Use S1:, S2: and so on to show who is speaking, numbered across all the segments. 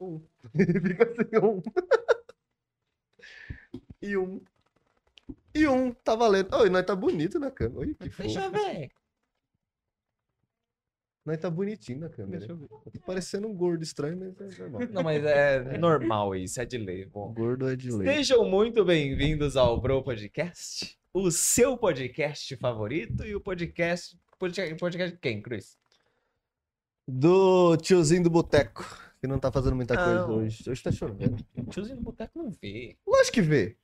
S1: Um. Fica sem um. e um. E um, tá valendo. Oi, nós tá bonito na câmera. Oi, que
S2: Deixa
S1: fofo.
S2: eu ver.
S1: Nós tá bonitinho na câmera.
S3: Deixa
S1: Eu
S3: eu ver.
S1: tô parecendo um gordo estranho, mas é normal.
S2: Não, mas é normal isso, é de lei. Bom,
S1: gordo é de
S2: Sejam muito bem-vindos ao Bro Podcast, o seu podcast favorito e o podcast. Podcast, podcast de quem, Cruz?
S1: Do tiozinho do boteco, que não tá fazendo muita coisa
S2: Não.
S1: hoje. Hoje tá chovendo.
S2: Tiozinho do boteco não vê.
S1: Lógico que vê.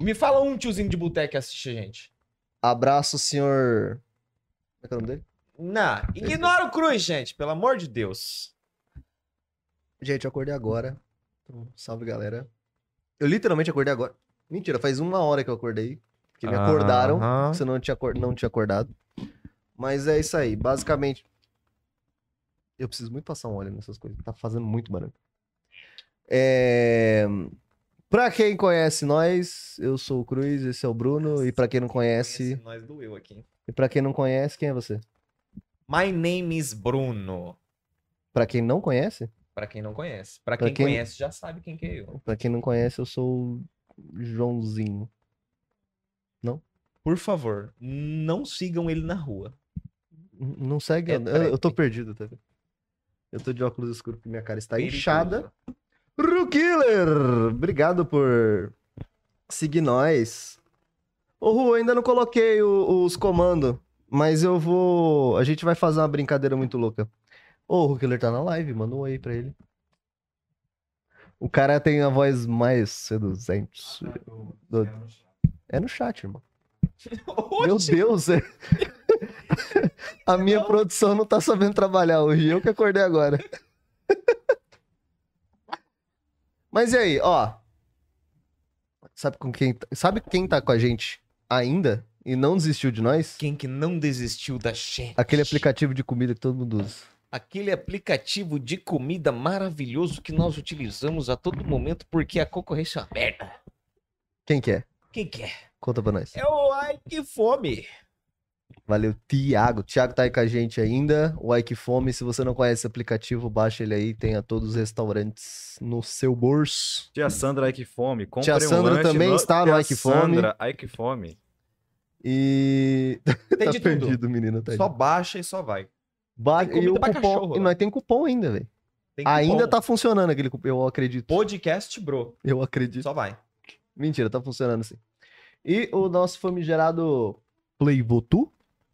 S2: Me fala um tiozinho de boteco que assiste a gente.
S1: Abraço, senhor. Como é que é o nome dele?
S2: Não, ignora o Cruz, gente, pelo amor de Deus.
S1: Gente, eu acordei agora. Então, salve, galera. Eu literalmente acordei agora. Mentira, faz uma hora que eu acordei. Que me acordaram.
S2: Ah, Aham.
S1: Você não tinha, acor- não tinha acordado. Mas é isso aí. Basicamente. Eu preciso muito passar um óleo nessas coisas. Tá fazendo muito barulho. É... Pra quem conhece nós, eu sou o Cruz, esse é o Bruno. E pra quem não conhece.
S2: Nós doeu aqui.
S1: E pra quem não conhece, quem é você?
S2: My name is Bruno.
S1: Pra quem não conhece?
S2: Pra quem não conhece. Pra
S1: Pra
S2: quem,
S1: quem-
S2: conhece, já sabe quem que é eu.
S1: Pra quem não conhece, eu sou o Joãozinho.
S2: Por favor, não sigam ele na rua.
S1: N- Não segue.
S2: É
S1: eu, eu- eu tô
S2: trap.
S1: perdido, tá? vendo? Eu tô de óculos escuros porque minha cara está
S2: Perigoso.
S1: inchada. Rukiller! Obrigado por seguir nós. Ô, Ru, ainda não coloquei o- os comandos, mas eu vou. A gente vai fazer uma brincadeira muito louca. Ô, o Rukiller tá na live, manda um oi pra ele. O cara tem a voz mais seduzente.
S3: Tá,
S1: Do- É no chat, irmão. Meu Deus! é- A minha
S2: Não.
S1: produção não tá sabendo trabalhar hoje. Eu que acordei agora. Mas e aí, ó. Sabe com quem, tá- sabe quem tá com a gente ainda e não desistiu de nós?
S2: Quem que não desistiu da gente?
S1: Aquele aplicativo de comida que todo mundo usa.
S2: Aquele aplicativo de comida maravilhoso que nós utilizamos a todo momento porque a concorrência é uma merda.
S1: Quem que é?
S2: Quem que é?
S1: Conta pra nós.
S2: É o Ai Que Fome.
S1: Valeu, Tiago. Tiago tá aí com a gente ainda. O Ai Que Fome, se você não conhece esse aplicativo, baixa ele aí. Tem a todos os restaurantes no seu bolso.
S3: Tia Sandra, ai que fome. Comprei
S1: Tia Sandra
S3: um lanche
S1: também está no
S3: Tia
S1: Ai Que Fome.
S3: Sandra, ai que fome.
S1: E.
S2: Tem
S1: tá
S2: de tudo.
S1: perdido, menino. Tá
S3: Só baixa e só vai.
S1: ba...
S2: tem
S1: E
S2: comida
S1: o
S2: pra
S1: cupom.
S2: cachorro,
S1: e
S2: né?
S1: nós tem cupom ainda, velho.
S2: Tem cupom.
S1: Ainda tá funcionando aquele cupom. Eu acredito.
S2: Podcast Bro.
S1: Eu acredito.
S2: Só vai.
S1: Mentira, tá funcionando sim. E o nosso famigerado Playbotu?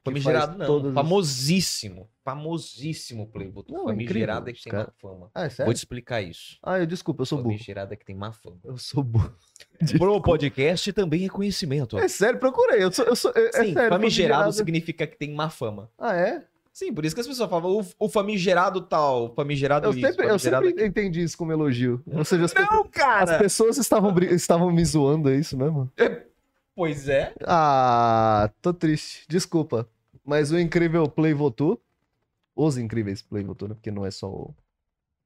S1: que
S2: Famigerado
S1: faz
S2: não.
S1: todas as-
S2: Famosíssimo. Famosíssimo Playbook.
S1: Não, é
S2: Famigerado
S1: incrível,
S2: é que tem
S1: cara.
S2: má fama.
S1: Ah, é sério?
S2: Vou te explicar isso.
S1: Ah, eu desculpa, eu sou burro.
S2: Famigerado é que tem má fama.
S1: Eu sou burro.
S2: Bro Podcast também é conhecimento. ó.
S1: É sério, procurei. Eu sou. Eu sou é, é
S2: Sim,
S1: sério,
S2: famigerado significa que tem má fama.
S1: Ah, é?
S2: Sim, por isso que as pessoas falam o, o famigerado tal, o famigerado
S1: Eu
S2: isso,
S1: sempre, eu
S2: famigerado
S1: sempre entendi isso como elogio. Ou seja, as, pe-
S2: aquilo. Não,
S1: as
S2: cara!
S1: pessoas estavam, bri- estavam me zoando, é isso mesmo?
S2: Pois é.
S1: Ah, tô triste. Desculpa. Mas o incrível Play Votu. Os incríveis Play Votu, né? Porque não é só o,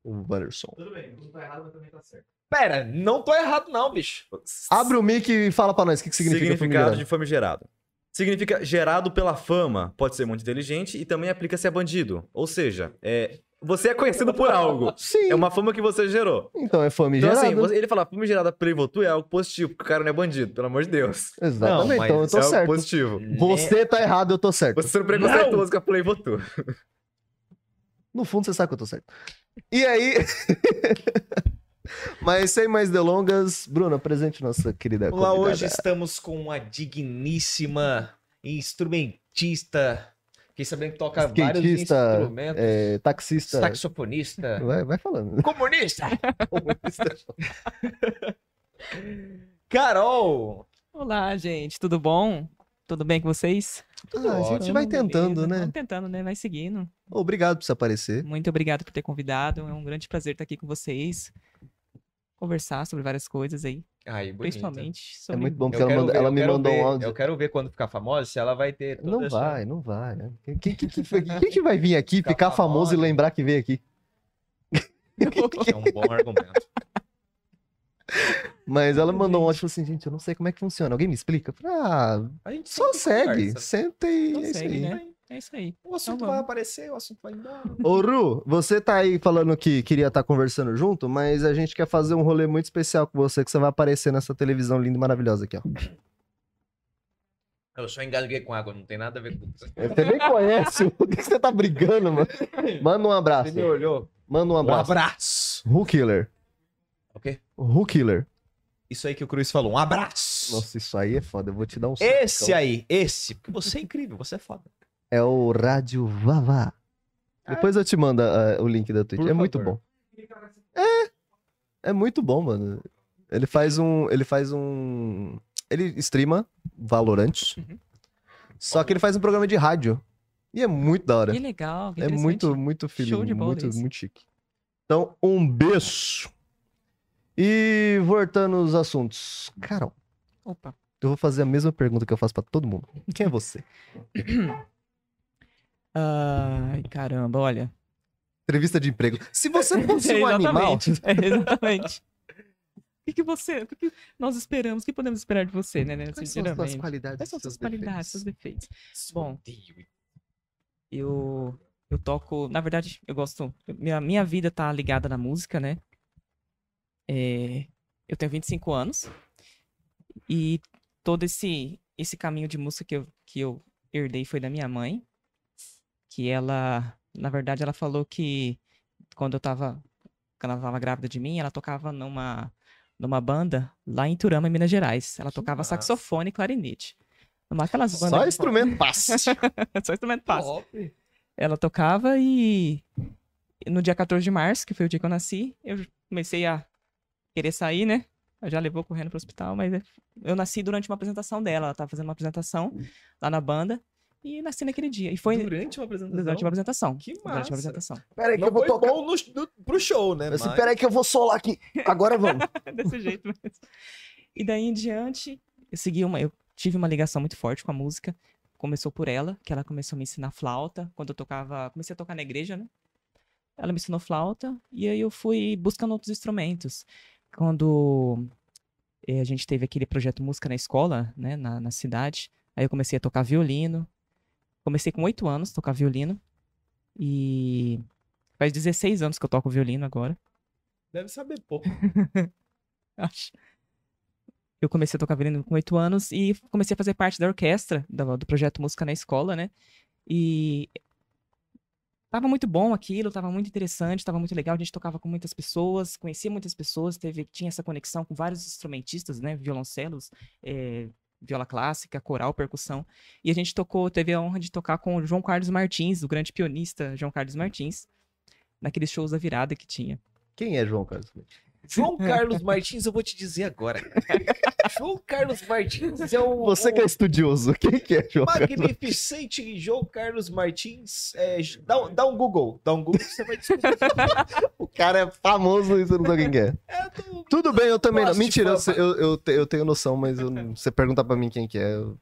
S1: o Butterson.
S3: Tudo bem, não tá errado, mas também tá certo.
S2: Pera, não tô errado não, bicho.
S1: Abre o mic e fala pra nós o que, que significa
S3: Significado
S1: famigerado.
S3: de famigerado. Significa gerado pela fama. Pode ser muito inteligente e também aplica-se a bandido. Ou seja, é, você é conhecido por algo.
S1: Sim,
S3: É uma fama que você gerou.
S1: então é
S3: Então,
S1: famigerado.
S3: assim, você- ele fala famigerada Prevotu é algo positivo, porque o cara não é bandido, pelo amor de Deus.
S1: Exatamente,
S2: Não, mas
S1: então eu
S3: é
S1: tô
S3: algo
S1: certo.
S3: positivo.
S1: Você tá errado, eu tô certo.
S3: Você sendo preconceituoso com a Playbotu.
S1: No fundo, você sabe que eu tô certo. E aí... Mas sem mais delongas, Bruno, apresente nossa querida
S2: Vamos lá,
S1: convidada.
S2: hoje estamos com a digníssima instrumentista, fiquei sabendo que toca vários
S1: Skatista,
S2: instrumentos,
S1: É, taxista...
S2: saxofonista,
S1: Vai, vai falando.
S2: comunista, Carol!
S4: Olá, gente, tudo bom? Tudo bem com vocês?
S2: Tudo
S1: Ah, a gente
S2: ótimo,
S1: vai
S4: Beleza,
S1: tentando, né?
S4: Vamos tentando, né? Vai seguindo.
S1: Obrigado por você aparecer.
S4: Muito obrigado por ter convidado. É um grande prazer estar aqui com vocês. Conversar sobre várias coisas aí,
S2: Ai, bonita.
S4: principalmente
S1: É
S4: sobre
S1: muito bom, porque
S2: Eu
S1: ela,
S2: quero
S1: manda-
S2: ver,
S1: ela
S2: eu
S1: me
S2: quero
S1: mandou
S2: ver,
S1: um áudio.
S2: Eu quero ver quando ficar famosa se ela vai ter. toda
S1: Não
S2: essa-
S1: vai, não vai. né? Quem, quem- quem- quem que vai vir aqui,
S2: Ficar
S1: ficar, famoso e
S2: famosa.
S1: lembrar que veio aqui?
S2: É um bom argumento.
S1: Mas ela mandou um áudio e falou assim, gente, eu não sei como é que funciona. Alguém me explica? Eu falei, ah,
S2: A gente
S1: só
S2: sempre
S1: segue,
S2: conversa.
S1: senta e
S4: Só
S1: é isso
S4: segue,
S1: aí.
S4: né? É isso aí.
S2: O assunto
S4: Então
S2: vai
S4: vamos.
S2: aparecer, o assunto vai embora.
S1: Ô, Ru, você tá aí falando que queria estar conversando junto, mas a gente quer fazer um rolê muito especial com você, que você vai aparecer nessa televisão linda e maravilhosa aqui, ó.
S2: Eu só engasguei com água, não tem nada a ver
S1: Tá
S2: com isso.
S1: Você nem conhece, o que que você tá brigando, mano? Manda um abraço.
S2: Você me olhou.
S1: Manda um
S2: Um
S1: abraço.
S2: abraço.
S1: Who Killer.
S2: O quê?
S1: Who Killer.
S2: Isso aí que o Cruz falou, um abraço.
S1: Nossa, isso aí é foda, eu vou te dar um
S2: esse
S1: socão.
S2: aí, esse. Porque você é incrível, você é foda.
S1: É o Rádio Vavá. Depois eu te mando ah, o link da Twitch.
S2: Por
S1: é muito
S2: favor.
S1: bom. É. É muito bom, mano. Ele faz um. Ele faz um. Ele streama Valorant.
S4: Uhum.
S1: Só que ele faz um programa de rádio. E é muito da hora.
S4: Que legal, que
S1: É muito,
S4: interessante.
S1: muito filho,
S4: Show de bola
S1: muito,
S4: isso.
S1: muito chique. Então, um beijo. E voltando aos assuntos. Carol,
S4: Opa.
S1: eu vou fazer a mesma pergunta que eu faço pra todo mundo. Quem é você?
S4: Ai, caramba, olha.
S1: Entrevista de emprego. Se você fosse um animal,
S4: exatamente. É, exatamente. O que, que você. O que, que nós esperamos? O que podemos esperar de você, né? né?
S1: quais são as suas
S4: Sinceramente.
S1: qualidades?
S4: Quais são suas
S1: seus
S4: qualidades, seus
S1: defeitos?
S4: defeitos? Bom, eu, eu toco. Na verdade, eu gosto. Minha, minha vida tá ligada na música, né? É, eu tenho 25 anos. E todo esse, esse caminho de música que eu, que eu herdei foi da minha mãe. Que ela, na verdade, ela falou que quando eu tava. Quando ela tava grávida de mim, ela tocava numa, numa banda lá em Turama, em Minas Gerais. Ela tocava
S2: massa.
S4: saxofone e clarinete. Numa aquelas bandas.
S1: Só instrumento fácil.
S4: Só instrumento fácil.
S2: Top.
S4: Ela tocava e no dia 14 de março, que foi o dia que eu nasci, eu comecei a querer sair, né? Ela já levou correndo pro hospital, mas é- eu nasci durante uma apresentação dela. Ela tava fazendo uma apresentação lá na banda e nasci naquele dia. E foi
S2: Durante uma apresentação.
S4: durante uma apresentação.
S2: Que
S4: Durante
S2: massa.
S4: uma apresentação.
S1: Peraí
S2: Não foi bom no- no- pro show, né?
S1: Mas
S2: Mas
S1: Peraí que eu vou solar aqui. Agora vamos.
S4: Desse jeito mesmo. E daí em diante, eu segui uma. Eu tive uma ligação muito forte com a música. Começou por ela, que ela começou a me ensinar flauta. Quando eu tocava. Comecei a tocar na igreja, né? Ela me ensinou flauta. E aí eu fui buscando outros instrumentos. Quando eh, a gente teve aquele projeto música na escola, né? Na, na cidade. Aí eu comecei a tocar violino. Comecei com oito anos a tocar violino. E faz 16 anos que eu toco violino agora.
S2: Deve saber pouco.
S4: acho. Eu comecei a tocar violino com oito anos e comecei a fazer parte da orquestra da- do projeto Música na Escola, né? E tava muito bom aquilo, tava muito interessante, tava muito legal. A gente tocava com muitas pessoas, conhecia muitas pessoas, teve, tinha essa conexão com vários instrumentistas, né? Violoncelos, eh, viola clássica, coral, percussão. E a gente tocou, teve a honra de tocar com o João Carlos Martins, o grande pianista João Carlos Martins, naqueles shows da virada que tinha.
S1: Quem é João Carlos?
S2: João Carlos Martins, eu vou te dizer agora. João Carlos Martins é o.
S1: Você que é
S2: o
S1: estudioso, quem que é João Carlos?
S2: Magnificente João Carlos Martins. é, dá, um- dá um Google. Dá um Google, você vai descobrir.
S1: O cara é famoso e você não sabe quem que é.
S2: É, eu tô-
S1: Tudo bem, eu também não.
S2: Gosto de
S1: Mentira, eu,
S2: fama.
S1: eu, eu, te- eu tenho noção, mas eu não- você perguntar pra mim quem que é, eu,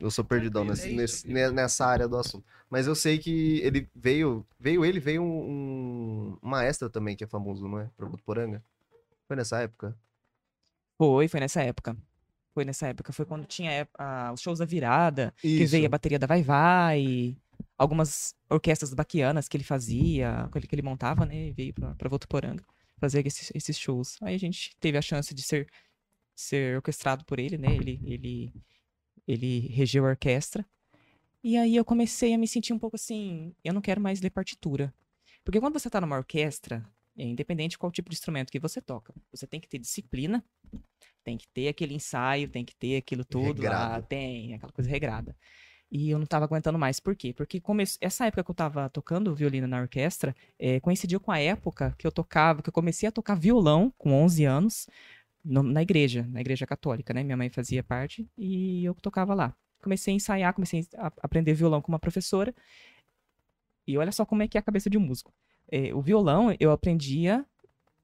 S1: eu sou perdidão
S2: Tranquilo,
S1: nesse,
S2: é isso,
S1: nesse- ne- nessa área do assunto. Mas eu sei que ele veio, veio ele, veio um, um maestro também que é famoso, não é? Pra Botuporanga. Foi nessa época?
S4: Foi, foi nessa época. Foi nessa época. Foi quando tinha ép- ah, os shows da virada, que veio a bateria da Vai Vai, algumas orquestras baquianas que ele fazia, que ele, que ele montava, né? E veio pra, pra Votuporanga fazer esses, esses shows. Aí a gente teve a chance de ser, ser orquestrado por ele, né? Ele, ele, ele regeu a orquestra. E aí eu comecei a me sentir um pouco assim, eu não quero mais ler partitura. Porque quando você tá numa orquestra, é, independente de qual tipo de instrumento que você toca, você tem que ter disciplina, tem que ter aquele ensaio, tem que ter aquilo tudo lá,
S1: Regrado.
S4: tem aquela coisa regrada. E eu não tava aguentando mais. Por quê? Porque come... essa época que eu tava tocando violino na orquestra, eh, coincidiu com a época que eu tocava, que eu comecei a tocar violão com 11 anos no- na igreja, na igreja católica, né? Minha mãe fazia parte e eu tocava lá. Comecei a ensaiar, comecei a aprender violão com uma professora. E olha só como é que é a cabeça de um músico. Eh, o violão eu aprendia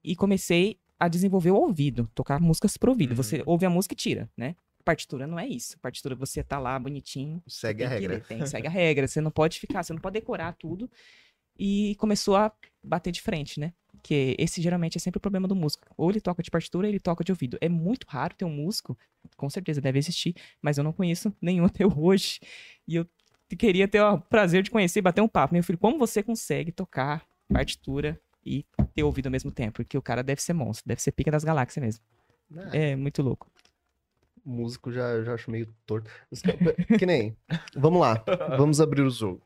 S4: e comecei a desenvolver o ouvido, tocar músicas pro ouvido.
S3: Uhum.
S4: Você ouve a música e tira, né? Partitura não é isso. Partitura você tá lá bonitinho,
S1: Segue
S4: tem
S1: a
S4: que
S1: regra.
S4: ler, tem que segue a regra. Você não pode ficar, você não pode decorar tudo. E começou a bater de frente, né? Que esse geralmente é sempre o problema do músico. Ou ele toca de partitura, ou ele toca de ouvido. É muito raro ter um músico, com certeza deve existir, mas eu não conheço nenhum até hoje. E eu queria ter o prazer de conhecer e bater um papo. Meu filho, como você consegue tocar partitura e ter ouvido ao mesmo tempo? Porque o cara deve ser monstro, deve ser pica das galáxias mesmo.
S1: Ah,
S4: É muito louco.
S1: Músico já, já acho meio torto. Os ca- Que nem. Vamos lá. Vamos abrir o jogo.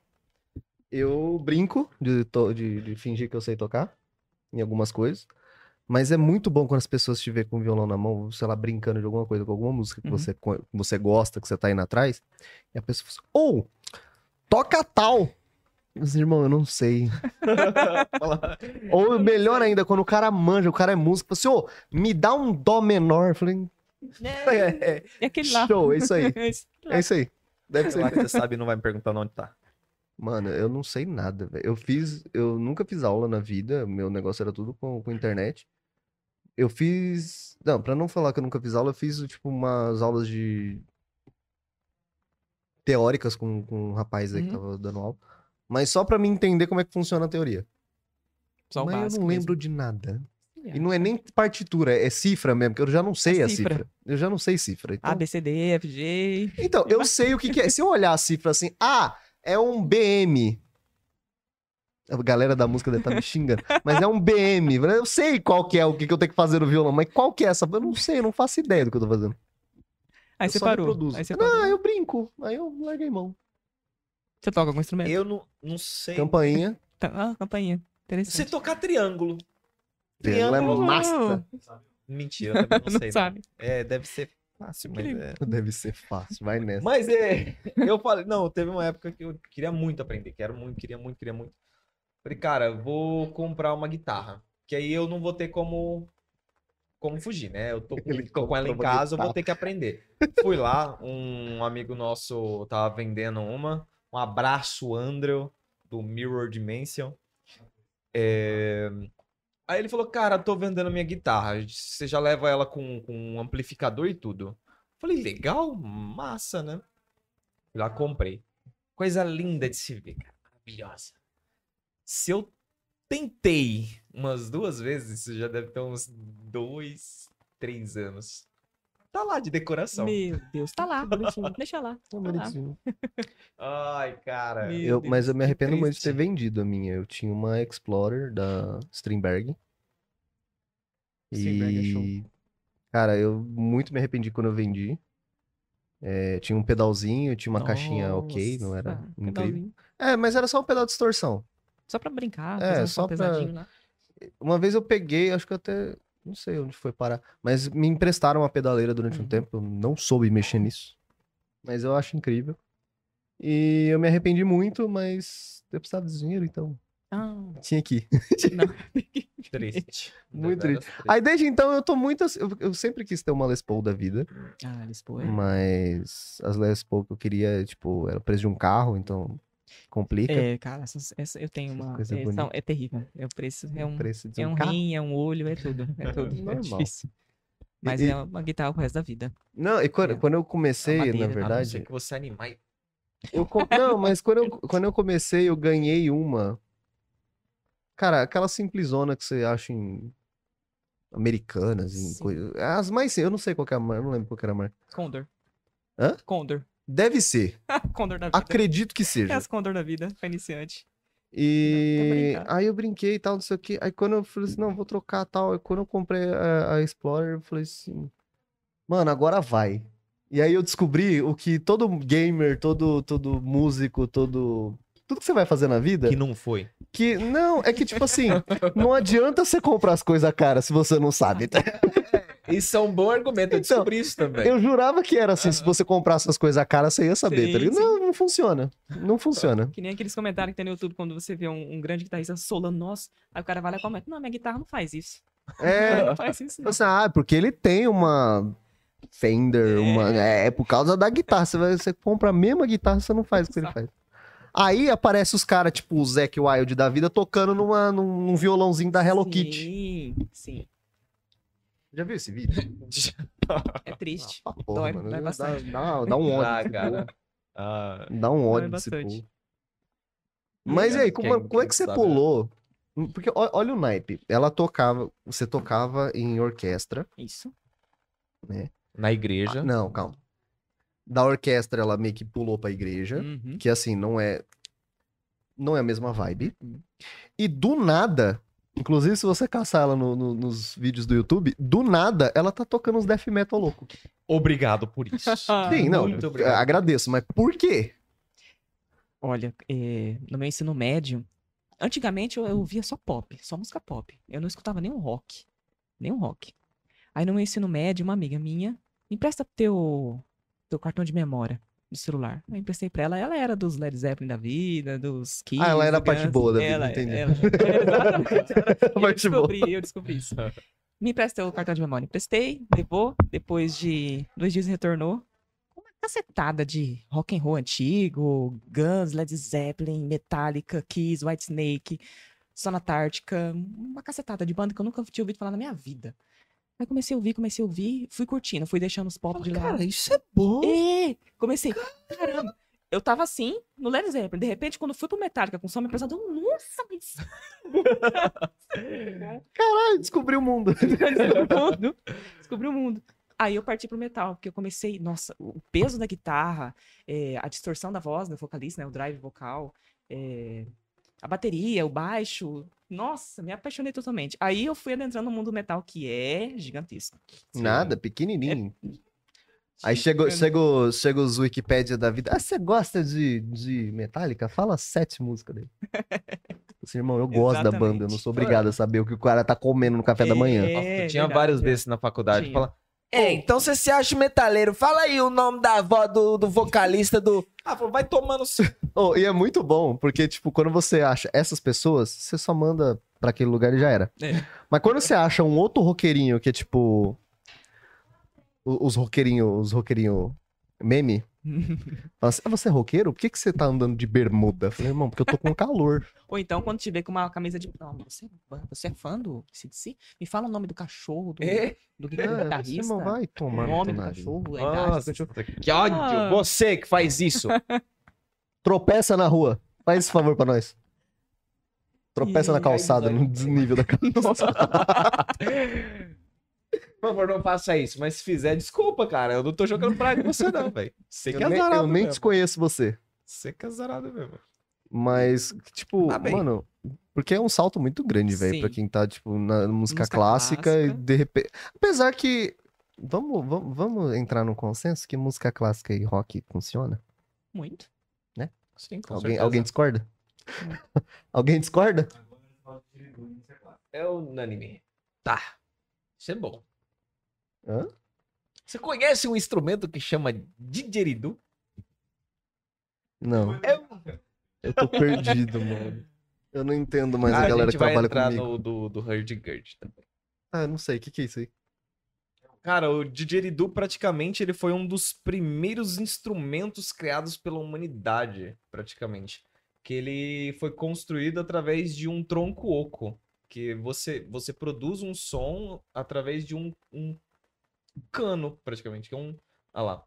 S1: Eu brinco de, to- de, de fingir que eu sei tocar em algumas coisas. Mas é muito bom quando as pessoas te veem com o violão na mão, sei lá, brincando de alguma coisa, com alguma música que
S4: Uhum.
S1: você, co- que você gosta, que você tá indo atrás. E a pessoa fala assim, ou toca tal. Mas, irmão, eu não sei.
S2: Fala-
S1: Ou melhor ainda, quando o cara manja, o cara é músico, fala assim, ô, me dá um dó menor. Eu falei, é, é,
S4: E aquele lá.
S1: show, é isso aí.
S4: Esse lá.
S1: É isso aí. Deve
S2: Sei lá
S1: ser.
S2: que você sabe e não vai me perguntar onde tá.
S1: Mano, eu não sei nada, velho. Eu fiz, eu nunca fiz aula na vida, meu negócio era tudo com, com internet. Eu fiz, não, pra não falar que eu nunca fiz aula, eu fiz tipo umas aulas de teóricas com, com um rapaz aí que
S4: Uhum.
S1: tava dando aula, mas só pra me entender como é que funciona a teoria.
S4: Só o
S1: Mas eu não
S4: básico
S1: lembro de nada.
S4: mesmo.
S1: E não é nem partitura, é cifra mesmo, que eu já não sei a
S4: É cifra.
S1: cifra. Eu já não sei cifra.
S4: A,
S1: Então,
S4: B, C, D, E, F, G.
S1: então, eu sei o que, que é. Se eu olhar a cifra assim, ah, é um BM. A galera da música deve estar me xingando. Mas é um BM. Eu sei qual que é o que, que eu tenho que fazer no violão, mas qual que é essa? Eu não sei, eu não faço ideia do que eu tô fazendo.
S4: Aí
S1: eu
S4: você
S1: só
S4: parou.
S1: reproduzo.
S4: Aí você
S1: não, é
S4: parou.
S1: eu brinco. Aí eu larguei mão.
S4: Você toca algum instrumento?
S2: Eu não, não sei.
S1: Campainha.
S4: Tá- Ah, campainha.
S2: Você
S4: Interessante.
S2: tocar triângulo.
S1: Triângulo é
S4: Não,
S1: massa. né?
S2: Mentira, eu também não,
S4: Não
S2: sei.
S4: sabe.
S2: É, deve ser fácil, mas é.
S1: Deve ser fácil, vai nessa.
S2: Mas é, eu falei, não, teve uma época que eu queria muito aprender, quero muito, queria muito, queria muito. Falei, cara, eu vou comprar uma guitarra, que aí eu não vou ter como como fugir, né? Eu tô com,
S1: Ele
S2: tô com ela em
S1: comprou uma
S2: casa, eu vou
S1: guitarra.
S2: ter que aprender. Fui lá, um amigo nosso tava vendendo uma, um abraço, Andrew, do Mirror Dimension. É, Aí ele falou, cara, tô vendendo minha guitarra, você já leva ela com, com um amplificador e tudo. Falei, legal, massa, né? Fui lá, comprei. Coisa linda de se ver, cara. Maravilhosa. Se eu tentei umas duas vezes, isso já deve ter uns dois, três anos. Tá lá de decoração.
S4: Meu Deus, tá lá. bonitinho. Deixa lá.
S1: Tá
S4: Tá lá.
S1: bonitinho.
S2: Ai, cara.
S4: Me- Meu
S1: Eu,
S4: Deus,
S1: mas eu me
S4: que
S1: arrependo muito de ter
S4: triste.
S1: vendido a minha. Eu tinha uma Explorer da Strindberg.
S4: Strindberg é show.
S1: E, cara, eu muito me arrependi quando eu vendi. É, tinha um pedalzinho, tinha uma caixinha ok, não era
S4: Nossa,
S1: incrível.
S4: pedalzinho.
S1: É, mas era só um pedal de distorção.
S4: tá, Só pra brincar.
S1: É,
S4: fazer um
S1: só
S4: som
S1: pra-
S4: pesadinho lá.
S1: Uma vez eu peguei, acho que eu até. Não sei onde foi parar. Mas me emprestaram uma pedaleira durante um
S4: Uhum.
S1: tempo. Eu não soube mexer nisso. Mas eu acho incrível. E eu me arrependi muito, mas eu precisava de dinheiro, então.
S4: Ah,
S1: Tinha que ir.
S2: Triste.
S1: Muito
S2: Verdadeiro
S1: Aí desde então eu tô muito. assim- Eu, eu sempre quis ter uma Les Paul da vida,
S4: ah eles põem.
S1: mas as Les Paul que eu queria, tipo, era o preço de um carro, então complica.
S4: É, cara, essas- essa, eu tenho
S1: Essas
S4: uma.
S1: coisas
S4: é, são- é terrível. É o preço, é
S1: o
S4: um,
S1: preço de
S4: é um
S1: carro.
S4: rim, é um olho, é tudo. É tudo. É
S1: Normal.
S4: difícil. Mas
S1: E-
S4: é uma guitarra pro resto da vida.
S1: Não, e quando,
S4: É.
S1: quando eu comecei,
S4: madeira,
S1: na
S4: tá? Não
S2: A não ser
S1: verdade.
S2: que você animar. e-
S1: Eu com- Não, mas quando eu, quando eu comecei, eu ganhei uma. Cara, aquela simplesona que você acha em. Americanas, em
S4: Sim.
S1: coisas. As mais. Eu não sei qual que é a marca, eu não lembro qual que era a marca.
S4: Condor.
S1: Hã?
S4: Condor.
S1: Deve ser.
S4: Condor da vida.
S1: Acredito que
S4: É
S1: seja.
S4: as Condor da vida, pra iniciante.
S1: E
S4: Não, tá brincando.
S1: aí eu brinquei e tal, não sei o que. Aí quando eu falei assim, não, vou trocar tal. Aí quando eu comprei a, a Explorer, eu falei assim, mano, agora vai. E aí eu descobri o que todo gamer, todo, todo músico, todo. Tudo que você vai fazer na vida,
S2: Que
S1: que,
S2: não foi.
S1: não, é que tipo assim, não adianta você comprar as coisas cara se você não sabe. tá?
S2: Isso é um bom argumento.
S1: Então,
S2: Eu descobri isso também.
S1: Eu jurava que era assim, se você comprasse as coisas cara, você ia saber. tá
S4: Sim,
S1: ligado?
S4: sim.
S1: Não, não funciona. Não funciona.
S4: Que nem aqueles comentários que tem no YouTube quando você vê um, um grande guitarrista solando, nossa, aí o cara vai lá e comenta, não, minha guitarra não faz isso.
S1: É,
S4: Não faz isso, não.
S1: Você, ah, porque ele tem uma Fender,
S4: É.
S1: uma. É por causa da guitarra. Você, vai- você compra a mesma guitarra, você não faz o que ele faz. Aí aparece os caras, tipo o Zac Wild da vida, tocando numa, num, num violãozinho da Hello Kitty.
S4: Sim, sim.
S1: Já viu esse vídeo?
S4: É triste.
S1: Ah, porra,
S4: Dói,
S1: mano,
S4: dói
S1: dá-
S4: bastante.
S1: Dá, dá um
S2: Ah,
S1: ódio.
S2: cara. Ah,
S1: Dá um
S4: Dói
S1: ódio desse
S4: bastante.
S1: povo. Mas e aí, como,
S2: Quem-
S1: como é
S2: quem
S1: que você
S2: sabe, né?
S1: pulou? Porque ó- olha o naipe. Ela tocava, você tocava em orquestra.
S4: Isso.
S2: na
S1: Ah,
S2: igreja.
S1: não, calma. da orquestra, ela meio que pulou pra igreja,
S4: Uhum.
S1: que assim, não é não é a mesma vibe.
S2: Uhum.
S1: E do nada, inclusive se você caçar ela no- no- nos vídeos do YouTube, do nada ela tá tocando uns death metal louco.
S2: Obrigado por isso.
S1: Sim, não,
S2: Ah, muito
S1: eu-
S2: obrigado.
S1: agradeço, mas por quê?
S4: Olha, eh, no meu ensino médio, antigamente eu, eu ouvia só pop, só música pop. Eu não escutava nenhum rock. Nenhum rock. Aí no meu ensino médio, uma amiga minha, "Me empresta teu, teu cartão de memória de celular. Eu emprestei pra ela, ela era dos Led Zeppelin da vida, dos Kiss.
S1: Ah, ela era a
S4: do
S1: parte
S4: Guns.
S1: boa da vida,
S4: Ela-
S1: entendi.
S4: ela- exatamente, ela- eu
S1: Parte boa.
S4: descobri, eu descobri isso. Me empresta o cartão de memória. Emprestei, levou, depois de dois dias retornou. com Uma cacetada de rock and roll antigo, Guns, Led Zeppelin, Metallica, Kiss, Whitesnake, Sonatártica, uma cacetada de banda que eu nunca tinha ouvido falar na minha vida. Aí comecei a ouvir, comecei a ouvir, fui curtindo, fui deixando os pop de lado.
S2: Cara, isso é bom.
S4: É, comecei, caramba, eu tava assim, no Led Zeppelin, de repente quando fui pro Metallica com som, me pesado, eu, nossa, mas
S1: Ah, descobri o mundo.
S4: Descobri o mundo. Descobri o mundo. Aí eu parti pro metal, porque eu comecei, nossa, o peso da guitarra, eh, a distorção da voz do vocalista, né, o drive vocal, eh, a bateria, o baixo, nossa, me apaixonei totalmente. Aí eu fui adentrando no mundo do metal, que é gigantesco.
S1: Nada, pequenininho.
S2: É
S1: Aí chega,
S2: né?
S4: chegou
S1: chega, chega os Wikipédia da vida. Ah, você gosta de, de Metallica? Fala sete músicas dele. Assim, irmão, eu gosto da banda, eu não sou
S2: Exatamente.
S1: obrigado a saber o que o cara tá comendo no café da manhã.
S2: Nossa,
S4: É,
S2: tinha
S4: verdade,
S2: vários
S4: é.
S2: desses na faculdade.
S4: Tinha.
S2: Fala, é, então você se acha metaleiro. Fala aí o nome da avó do, do vocalista do. Ah, falou, vai tomando seu.
S1: Oh, e é muito bom, porque, tipo, quando você acha essas pessoas, você só manda pra aquele lugar e já era.
S4: É.
S1: Mas quando você acha um outro roqueirinho que é tipo. o- Os roqueirinhos. Os roqueirinhos. Meme? Fala assim, ah, você é roqueiro? Por que, que você tá andando de bermuda? Eu falei, irmão, porque eu tô com calor.
S4: Ou então, quando te vê com uma camisa de. Não, você, é fã- você é fã do CDC? Me fala o nome do cachorro, do,
S2: É.
S4: do
S1: Ah, você
S4: guitarrista.
S1: não vai
S4: O
S1: tomar no
S4: nome
S1: teu
S4: do
S1: nariz.
S4: Um tá cachorro, a idade do
S2: Nossa,
S4: cachorro.
S2: que ódio. Você que faz isso.
S1: Tropeça na rua. Faz esse favor pra nós. Tropeça
S4: E
S1: na
S4: aí,
S1: calçada,
S2: dói.
S1: no desnível da calçada.
S2: Por favor, não faça isso. Mas se fizer, desculpa, cara. Eu não tô jogando pra você, não, velho. Você que é
S1: Eu nem, eu
S2: azarado
S1: nem
S2: mesmo.
S1: desconheço você.
S2: Você que é azarado mesmo.
S1: Mas, tipo,
S2: Tá bem.
S1: mano. Porque é um salto muito grande, velho,
S4: Sim.
S1: pra quem tá, tipo, na música,
S4: Música
S1: clássica, e
S4: clássica.
S1: de repente. Apesar que. Vamos, vamos, vamos entrar num consenso que música clássica e rock funciona?
S4: Muito. né?
S2: Sim, com
S1: Alguém,
S2: certeza.
S1: alguém discorda? alguém discorda?
S2: É unânime. Tá. Isso é bom.
S1: Hã?
S2: Você conhece um instrumento que chama didgeridoo?
S1: Não.
S2: É
S1: Eu tô perdido, mano. Eu não entendo mais a, galera que
S2: Ah, vai
S1: trabalha
S2: entrar
S1: comigo.
S2: no do, tá? do Hurdy-gurdy também.
S1: Ah, não sei, o que, que é isso aí?
S2: Cara, o didgeridoo praticamente ele foi um dos primeiros instrumentos criados pela humanidade, praticamente. Que ele foi construído através de um tronco oco. Que você, você produz um som através de um, um cano, praticamente. Que é um... Olha lá.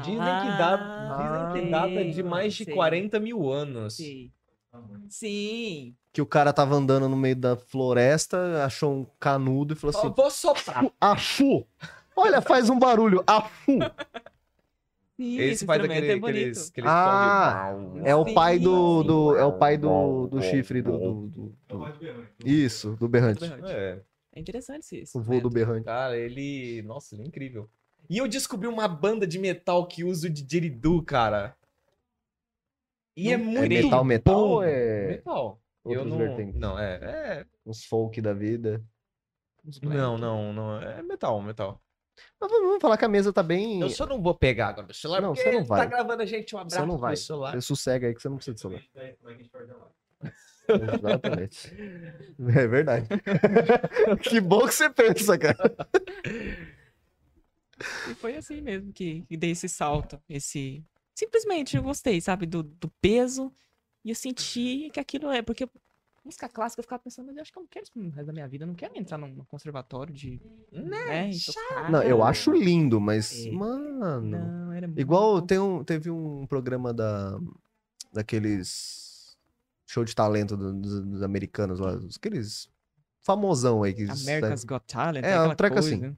S2: Dizem, que, dá,
S4: Ah,
S2: dizem que data
S4: sei,
S2: de mais de
S4: sei,
S2: 40 mil anos.
S4: sei. Sim.
S1: Que o cara tava andando no meio da floresta, achou um canudo e falou
S2: Ó,
S1: assim:
S2: vou soprar.
S1: Afu! Olha, faz um barulho, afu!
S4: Sim,
S2: Esse faz
S4: instrumento
S2: daquele,
S4: é bonito.
S2: aqueles, aqueles
S1: Ah,
S2: som de-
S1: É o pai do, do- é o pai do, do chifre do, do- do- Isso, do berrante.
S4: Berrante.
S2: É,
S4: É interessante isso, esse
S1: O voo do
S4: instrumento.
S1: berrante.
S2: cara, ele... Nossa, ele é incrível. E eu descobri uma banda de metal que usa o didgeridoo, cara. E é
S4: Não
S2: muito
S1: É
S4: creio.
S1: metal, metal
S2: bom.
S1: ou é
S2: Metal. Eu
S1: outros
S2: não...
S1: vertentes?
S2: Não, é... é-
S1: Os folk da vida.
S2: Não, não, não. É metal, metal.
S1: Mas vamos vamos falar que a mesa tá bem.
S2: Eu só não vou pegar agora meu celular,
S1: Não,
S2: porque
S1: você não
S2: ele tá
S1: vai.
S2: gravando a gente um abraço
S1: não
S2: no
S1: vai.
S2: celular.
S1: Você é sossega aí que você não precisa de celular. Exatamente. É verdade. que bom que você pensa, cara.
S4: E foi assim mesmo que, que dei esse salto. Esse... Simplesmente eu gostei, sabe, do, do peso. E eu senti que aquilo é. Porque música clássica eu ficava pensando, mas eu acho que eu não quero isso pro resto da minha vida. Eu não quero entrar num conservatório de. Né? e tocar.
S1: Não, eu acho lindo, mas.
S4: É.
S1: Mano.
S4: Não, era muito.
S1: Igual tem um, teve um programa da, daqueles show de talento do- dos, dos americanos lá, dos- aqueles famosão aí. Que,
S4: America's Got Talent.
S1: É,
S4: aquela
S1: um treco
S4: coisa.
S1: assim.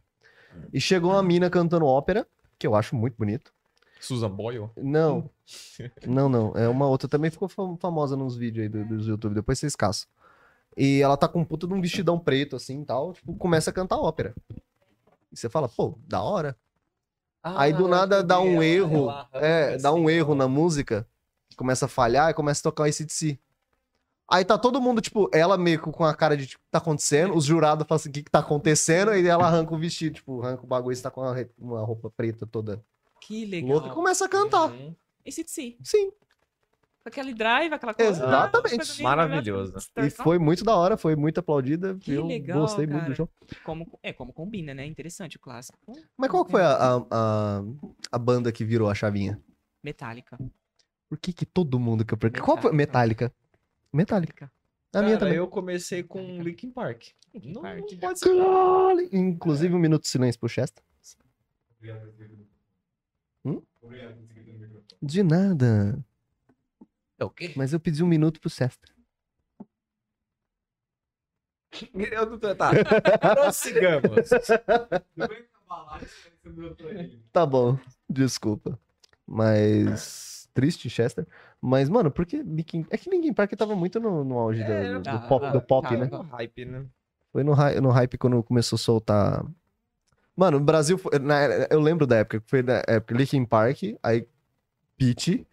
S1: E chegou uma mina cantando ópera que eu acho muito bonito.
S2: Susan Boyle?
S1: Não. Não, não. É uma outra também ficou fam- famosa nos vídeos aí do, dos YouTube, depois vocês caçam. E ela tá com um puta de um vestidão preto, assim e tal. Tipo, começa a cantar ópera. E você fala, pô, da hora.
S2: Ah,
S1: aí do nada dá um erro. É, dá um erro na música, começa a falhar e começa a tocar o ACDC. Aí tá todo mundo, tipo, ela meio que com a cara de, tipo, o que tá acontecendo? Os jurados falam assim, o que que tá acontecendo? E ela arranca o vestido, tipo, arranca o bagulho, você tá com uma, re- uma roupa preta toda
S4: Que legal.
S1: louca e começa a cantar.
S2: Uhum.
S4: Esse de si.
S1: Sim.
S4: Com aquele drive, aquela coisa.
S1: Exatamente.
S4: coisa meio-
S3: Maravilhoso.
S1: E foi muito da hora, foi muito aplaudida.
S4: Que
S1: eu
S4: legal,
S1: gostei muito do
S4: cara.
S1: show.
S4: Como, é, como combina, né? Interessante o clássico.
S1: Mas qual que foi a, a, a, a banda que virou a chavinha?
S4: Metallica.
S1: Por que que todo mundo... que eu pergunto- Qual foi? Metallica. Metallica. É
S4: Metallica.
S1: A minha
S2: Cara,
S1: também.
S2: eu comecei com Linkin Park.
S4: Linkin
S2: Não,
S4: Park.
S2: não pode ser.
S1: Caralho! Inclusive, um minuto de silêncio pro Chester. Hum? De nada.
S2: É o quê?
S1: Mas eu pedi um minuto pro Chester.
S2: Eu não tô... Tá. Prossigamos.
S1: Tá bom, desculpa. Mas. Triste, Chester. Mas, mano, por que Linkin... É que Linkin Park tava muito no, no auge da- do, do
S4: tava,
S1: pop, do pop,
S4: tava.
S1: né?
S2: Tava hype, né?
S1: Foi no, hy- no hype quando começou a soltar. Mano, o Brasil. Foi, na- eu lembro da época, que foi na época Linkin Park, aí Pete,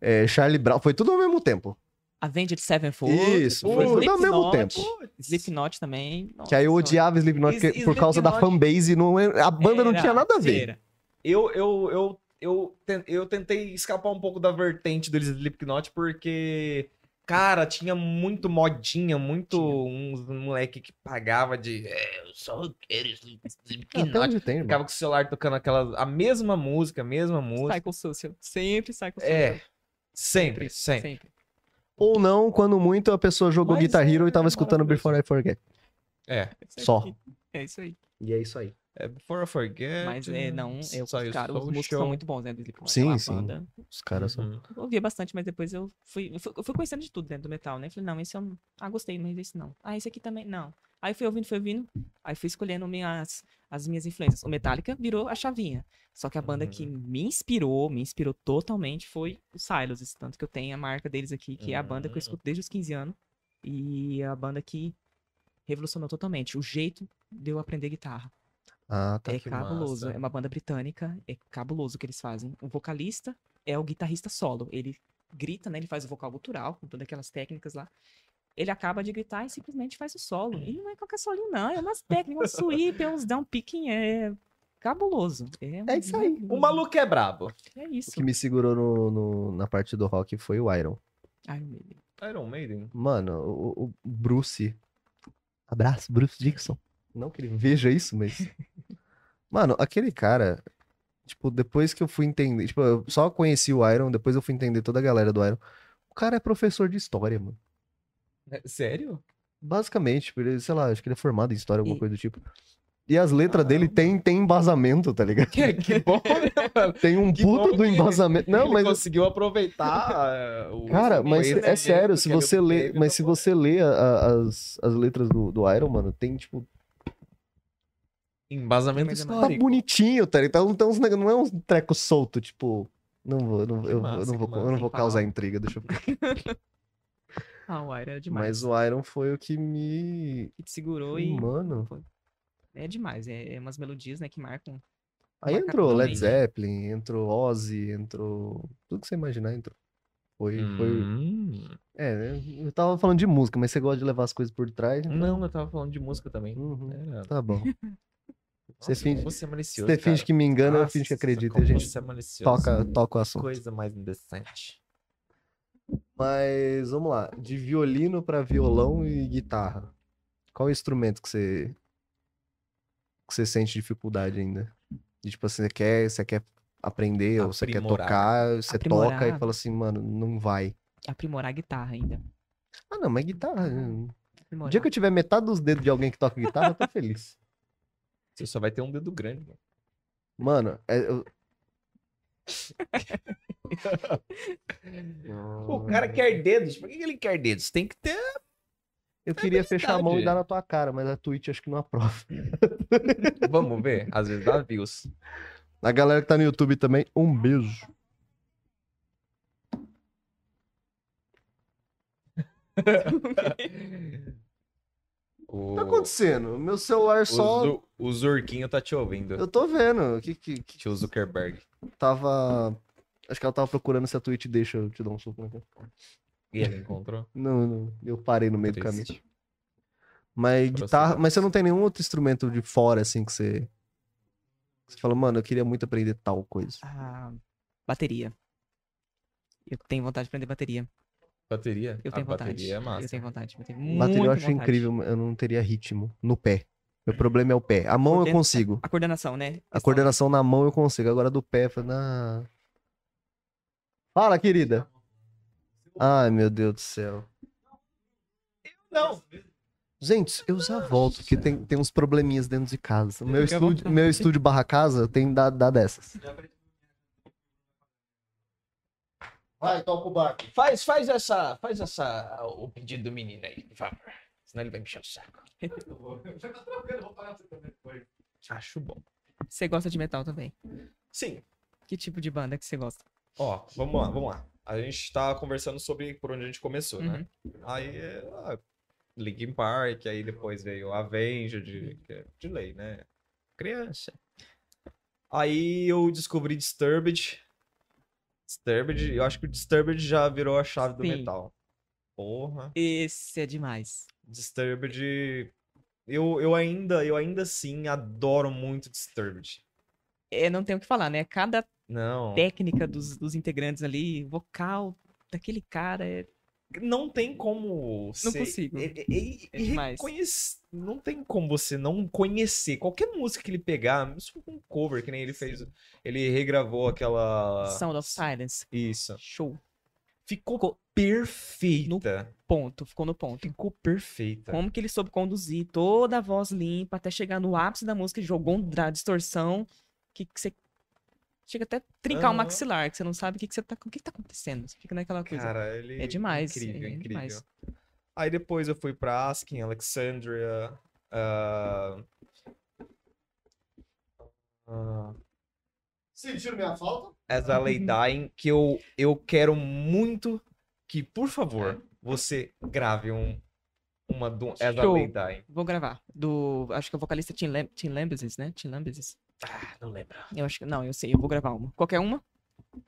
S1: eh, Charlie Brown, foi tudo ao mesmo tempo.
S4: Avenged Sevenfold.
S1: Isso, foi
S4: Slipknot,
S1: tudo ao mesmo tempo.
S4: Slipknot também.
S1: Que aí eu
S4: Nossa.
S1: odiava Slipknot
S2: Is-
S1: porque- por causa da
S2: Slipknot-
S1: fanbase, não, era- a banda não
S4: Era
S1: tinha nada a ver.
S4: zoeira.
S2: Eu, eu, eu, eu, ten- eu tentei escapar um pouco da vertente do Slipknot, porque, cara, tinha muito modinha, muito uns moleque que pagava de. É, eu só quero Slip-
S1: Até
S2: Slipknot.
S1: onde tem, irmão.
S2: Ficava com o celular tocando aquela. A mesma música, a mesma música.
S4: Psycho Social. Sempre Psycho Social.
S2: É. Sempre, sempre.
S1: Ou não, quando muito a pessoa jogou
S4: Mas
S1: Guitar Hero
S4: é
S1: e tava escutando
S4: maravilhoso.
S1: Before I Forget.
S2: É.
S1: Só.
S4: É isso aí.
S1: E é isso aí.
S2: É Before I Forget.
S4: Mas é, não, eu,
S2: Só Eu
S4: cara, os
S2: Sou
S4: músicos
S2: Show.
S4: são muito bons, né, do Slipknot.
S1: Sim,
S4: a
S1: sim.
S4: banda.
S1: Os caras são.
S2: Uhum.
S4: Eu ouvia bastante, mas depois eu fui, eu fui, eu fui conhecendo de tudo dentro do metal, né? Falei, não, esse eu... Ah, gostei, mas esse não. Ah, esse aqui também, não. Aí fui ouvindo, fui ouvindo, aí fui escolhendo minhas, as minhas influências. O Metallica virou a chavinha. Só que a banda que me inspirou, me inspirou totalmente, foi o Silas. Tanto que eu tenho a marca deles aqui, que é a banda que eu escuto desde os 15 anos. E é a banda que revolucionou totalmente. O jeito de eu aprender guitarra
S1: Ah, tá.
S4: é
S2: que
S4: cabuloso.
S2: massa.
S4: É uma banda britânica, é cabuloso o que eles fazem. O vocalista é o guitarrista solo. Ele grita, né? Ele faz o vocal gutural, com todas aquelas técnicas lá. Ele acaba de gritar e simplesmente faz o solo. E não é qualquer solinho, não. É umas técnicas, um sweep, é uns downpicking, é cabuloso. É,
S1: É isso aí.
S2: O maluco é brabo.
S4: É
S1: O
S4: isso.
S1: que me segurou no- no- na parte do rock foi o Iron.
S4: Ai, meu Deus.
S2: Iron Maiden.
S1: Mano, o, o Bruce. Abraço, Bruce Dixon. Não que ele veja isso, mas. Mano, aquele cara. Tipo, depois que eu fui entender. Tipo, eu só conheci o Iron, depois eu fui entender toda a galera do Iron. O cara é professor de história, mano.
S2: É- Sério?
S1: Basicamente, tipo, ele, sei lá, acho que ele é formado em história, alguma
S4: E-
S1: coisa do tipo. E as letras dele
S2: Ah.
S1: tem, tem embasamento, tá ligado?
S2: Que, que bom, né, mano?
S1: Tem um
S2: Que
S1: puta
S2: bom
S1: do
S2: que-
S1: embasamento. Não,
S2: Ele
S1: mas
S2: conseguiu aproveitar ah, o.
S1: Cara,
S2: o
S1: mas
S2: conhecimento
S1: é sério,
S2: que
S1: se
S2: ele
S1: você lê,
S2: obteve
S1: mas
S2: da
S1: se
S2: banda.
S1: você lê a- a- as, as letras do, do Iron, mano, tem tipo,
S2: Embasamento
S4: Mas é
S1: tá
S2: histórico.
S1: bonitinho, tá ligado? Então, então uns neg- não é um treco solto, tipo, não vou, não,
S2: Que
S1: eu,
S2: massa,
S1: eu não
S2: que um
S1: vou,
S2: massa.
S1: eu não vou
S4: Sem
S1: causar
S4: falar.
S1: intriga, deixa eu...
S4: Ah, o Iron é demais.
S1: Mas o Iron foi o que me...
S4: Que te segurou e...
S1: Mano.
S4: Foi. É demais. É, é umas melodias, né, que marcam.
S1: Aí
S4: Marca
S1: entrou Led
S4: totalmente.
S1: Zeppelin, entrou Ozzy, entrou... Tudo que você imaginar entrou. Foi, foi...
S2: Hum.
S1: É, né? eu tava falando de música, mas você gosta de levar as coisas por trás, então...
S2: Hum, Não, É. eu tava falando de música também.
S1: Uhum,
S2: Era-
S1: Tá bom. Você
S2: Nossa,
S1: finge-
S2: como Você é malicioso.
S1: Você finge
S2: cara.
S1: que me engana, eu finge
S2: Nossa,
S1: que acredita, e
S2: como
S1: a gente
S2: Você é malicioso.
S1: toca, toca o assunto.
S2: Coisa mais indecente.
S1: Mas vamos lá, de violino pra violão e guitarra. Qual instrumento que você que você sente dificuldade ainda? De, tipo assim, você quer, você quer aprender ou você quer
S2: Aprimorar.
S1: tocar, você toca e
S4: Aprimorar.
S1: fala assim, mano, não vai.
S4: Aprimorar a guitarra ainda.
S1: Ah, não, mas guitarra. hum. O
S4: Aprimorar.
S1: dia que eu tiver metade dos dedos de alguém que toca guitarra, eu tô feliz.
S2: Você só vai ter um dedo grande. mano.
S1: Mano, é, eu-
S2: O cara quer dedos. Por que que ele quer dedos? Tem que ter.
S1: eu queria fechar a mão e
S2: habilidade.
S1: dar na tua cara, mas a Twitch acho que não aprova.
S2: Vamos ver. Às vezes dá views.
S1: A galera que tá no YouTube também, um beijo. O
S2: O,
S1: que tá acontecendo? Meu celular
S2: o,
S1: só.
S2: Zu- o Zurquinho tá te ouvindo.
S1: Eu tô vendo. Que, que, que
S2: Tio Zuckerberg.
S1: tava. Acho que ela tava procurando se a Twitch deixa eu te dar um soco. na cara.
S2: E ele encontrou.
S1: Não, não. Eu parei no meio do
S2: Triste. Tá
S1: caminho. Mas
S2: Pra
S1: guitarra.
S2: você.
S1: Mas você não tem nenhum outro instrumento de fora, assim, que você. que Você fala, mano, eu queria muito aprender tal coisa.
S4: Ah, bateria. Eu tenho vontade de aprender bateria.
S2: Bateria?
S4: Eu
S2: A
S4: tenho vontade.
S2: bateria é massa.
S4: Eu tenho vontade. Eu tenho
S1: Bateria
S4: muito
S1: eu acho
S4: vontade.
S1: incrível, eu não teria ritmo no pé. Meu problema é o pé. A mão eu
S4: Coordena-
S1: consigo.
S4: A coordenação, né?
S1: A
S4: Questão-
S1: coordenação na mão eu consigo. Agora do pé, fa- na. Fala, querida. Ai, meu Deus do céu.
S2: Não,
S1: Gente, eu já volto, porque tem, tem uns probleminhas dentro de casa. Meu
S4: Ah, Fica à
S1: estúdio,
S4: vontade.
S1: meu estúdio barra casa tem da, da dessas. Vai, toca o barco.
S2: faz, faz essa, faz essa, o pedido do menino aí, por favor. Senão ele vai me encher o saco. Acho bom.
S4: Você gosta de metal também.
S2: Sim,
S4: Que tipo de banda que você gosta?
S2: Ó, vamos lá, vamos lá. A gente tá conversando sobre por onde a gente começou,
S4: Uhum.
S2: né? Aí, é, ah, Linkin Park, aí depois veio Avenged, que é de lei, né? Criança. Aí eu descobri Disturbed. Disturbed, eu acho que o Disturbed já virou a chave do
S4: Sim.
S2: metal. Porra.
S4: Esse é demais.
S2: Disturbed. Eu, eu ainda, eu ainda assim adoro muito Disturbed.
S4: É, não tem o que falar, né? Cada
S2: Não.
S4: técnica dos, dos integrantes ali, vocal daquele cara é
S2: não tem como
S4: Não consigo.
S2: É, é- é-
S4: É demais.
S2: reconhece- Não tem como você não conhecer qualquer música que ele pegar, mesmo um cover que nem ele fez, ele regravou aquela
S4: Sound of Silence.
S2: isso.
S4: Show.
S2: Ficou perfeita.
S4: Ponto. Ficou no ponto.
S2: Ficou perfeita.
S4: Como que ele soube conduzir toda a voz limpa até chegar no ápice da música e jogou um dra- distorção que, que você chega até a trincar o
S2: Aham.
S4: maxilar, que você não sabe o que, que você tá. O que, que tá acontecendo? Você fica naquela coisa.
S2: Cara, ele
S4: É demais,
S2: incrível,
S4: é
S2: incrível.
S4: demais.
S2: Aí depois eu fui pra Asking, Alexandria, ah, ah,
S1: Sentiram minha falta?
S2: As a Lay Dying, que eu, eu quero muito que, por
S1: É.
S2: favor, você grave um, uma do As a
S4: Show.
S2: Lay Dying.
S4: Vou gravar. Do. Acho que é o vocalista Tim, Lam Tim Lambesis, né? Tim Lambesis.
S2: Ah, não lembro.
S4: Eu acho que. Não, eu sei, eu vou gravar uma. Qualquer uma?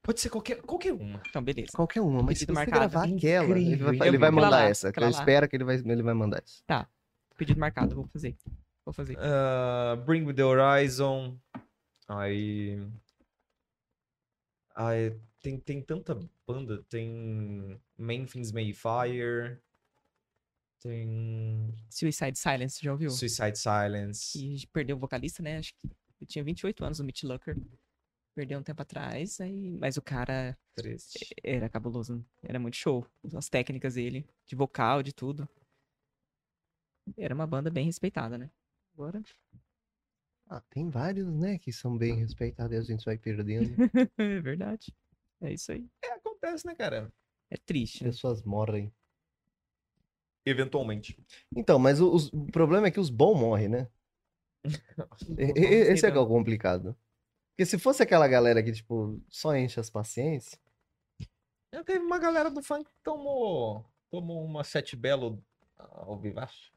S2: Pode ser qualquer, qualquer uma.
S4: Então, beleza.
S1: Qualquer uma, mas se
S4: Pedido
S1: você
S4: marcado.
S1: gravar aquela, ele vai,
S2: Incrível,
S1: ele vai
S4: incrível.
S1: mandar
S4: Aquela lá,
S1: essa. que eu
S4: aquela lá.
S1: espero que ele vai, ele vai mandar essa.
S4: Pedido marcado, vou fazer. Vou fazer.
S2: Ah, Bring Me The Horizon. Aí... Aí tem, tem tanta banda. Tem Memphis Mayfire. Tem
S4: Suicide Silence, já ouviu?
S2: Suicide Silence.
S4: que perdeu o vocalista, né? Acho que eu tinha 28 anos, o Mitch Lucker. Perdeu um tempo atrás, aí... mas o cara
S2: Triste.
S4: era cabuloso. Era muito show. As técnicas dele, de vocal, de tudo. Era uma banda bem respeitada, né? Agora.
S1: Ah, tem vários, né, que são bem respeitados e a gente vai perdendo.
S4: É verdade. É isso aí.
S2: É, acontece, né, cara?
S4: É triste. né?
S1: Pessoas morrem.
S2: Eventualmente.
S1: Então, mas o, os- o problema é que os bons morrem, né? E- e- e- Esse é que é o complicado. Porque se fosse aquela galera que, tipo, só enche as paciências.
S2: Já É, teve uma galera do funk que tomou, tomou uma sete belo ah, ao vivaço.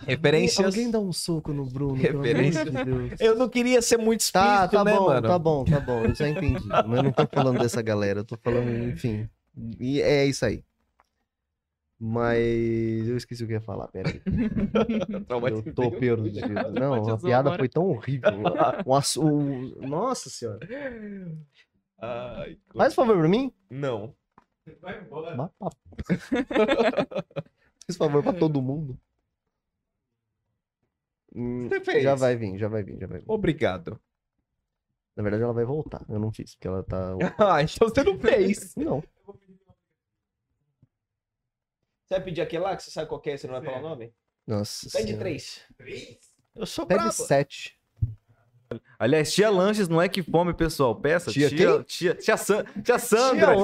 S1: Alguém,
S2: Referências.
S1: alguém dá um soco no Bruno, pelo amor de
S2: Referências.
S1: Deus.
S2: Eu não queria ser muito explícito,
S1: Tá, tá
S2: né,
S1: bom,
S2: mano?
S1: tá bom, tá bom. Eu já entendi. Mas eu não tô falando dessa galera, eu tô falando, enfim. E é isso aí. Mas eu esqueci o que eu ia falar, peraí. Eu tô perdido. Não, a
S4: Batizou
S1: piada
S4: agora.
S1: foi tão horrível. O assu- um, o- Nossa senhora.
S2: Ai,
S1: Faz um favor pra mim?
S2: Não.
S1: Vá pra- Faz favor pra todo mundo. Hum,
S2: Você fez.
S1: Já vai vir, já vai vir, já vai vir.
S2: Obrigado.
S1: Na verdade, ela vai voltar. Eu não fiz, porque ela tá.
S2: Ah, então você não fez.
S1: Não.
S2: Você vai pedir aquele lá que você sabe qual que é, você não vai falar o nome?
S1: Nossa.
S2: Pede
S1: senhora.
S2: três. Três? Eu sou
S1: Pede
S2: brabo.
S1: sete.
S3: Aliás, tia Lanches não é que fome, pessoal. Peça.
S1: Tia
S3: tia,
S1: quem?
S3: tia, tia, San- tia Sandra.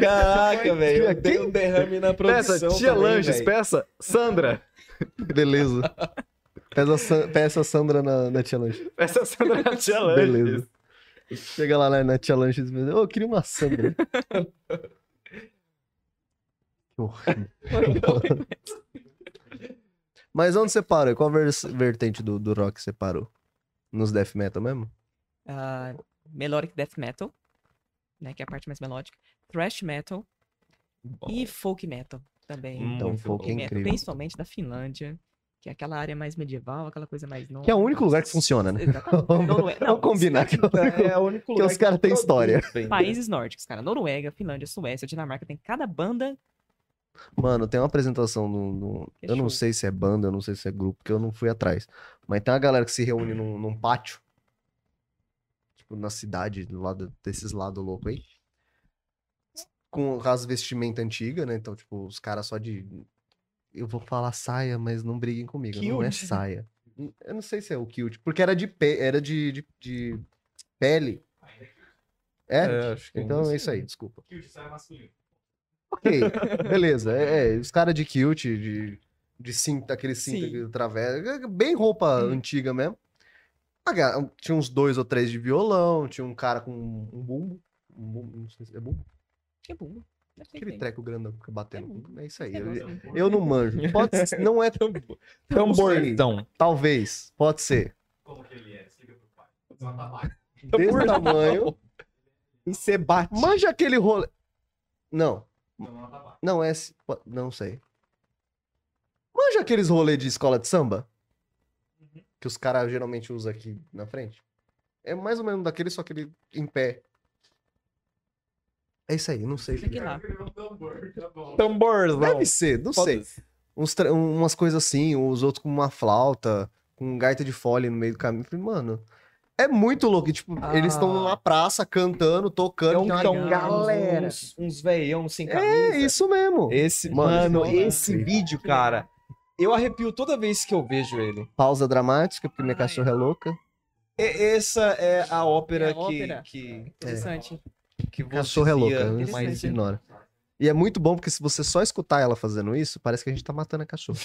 S2: Caraca, velho.
S1: Tia
S2: Eu dei um derrame na produção.
S3: peça, tia
S2: também,
S3: Lanches,
S2: velho.
S3: peça. Sandra.
S1: Beleza. Peça, a San- peça a Sandra na, na Tia Lanches.
S3: Peça a Sandra na tia Lanches.
S1: Beleza. Chega lá na, na Tia Lanches e diz, ô, eu queria uma Sandra. Que horrível. Mas onde você parou? Qual vers- vertente do, do rock você parou? Nos death metal mesmo?
S4: ah, melodic death metal, né, que é a parte mais melódica, thrash metal e folk metal também.
S2: Hum,
S1: Então,
S2: Muito
S1: folk é
S4: Folk metal,
S1: incrível.
S4: principalmente da Finlândia, que é aquela área mais medieval, aquela coisa mais nova.
S1: Que é o único lugar que funciona, né?
S4: Exatamente.
S1: Vamos-
S4: Norue- não,
S1: Vamos combinar que é o único-
S2: É o único
S1: Porque
S2: lugar
S1: os caras têm história.
S2: produzem, né?
S4: Países nórdicos, cara. Noruega, Finlândia, Suécia, Dinamarca, tem cada banda.
S1: Mano, tem uma apresentação no. no-
S4: Que
S1: Eu não
S4: show.
S1: sei se é banda, eu não sei se é grupo, porque eu não fui atrás. Mas tem uma galera que se reúne num, num pátio. Tipo, na cidade, do lado desses lados loucos aí. Com as vestimentas antigas, né? Então, tipo, os caras só de. Eu vou falar saia, mas não briguem comigo. Não é
S2: Kilt.
S1: saia. Eu não sei se é o kilt, porque era de, pe... era de, de, de pele. É?
S2: É, acho que
S1: Então é isso aí, desculpa. Kilt sai masculino. Ok, beleza. É, é, os caras de kilt, de, de cinta, aquele cinto
S4: Sim.
S1: que atravessa, bem roupa antiga mesmo. A ga- Tinha uns dois ou três de violão, tinha um cara com um bumbo. Um bumbo não sei se é bumbo.
S4: Que bom. Deve ter
S1: Aquele
S4: tem.
S1: treco grandão que fica batendo. É isso aí.
S4: Esse
S1: Eu,
S4: negócio aí.
S1: eu não manjo. Pode ser, não é
S2: Tambor.
S1: Não sei.
S2: Tambortão.
S1: Talvez, pode ser. Como que ele é? Explica pro pai. Desse
S2: Então,
S1: tamanho.
S2: E você bate.
S1: Manja aquele rolê. Não. Não é. esse- po- Não sei. Manja aqueles rolê de escola de samba? Que os caras geralmente usam aqui na frente. É mais ou menos daquele, só que ele em pé. É isso aí, não sei.
S4: Tem que ir lá.
S1: É.
S2: Tamborzão.
S1: Deve ser, não sei. Uns tra- umas coisas assim, os outros com uma flauta, com gaita de fole no meio do caminho. Falei, mano, é muito louco. E, tipo,
S4: Ah.
S1: eles estão na praça cantando, tocando.
S2: É um
S1: tem uma
S2: cão,
S1: galera.
S2: Uns, uns veião sem
S1: É
S2: camisa.
S1: isso mesmo.
S2: Esse,
S1: Mano,
S2: mano,
S1: isso é
S2: esse
S1: incrível.
S2: vídeo, cara, eu arrepio toda vez que eu vejo ele.
S1: Pausa dramática, porque minha
S4: Ai.
S1: cachorra é louca.
S2: E- essa é a ópera,
S4: É a ópera.
S2: que,
S4: Interessante.
S2: que, que você
S1: Cachorra é louca, né?
S4: interessante,
S1: mas
S4: hein?
S1: ignora. E é muito bom, porque se você só escutar ela fazendo isso, parece que a gente tá matando a cachorra.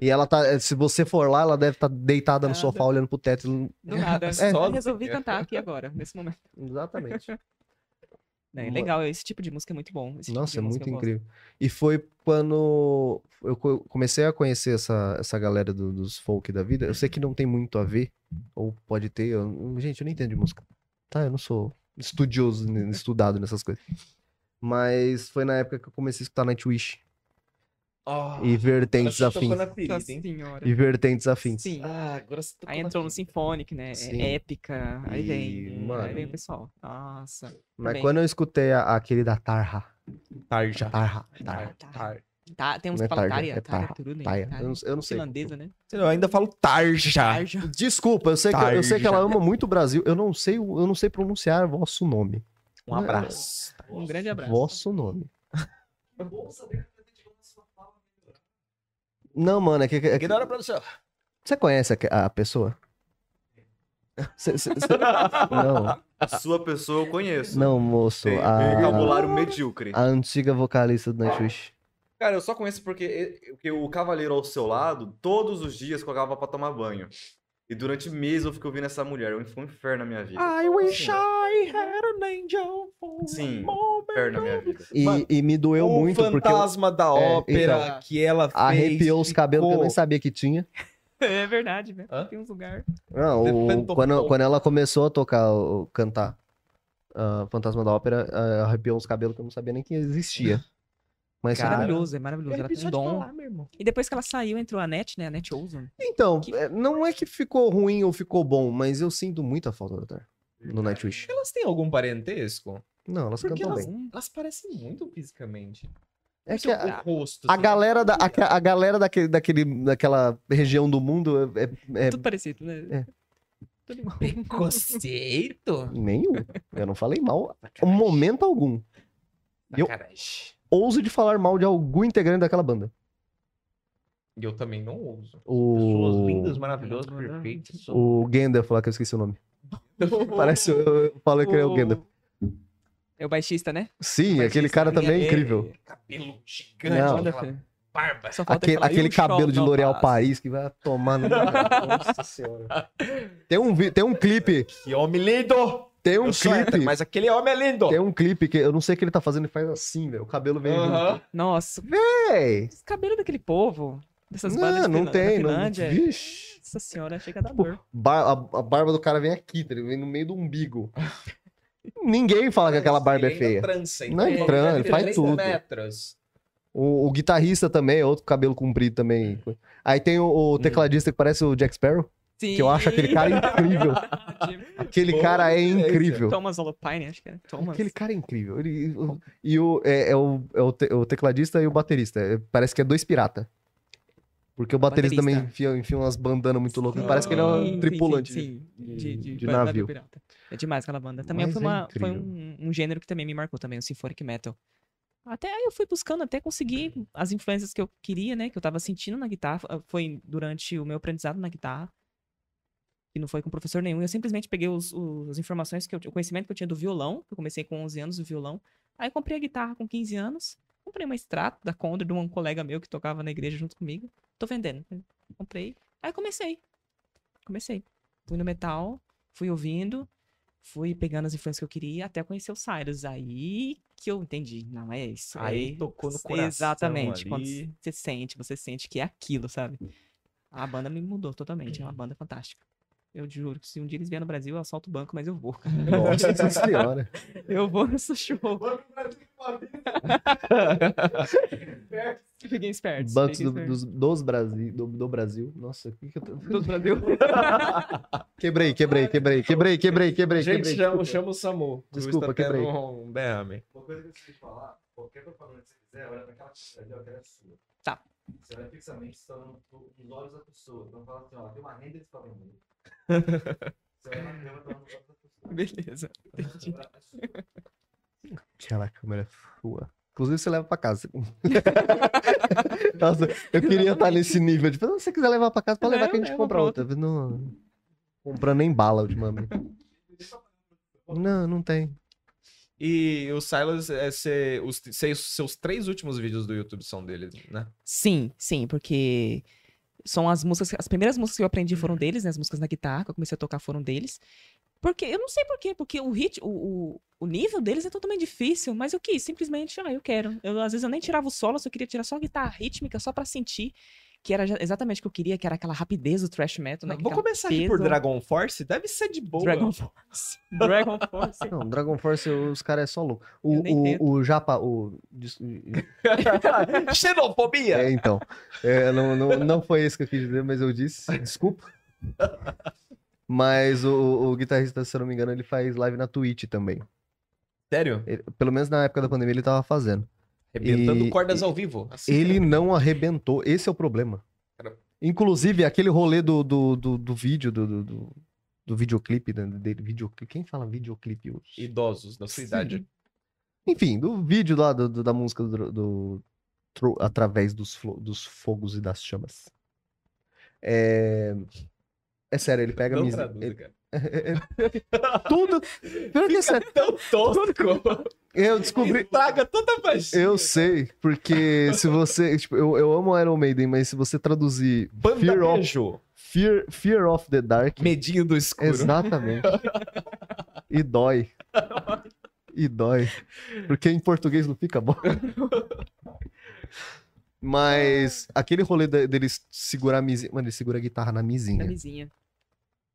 S1: e ela tá. Se você for lá, ela deve estar deitada no
S4: Nada.
S1: sofá olhando pro teto.
S4: Do nada.
S1: É,
S2: Só-
S4: Eu resolvi cantar aqui agora, nesse momento.
S1: Exatamente.
S4: Né,
S1: Uma-
S4: legal, esse tipo de música é muito bom. esse tipo de
S1: Nossa, é
S4: música
S1: muito
S4: eu gosto.
S1: incrível. E foi quando eu co- comecei a conhecer essa, essa galera do- dos folk da vida. Eu sei que não tem muito a ver, ou pode ter. eu- gente, eu não entendo de música. Tá, eu não sou estudioso, n- estudado nessas coisas. Mas foi na época que eu comecei a escutar Nightwish
S2: Ah,
S1: e vertentes
S2: agora você tocou
S1: afins.
S2: na ferida,
S4: Nossa
S2: hein?
S4: senhora.
S1: E vertentes afins.
S4: Sim.
S2: Ah, agora você tocou
S4: Aí
S2: na
S4: entrou no
S2: ferida.
S4: Symphonic, né? é
S1: Sim.
S4: épica. Aí
S1: E,
S4: vem. é,
S1: mano-
S4: Aí vem o pessoal. Nossa.
S1: Mas
S4: também.
S1: quando eu escutei a- aquele da Tarha.
S2: Tarja.
S1: Tarha. Tarha.
S2: Tar- tar-
S4: Tá, tem uns
S1: Não é
S4: que falam
S1: tarja,
S4: Tária.
S1: é tarja,
S4: Turunen,
S1: Tarha.
S4: Tária.
S1: Eu não, eu não sei.
S4: né? Finlandesa, né?
S2: Eu ainda falo tarja.
S4: Tarja.
S1: Desculpa, eu sei, que, eu sei que ela
S2: Tarja.
S1: ama muito o Brasil. Eu não sei, o- eu não sei pronunciar vosso nome.
S2: Um abraço.
S4: Um grande abraço.
S1: Vosso nome. Não, mano, é que. é que-
S2: Ignora a produção.
S1: Você conhece a, a pessoa? Cê- cê- cê- Não,
S3: A sua pessoa eu conheço.
S1: não, moço.
S3: Tem
S2: Ah,
S1: a-
S3: vocabulário medíocre.
S1: A, antiga vocalista do Nightwish.
S3: Cara, eu só conheço porque, porque o Cavaleiro ao seu lado, todos os dias colocava pra tomar banho. E durante meses eu fiquei ouvindo essa mulher. Foi um inferno na minha vida.
S2: I wish
S3: Sim.
S2: I had an angel for
S3: Sim.
S2: a moment.
S3: inferno na minha vida.
S1: E,
S2: Mano,
S1: e me doeu
S2: o
S1: muito porque eu-
S2: fantasma da
S1: É,
S2: ópera
S4: então.
S2: que ela fez.
S1: arrepiou os cabelos que eu
S2: ficou-
S1: nem sabia que tinha.
S4: É verdade, né?
S2: Hã?
S4: Tem uns lugares.
S1: Não,
S2: The
S1: o-
S2: Phantom
S1: quando,
S2: Paul.
S1: quando ela começou a tocar, o- cantar ah, Fantasma da Ópera, ah, arrepiou uns cabelos que eu não sabia nem que existia. Mas
S4: É
S2: Cara,
S4: maravilhoso, é maravilhoso. Ela tem um dom.
S2: meu irmão.
S4: E depois que ela saiu, entrou a Net, né? A Net Ozon.
S1: Então,
S4: Que-
S1: é, não é que ficou ruim ou ficou bom, mas eu sinto muita falta da Tar no Nightwish.
S2: Elas têm algum parentesco?
S1: Não, elas
S2: Porque
S1: cantam
S2: elas,
S1: Então tá bem.
S2: elas parecem muito fisicamente.
S1: É que a,
S2: o rosto.
S1: a
S2: assim,
S1: galera, da, a, a galera daquele, daquele- daquela região do mundo é, é- é
S4: Tudo parecido, né?
S1: É.
S4: Tudo igual.
S2: Preconceito?
S1: nenhum. Eu não falei mal em momento algum. Eu-
S2: Sacanagem.
S1: Ouso de falar mal de algum integrante daquela banda.
S2: E eu também não uso. Pessoas lindas,
S1: O,
S2: maravilhosas, perfeitas. Então,
S1: o Gandalf lá, que eu esqueci o nome. Parece, eu, eu falei que ele é o Gandalf.
S4: É o baixista, né?
S1: Sim,
S4: Mas
S1: aquele
S4: isso
S1: cara
S4: aí
S1: também é
S4: é-
S1: incrível.
S2: Cabelo gigante,
S1: Não.
S4: Manda
S2: aquela
S4: fé.
S2: barba.
S4: né? Só falta ele
S1: Aquele,
S4: falar, "E
S1: aquele
S4: o
S1: cabelo
S4: show
S1: de
S4: não
S1: L'Oréal
S4: passa?"
S1: Paris que vai tomar no... Nossa senhora. Tem um, vi- tem um clipe,
S2: Que homem lindo!
S1: tem um
S2: Eu sou
S1: clipe,
S2: hétero, mas aquele homem é lindo!
S1: tem um clipe que eu não sei o que ele tá fazendo, ele faz assim, velho. O cabelo vem
S2: Aham.
S4: Nossa,
S1: junto. Véi,
S4: os cabelos daquele povo. Dessas
S1: Não,
S4: bandas de
S1: não
S4: Finan- da
S1: tem, não.
S4: né? Finlândia. é.
S1: Vixe.
S4: Nossa senhora, chega da dor.
S1: Bar- a, a barba do cara vem aqui, tá? ele vem no meio do umbigo. Ninguém fala que aquela barba é
S2: Ele ainda
S1: feia.
S2: Trança, então,
S1: Não, ele trança, ele faz tudo.
S2: Metros.
S1: O, o guitarrista também é outro cabelo comprido também. Aí tem o,
S4: Hum.
S1: o tecladista que parece o Jack Sparrow,
S4: Sim. Tipo,
S1: que eu acho aquele cara incrível. Aquele
S2: Boa
S1: cara é
S2: referência.
S1: incrível.
S4: Thomas Olopine, acho que era. Thomas.
S1: Aquele cara é incrível. Ele- o- e o, é, é o, é o te- o tecladista e o baterista. É, Parece que é dois pirata. Porque o baterista,
S4: Baterista.
S1: também enfia, enfia umas bandanas muito loucas.
S4: Sim,
S1: Parece que ele é
S4: sim,
S1: um
S4: sim,
S1: tripulante.
S4: sim, sim.
S1: de- de
S4: banda
S1: navio.
S4: pirata. É demais aquela banda. Também
S1: Mas
S4: foi,
S1: é
S4: uma- foi
S1: incrível.
S4: um, um gênero que também me marcou também, o symphonic metal. Até aí eu fui buscando, até conseguir as influências que eu queria, né? Que eu tava sentindo na guitarra. ah, Foi durante o meu aprendizado na guitarra. Que não foi com professor nenhum. Eu simplesmente peguei os, os- as informações que eu tinha, o conhecimento que eu tinha do violão, que eu comecei com 11 anos o violão. Aí eu comprei a guitarra com 15 anos. Comprei uma extrato da Condor de um colega meu que tocava na igreja junto comigo. Tô vendendo. Comprei. Aí comecei. Comecei. Fui no metal, fui ouvindo, fui pegando as influências que eu queria até conhecer o Cyrus. Aí que eu entendi. Não, é isso.
S2: Aí tocou no
S4: Sim,
S2: coração
S4: Exatamente.
S2: ali.
S4: Quando você sente, você sente que é aquilo, sabe? A banda me mudou totalmente. É uma banda fantástica. Eu juro que se um dia eles vierem no Brasil, eu assalto o banco, mas eu vou.
S1: Nossa senhora.
S4: Eu vou nesse show. Fiquem espertos.
S1: Bancos
S4: fiquem
S1: do,
S4: espertos.
S1: dos, dos Brasil, do, do Brasil. Nossa, o que que eu tô...
S4: Do Brasil.
S1: Quebrei, quebrei, quebrei, quebrei, quebrei, quebrei,
S2: Gente,
S1: quebrei.
S2: chama, chama o Samu. que o
S1: Desculpa,
S2: está tendo
S1: quebrei.
S2: um derrame.
S3: Uma coisa que eu preciso falar, qualquer propaganda que você quiser, olha pra aquela câmera ali, ó, que ela é sua.
S4: Tá.
S3: Você vai fixamente estando nos olhos da pessoa. Então fala assim, ó, tem uma renda desse papel ali. Você vai na câmera, tá nos olhos da pessoa.
S4: Beleza. Entendi.
S3: Agora, é sua.
S1: Aquela câmera é sua. Inclusive, você leva pra casa. Nossa, eu queria estar nesse nível. Tipo, se você quiser levar pra casa, pode levar que a gente
S4: Leva,
S1: compra
S4: leva,
S1: outra. Não... Comprando nem bala ultimamente. Não, não tem.
S2: E o Silas, é, cê- os seis- seus três últimos vídeos do YouTube são dele, né?
S4: Sim, sim, porque são as músicas, as primeiras músicas que eu aprendi
S1: Uhum.
S4: foram deles, né? As músicas na guitarra que eu comecei a tocar foram deles. Porque, eu não sei por quê, porque o hit, o, o, o nível deles é totalmente difícil, mas eu quis, simplesmente, ah, eu quero. Eu, às vezes eu nem tirava o solo, eu só queria tirar só a guitarra rítmica, só pra sentir que era já- exatamente o que eu queria, que era aquela rapidez do thrash metal, né? que
S2: Vou
S4: aquela
S2: começar aqui por
S4: peso.
S2: Dragon Force. Deve ser de boa.
S4: Dragon Force. Dragon Force.
S1: Não, Dragon Force, os caras é só louco.
S4: Eu nem
S1: O,
S4: tento.
S1: o, o Japa, o. dis-
S2: Xenofobia!
S1: É, então. É, não, não, não foi isso que eu quis dizer, mas eu disse. Desculpa. Mas o, o guitarrista, se eu não me engano, ele faz live na Twitch também.
S2: Sério?
S1: Ele- pelo menos na época da pandemia ele tava fazendo.
S2: Arrebentando
S1: E-
S2: cordas ao vivo. assim.
S1: Ele não arrebentou. Esse é o problema.
S2: Cara.
S1: Inclusive, aquele rolê do, do, do, do vídeo, do, do, do, do videoclipe né, dele. Videoclipe, quem fala videoclipe hoje?
S2: Idosos da sua idade.
S1: Enfim, do vídeo lá do, do- da música do, do- tro- Através dos, flo- dos Fogos e das Chamas. É. É sério, ele pega É. a
S2: Não
S1: misa-
S2: traduz,
S1: ele- tá
S2: cara.
S1: Tudo. Pior que é sério.
S2: Tão tosco.
S1: Eu descobri.
S2: Traga tanta paixão.
S1: Eu sei, porque se você. Tipo, eu, eu amo Iron Maiden, mas se você traduzir
S2: Banda
S1: Fear of-
S2: Beijo.
S1: Fear, Fear of the Dark.
S2: Medinho do escuro.
S1: Exatamente. E dói. E dói. Porque em português não fica bom. Mas aquele rolê de- deles segurar a misinha. Mano, ele segura a guitarra na
S4: Na
S1: misinha.
S4: vizinha.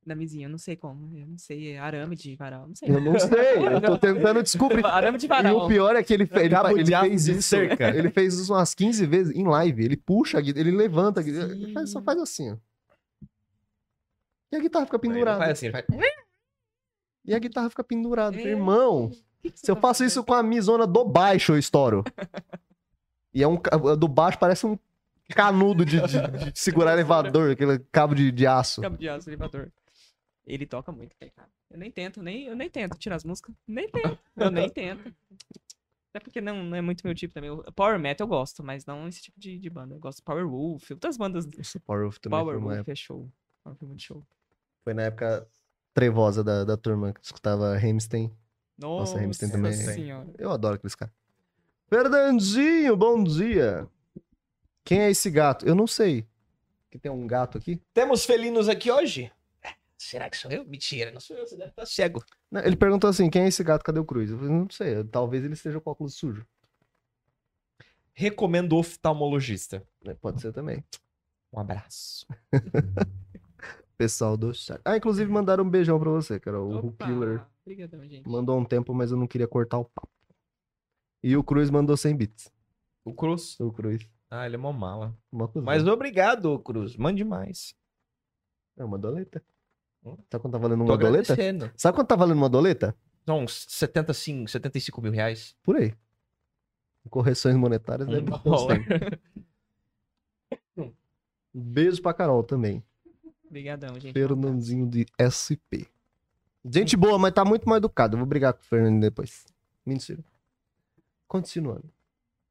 S4: Na vizinha, eu não sei como. Eu não sei, é arame de varal, não sei.
S1: Eu não sei, eu tô tentando descobrir.
S4: Arame
S1: E
S4: de
S1: o
S4: varal.
S1: pior é que ele, fe- ele, fa-
S2: Cabo
S1: ele
S2: de aço
S1: fez
S2: de
S1: isso.
S2: cerca.
S1: Ele fez isso umas 15 vezes em live. Ele puxa a guitarra, ele levanta a guitarra. Ele faz- só
S4: Sim.
S1: faz assim, ó. E a guitarra fica
S2: Ele não
S1: pendurada.
S2: faz assim, ele faz...
S1: E a guitarra fica pendurada.
S4: É.
S1: Irmão,
S4: Que que você
S1: Se eu
S4: tá
S1: faço
S4: fazendo?
S1: isso com a misona do baixo, eu estouro. E é um. ca- Do baixo parece um canudo de, de- de segurar elevador, aquele cabo de, de aço.
S4: Cabo de aço, elevador. Ele toca muito, cara. Eu nem tento, nem, eu nem tento tirar as músicas. Nem tento. Eu nem tento. Até porque não, não é muito meu tipo também. O Power Metal eu gosto, mas não esse tipo de, de banda. Eu gosto de Power Wolf, outras bandas.
S1: Power Wolf também
S4: Power
S1: foi, uma
S4: Wolf
S1: época-
S4: é show. Power Wolf é muito show.
S1: foi na época trevosa da, da turma que escutava Hamstein.
S4: Nossa,
S1: Rammstein também é-
S4: senhora.
S1: Eu adoro aqueles caras. Fernandinho, bom dia. Quem é esse gato? Eu não sei. Que tem um gato aqui?
S5: Temos felinos aqui hoje?
S2: É,
S5: Será que sou eu? Mentira, não sou eu, você deve estar cego.
S1: Não, Ele perguntou assim: quem é esse gato? Cadê o Cruz? Eu falei, não sei, talvez ele esteja com óculos sujo.
S2: Recomendo oftalmologista.
S1: É, Pode ser também.
S2: Um abraço.
S1: Pessoal do chat. Ah, inclusive mandaram um beijão pra você, cara. O
S4: Opa,
S1: Rupiller
S4: Obrigadão, gente.
S1: mandou um tempo, mas eu não queria cortar o papo. E o Cruz mandou 100 bits.
S2: O Cruz.
S1: O Cruz.
S2: Ah, ele é mó mala.
S1: Uma coisa.
S5: Mas obrigado, Cruz. Mande mais.
S1: É uma doleta.
S5: Hum?
S1: Sabe quando tá valendo
S5: Tô
S1: uma doleta?
S5: agradecendo.
S1: Sabe quanto tá valendo uma doleta?
S5: São uns 75, 75 mil reais.
S1: Por aí. Correções monetárias é deve
S5: Um
S1: dar uns 100.
S5: dólar.
S1: Beijo pra Carol também.
S4: Obrigadão, gente.
S1: Fernandinho de SP.
S5: Hum.
S1: Gente boa, mas tá muito mal educado. Eu vou brigar com o Fernando depois. Mentira. Continuando.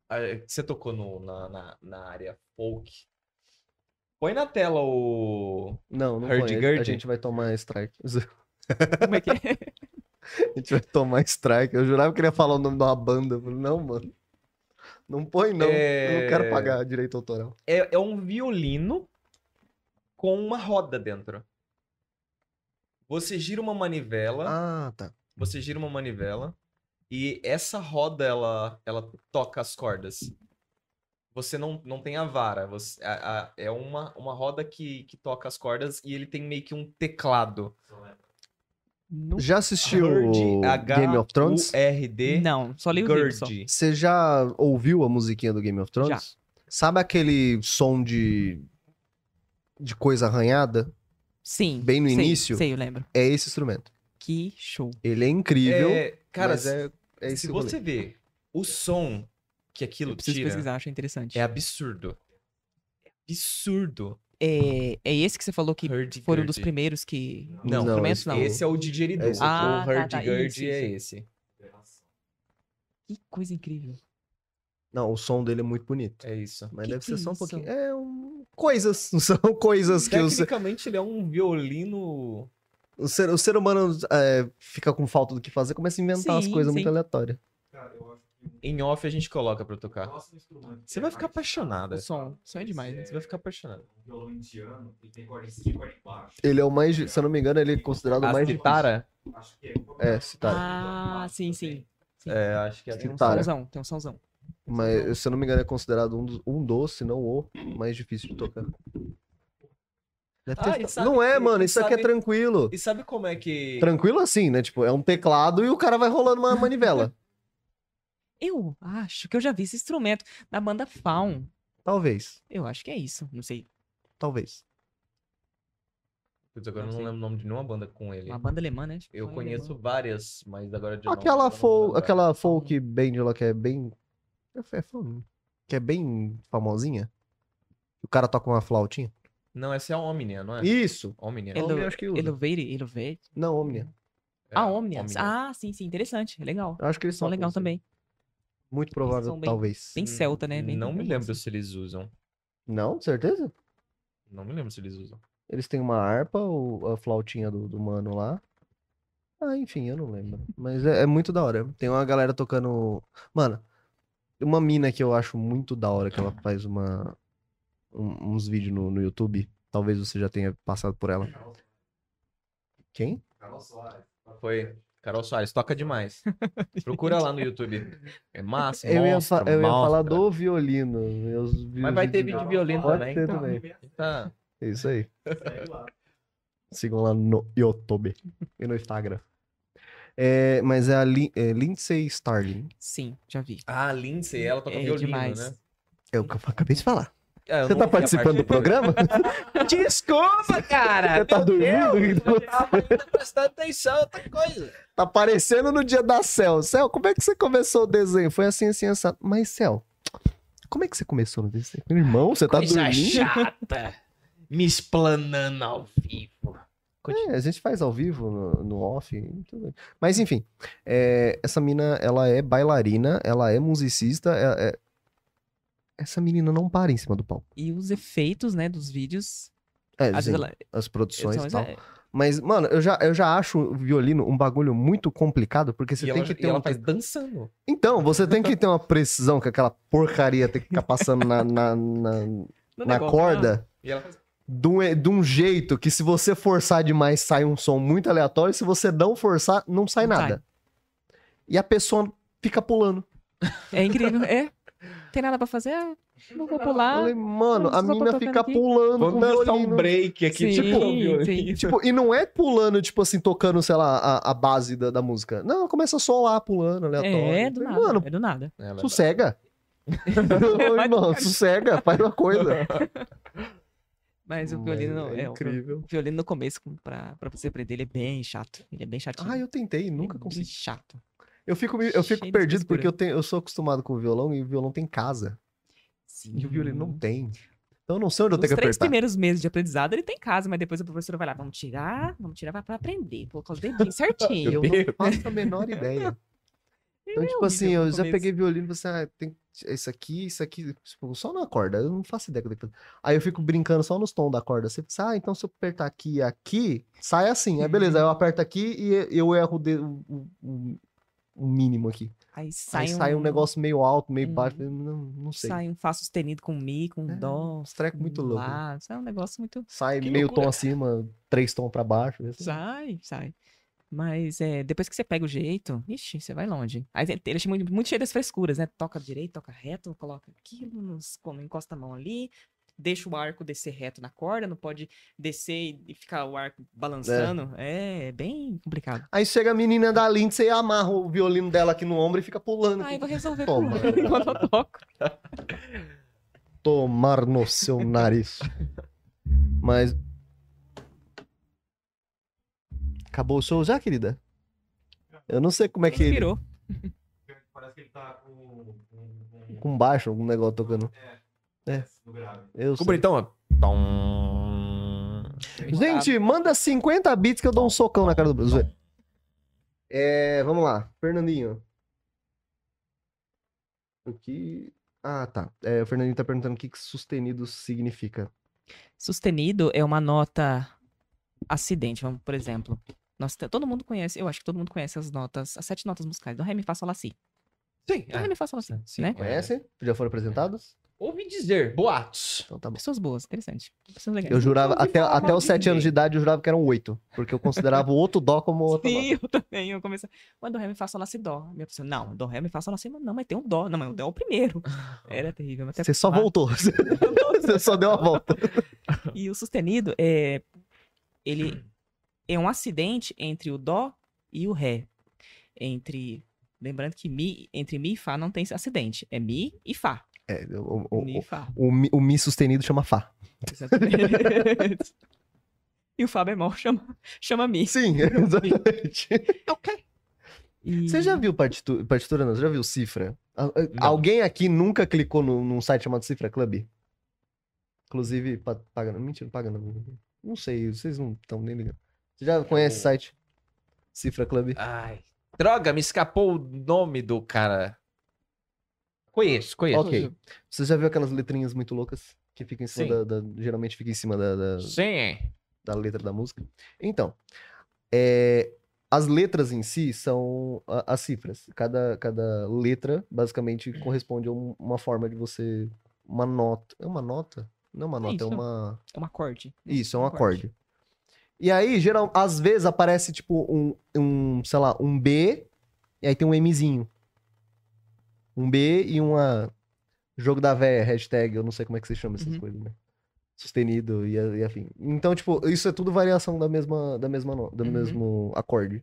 S2: Ah, é que Você tocou no- na, na- na área folk. Põe na tela o.
S1: Não, não põe.
S2: Hurdy
S1: A- A
S2: Gurdy?
S1: gente vai tomar strike. A
S4: Como é que é?
S1: gente vai tomar strike. Eu jurava que ele ia falar o nome de uma banda. Eu falei, não, mano. Não põe, não. Eu não quero
S2: É.
S1: pagar direito autoral.
S2: É, é um violino com uma roda dentro. Você gira uma manivela.
S1: Ah, tá.
S2: você gira uma manivela e essa roda ela, ela toca as cordas. Você não, não tem a vara, você- a- a- é uma, uma roda que, que toca as cordas e ele tem meio que um teclado.
S4: Não,
S1: Já assistiu Game of Thrones?
S2: H-U-R-D.
S4: não, só li o livro só.
S2: Gurd.
S1: Você já ouviu a musiquinha do Game of Thrones?
S4: Já.
S1: Sabe aquele som de de coisa arranhada?
S4: Sim.
S1: Bem no
S4: sei,
S1: início?
S4: Sei, eu lembro.
S1: É esse instrumento.
S4: Que show.
S1: Ele é incrível,
S2: É, cara,
S1: mas é, é esse
S2: se
S1: rolê.
S2: você ver o som que aquilo
S4: Eu preciso
S2: tira,
S4: pesquisar, achei interessante.
S2: é absurdo. É absurdo.
S4: É, é esse que você falou que
S2: Hurdy
S4: foi um dos
S2: Gurdy.
S4: primeiros que.
S1: Não,
S4: dos instrumentos,
S1: esse-
S4: não.
S2: Esse é o didgeridoo.
S1: É esse
S4: aqui. Ah,
S2: o
S4: tá,
S2: Hurdy
S4: tá, isso,
S2: Gurdy é
S4: isso.
S2: esse.
S4: Que coisa incrível.
S1: Não, o som dele é muito bonito.
S2: É isso.
S1: Mas
S4: Que
S1: deve ser
S4: que
S1: só um
S4: isso?
S1: pouquinho. É um... coisas, são coisas que o ser,
S2: Tecnicamente, ele é um violino.
S1: o ser, o ser humano é, fica com falta do que fazer, começa a inventar as
S4: Sim,
S1: coisas
S4: sim.
S1: muito aleatórias.
S3: um
S2: Em off a gente coloca pra
S1: Tá.
S2: tocar. Você
S1: é
S2: vai
S3: é
S2: ficar apaixonada.
S4: O som. O som é demais. né?
S2: Você vai ficar apaixonada.
S3: um
S1: Ele é o mais, se eu não me engano, ele é considerado o
S2: A
S1: mais
S2: citara?
S1: difícil. É, citar.
S4: Ah, sim,
S3: assim.
S4: sim. sim.
S2: Tá. É, acho que é.
S4: Tem um
S1: Citara.
S4: somzão, tem um somzão.
S1: Mas, se eu não me engano, é considerado um, dos- um dos, se não o mais difícil de tocar. Deve
S2: Ah,
S1: ter-
S2: e sabe
S1: não é,
S2: que-
S1: mano,
S2: e
S1: isso aqui é
S2: sabe-
S1: tranquilo.
S2: E sabe como é que.
S1: Tranquilo assim, né? Tipo, é um teclado e o cara vai rolando uma manivela.
S4: Eu acho que eu já vi esse instrumento na banda Faun.
S1: Talvez,
S4: Eu acho que é isso. Não sei.
S1: talvez.
S2: Putz, agora eu
S4: Não
S2: não
S4: sei.
S2: lembro o nome de nenhuma banda com ele.
S4: Uma banda alemã, né? Acho que
S2: Eu
S4: Faun é
S2: conheço
S4: alemã.
S2: várias, mas agora de né? nome
S1: Aquela,
S2: eu não vou
S1: fol
S2: lembrar.
S1: aquela folk band lá que é bem. É fam- Que é bem famosinha. O cara toca uma flautinha.
S2: Não, essa é a Omnia, não é?
S1: Isso!
S2: Omnia.
S1: Ela-
S4: Elo-
S1: Omnia, acho que usa.
S4: Elovere, Elovere.
S1: Não, Omnia.
S2: É,
S4: Ah, Omnia. Ah, sim, sim. Interessante. é Legal.
S1: Eu acho que eles
S4: Som
S1: tocam
S4: legal
S1: isso aí.
S4: também.
S1: Muito provável,
S4: são bem-
S1: talvez.
S4: Bem celta, né? Bem-
S2: Hum, Não me
S4: bem
S2: lembro
S4: massa.
S2: se eles usam.
S1: Não, certeza?
S2: Não me lembro se eles usam.
S1: Eles têm uma harpa, ou a flautinha do, do mano lá. Ah, enfim, eu não lembro. Mas é, é muito da hora. Tem uma galera tocando. Mano, uma mina que eu acho muito da hora, que ela faz uma. um- uns vídeos no, no YouTube. Talvez você já tenha passado por ela. Quem?
S2: Foi. Carol Soares, toca demais. Procura lá no YouTube. É massa,
S1: eu ia,
S2: mostra,
S1: fa- eu ia falar
S2: mostra.
S1: do violino. meus vídeos
S2: Mas vai
S1: de
S2: ter vídeo de violino
S1: Pode
S2: também.
S1: ser
S2: então.
S1: também.
S2: Tá.
S1: É isso aí. Sigam lá no YouTube e no Instagram. É, mas é a Lin- é Lindsay Starling.
S4: Sim, já vi.
S2: Ah, Lindsay, ela toca
S4: É
S2: violino,
S4: demais.
S2: né?
S1: É o que eu acabei de falar.
S2: É, eu
S1: Você
S2: não
S1: tá
S2: ouvi a
S1: participando
S2: parte
S1: do programa?
S5: Desculpa,
S2: É,
S5: cara!
S1: Você tá dormindo?
S5: tava ainda prestando atenção em outra coisa.
S1: Tá aparecendo no dia da Cel. Cel, como é que você começou o desenho? Foi assim, assim, assim. Mas, Cel, como é que você começou no desenho? Meu irmão, você tá
S5: coisa
S1: dormindo?
S5: chata. Me explanando ao vivo. Continua.
S1: É, a gente faz ao vivo, no, no off, tudo bem. Mas enfim, é, essa mina, ela é bailarina, ela é musicista, é- é- essa menina não para em cima do palco.
S4: E os efeitos, né, dos vídeos.
S1: É,
S4: Às
S1: sim,
S4: vezes ela.
S1: as produções
S4: são-
S1: e tal.
S4: é-
S1: Mas, mano, eu já, eu já acho o violino um bagulho muito complicado, porque você
S2: e
S1: tem
S2: ela,
S1: que
S2: e
S1: ter
S2: ela
S1: um...
S2: faz dançando.
S1: Então, você tem que ter uma precisão que aquela porcaria tem que ficar passando na, na, na,
S4: no
S1: na
S4: negócio, né?
S1: corda.
S2: E ela faz...
S1: de um, de um jeito que se você forçar demais sai um som muito aleatório, e se você não forçar, não sai
S4: Não
S1: nada. E a pessoa fica pulando.
S4: É é incrível, é. Tem nada pra fazer? Ah, Não vou
S1: Eu
S4: pular.
S1: falei, mano,
S4: Não,
S1: a
S4: só tô
S1: mina
S4: tocando
S1: fica
S4: aqui.
S1: pulando
S2: Vamos
S1: com o
S2: dançar um
S1: violino.
S2: break aqui,
S4: Sim,
S2: tipo, um violino.
S4: sim.
S1: Tipo, e não é pulando, tipo assim, tocando, sei lá, a, a base da, da música. Não, começa só lá pulando, aleatório.
S4: É,
S1: Eu
S4: do
S1: falei,
S4: nada.
S1: Mano,
S4: É do nada.
S2: Ela-
S1: sossega. Ô, irmão, sossega, faz uma coisa.
S4: Mas o
S1: Mas
S4: violino.
S1: é
S4: É, o
S1: incrível.
S4: violino no começo, com- pra, pra você aprender, ele é bem chato. Ele é bem chatinho.
S1: Ah, eu tentei,
S4: Ele é
S1: nunca
S4: bem
S1: consegui.
S4: chato.
S1: Eu fico, me- eu fico
S4: Cheio de
S1: perdido porque
S4: frescura.
S1: eu, tenho, eu sou acostumado com o violão e o violão tem casa.
S4: Sim.
S1: E o violino não tem. Então eu não sei onde eu
S4: Nos
S1: tenho que
S4: três
S1: apertar.
S4: primeiros meses de aprendizado ele tem em casa, mas depois a professora vai lá, vamos tirar, vamos tirar pra- pra aprender, colocar os dedinhos certinho.
S1: Eu não faço a menor ideia. Então,
S4: É
S1: tipo assim,
S4: horrível
S1: eu
S4: no
S1: já
S4: começo.
S1: peguei violino e falei assim, ah, tem isso aqui, isso aqui, tipo, só na corda, eu não faço ideia do que eu tenho que fazer. Aí eu fico brincando só nos tons da corda. Você pensa, ah, então se eu apertar aqui e aqui, sai assim. Aí beleza, eu aperto aqui e eu erro o de- o, o- o mínimo aqui.
S4: Aí
S1: Aí
S4: sai,
S1: sai um negócio meio alto, meio
S4: Uhum.
S1: baixo, eu não, não sei.
S4: Sai um Fá sustenido com Mi, com
S1: É,
S4: Dó.
S1: uns treco muito
S4: com
S1: louco.
S4: Lá. Sai um negócio muito.
S1: Sai
S5: Que
S1: meio
S5: loucura.
S1: tom acima, três tons pra baixo. assim.
S4: Sai, sai. Mas é, depois que você pega o jeito, ixi, você vai longe. Aí tem- ele é muito, muito cheio das frescuras, né? Toca direito, toca reto, coloca aquilo, nos- como encosta a mão ali, deixa o arco descer reto na corda, não pode descer e- e ficar o arco balançando. É, é bem complicado.
S1: Aí chega a menina da Lindsay e amarra o violino dela aqui no ombro e fica pulando.
S4: Aí vou resolver
S1: Toma.
S4: com- enquanto eu toco.
S1: Tomar no seu nariz. Mas. Acabou o show já, querida? Eu não sei como é que ele.
S4: Inspirou.
S3: Parece que ele tá com.
S1: Com baixo, algum negócio tocando. Eu sei.
S2: Cobra então, ó. Tom.
S1: Gente, manda 50 bits que eu dou um socão na cara do Brasil. É, vamos lá. Fernandinho. O que. Ah, tá. É, o Fernandinho tá perguntando o que, que sustenido significa.
S4: Sustenido é uma nota acidente, vamos, por exemplo. Nós, te- todo mundo conhece, eu acho que todo mundo conhece as notas, as sete notas musicais. Do Ré, Mi, Fá, Sol, Lá, Si.
S2: Sim,
S4: Do Ré,
S2: é.
S4: Mi, Fá, Sol, Lá, Si,
S2: Sim,
S4: né?
S1: Conhece? Já foram apresentados?
S2: Ouvi dizer, boatos.
S1: Então tá bom.
S4: Pessoas boas, interessante. Pessoas legais.
S1: Eu jurava,
S2: ouvi
S1: até,
S2: falar
S1: até
S2: mal
S1: os
S2: de
S1: 7 anos de
S2: ninguém.
S1: idade, eu jurava que eram 8. Porque eu considerava o outro dó como outra nota.
S4: Sim, eu também. Eu comecei. Mas do Ré, Mi, Fá, Sol, Lá, Si, Dó. Minha pessoa, não, do Ré, Mi, Fá, Sol, Lá, Si, não, mas tem um Dó. Não, mas o Dó é o primeiro. Era terrível. mas até
S1: Você só
S4: lá.
S1: voltou. Você só deu a volta.
S4: E o sustenido é ele é um acidente entre o dó e o ré. Entre lembrando que mi entre mi e fá não tem acidente, é mi e fá.
S1: É, o, o-
S4: mi e fá.
S1: o- o mi, o mi sustenido chama Fá.
S4: Exatamente. e o fá bemol chama chama mi.
S1: Sim, exatamente.
S4: E-
S1: Você já viu partitura, partitura não? Você já viu cifra? Al- Alguém aqui nunca clicou no, num site chamado Cifra Club? Inclusive, pa- paga não. Mentira, paga não. Não sei, vocês não estão nem ligando. Você já conhece o site? Cifra Club?
S2: Ai. Droga, me escapou o nome do cara. Conheço, conheço.
S1: Ok. Você já viu aquelas letrinhas muito loucas que ficam em cima
S2: Sim.
S1: da, da- Geralmente fica em cima da, da-
S2: Sim.
S1: da letra da música? Então, é, as letras em si são a- as cifras. Cada, cada letra basicamente corresponde a um- uma forma de você. Uma nota. É uma nota? Não é uma nota, é
S4: isso.
S1: uma.
S4: É um acorde.
S1: Isso, é um
S4: um
S1: acorde. E aí, geral, às vezes aparece tipo um, um, sei lá, um B, e aí tem um Mzinho. Um B e uma jogo da véia, hashtag, eu não sei como é que se chama essas
S4: Uhum.
S1: coisas, né? Sustenido e, a- e afim. Então, tipo, isso é tudo variação da mesma, da mesma nota, do
S4: Uhum.
S1: mesmo acorde.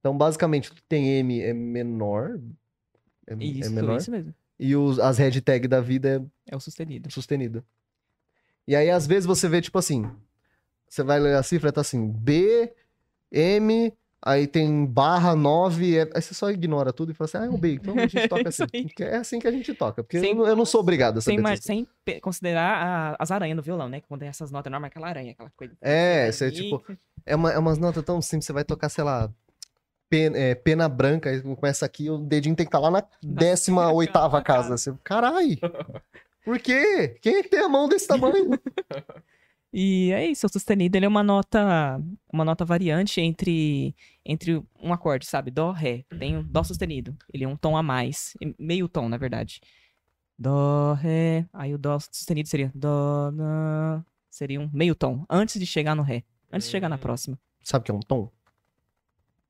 S1: Então, basicamente, tudo que tem M é menor, é, é
S4: Isso,
S1: menor,
S4: isso mesmo.
S1: e os, as hashtag da vida é
S4: É o sustenido.
S1: sustenido. E aí, às vezes, você vê, tipo assim, você vai ler a cifra, tá assim, B, M, Aí tem barra 9, é- aí você só ignora tudo e fala assim, ah, eu bem, então a gente toca assim.
S4: Isso aí.
S1: Porque É assim que a gente toca, porque
S4: Sem-
S1: eu, não- eu não sou obrigado a saber
S4: Sem, mar-
S1: tudo.
S4: sem pe- considerar a- as aranhas no violão, né? Que quando tem essas notas enormes, aquela aranha, aquela coisa.
S1: É,
S4: Aí,
S1: você, tipo, é, uma, é umas notas tão simples, você vai tocar, sei lá, pena, é, pena branca, aí começa aqui, o dedinho tem que estar lá na 18
S4: oitava
S1: casa.
S4: casa.
S1: Você, Carai! Por quê? Quem é que tem a mão desse tamanho?
S4: E é isso, o sustenido ele é uma nota, uma nota variante entre, entre um acorde, sabe? Dó, ré. Tem o dó sustenido. Ele é um tom a mais, e- meio tom, na verdade. Dó, ré. Aí o dó sustenido seria dó, na, seria um meio tom antes de chegar no ré, antes de chegar na
S2: Hum.
S4: próxima.
S1: Sabe o que é um tom?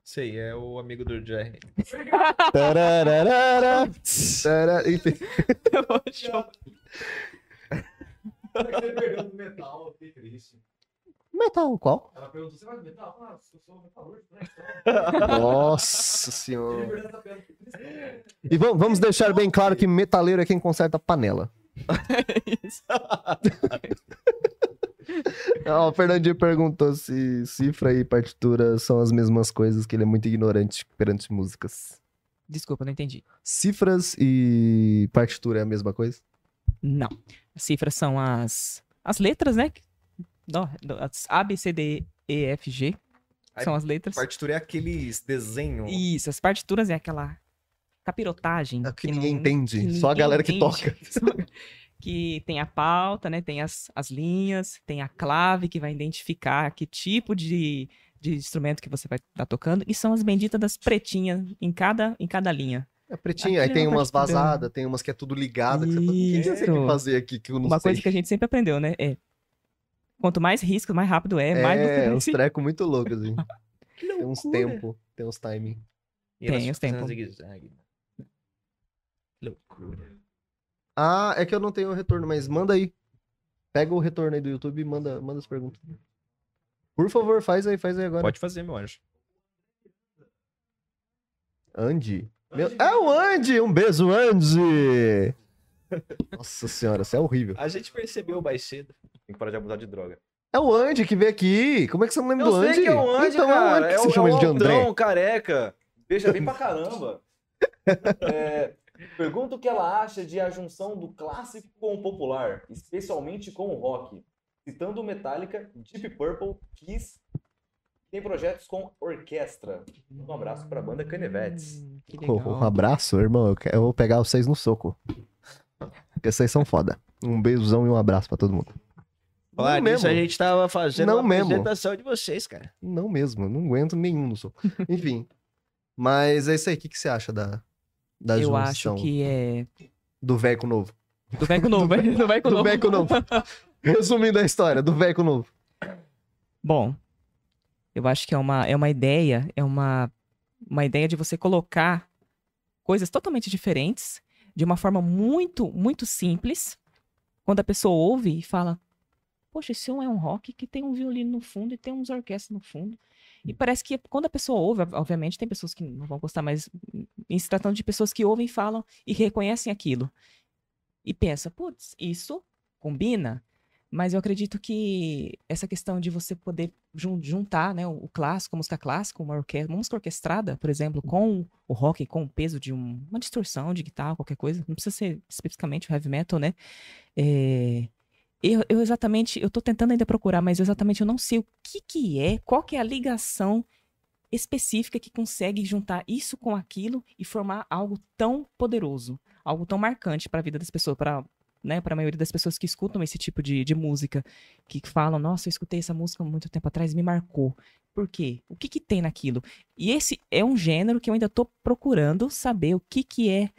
S2: Sei, é o amigo do Jerry.
S1: Tarararara, tarara- Enfim,
S3: Você perdeu metal, eu fiquei triste.
S1: Metal, qual?
S3: Ela perguntou, você vai metal? Ah, eu sou metalúrgico, né?
S1: Nossa senhora.
S3: perdeu essa pedra,
S1: E vamos, vamos deixar bem claro que metaleiro é quem conserta a panela. Ah, o Fernandinho perguntou se cifra e partitura são as mesmas coisas, que ele é muito ignorante perante músicas.
S4: Desculpa, não entendi.
S1: Cifras e partitura é a mesma coisa?
S4: Não. As cifras são as, as letras, né? Dó, dó, as A, B, C, D, E, F, G.
S2: Aí,
S4: São as letras.
S2: Partitura é aqueles
S1: um.
S2: desenhos.
S4: Isso, as partituras é aquela capirotagem.
S1: É o que
S4: não-
S1: ninguém entende,
S4: que
S1: só a
S4: ninguém
S1: galera que
S4: entende. que tem a pauta, né? Tem as, as linhas, tem a clave que vai identificar que tipo de, de instrumento que você vai estar tocando. E são as benditas das pretinhas em cada, em cada linha.
S1: É pretinho, aí
S4: Aquilo é
S1: tem
S4: uma
S1: umas
S4: partitura.
S1: vazadas, tem umas que é tudo ligado, que você fala, o que que você tem que
S4: Isso.
S1: fazer aqui que eu não
S4: Uma
S1: sei?
S4: coisa que a gente sempre aprendeu, né? É quanto mais risco, mais rápido é, mais você
S1: É,
S4: vai
S1: uns
S4: se-
S1: trecos muito loucos, assim. Tem uns
S4: loucura.
S1: tempo, tem uns timing.
S2: E elas
S4: Tem os
S2: ficam
S4: tempos.
S2: fazendo zigue-zague. Loucura.
S1: Ah, é que eu não tenho o retorno, mas manda aí. Pega o retorno aí do YouTube e manda, manda as perguntas. Por favor, faz aí, faz aí agora.
S2: Pode fazer, meu anjo.
S1: Andy. Meu- É o Andy! Um beijo, Andy! Nossa senhora, isso é horrível.
S5: A gente percebeu mais cedo.
S3: Tem que parar de abusar de droga.
S1: É o Andy que veio aqui! Como é que você não lembra do Andy? então é o Andy que
S3: é
S1: você
S3: o,
S1: chama
S3: é o
S1: ele de André.
S3: altão, careca. Deixa bem pra caramba. É, pergunta o que ela acha de a junção do clássico com o popular, especialmente com o rock. Citando Metallica, Deep Purple, Kiss, tem projetos com orquestra. Um abraço pra banda Canevetes.
S4: Hum, que
S1: Pô,
S4: legal.
S1: um abraço, irmão. Eu que- Eu vou pegar vocês no soco. Porque vocês são foda. Um beijozão e um abraço pra todo mundo.
S5: Olha,
S1: não
S5: nisso
S1: mesmo.
S5: a gente tava fazendo
S1: Não
S5: uma
S1: mesmo.
S5: apresentação de vocês, cara.
S1: Não mesmo, eu não aguento nenhum no soco. Enfim. Mas é isso aí. O que, que você acha da, da
S4: Eu
S1: junção
S4: acho que é.
S1: do velho com o novo?
S4: Do velho com o novo, do velho com o
S1: Do
S4: novo.
S1: velho com o novo. Resumindo a história, do velho com o novo.
S4: Bom, eu acho que é uma, é uma ideia, é uma, uma ideia de você colocar coisas totalmente diferentes de uma forma muito, muito simples. Quando a pessoa ouve e fala, poxa, esse é um rock que tem um violino no fundo e tem uns orquestras no fundo. E parece que quando a pessoa ouve, obviamente tem pessoas que não vão gostar, mas em se tratando de pessoas que ouvem, falam e reconhecem aquilo. E pensa, putz, isso combina. Mas eu acredito que essa questão de você poder jun- juntar né, o o clássico, a música clássica, uma, orque- uma música orquestrada, por exemplo, com o rock, com o peso de um- uma distorção de guitarra, qualquer coisa, não precisa ser especificamente o heavy metal, né? É, eu, eu exatamente, eu tô tentando ainda procurar, mas eu exatamente eu não sei o que que é, qual que é a ligação específica que consegue juntar isso com aquilo e formar algo tão poderoso, algo tão marcante para a vida das pessoas, para né, para a maioria das pessoas que escutam esse tipo de, de música, que falam, nossa, eu escutei essa música há muito tempo atrás, me marcou. Por quê? O que que tem naquilo? E esse é um gênero que eu ainda tô procurando saber o que que é,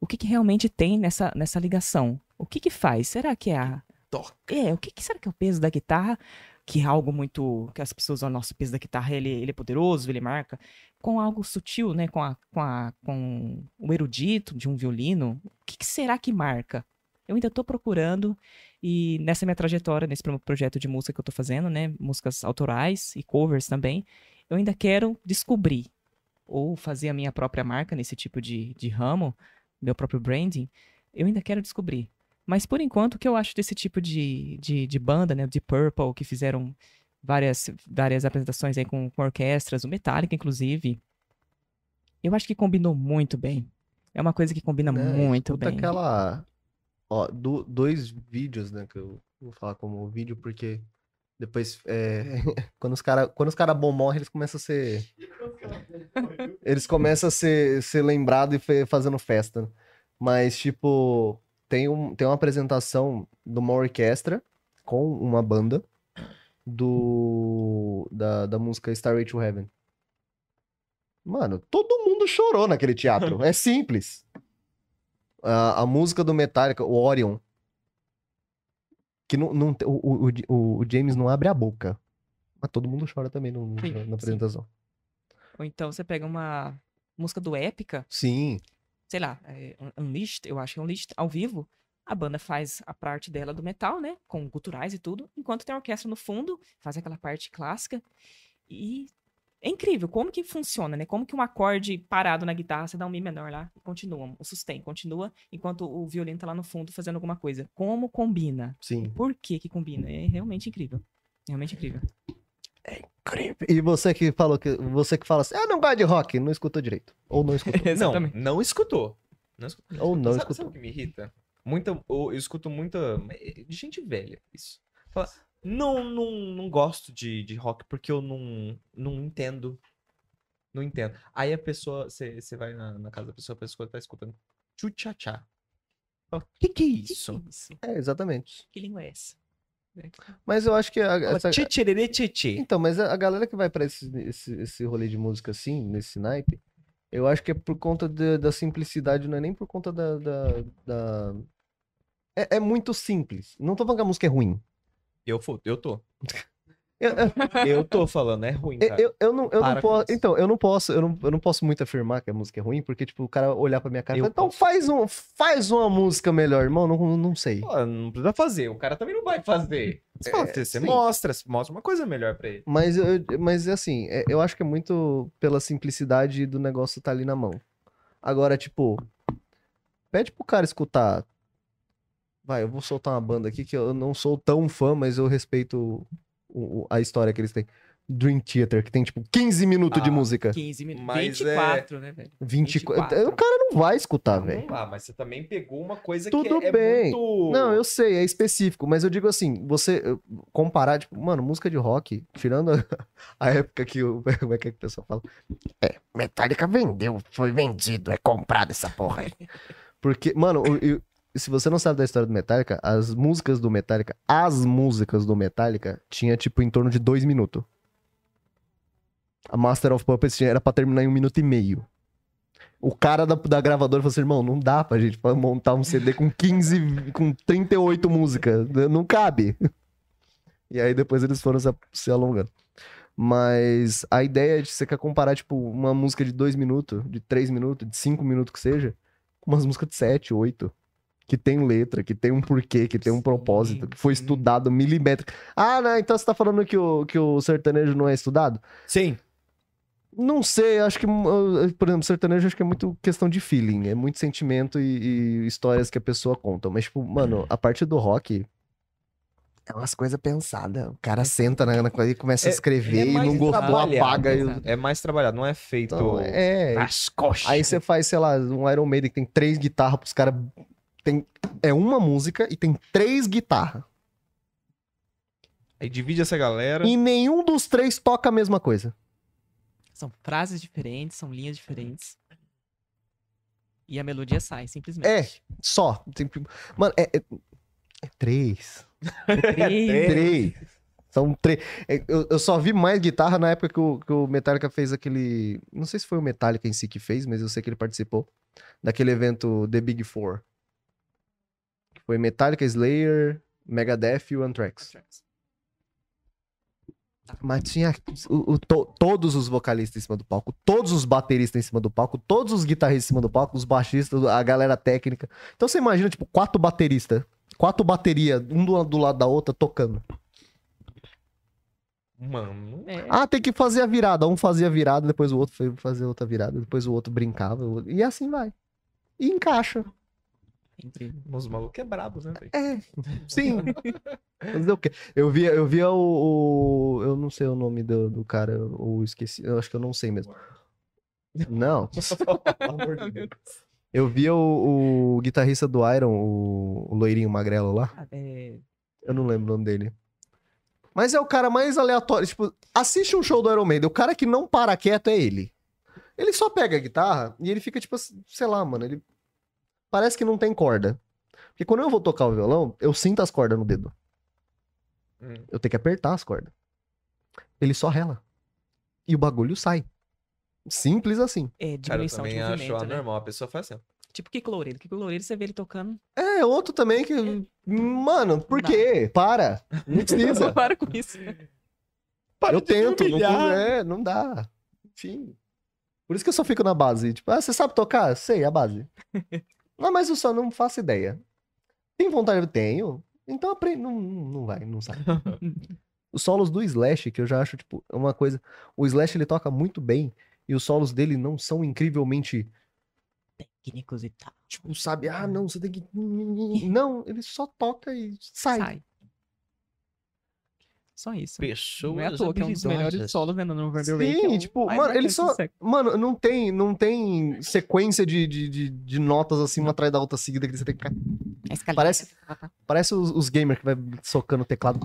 S4: o que que realmente tem nessa, nessa ligação. O que que faz? Será que é a...
S5: Toca.
S4: É, o que que será que é o peso da guitarra? Que é algo muito... que as pessoas falam, nossa, o peso da guitarra, ele, ele é poderoso, ele marca. Com algo sutil, né? Com, a, com, a, com o erudito de um violino. O que que será que marca? eu ainda tô procurando e nessa minha trajetória, nesse pro- projeto de música que eu tô fazendo, né, músicas autorais e covers também, eu ainda quero descobrir ou fazer a minha própria marca nesse tipo de, de ramo, meu próprio branding, eu ainda quero descobrir. Mas por enquanto, o que eu acho desse tipo de, de, de banda, né, de Purple, que fizeram várias, várias apresentações aí com, com orquestras, o Metallica, inclusive. Eu acho que combinou muito bem. É uma coisa que combina
S1: É,
S4: muito
S1: escuta
S4: bem.
S1: aquela. Ó, do- dois vídeos, né? Que eu vou falar como vídeo, porque depois. é, quando os caras cara bom morrem, eles começam a ser. eles começam a ser, ser lembrado e fe- fazendo festa. né? Mas, tipo, tem, um, tem uma apresentação de uma orquestra com uma banda do da, da música Starway to Heaven. Mano, todo mundo chorou naquele teatro. É simples. A, a música do Metallica, o Orion. Que não, não, te- o, o- o J- o, o James não abre a boca. Mas todo mundo chora também no- no-
S4: Sim,
S1: na,
S4: sim.
S1: apresentação.
S4: Ou então você pega uma música do Épica,
S1: Sim.
S4: sei lá, é, Un- Unleashed, eu acho que é Unleashed, ao vivo. A banda faz a parte dela do metal, né? Com culturais e tudo. Enquanto tem a orquestra no fundo, faz aquela parte clássica. E é incrível como que funciona, né? Como que um acorde parado na guitarra, você dá um Mi menor lá e continua. O sustain continua, enquanto o violino tá lá no fundo fazendo alguma coisa. Como combina?
S1: Sim.
S4: Por que que combina? É realmente incrível. Realmente incrível.
S1: E você que falou que você que fala assim, ah, não gosta de rock, não escutou direito. Ou não escutou.
S2: Não, não escutou. Não escutou.
S1: ou não
S2: sabe, sabe
S1: escutou.
S2: o que me irrita? Muita, eu, eu escuto muita. De gente velha, isso. Fala, não, não, não gosto de, de rock porque eu não, não entendo. Não entendo. Aí a pessoa, você você vai na, na casa da pessoa, a pessoa tá escutando tchu-tchá-tchá. O que, que é isso?
S4: Que, isso?
S1: É, exatamente.
S4: que língua é essa?
S1: Mas eu acho que. A,
S2: Fala,
S1: essa-
S2: Tchê-tchererê, tchê-tchê.
S1: Então, mas a a galera que vai pra esse, esse, esse rolê de música assim, nesse naipe, eu acho que é por conta da- da simplicidade, não é nem por conta da. da- da- É, é muito simples. Não tô falando que a música é ruim.
S2: Eu, fo- eu tô.
S1: Eu, eu-
S2: Eu tô falando, é ruim,
S1: eu,
S2: cara.
S1: eu, eu não, eu não
S2: Para com
S1: posso.
S2: isso.
S1: Então, eu não posso, eu não, eu não posso muito afirmar que a música é ruim, porque, tipo, o cara olhar pra minha cara e
S2: Eu
S1: falar, então
S2: posso.
S1: faz, um, faz uma música melhor, irmão. Não, não sei.
S2: Pô, não precisa fazer, o cara também não vai fazer. Você, fala, você- você
S1: sim.
S2: mostra, você mostra uma coisa melhor pra ele.
S1: Mas, eu, mas assim, é- eu acho que é muito pela simplicidade do negócio tá ali na mão. Agora, tipo, pede pro cara escutar. Vai, eu vou soltar uma banda aqui que eu não sou tão fã, mas eu respeito o- o- a história que eles têm. Dream Theater, que tem, tipo, 15 minutos de
S2: Ah,
S1: música.
S4: 15 minutos.
S2: Mas é-
S4: 24, né, velho?
S1: 24.
S4: 24.
S1: O cara não vai escutar,
S2: Não,
S1: velho.
S2: Vamos lá, Ah, mas você também pegou uma coisa
S1: Tá Tudo
S2: que é,
S1: bem.
S2: é muito.
S1: Não, eu sei, é específico, mas eu digo assim, você eh, comparar, tipo, mano, música de rock, tirando a, a época que o. Como é que, é que o pessoal fala? É, Metallica vendeu, foi vendido, é comprado essa porra. aí. Porque, mano, o- e- se você não sabe da história do Metallica, as músicas do Metallica, as músicas do Metallica, tinha, tipo, em torno de dois minutos. A Master of Puppets tinha- era pra terminar em um minuto e meio. O cara da, da gravadora falou assim, irmão, não dá pra gente pra montar um CD com 15, com 38 músicas. Não cabe. E aí depois eles foram se, a- se alongando. Mas a ideia é de você quer comparar, tipo, uma música de 2 minutos, de 3 minutos, de 5 minutos que seja, com umas músicas de 7, 8. Que tem letra, que tem um porquê, que tem um
S4: Sim,
S1: propósito, que foi
S4: sim.
S1: estudado milimétrico. Ah, não, então você tá falando que o, que o sertanejo não é estudado?
S2: Sim.
S1: Não sei, acho que, uh, por exemplo, sertanejo acho que é muito questão de feeling, é muito sentimento e, e histórias que a pessoa conta. Mas, tipo, mano, a parte do rock é umas coisas pensadas. O cara senta na, na coisa e começa a
S2: É-
S1: escrever
S2: é
S1: e não
S2: mais
S1: gostou,
S2: trabalhado,
S1: apaga. E...
S4: exato.
S2: É mais trabalhado, não é feito.
S1: Então, é.
S5: Nas coxas.
S1: Aí você faz, sei lá, um Iron Maiden que tem três guitarras pros caras. Tem... É uma música e tem três guitarras.
S2: Aí divide essa galera.
S1: E nenhum dos três toca a mesma coisa.
S4: São frases diferentes, são linhas
S1: Uhum.
S4: diferentes. E a melodia sai,
S1: É,
S4: simplesmente.
S1: só. Tem- Mano, é- é- é três.
S4: Três.
S1: Três. São três. É, Eu, eu só vi mais guitarra na época que o, que o Metallica fez aquele. Não sei se foi o Metallica em si que fez, mas eu sei que ele participou daquele evento The Big Four. Que foi Metallica, Slayer, Megadeth e o Anthrax. Mas tinha o- o to- todos os vocalistas em cima do palco, todos os bateristas em cima do palco, todos os guitarristas em cima do palco, os baixistas, a galera técnica. Então você imagina, tipo, quatro bateristas, quatro baterias, um do, do lado da outra, tocando.
S2: Mano.
S4: É.
S1: Ah, tem que fazer a virada. Um fazia a virada, depois o outro foi fazer outra virada, depois o outro brincava. o outro- E assim vai. E encaixa.
S4: Incrível.
S1: É.
S2: Os malucos é brabo, né, velho?
S1: Sim. Mas eu, que- eu via, eu via o, o- Eu não sei o nome do, do cara, ou esqueci. Eu acho que eu não sei mesmo. Não.
S2: Pelo amor de Deus.
S1: Eu via o, o guitarrista do Iron, o, o loirinho magrelo lá.
S4: Ah, é,
S1: Eu não lembro o nome dele. Mas é o cara mais aleatório. Tipo, assiste um show do Iron Maiden. O cara que não para quieto é ele. Ele só pega a guitarra e ele fica, tipo, assim, sei lá, mano. Ele parece que não tem corda. Porque quando eu vou tocar o violão, eu sinto as cordas no dedo.
S2: Hum.
S1: Eu tenho que apertar as cordas. Ele só rela. E o bagulho sai. Simples assim.
S4: é,
S2: Cara, eu
S4: diminuição de
S2: também acho
S4: movimento, né?
S2: anormal. A pessoa faz assim. ó.
S4: Tipo Kiko Loureiro. Kiko Loureiro, você vê ele tocando.
S1: É, outro também que. Mano, por
S4: Não.
S1: quê? Para. Não precisa.
S4: Para com isso.
S1: eu tento, não, con- é, não dá. Enfim. Por isso que eu só fico na base. Tipo, ah, você sabe tocar? Sei, a base. ah, mas eu só não faço ideia. Tem vontade? Eu tenho. Então aprende. Não, não não vai, não sabe. os solos do Slash, que eu já acho, tipo, uma coisa. O Slash ele toca muito bem e os solos dele não são incrivelmente.
S4: Técnicos e tal.
S1: Tipo, sabe? Ah, não, você tem que. Não, ele só toca e sai.
S4: Sai. Só isso.
S5: Pessoas
S4: Não é à toa que é um dos melhores
S5: habilidosas.
S4: solos, né? No November Rain.
S1: Sim,
S4: que é o
S1: tipo,
S4: mais
S1: mano, ele
S4: marcante
S1: só-
S4: do século.
S1: Mano, não tem, não tem sequência de, de, de, de notas assim, uma atrás da outra seguida que você tem que ficar.
S4: A escalinha.
S1: Parece- Parece os, os gamers que vai socando o teclado.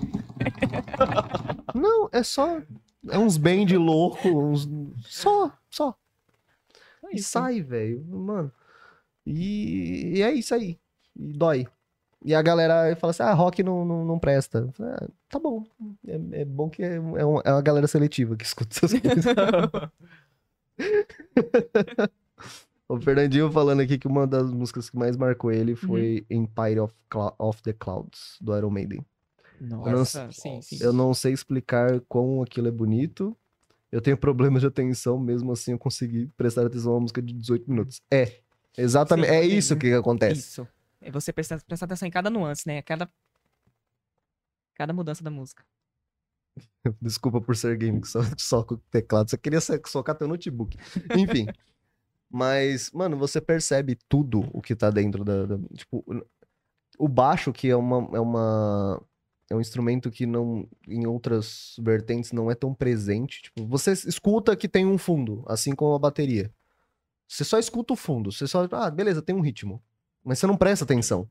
S1: não, é só. É uns bend louco, uns. Só, só.
S4: Só
S1: E
S4: isso.
S1: sai, velho. Mano. E, e é isso aí. E dói. E a galera fala assim: ah, rock não, não, não presta. Eu falo, "Ah, tá bom. É, é bom que é, é um- é uma galera seletiva que escuta essas coisas. o Fernandinho falando aqui que uma das músicas que mais marcou ele foi
S4: Uhum.
S1: Empire of, Clou- of the Clouds, do Iron Maiden.
S4: Nossa, sim, sim.
S1: Eu não sei explicar como aquilo é bonito. Eu tenho problemas de atenção, mesmo assim eu consegui prestar atenção a uma música de 18 minutos. É, exatamente.
S4: Sim,
S1: é
S4: sim,
S1: isso
S4: né?
S1: que acontece.
S4: Isso. É você prestar, prestar atenção em cada nuance, né? Cada... Cada mudança da música.
S1: Desculpa por ser game que só soca o teclado. Você queria so- socar teu notebook. Enfim. Mas, mano, você percebe tudo o que tá dentro da. da- tipo, o baixo, que é uma, é uma. É um instrumento que não. Em outras vertentes não é tão presente. Tipo, você escuta que tem um fundo, assim como a bateria. Você só escuta o fundo. Você só. Ah, beleza, tem um ritmo. Mas você não presta atenção.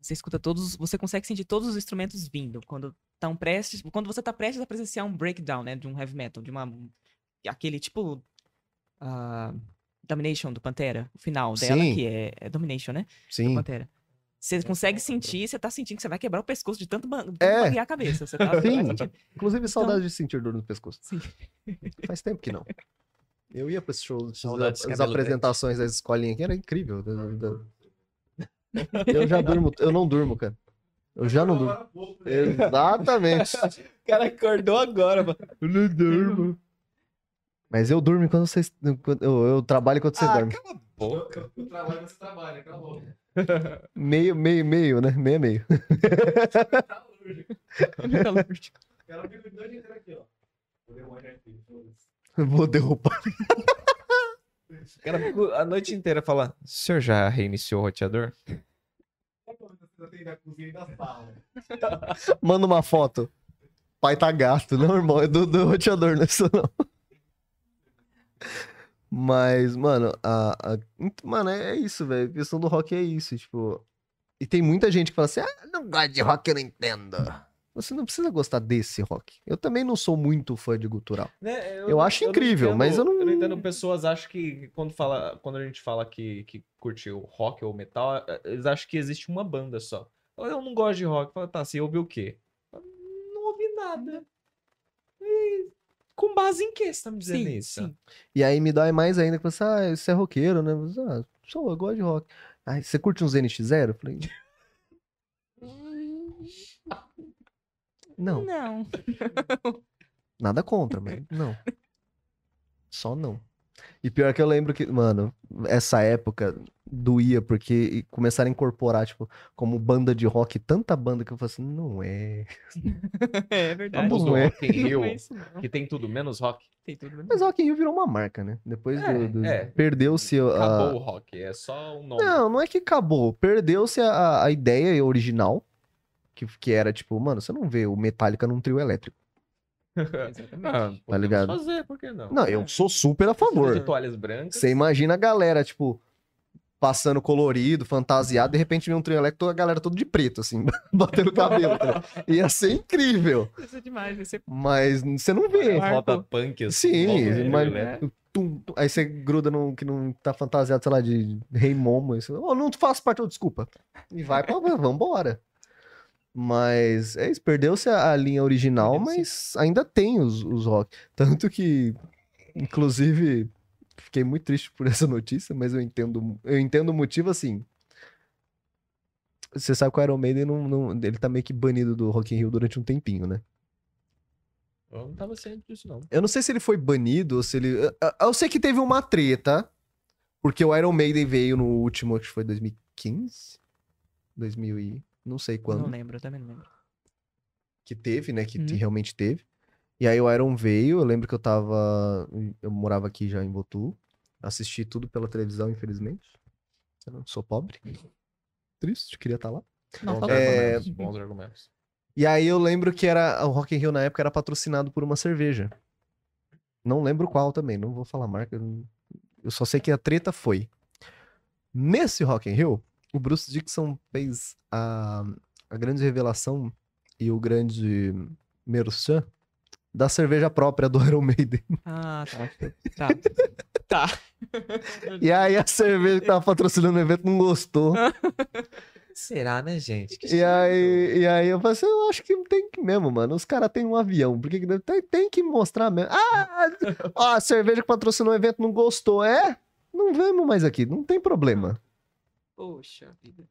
S4: Você escuta todos, você consegue sentir todos os instrumentos vindo quando estão prestes, quando você tá prestes a presenciar um breakdown, né, de um heavy metal, de uma aquele tipo ah, Domination do Pantera, o final dela
S1: Sim.
S4: que é, é Domination, né?
S1: Sim.
S4: Pantera. Você consegue sentir, você tá sentindo que você vai quebrar o pescoço de tanto, ban... de tanto
S1: É.
S4: baguear a cabeça. Você tá, você tá
S1: Sim.
S4: sentindo.
S1: Inclusive, saudade de sentir dor no pescoço.
S4: Sim.
S1: Faz tempo que não. Eu ia pra esse show, essas-
S5: Saudades de
S1: as
S5: cabelo
S1: apresentações das escolinhas aqui, era incrível. Da- da- Eu já durmo, eu não durmo, cara. Eu já não durmo.
S2: né?
S1: Exatamente.
S5: O cara acordou agora, mano.
S1: Eu não durmo. Mas eu durmo quando vocês. quando- Eu, eu trabalho quando vocês
S5: Ah,
S1: dormem.
S5: cala a boca.
S2: Eu trabalho, você trabalha, acabou.
S1: Meio, meio, meio, né? Meio, meio.
S2: Ela fica de dois dias aqui, ó. Vou derrubar aqui.
S1: Vou derrubar.
S2: O cara fica a noite inteira falando: o senhor já reiniciou o roteador? né?
S1: Manda uma foto. Pai tá gato, não, irmão? É do, do roteador, não é isso não. Mas, mano, a, a- ent- mano, é isso, velho. A questão do rock é isso, tipo. E tem muita gente que fala assim: ah, não gosto de rock, eu não entendo. Você não precisa gostar desse rock. Eu também não sou muito fã de gutural.
S2: Né,
S1: Eu acho incrível, mas eu não-
S2: Eu não entendo pessoas acham que quando, fala, quando a gente fala que, que curte o rock ou metal, eh, eles acham que existe uma banda só. Fala, eu não gosto de rock. Fala, tá, você ouviu o quê? Fala, Não ouvi nada. E com base em que você tá me dizendo
S4: Sim,
S2: isso?
S4: sim.
S1: E aí me dói mais ainda, que você, ah, você é roqueiro, né? Você, ah, sou, eu gosto de rock. Aí, você curte uns NX0? Eu falei. Não.
S4: Não.
S1: Nada contra, mas não. Só não. E pior é que eu lembro que, mano, essa época doía, porque começaram a incorporar, tipo, como banda de rock, tanta banda que eu falei assim, não é.
S4: É verdade.
S1: Vamos
S2: do
S1: é.
S2: um Rock in Rio,
S4: Não é isso, não.
S2: que tem tudo menos rock.
S4: Tem tudo bem.
S1: Mas Rock in Rio virou uma marca, né? Depois
S2: É,
S1: do... do-
S2: é.
S1: Perdeu-se a...
S2: Acabou o rock, é só um nome.
S1: Não, não é que acabou. Perdeu-se a, a ideia original, que, que era tipo, mano, você não vê o Metallica num trio elétrico.
S4: Exatamente.
S1: Tá ligado?
S2: Ah, fazer, por que não?
S1: Não, eu sou super a favor.
S2: De toalhas brancas.
S1: Você imagina a galera, tipo, passando colorido, fantasiado, de repente vem um trio elétrico, a galera toda de preto, assim, batendo cabelo. tá ligado? Ia ser incrível.
S4: Isso é demais, vai ser
S1: Mas você não vê.
S4: Marco.
S2: Roda punk assim.
S1: Sim,
S2: roda
S1: mas-
S2: trio elétrico.
S1: Tum, tum. Aí você gruda no que não tá fantasiado, sei lá, de Rei Momo. Aí você, "Ô, não faço parte, ô, desculpa. E vai pra. Vambora. Mas é isso, perdeu-se a, a linha original, mas ainda tem os, os rock. Tanto que, inclusive, fiquei muito triste por essa notícia, mas eu entendo, eu entendo o motivo assim. Você sabe que o Iron Maiden não, não- ele tá meio que banido do Rock in Rio durante um tempinho, né?
S2: Eu não tava ciente disso, não.
S1: Eu não sei se ele foi banido ou se ele. eu- eu- Eu sei que teve uma treta, porque o Iron Maiden veio no último, acho que foi 2015? 2000 e. Não sei quando
S4: Não lembro, eu também não lembro.
S1: que teve, né? Que
S4: Uhum.
S1: te- realmente teve. E aí o Iron veio, eu lembro que eu tava. Eu morava aqui já em Botu. Assisti tudo pela televisão, infelizmente. Eu não sou pobre. Triste, queria estar lá.
S4: Não,
S2: bons,
S4: tá
S1: é-
S2: argumentos, bons argumentos.
S1: E aí eu lembro que era o Rock in Rio na época era patrocinado por uma cerveja. Não lembro qual também, não vou falar a marca. eu não- Eu só sei que a treta foi. Nesse Rock in Rio, o Bruce Dixon fez a, a grande revelação e o grande merchan da cerveja própria do Iron Maiden.
S4: Ah, tá.
S1: E aí a cerveja que tava patrocinando o evento não gostou.
S2: Será, né, gente? Que
S1: E aí, e aí eu falei assim, eu acho que tem que mesmo, mano. Os caras têm um avião. Por que que deve- tem, tem que mostrar mesmo? Ah, ó, a cerveja que patrocinou o evento não gostou, é? Não vemos mais aqui, não tem problema.
S4: Poxa vida.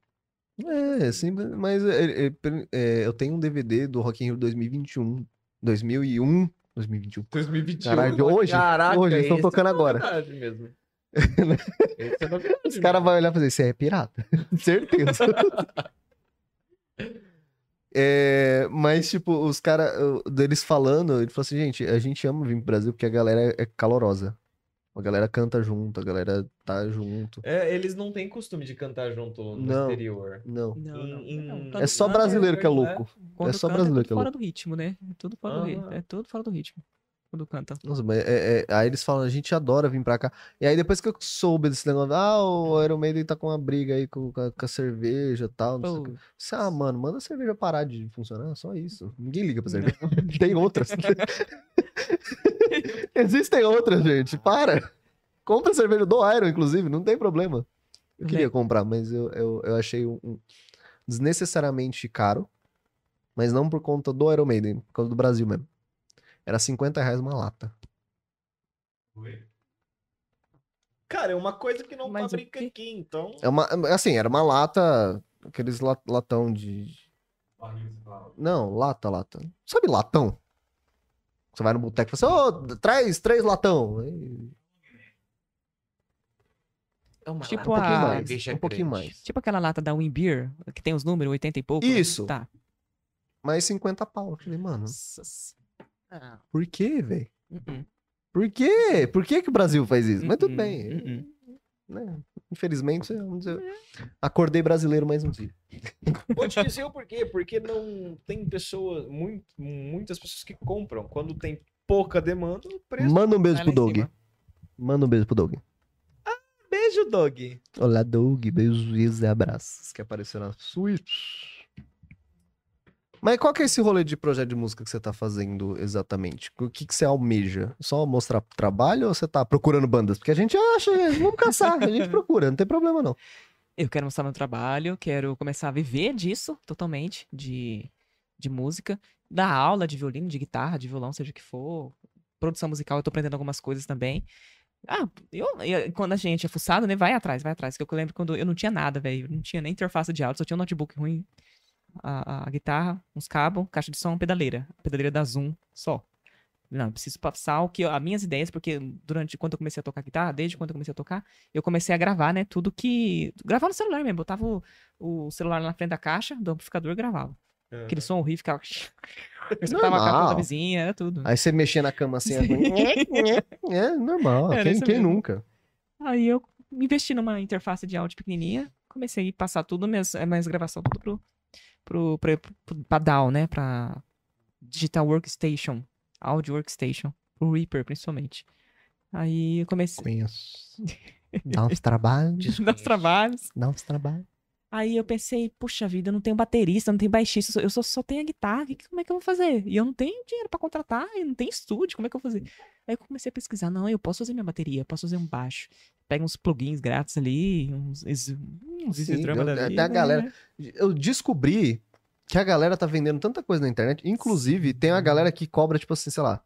S1: É, sim, mas é, é, per- é, eu tenho um DVD do Rock in Rio 2021. 2001. 2021.
S2: 2021.
S1: Caralho, hoje?
S2: Caraca,
S1: hoje, eles estão
S2: esse
S1: tocando
S2: é
S1: agora.
S2: novidade mesmo. Esse é
S1: Os caras vão olhar e fazer, isso é pirata. Certeza. É, mas, tipo, os caras, deles falando, ele falou assim, gente, a gente ama vir pro Brasil porque a galera é calorosa. A galera canta junto, a galera tá junto.
S2: É, eles não têm costume de cantar junto no
S1: Não.
S2: exterior.
S1: Não.
S4: Não, não,
S2: Em-
S4: não,
S2: em-
S4: quando
S1: É só
S4: canta,
S1: brasileiro que é
S2: verdade.
S1: louco.
S4: quando
S1: só
S4: canta,
S1: brasileiro
S4: tudo
S1: que é
S4: fora do ritmo, né? É tudo fora do ritmo.
S2: Aham.
S4: É tudo fora do ritmo. Quando canta.
S1: Nossa, mas é- é- aí eles falam, a gente adora vir pra cá. E aí depois que eu soube desse negócio, ah, o Iron Maiden tá com uma briga aí com, com a, com a cerveja e tal, não sei o
S4: Pô,
S1: quê. Disse, Ah, mano, manda a cerveja parar de funcionar, só isso. Ninguém liga pra cerveja. Tem outras. Existem outras, gente. Para. Compra cerveja do Iron, inclusive, não tem problema. Eu
S4: Né?
S1: queria comprar, mas eu, eu, eu achei um, um desnecessariamente caro. Mas não por conta do Iron Maiden, por causa do Brasil mesmo. Era 50 reais uma lata.
S2: Cara, é uma coisa que não
S4: Mas o
S2: fabrica
S4: quê?
S2: aqui, então.
S1: É uma, assim, era uma lata, aqueles la- latão de. Não, lata, lata. Sabe latão? Você vai no boteco e fala assim, ô, traz três latão. Aí,
S5: É uma
S4: Tipo
S5: lata de
S4: a-
S1: mais,
S5: cerveja
S1: um pouquinho
S5: grande.
S1: mais.
S4: Tipo aquela lata da Winbeer, que tem os números 80 e pouco. né?
S1: Isso. Uhum.
S4: Tá.
S1: Mais 50 pau. Eu falei, mano,
S4: Nossa senhora.
S1: por que, velho?
S4: Uh-uh.
S1: Por quê? Por que, que o Brasil faz isso? Mas tudo
S4: Uh-uh.
S1: bem.
S4: Uh-uh.
S1: né? Infelizmente, vamos dizer, acordei brasileiro mais um dia.
S2: Vou te dizer o porquê. Porque não tem pessoas, muito, muitas pessoas que compram. Quando tem pouca demanda, o preço.
S1: Manda um beijo
S4: Vai
S1: pro
S4: lá em
S1: Doug.
S4: cima.
S1: Manda um beijo pro Doug. Hum.
S2: Beijo, dog.
S1: Olá, Doug. Beijos e abraços. Que apareceu na Switch. Mas qual que é esse rolê de projeto de música que você tá fazendo exatamente? O que, que você almeja? Só mostrar trabalho ou você tá procurando bandas? Porque a gente acha, vamos caçar, a gente procura, não tem problema não.
S4: Eu quero mostrar meu trabalho, quero começar a viver disso totalmente, de, de música, dar aula de violino, de guitarra, de violão, seja o que for. Produção musical, eu tô aprendendo algumas coisas também. Ah, eu, eu- quando a gente é fuçado, né? Vai atrás, vai atrás. Que eu lembro quando eu não tinha nada, velho. eu Não tinha nem interface de áudio, só tinha um notebook ruim, a, a- a guitarra, uns cabos, caixa de som, pedaleira. Pedaleira da Zoom, só. Não, preciso passar o que eu- as minhas ideias, porque durante quando eu comecei a tocar guitarra, desde quando eu comecei a tocar, eu comecei a gravar, né? Tudo que. Gravar no celular mesmo. Botava o, o celular na frente da caixa, do amplificador e gravava. Aquele som horrível ficava. Escutava a capa da
S1: Normal.
S4: vizinha, era tudo.
S1: Aí você mexer na cama assim, é, é normal,
S4: Era
S1: quem,
S4: isso
S1: quem
S4: mesmo.
S1: nunca?
S4: Aí eu investi numa interface de áudio pequenininha, comecei a passar tudo, minhas, eh, minhas gravações tudo pro pro, pra, pro- pra DAW, né? Pra Digital Workstation, Audio Workstation, pro Reaper, principalmente. Aí eu comecei
S1: Conheço. Dá uns trabalhos.
S4: a dar os trabalhos.
S1: Dá uns trabalhos.
S4: Aí eu pensei, puxa vida, eu não tenho baterista, eu não tenho baixista, eu só- eu só, só tenho a guitarra, que- como é que eu vou fazer? E eu não tenho dinheiro pra contratar, eu não tenho estúdio, como é que eu vou fazer? Aí eu comecei a pesquisar, não, eu posso fazer minha bateria, eu posso fazer um baixo. Pega uns plugins grátis ali, uns, ex- uns easy
S1: Sim,
S4: drama
S1: deu-
S4: da
S1: até
S4: vida,
S1: a galera-
S4: né?
S1: Eu descobri que a galera tá vendendo tanta coisa na internet. Inclusive, tem uma galera que cobra, tipo assim, sei lá.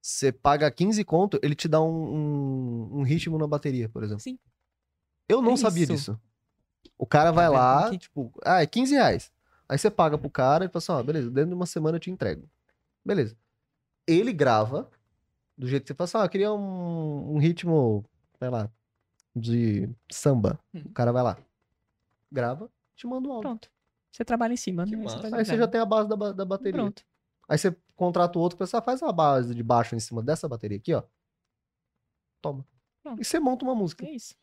S1: Você paga 15 conto, ele te dá um, um- um ritmo na bateria, por exemplo.
S4: Sim.
S1: Eu não
S4: É
S1: sabia
S4: isso. É,
S1: disso. O cara vai
S4: vendo
S1: lá,
S4: aqui?
S1: tipo, ah, é 15 reais. Aí você paga pro cara e fala assim, ó, beleza, dentro de uma semana eu te entrego. Beleza. Ele grava do jeito que você fala assim, ó, eu queria um, um ritmo, sei lá, de samba.
S4: Hum.
S1: O cara vai lá, grava, te manda um áudio.
S4: Pronto. Você trabalha em cima,
S2: Que
S4: né?
S2: massa.
S4: faz
S1: Aí você
S4: design.
S1: já tem a base da, ba- da bateria.
S4: Pronto.
S1: Aí você contrata o outro pessoal, faz uma base de baixo em cima dessa bateria aqui, ó. Toma.
S4: Pronto.
S1: E você monta uma música.
S4: É isso.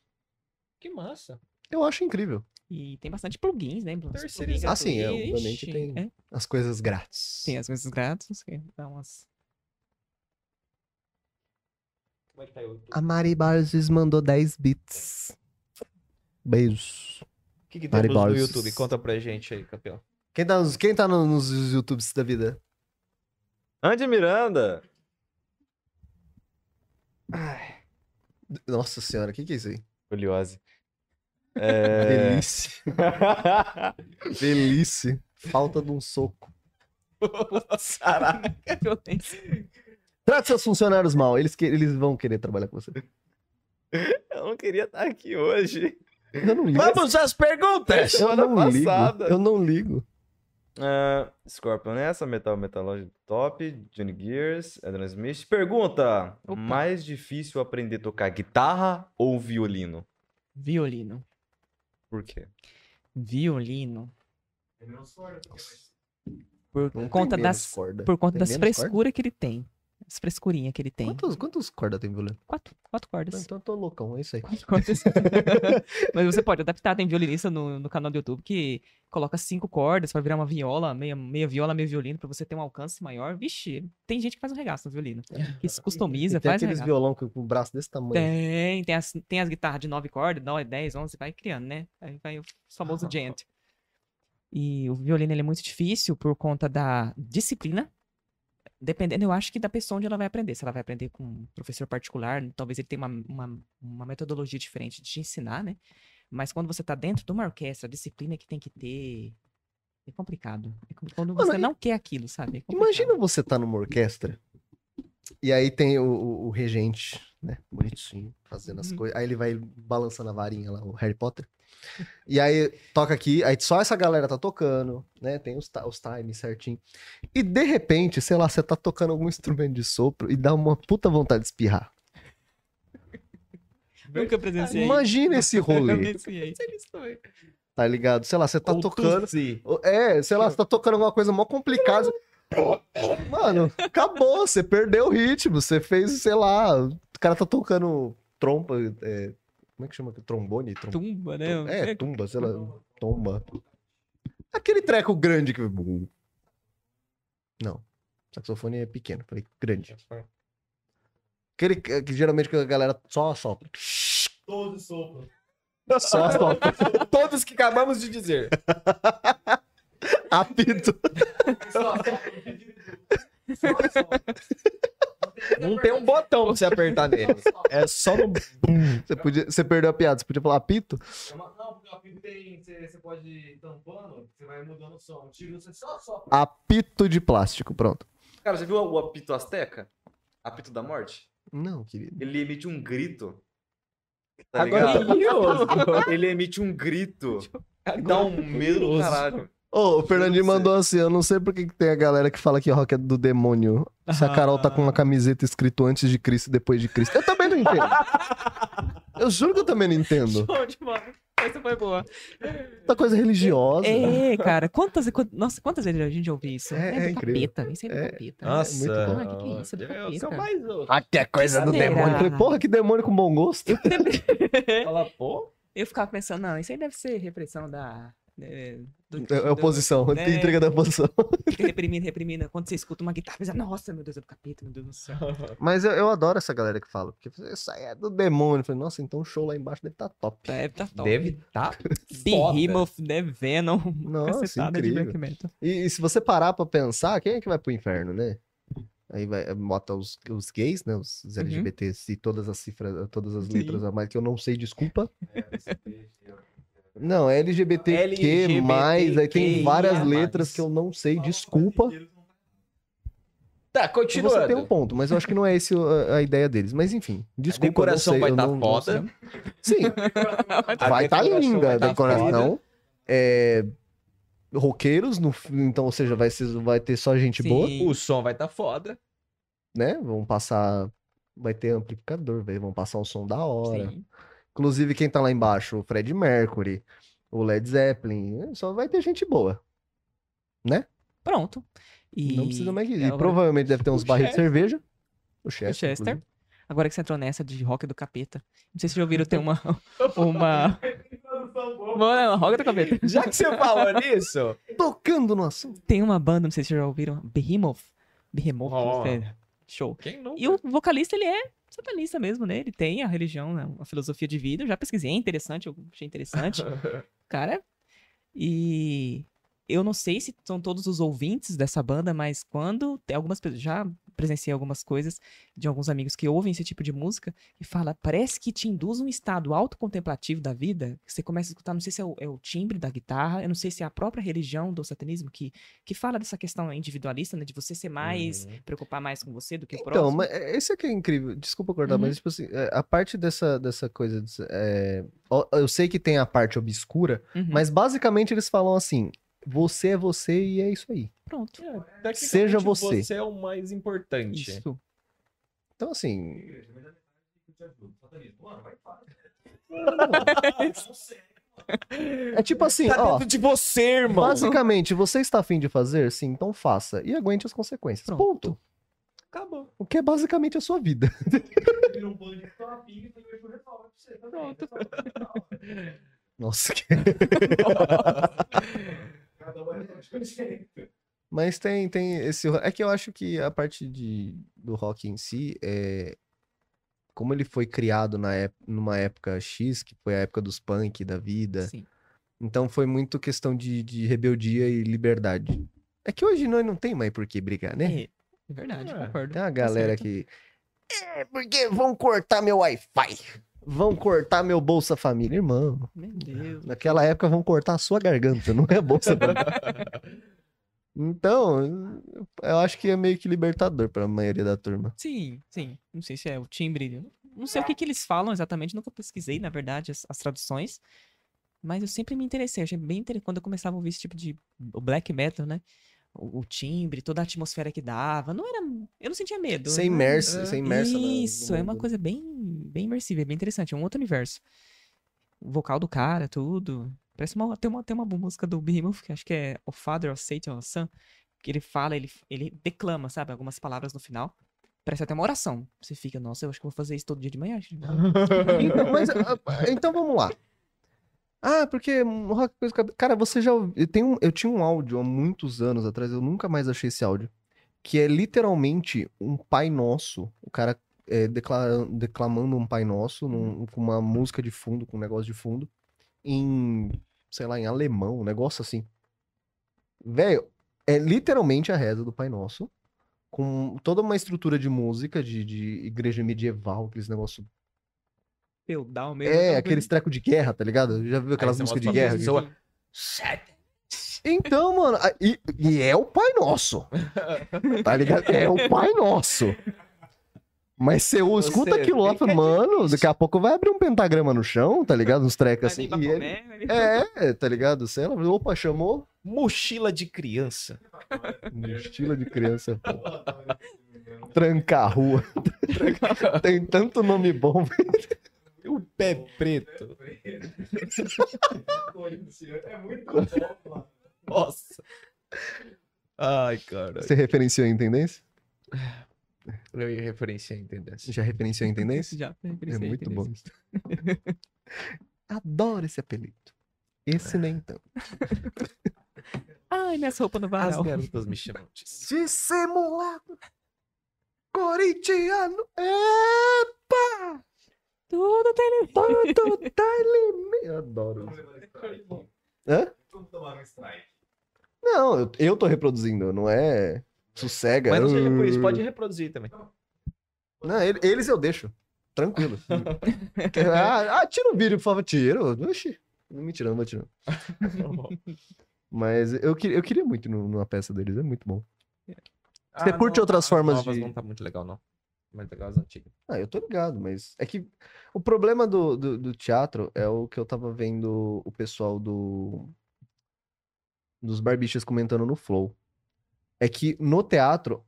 S2: Que massa.
S1: Eu acho incrível.
S4: E tem bastante plugins, né? Uns plugins
S2: Terceiriza-
S1: Ah, sim, é,
S4: gratuitos,
S1: obviamente
S4: ixi,
S1: tem-
S4: é.
S1: As coisas grátis.
S4: Tem as coisas grátis, que dá umas...
S2: Como é que tá aí o YouTube?
S1: A Mari Barges mandou 10 bits. Beijos.
S2: O que, que
S1: Mari
S2: temos no
S1: Borges.
S2: YouTube? Conta pra gente aí, campeão.
S1: Quem tá, nos- quem tá no- nos YouTubes da vida?
S3: Andy Miranda.
S1: Nossa senhora, o que, que é isso aí?
S3: Curiose. É...
S1: Delícia. Delícia. Falta de um soco.
S2: Caraca.
S4: violência.
S1: Trata seus funcionários mal, eles, que- eles vão querer trabalhar com você.
S3: Eu não queria estar aqui hoje.
S1: Eu não ligo.
S2: Vamos às perguntas!
S1: eu
S3: semana
S1: não
S3: passada.
S1: ligo. Eu não ligo.
S3: Ah, Scorpion nessa, Metal Metalógico top, Johnny Gears, Adrian Smith. Pergunta:
S4: Opa.
S3: mais difícil aprender a tocar guitarra ou violino?
S4: Violino.
S3: Por quê?
S4: Violino.
S1: Não
S4: Por
S1: tem
S4: conta
S1: menos
S4: das,
S1: corda.
S4: por conta
S1: Tem
S4: das
S1: menos corda?
S4: frescuras que ele tem. As frescurinhas que ele tem.
S1: Quantos, quantos cordas tem violino?
S4: Quatro, quatro
S1: Não,
S4: cordas.
S1: Então eu tô loucão, é isso aí.
S4: Quatro cordas. Mas você pode adaptar, tem violinista no, no canal do YouTube que coloca cinco cordas pra virar uma viola, meia, meia viola, meio violino, pra você ter um alcance maior. Vixe, tem gente que faz um regaço no violino. Que se customiza,
S1: É, E tem
S4: faz É, um
S1: aqueles
S4: regaço.
S1: violão com com o braço desse tamanho.
S4: Tem, tem as, tem as guitarras de 9 cordas, 9, 10, 11, vai criando, né? Aí vai o famoso gente. E o violino ele é muito difícil por conta da disciplina. Dependendo, eu acho que da pessoa onde ela vai aprender. Se ela vai aprender com um professor particular, talvez ele tenha uma, uma, uma metodologia diferente de te ensinar, né? Mas quando você tá dentro de uma orquestra, a disciplina que tem que ter. É complicado. É compli- Quando
S1: Mano,
S4: você
S1: e-
S4: não quer aquilo, sabe? É complicado.
S1: Imagina você tá numa orquestra e aí tem o, o- o regente, né? Bonitinho, fazendo as
S4: Uhum.
S1: coisas. Aí ele vai balançando a varinha lá, o Harry Potter. E aí toca aqui, aí só essa galera tá tocando, né? Tem os, ti- os times certinho. E de repente, sei lá, você tá tocando algum instrumento de sopro e dá uma puta vontade de espirrar.
S4: Nunca presenciei.
S1: Imagina esse
S4: Nunca
S1: rolê, é
S4: presenciei.
S1: tá ligado? Sei lá, você tá
S2: Ou
S1: tocando.
S2: Tuzi.
S1: É, sei lá, você tá tocando alguma coisa mó complicada. Mano, acabou, você perdeu o ritmo, você fez, sei lá, o cara tá tocando trompa, é, como é que chama? Trombone? Trom...
S4: Tumba, né?
S1: trom- É, tumba, sei lá, tomba. Aquele treco grande que... bum. Não, saxofone é pequeno, falei grande. Aquele é, que, que geralmente que a galera só sopra.
S2: Todos sopram.
S1: Só sopra.
S2: Todos que acabamos de dizer.
S1: Apito.
S2: Não tem um botão pra você apertar nele. É só no.
S1: Você, podia, você perdeu a piada, você podia falar apito?
S6: é Não, porque o apito tem. Você, você pode ir tampando, você vai mudando o som. Tira, um, você só só.
S1: Apito de plástico, pronto.
S3: Cara, já viu o apito azteca? Apito da morte?
S1: Não, querido.
S3: Ele emite um grito. Tá
S2: Agora
S3: ligado? Ele emite um grito. E dá um medo do caralho.
S1: Ô, o Fernandinho
S3: Juro pra
S1: mandou assim, eu não sei por que que tem a galera que fala que rock é do demônio. Se a Carol tá com
S2: Ah.
S1: uma camiseta escrito antes de Cristo e depois de Cristo. Eu também não entendo. Eu juro que eu também não entendo.
S4: Show de bola. Essa foi boa.
S1: Muita coisa religiosa.
S4: É, cara, quantas, quan- nossa, quantas vezes a gente ouviu isso?
S1: É, é
S4: do
S1: incrível.
S4: capeta, isso é do
S1: É,
S4: capeta.
S2: Nossa.
S4: Ah, que que é isso? É do
S2: Eu
S4: capeta.
S2: sou mais outro.
S1: Até Ah, é coisa
S4: do demônio.
S1: Eu falei, porra, que demônio com bom gosto.
S4: Eu, sempre-
S2: Fala, pô.
S4: eu ficava pensando, não, isso aí deve ser repressão da, é, do-
S1: É é oposição,
S4: né?
S1: tem entrega da oposição.
S4: Fica reprimindo, reprimindo. Quando você escuta uma guitarra, pensa, nossa, meu Deus, é do capeta, meu Deus do céu.
S1: Mas eu, eu adoro essa galera que fala, porque isso aí é do demônio. Eu falei, nossa, então o show lá embaixo deve estar top.
S4: Deve tá top.
S2: Deve tá
S4: Behemoth, né? Venom. uma
S1: Nossa,
S4: cacetada
S1: incrível.
S4: de black metal.
S1: E, e se você parar pra pensar, quem é que vai pro inferno, né? Aí vai, bota os, os gays, né? Os, os LGBTs e todas as cifras, todas as letras a mais que eu não sei, desculpa.
S2: É,
S1: Não, é LGBTQ, mais, aí tem várias
S2: LGBTQIA+.
S1: letras que eu não sei, desculpa.
S2: Tá,
S1: Você tem
S2: continuando.
S1: um ponto, mas eu acho que não é essa a, a ideia deles. Mas enfim, desculpa. eu não
S2: decoração
S1: sei,
S2: vai
S1: eu
S2: tá
S1: não- não sei.
S2: foda.
S1: Sim,
S2: A
S1: vai estar
S2: decoração
S1: linda
S2: vai
S1: a
S2: tá
S1: decoração. É, roqueiros, no, f- então, ou seja, vai, ser- vai ter só gente boa,
S4: Sim.
S2: O som vai tá foda.
S1: né? Vão passar. Vai ter amplificador, velho. Vão passar um som da hora.
S4: Sim.
S1: Inclusive, quem tá lá embaixo, o Fred Mercury, o Led Zeppelin, né, só vai ter gente boa.
S4: Pronto. E...
S1: Não precisa mais disso.
S4: ela
S1: E
S4: vai-
S1: provavelmente deve ter uns
S4: O
S1: barris de
S4: Chester.
S1: cerveja. O Chester.
S4: O Chester.
S1: inclusive.
S4: Agora que você entrou nessa de rock do capeta. Não sei se vocês já ouviram, tem uma. Uma. Mano, né? rock do capeta.
S2: Já que você falou nisso,
S1: Tocando no assunto.
S4: Tem uma banda, não sei se vocês já ouviram, Behemoth. Behemoth,
S2: Ó.
S4: é, show.
S2: quem não?
S4: E o vocalista, ele é satanista mesmo, né? Ele tem a religião, né? a filosofia de vida. Eu já pesquisei, é interessante, eu achei interessante. cara. E eu não sei se são todos os ouvintes dessa banda, mas quando tem algumas pessoas, já presenciei algumas coisas de alguns amigos que ouvem esse tipo de música e fala, parece que te induz um estado autocontemplativo da vida, que você começa a escutar, não sei se é o, é o timbre da guitarra, eu não sei se é a própria religião do satanismo que, que fala dessa questão individualista, né, de você ser mais,
S2: Uhum.
S4: preocupar mais com você do que o próximo.
S1: Então, mas é- esse aqui é incrível. Desculpa cortar,
S4: Uhum.
S1: mas tipo assim, é, a parte dessa, dessa coisa. de- é, ó, eu sei que tem a parte obscura,
S4: Uhum,
S1: mas basicamente eles falam assim: você é você e é isso aí.
S4: pronto.
S1: é
S4: É
S2: Tecnicamente,
S1: Seja você.
S2: Você é o mais importante.
S4: Isso.
S1: Então, assim, é tipo assim,
S2: Tá
S1: ó.
S2: dentro de você, irmão.
S1: Basicamente, você está afim de fazer? Sim, então faça. E aguente as consequências.
S4: Pronto.
S1: Ponto.
S2: Acabou.
S1: O que é basicamente a sua vida.
S6: um Pronto.
S1: Nossa, que...
S6: um
S1: Mas tem, tem esse. ro- É que eu acho que a parte de, do rock em si é. Como ele foi criado na ép- numa época X, que foi a época dos punk da vida.
S4: Sim.
S1: Então foi muito questão de, de rebeldia e liberdade. É que hoje nós não tem mais por que brigar, né?
S4: É, é verdade,
S2: É.
S4: concordo.
S1: Tem uma
S4: Tá
S1: galera
S4: certo.
S1: que. É, porque vão cortar meu Wi-Fi. Vão cortar meu Bolsa Família. Irmão,
S4: Meu Deus.
S1: naquela época vão cortar a sua garganta, não é a Bolsa Família. Então, eu acho que é meio que libertador pra maioria da turma.
S4: Sim, sim. Não sei se é o timbre. Não sei o que, que eles falam exatamente, nunca pesquisei, na verdade, as, as traduções. Mas eu sempre me interessei, eu achei bem interessante. Quando eu começava a ouvir esse tipo de o black metal, né? O, o timbre, toda a atmosfera que dava. Não era. Eu não sentia medo.
S1: Você é
S4: não-
S1: imerso, você é imerso na- no
S4: Isso, é uma
S1: mundo. né?
S4: coisa bem, bem imersiva, é bem interessante, é um outro universo. O vocal do cara, tudo. Parece uma, tem, uma, tem uma música do Behemoth, que acho que é O Father of Satan or Son, que ele fala, ele, ele declama, sabe, algumas palavras no final. Parece até uma oração. Você fica, nossa, eu acho que eu vou fazer isso todo dia de manhã. acho que não."
S1: Então, mas, ah, ah, então vamos lá. Ah, porque um rock coisa. com a- Cara, você já. ouvi- Eu, tenho, um- eu tinha um áudio há muitos anos atrás, eu nunca mais achei esse áudio. Que é literalmente um Pai Nosso. O cara é, declara- declamando um Pai Nosso num- com uma música de fundo, com um negócio de fundo. Em. Sei lá, em alemão, um negócio assim. Velho, é literalmente a reza do Pai Nosso. Com toda uma estrutura de música, de, de igreja medieval, aqueles negócios
S4: Feudal mesmo. um
S1: é,
S4: alguma
S1: aqueles
S4: coisa-
S1: treco de guerra, tá ligado? Já viu aquelas
S2: você
S1: músicas de
S2: mostra pra
S1: guerra?
S2: pessoa.
S1: Então, mano, a- e, e é o Pai Nosso. Tá ligado? É o Pai Nosso. Mas você ou escuta
S2: Você
S1: aquilo lá,
S2: fica
S1: fala, mano, daqui a pouco vai abrir um pentagrama no chão, tá ligado? Uns trecos assim.
S4: Vai vir
S1: e
S4: pra
S1: ele-
S4: comer, vai vir-
S1: É, tá ligado? Sei lá, opa, chamou.
S2: Mochila de criança.
S1: Estilo de criança, pô. Tranca a rua. Tem tanto nome bom.
S2: O pé preto.
S6: É muito bom, mano.
S2: Nossa. Ai, cara.
S1: Você referenciou a Intendência?
S2: Eu ia referenciar a tendência.
S1: Já referenciou a Intendência?
S4: Esse já,
S1: É
S4: referenciei,
S1: muito
S4: entendeu?
S1: bom. Adoro esse apelido. Esse nem tanto.
S4: Ai, minhas roupas no
S2: As
S4: varal.
S2: garotas me chamam de
S1: Dissimulado. Corintiano. É,
S4: Tudo tem
S1: tá, Todo time. Eu adoro.
S6: Vamos levar strike.
S1: Hã?
S6: Vamos tomar um strike.
S1: Não, eu, eu tô reproduzindo, não é. Sossega.
S2: Mas não seja por isso,
S1: Uh.
S2: pode reproduzir também.
S1: Não, ele- eles eu deixo. Tranquilo. ah, ah, tira o vídeo, por favor. Tiro. Oxi. Não me tirando, vou tirando. Mas eu, que- eu queria muito ir no- numa peça deles, é muito bom. Você curte outras
S2: as
S1: formas
S2: novas
S1: de-
S2: Ah, não tá muito legal, não. Mais legal as antigas.
S1: Ah, eu tô ligado, mas é que o problema do, do, do teatro é o que eu tava vendo o pessoal do dos barbichas comentando no Flow. É que no teatro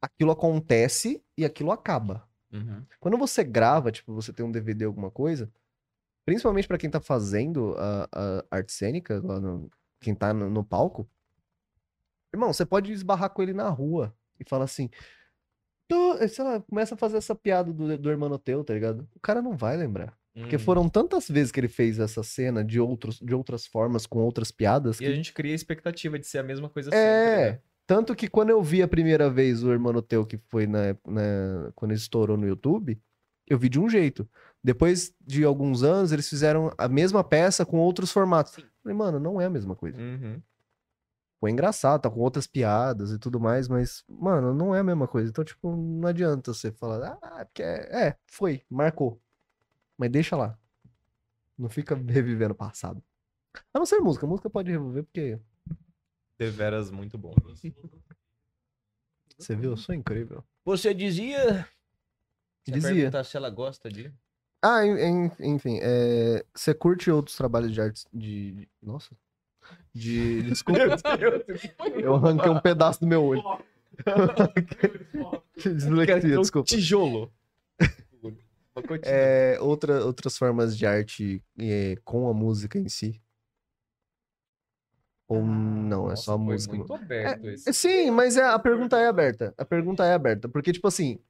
S1: aquilo acontece e aquilo acaba.
S2: Uhum.
S1: Quando você grava, tipo, você tem um DVD, alguma coisa, principalmente pra quem tá fazendo a, a arte cênica, lá no- quem tá no, no palco, irmão, você pode esbarrar com ele na rua e falar assim, "Tô", sei lá, começa a fazer essa piada do, do irmão teu, tá ligado? O cara não vai lembrar. Porque
S2: Hum.
S1: foram tantas vezes que ele fez essa cena de, outros, de outras formas, com outras piadas,
S2: E a
S1: que
S2: gente cria a expectativa de ser a mesma coisa assim, tá
S1: É.
S2: sempre.
S1: Tanto que quando eu vi a primeira vez o Hermano Teu, que foi na, ép- na- quando ele estourou no YouTube, eu vi de um jeito. Depois de alguns anos, eles fizeram a mesma peça com outros formatos. Falei, mano, não é a mesma coisa.
S2: Né? Uhum.
S1: Foi engraçado, tá com outras piadas e tudo mais, mas, mano, não é a mesma coisa. Então, tipo, não adianta você falar, ah, porque é, é, foi, marcou. Mas deixa lá. Não fica revivendo o passado. A não ser música. Música pode reviver, porque
S2: Deveras muito bom.
S1: você viu, eu sou incrível.
S5: Você dizia.
S2: Quer
S1: Dizia.
S2: perguntar se ela gosta de.
S1: Ah, en- en- enfim, é, você curte outros trabalhos de artes de. de- Nossa. De. Desculpa, eu arranquei um pedaço do meu olho. Dislexia, desculpa.
S2: Então, Tijolo.
S1: É, outra, outras formas de arte é, com a música em si. Ou não, é só a música.
S2: Ah, Muito aberto esse.
S1: É, Sim, mas é- a pergunta é aberta. A pergunta é aberta. Porque, tipo assim,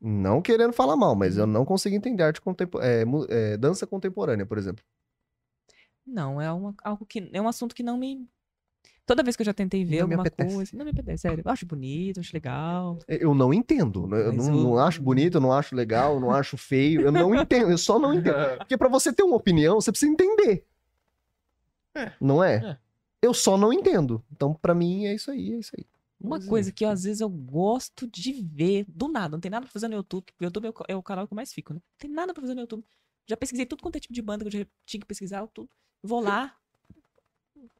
S1: não querendo falar mal, mas
S2: Uhum.
S1: eu não consigo entender arte contempo- é, mu- é, dança contemporânea, por exemplo.
S4: Não, é uma, algo que é um assunto que não me Toda vez que eu já tentei ver
S1: Não me
S4: alguma
S1: apetece.
S4: coisa, não me apetece, sério. Eu acho bonito, acho legal.
S1: É, Eu não entendo. né? Eu
S4: Mas
S1: não,
S4: o-
S1: não acho bonito, eu não acho legal, eu não acho feio. Eu não entendo, eu só não entendo. Porque pra você ter uma opinião, você precisa entender. Não é?
S2: É.
S1: Eu só não entendo. Então, pra mim, é isso aí, é isso aí.
S4: Uma
S1: Mas,
S4: coisa
S1: enfim.
S4: que eu, às vezes eu gosto de ver, do nada, não tem nada pra fazer no YouTube. porque O YouTube é o ca- é o canal que eu mais fico, né? Não tem nada pra fazer no YouTube. Já pesquisei tudo quanto é tipo de banda que eu já tinha que pesquisar, tudo. Vou lá.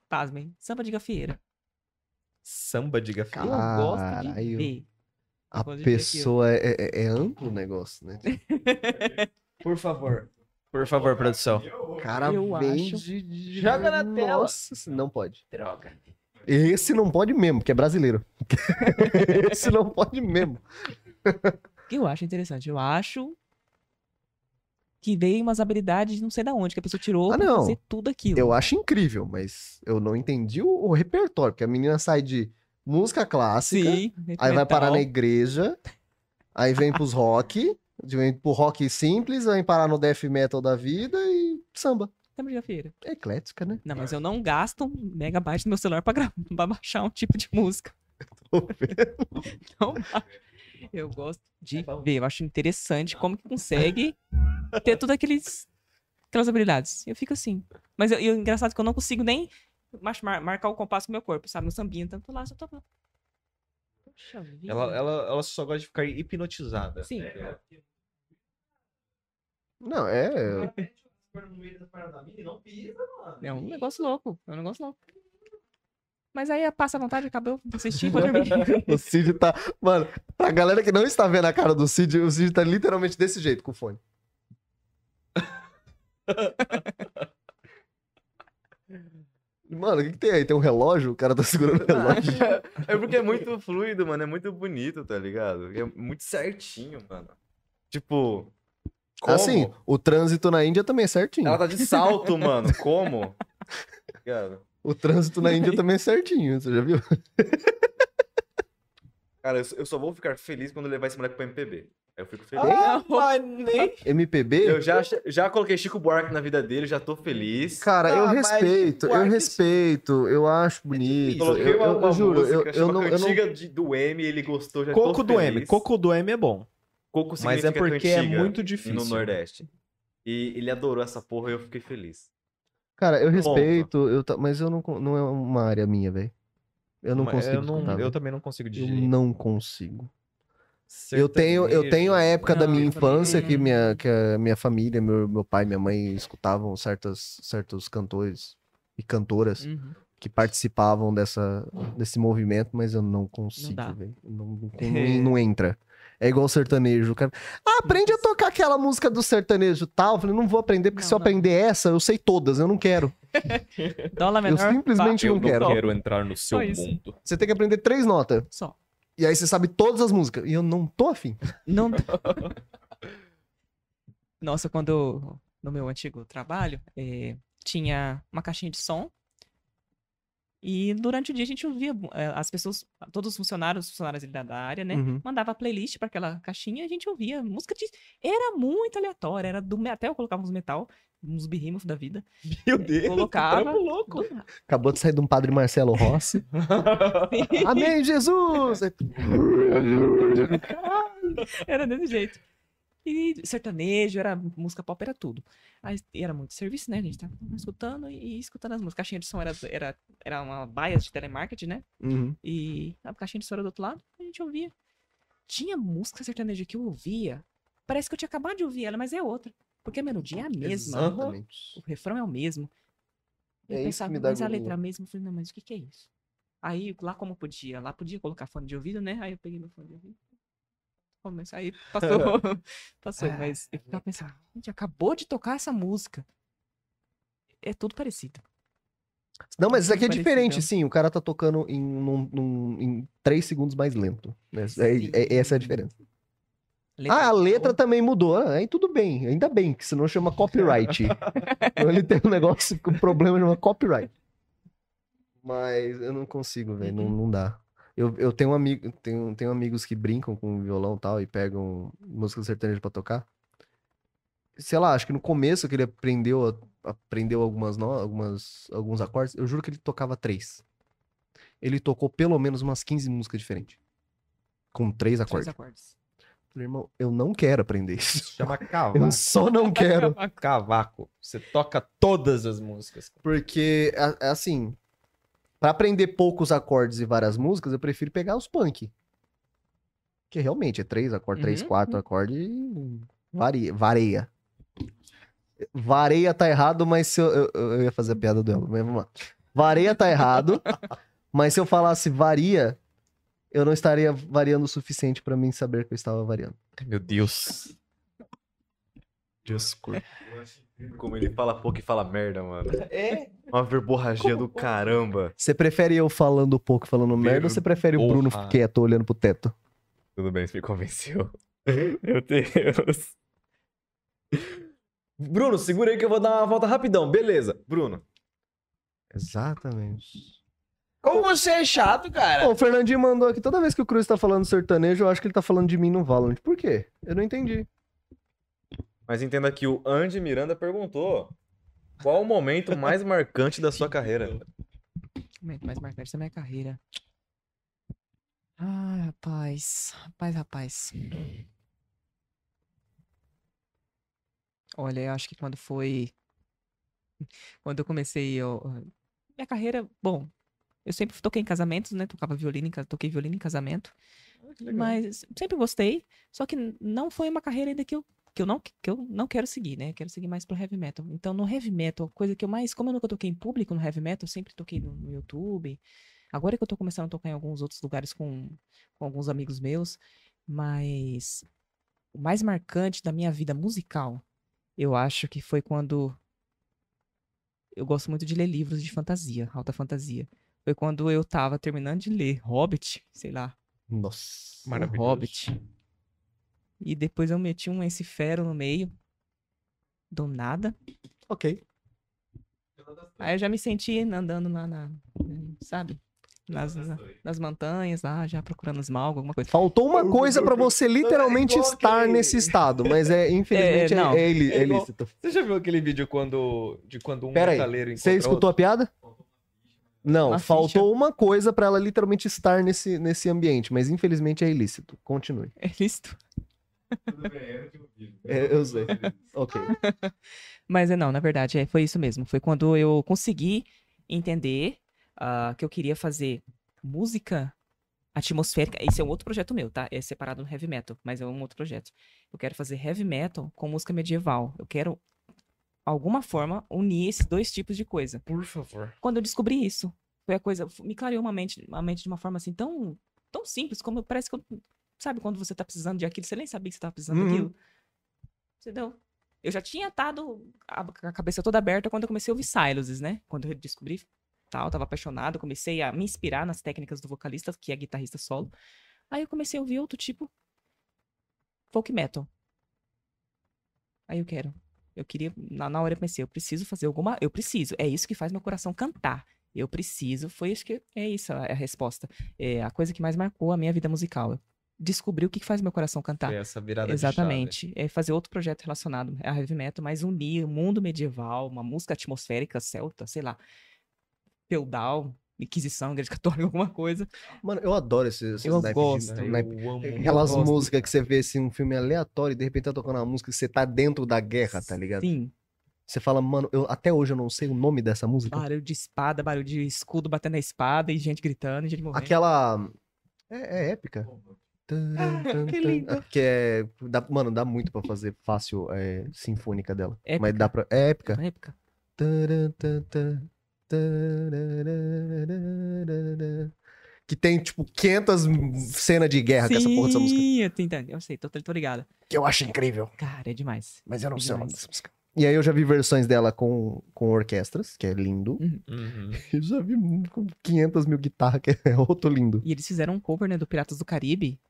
S4: Pasmem. Samba de gafieira.
S2: Samba de
S4: Eu
S2: gafieira.
S4: gosto de
S1: Caralho.
S4: ver.
S1: A
S4: gosto de ver
S1: pessoa é, é- é amplo o negócio, né?
S2: Por favor. Por favor, produção.
S1: O cara
S4: Eu
S1: vem
S4: acho.
S1: de, de-
S5: Joga na tela.
S1: Nossa, esse não pode.
S5: Droga.
S1: Esse não pode mesmo, porque é brasileiro. esse não pode mesmo.
S4: Eu acho interessante. Eu acho que veio umas habilidades de não sei da onde, que a pessoa tirou
S1: Ah,
S4: pra
S1: não.
S4: fazer tudo aquilo.
S1: Eu acho incrível, mas eu não entendi o, o repertório, porque a menina sai de música clássica,
S4: Sim.
S1: aí vai parar na
S4: metal.
S1: igreja, aí vem pros rock, vem pro rock simples, vem parar no death metal da vida e samba.
S4: Samba de gafieira.
S1: É eclética, né?
S4: Não, mas eu não gasto um megabyte no meu celular pra, gra- pra baixar um tipo de música.
S1: Tô
S4: Não baixo. eu gosto de ver, eu acho interessante como que consegue ter todas aqueles, aquelas habilidades. Eu fico assim. Mas eu, eu, engraçado é que eu não consigo nem mach- mar- marcar o compasso com o meu corpo, sabe? No sambinha, então eu tô lá, só tô lá. Poxa vida.
S2: Ela, ela, ela só gosta de ficar hipnotizada. É.
S4: Sim.
S1: Não, é.
S6: Repete o corno no meio da perna da mina e não pisa, mano.
S4: É um negócio louco, é um negócio louco. Mas aí passa a vontade, acabou assistindo pra dormir.
S1: O Cid tá. Mano, pra galera que não está vendo a cara do Cid, o Cid tá literalmente desse jeito com o fone. Mano, o que, que tem aí? Tem um relógio? O cara tá segurando o relógio.
S3: É porque é muito fluido, mano. É muito bonito, tá ligado? É muito certinho, mano. Tipo. Como?
S1: Assim, o trânsito na Índia também é certinho.
S3: Ela tá de salto, mano. Como? Tá Cara,
S1: O trânsito na Índia também é certinho, você já viu?
S3: cara eu, eu só vou ficar feliz quando levar esse moleque pro MPB. Aí eu fico feliz.
S4: é
S2: Ah, mas nem...
S1: MPB?
S3: Eu já, já coloquei Chico Buarque na vida dele, já tô feliz.
S1: Cara, eu
S2: Ah, mas
S1: respeito,
S2: o
S1: eu
S2: Arctic-
S1: respeito, eu acho bonito. Eu,
S3: Coloquei uma,
S1: eu- eu
S3: uma
S1: juro, eu,
S3: música,
S1: eu
S3: chama
S1: não. Eu não...
S3: Cantiga de- do M, ele gostou, já
S2: Coco
S3: tô
S2: do
S3: feliz.
S2: M. Coco do M é bom.
S3: Coco
S2: Mas
S3: significa
S2: é porque é
S3: cantiga
S2: muito difícil.
S3: no Nordeste. E ele adorou essa porra e eu fiquei feliz.
S1: Cara, eu respeito, eu ta- mas eu não, con- não é uma área minha, velho. Eu não
S2: Mas
S1: consigo.
S2: eu, não-
S1: escutar,
S2: eu
S1: velho.
S2: também não consigo
S1: Eu
S2: digerir.
S1: não consigo. Eu tenho, eu tenho a época da
S4: Não,
S1: minha
S4: eu também
S1: infância que
S4: não.
S1: minha, que a minha família, meu, meu pai, minha mãe escutavam certas, certos cantores e cantoras
S4: Uhum.
S1: que participavam dessa, desse movimento, mas eu não consigo,
S4: dá.
S1: velho. Não, não- não- não entra. É igual sertanejo. o cara, Ah, aprende a tocar aquela música do sertanejo tal. Eu falei, não vou aprender, porque
S4: Não,
S1: se eu
S4: não.
S1: aprender essa, eu sei todas, eu não quero.
S4: Dó, lá
S1: Eu
S4: menor,
S1: simplesmente
S2: Tá.
S1: não quero.
S2: entrar no
S4: Só isso.
S2: mundo.
S1: Você tem que aprender três notas.
S4: Fá. Só.
S1: E aí você sabe todas as músicas. E eu não tô afim.
S4: Não. Nossa, quando eu- no meu antigo trabalho eh, tinha uma caixinha de som e durante o dia a gente ouvia eh, as pessoas, todos os funcionários, os funcionários ali da, da área, né?
S1: Uhum.
S4: Mandava playlist pra aquela caixinha e a gente ouvia música de. Era muito aleatória, era do metal, até eu colocava uns metal, uns behemoth da vida.
S2: Meu Deus.
S4: Colocava.
S2: trampo louco.
S4: do nada.
S1: Acabou de sair de um padre Marcelo Rossi. Amém, Jesus! Aí-
S4: Era desse jeito. E sertanejo, era música pop, era tudo. Aí, e era muito serviço, né? A gente tava escutando e, e escutando as músicas. Caixinha de som era, era, era uma baia de telemarketing, né?
S1: Uhum.
S4: E a caixinha de som era do outro lado, a gente ouvia. Tinha música sertaneja que eu ouvia. Parece que eu tinha acabado de ouvir ela, mas é outra. Porque a melodia é a mesma.
S1: Exatamente.
S4: O refrão é o mesmo. Eu
S1: É isso que
S4: pensava,
S1: me dá
S4: mas a
S1: agonia.
S4: letra mesmo, eu falei, não, mas o que que é isso? Aí, lá como podia, lá podia colocar fone de ouvido, né? Aí eu peguei meu fone de ouvido. Comecei, aí passou, passou,
S1: Ah,
S4: mas
S1: é
S4: eu ficava pensando, gente, acabou de tocar essa música. É tudo parecido.
S1: Não, mas isso aqui é
S4: Parecido.
S1: diferente, sim. O cara tá tocando em, num- num- em três segundos mais lento. né? É- é- essa é a diferença. Ah, a letra também mudou. Ah, Aí tudo bem, ainda bem, que senão chama copyright. então ele tem um negócio com problema chama copyright. Mas eu não consigo, velho. Não, não dá. Eu, eu tenho, um amigo, tenho, tenho amigos que brincam com violão e tal e pegam música sertaneja pra tocar. Sei lá, acho que no começo que ele aprendeu, a- aprendeu algumas, no- algumas, alguns acordes, eu juro que ele tocava três. Ele tocou pelo menos umas 15 músicas diferentes. Com três acordes.
S4: Três acordes.
S1: Falei, irmão, eu não quero aprender isso.
S2: Chama cavaco.
S1: Eu só não quero.
S2: Cavaco. Você toca todas as músicas.
S1: Porque, a- é assim, pra aprender poucos acordes e várias músicas, eu prefiro pegar os punk. Que realmente é três acordes, três,
S4: Uhum.
S1: quatro acordes e varia. Vareia. Vareia tá errado, mas se eu, eu, eu ia fazer a piada do Elba, mas vamos lá. Vareia tá errado, mas se eu falasse varia, eu não estaria variando o suficiente pra mim saber que eu estava variando.
S2: Ai, Meu Deus. Desculpa.
S3: Como ele fala pouco e fala merda, mano.
S2: É?
S3: Uma verborragia do caramba.
S1: Você prefere eu falando um pouco, e falando merda, ou você prefere o Bruno
S2: Porra.
S1: quieto olhando pro teto?
S3: Tudo bem, você me convenceu. Meu Deus. Bruno, segura aí que eu vou dar uma volta rapidão. Beleza. Bruno.
S1: Exatamente.
S5: Como você é chato, cara.
S1: Bom, o Fernandinho mandou aqui, toda vez que o Cruz tá falando sertanejo, eu acho que ele tá falando de mim no Valorant. Por quê? Eu não entendi.
S3: Mas entenda que o Andy Miranda perguntou qual o momento mais marcante da sua carreira.
S4: Momento mais marcante da é minha carreira. Ai, rapaz. Rapaz, rapaz. Olha, eu acho que quando foi. Quando eu comecei. Eu... Minha carreira, bom. Eu sempre toquei em casamentos, né? Tocava violino, em ca- toquei violino em casamento. Mas sempre gostei. Só que n- não foi uma carreira ainda que eu, que eu, não, que eu não quero seguir, né? Quero seguir mais pro heavy metal. Então, no heavy metal, a coisa que eu mais. Como eu nunca toquei em público no heavy metal, eu sempre toquei no, no YouTube. Agora que eu tô começando a tocar em alguns outros lugares com, com alguns amigos meus. Mas o mais marcante da minha vida musical, eu acho que foi quando. Eu gosto muito de ler livros de fantasia, alta fantasia. Foi quando eu tava terminando de ler Hobbit, sei lá,
S1: Nossa.
S4: o Um Hobbit. E depois eu meti um esse fero no meio. Do nada.
S1: Ok.
S4: Aí eu já me senti andando lá na. Sabe? nas, na- nas montanhas lá, já procurando os malgos, alguma coisa.
S1: Faltou uma coisa pra você literalmente
S3: igual
S1: estar
S3: aquele-
S1: nesse estado, mas é infelizmente
S4: É, não.
S1: é, é, ili-
S2: É
S1: é
S2: igual-
S1: ilícito.
S2: Você já viu aquele vídeo quando, de quando um
S1: Pera aí,
S2: metaleiro
S1: Você escutou a piada? Não,
S4: Uma
S1: faltou
S4: ficha.
S1: uma coisa pra ela literalmente estar nesse, nesse ambiente, mas infelizmente é ilícito. Continue.
S4: É listo.
S6: Tudo bem, eu não tinha ouvido.
S1: É, eu sei. Ok.
S4: Mas é não, na verdade, é, foi isso mesmo. Foi quando eu consegui entender ah, que eu queria fazer música atmosférica. Esse é um outro projeto meu, tá? É separado no heavy metal, mas é um outro projeto. Eu quero fazer heavy metal com música medieval. Eu quero, alguma forma, unir esses dois tipos de coisa.
S2: Por favor.
S4: quando eu descobri isso, foi a coisa, me clareou uma mente, uma mente de uma forma assim tão, tão simples, como parece que eu, sabe quando você tá precisando de aquilo, você nem sabia que você tava precisando
S1: Uhum.
S4: daquilo. Entendeu? Eu já tinha estado a, a cabeça toda aberta quando eu comecei a ouvir Silences, né? Quando eu descobri tal, tava apaixonado, comecei a me inspirar nas técnicas do vocalista, que é guitarrista solo. Aí eu comecei a ouvir outro tipo folk metal. Aí eu quero. Eu queria, na, na hora eu pensei, eu preciso fazer alguma, eu preciso, é isso que faz meu coração cantar. Eu preciso, foi isso que é isso a, a resposta. É a coisa que mais marcou a minha vida musical. Eu descobri o que que faz meu coração cantar.
S2: Foi essa virada de chave.
S4: Tá. Exatamente. É fazer outro projeto relacionado a heavy metal, mas unir o mundo medieval, uma música atmosférica celta, sei lá, feudal, inquisição, igreja católica, alguma coisa.
S1: Mano, eu adoro esses, esses
S4: Eu
S1: naipes de-
S4: gosto.
S2: Cara, eu
S1: naipe-
S2: amo.
S1: Aquelas
S4: Eu gosto.
S1: músicas que você vê assim, um filme aleatório, e de repente tá tocando uma música e você tá dentro da guerra, tá ligado?
S4: Sim,
S1: Você fala, mano, eu, até hoje eu não sei o nome dessa música.
S4: barulho de espada, barulho de escudo batendo a espada e gente gritando e gente morrendo.
S1: Aquela. É, é épica. Tan, tan,
S4: Ah, que
S1: tan.
S4: lindo.
S1: Que é. dá- mano, dá muito pra fazer fácil é, sinfônica dela. Mas
S4: Épica.
S1: dá pra. É épica.
S4: Na época.
S1: Tarã, tan, tan, tarararararara. Que tem, tipo, 500 cenas de guerra com essa porra dessa música.
S4: Sim, eu tô entendendo. Eu sei, tô, tô, tô ligada.
S1: Que eu acho incrível.
S4: Cara, é demais.
S1: Mas eu não
S4: É
S1: sei o nome
S4: demais.
S1: dessa música. E aí eu já vi versões dela com, com orquestras, que é lindo.
S2: Uhum.
S1: Eu já vi com 500 mil guitarras, que é outro lindo.
S4: E eles fizeram um cover, né, do Piratas do Caribe,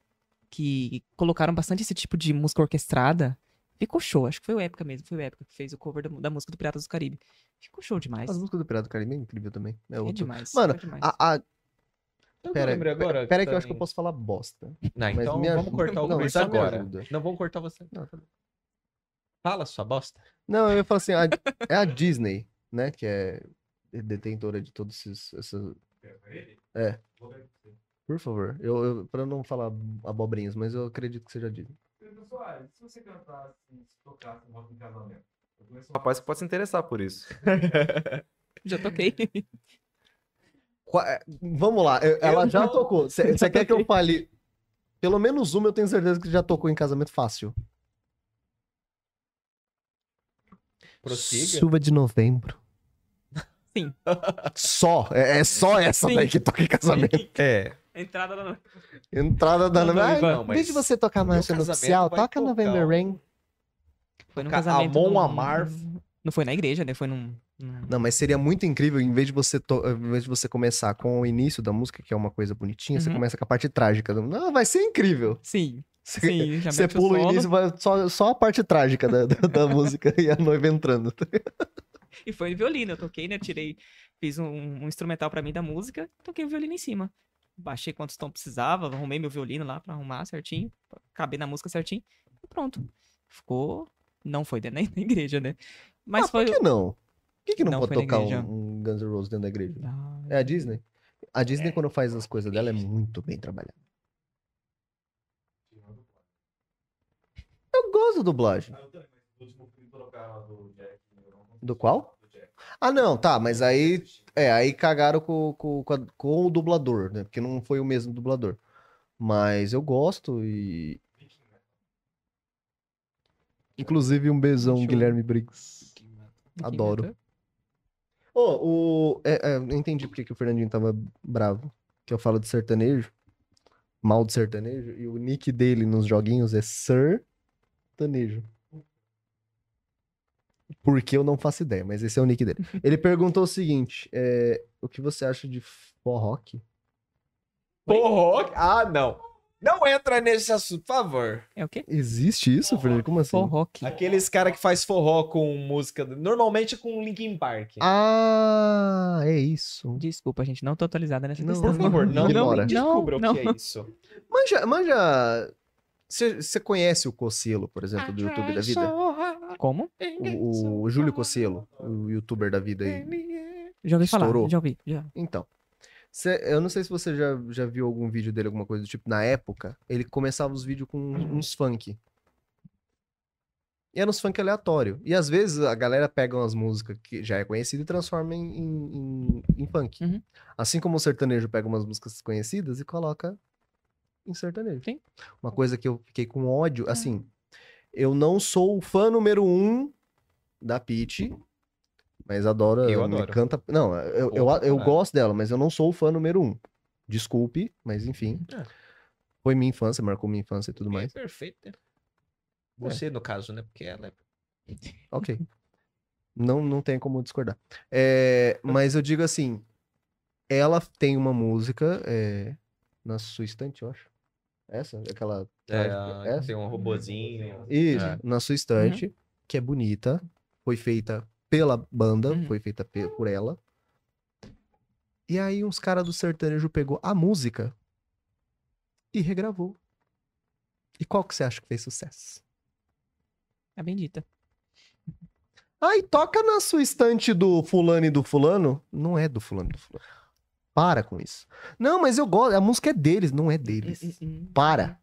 S4: que colocaram bastante esse tipo de música orquestrada. Ficou show, acho que foi o Época mesmo, foi o Época que fez o cover da, da música do Piratas do Caribe. Ficou show demais.
S1: As músicas do Pirata do Caribe é incrível também. É
S4: É
S1: outro.
S4: demais.
S1: Mano,
S4: foi demais.
S1: A, a-
S2: Eu
S1: Pera,
S2: lembrei agora
S1: pera aí que eu acho que eu
S2: também-
S1: posso falar bosta.
S2: Não,
S1: mas
S2: então
S1: me
S2: vamos
S1: ajuda.
S2: cortar o
S1: Não,
S2: começo
S1: só me
S2: agora.
S1: ajuda.
S2: Não, vamos cortar você.
S1: Não,
S2: Fala, sua bosta.
S1: Não, eu ia falar assim, a- é a Disney, né? Que é detentora de todos esses. essas- É. Por favor, eu, eu, pra eu não falar abobrinhas, mas eu acredito que seja Disney.
S6: Pedro Soares, se você cantasse, se tocasse um rock em casamento, eu conheço um
S3: Rapaz, pode se interessar por isso.
S4: Já toquei.
S1: Qua- é, Vamos lá, eu- ela já tocou. Você quer que eu fale? Pelo menos uma eu tenho certeza que já tocou em casamento fácil.
S2: Prossiga.
S1: Chuva de novembro.
S4: Sim.
S1: Só, é, é só essa
S4: Sim.
S1: daí que toca em casamento.
S2: É.
S4: Entrada da
S1: Entrada da
S4: Não, não,
S1: novembro.
S4: Ivan,
S1: Ah,
S2: mas
S1: Deixa você tocar mais
S2: meu
S1: no
S2: casamento
S1: oficial,
S2: vai
S1: toca
S2: tocar
S1: November
S2: um-
S1: Rain.
S4: Foi num
S2: Ca-
S4: casamento.
S2: Amon
S4: num-
S2: Amarth.
S4: Não foi na igreja, né? Foi num. num-
S1: Não, mas seria muito incrível, em vez de você, to- em vez de você começar com o início da música, que é uma coisa bonitinha, você
S4: Uhum.
S1: começa com a parte trágica. do- Não, vai ser incrível.
S4: Sim,
S1: Você,
S4: sim. Já
S1: você
S4: mete
S1: pula
S4: solo,
S1: o início, vai só, só a parte trágica da, da- da música e a noiva entrando.
S4: E foi violino. Eu toquei, né? Tirei, fiz um, um instrumental pra mim da música, toquei o violino em cima. Baixei quantos tons precisava, arrumei meu violino lá pra arrumar certinho, pra caber na música certinho, e pronto. Ficou. Não foi dentro da igreja, né? Mas
S1: Ah,
S4: foi.
S1: Por que não? Por que, que não,
S4: Não
S1: pode
S4: foi na
S1: tocar
S4: igreja.
S1: um, um Guns N' Roses dentro da igreja?
S4: Ah,
S1: É a Disney? A Disney, quando faz as coisas dela, é muito bem trabalhada. Eu gosto da
S6: Ah,
S1: dublagem.
S6: do último que tocaram lá do Jack. eu não-
S1: Do qual?
S6: Do Jack.
S1: Ah, não, tá, mas aí. É, aí cagaram com, com, com a- com o dublador, né? Porque não foi o mesmo dublador. Mas eu gosto e.
S6: né?
S1: Inclusive, um beijão,
S4: Show.
S1: Guilherme Briggs.
S4: quem
S1: Adoro.
S4: inventou?
S1: Ô, o. É, é, eu entendi porque que o Fernandinho tava bravo. Que eu falo de sertanejo. Mal de sertanejo. E o nick dele nos joguinhos é Sertanejo. Porque eu não faço ideia, mas esse é o nick dele. Ele perguntou o seguinte: é, o que você acha de forró rock?
S2: Porra! Ah, não. Não entra nesse assunto, por favor.
S4: É o quê?
S1: Existe isso, Fernando? Como assim?
S4: Forró que-
S2: Aqueles cara que faz forró com música, normalmente com Linkin Park.
S1: Ah, é isso.
S4: Desculpa, gente, não tô atualizada nessa
S1: Não,
S4: questão.
S2: por favor, não,
S1: Vambora. Não,
S2: não me descubra
S4: não.
S2: o que é isso.
S1: Manja, manja. Você conhece o Cocelo, por exemplo, do YouTube da vida?
S4: Como?
S1: O, o Júlio Cocelo, o youtuber da vida aí.
S4: Já ouvi falar,
S1: Estourou.
S4: já ouvi. Já.
S1: Então. cê- eu não sei se você já, já viu algum vídeo dele, alguma coisa do tipo. Na época, ele começava os vídeos com uns funk. E era uns funk aleatório. E às vezes a galera pega umas músicas que já é conhecida e transforma em, em, em- em funk.
S4: Uhum.
S1: Assim como o sertanejo pega umas músicas conhecidas e coloca em sertanejo.
S4: Sim.
S1: Uma coisa que eu fiquei com ódio, assim, eu não sou o fã número um da Pitty, mas adoro,
S2: Eu
S1: me
S2: adoro.
S1: canta. Não, eu, eu,
S2: Boa
S1: eu,
S2: pra caralho.
S1: gosto dela, mas eu não sou o fã número um. Desculpe, mas enfim.
S2: É.
S1: Foi minha infância, marcou minha infância e tudo mais.
S2: perfeito, né? Você, no caso, né? Porque ela é.
S1: Ok. Não, não tem como discordar. É, mas eu digo assim, ela tem uma música é, na sua estante, eu acho. Essa, aquela.
S2: é,
S1: essa?
S2: Tem um robozinho.
S1: Isso,
S2: É.
S1: na sua estante, que é bonita, foi feita pela banda,
S4: Uhum.
S1: foi feita pe- por ela. E aí uns caras do sertanejo pegou a música e regravou. E qual que você acha que fez sucesso?
S4: A É bendita.
S1: Ai, toca na sua estante do fulano e do fulano. Não é do fulano e do fulano. Para com isso. Não, mas eu gosto. A música é deles, não é deles. Para.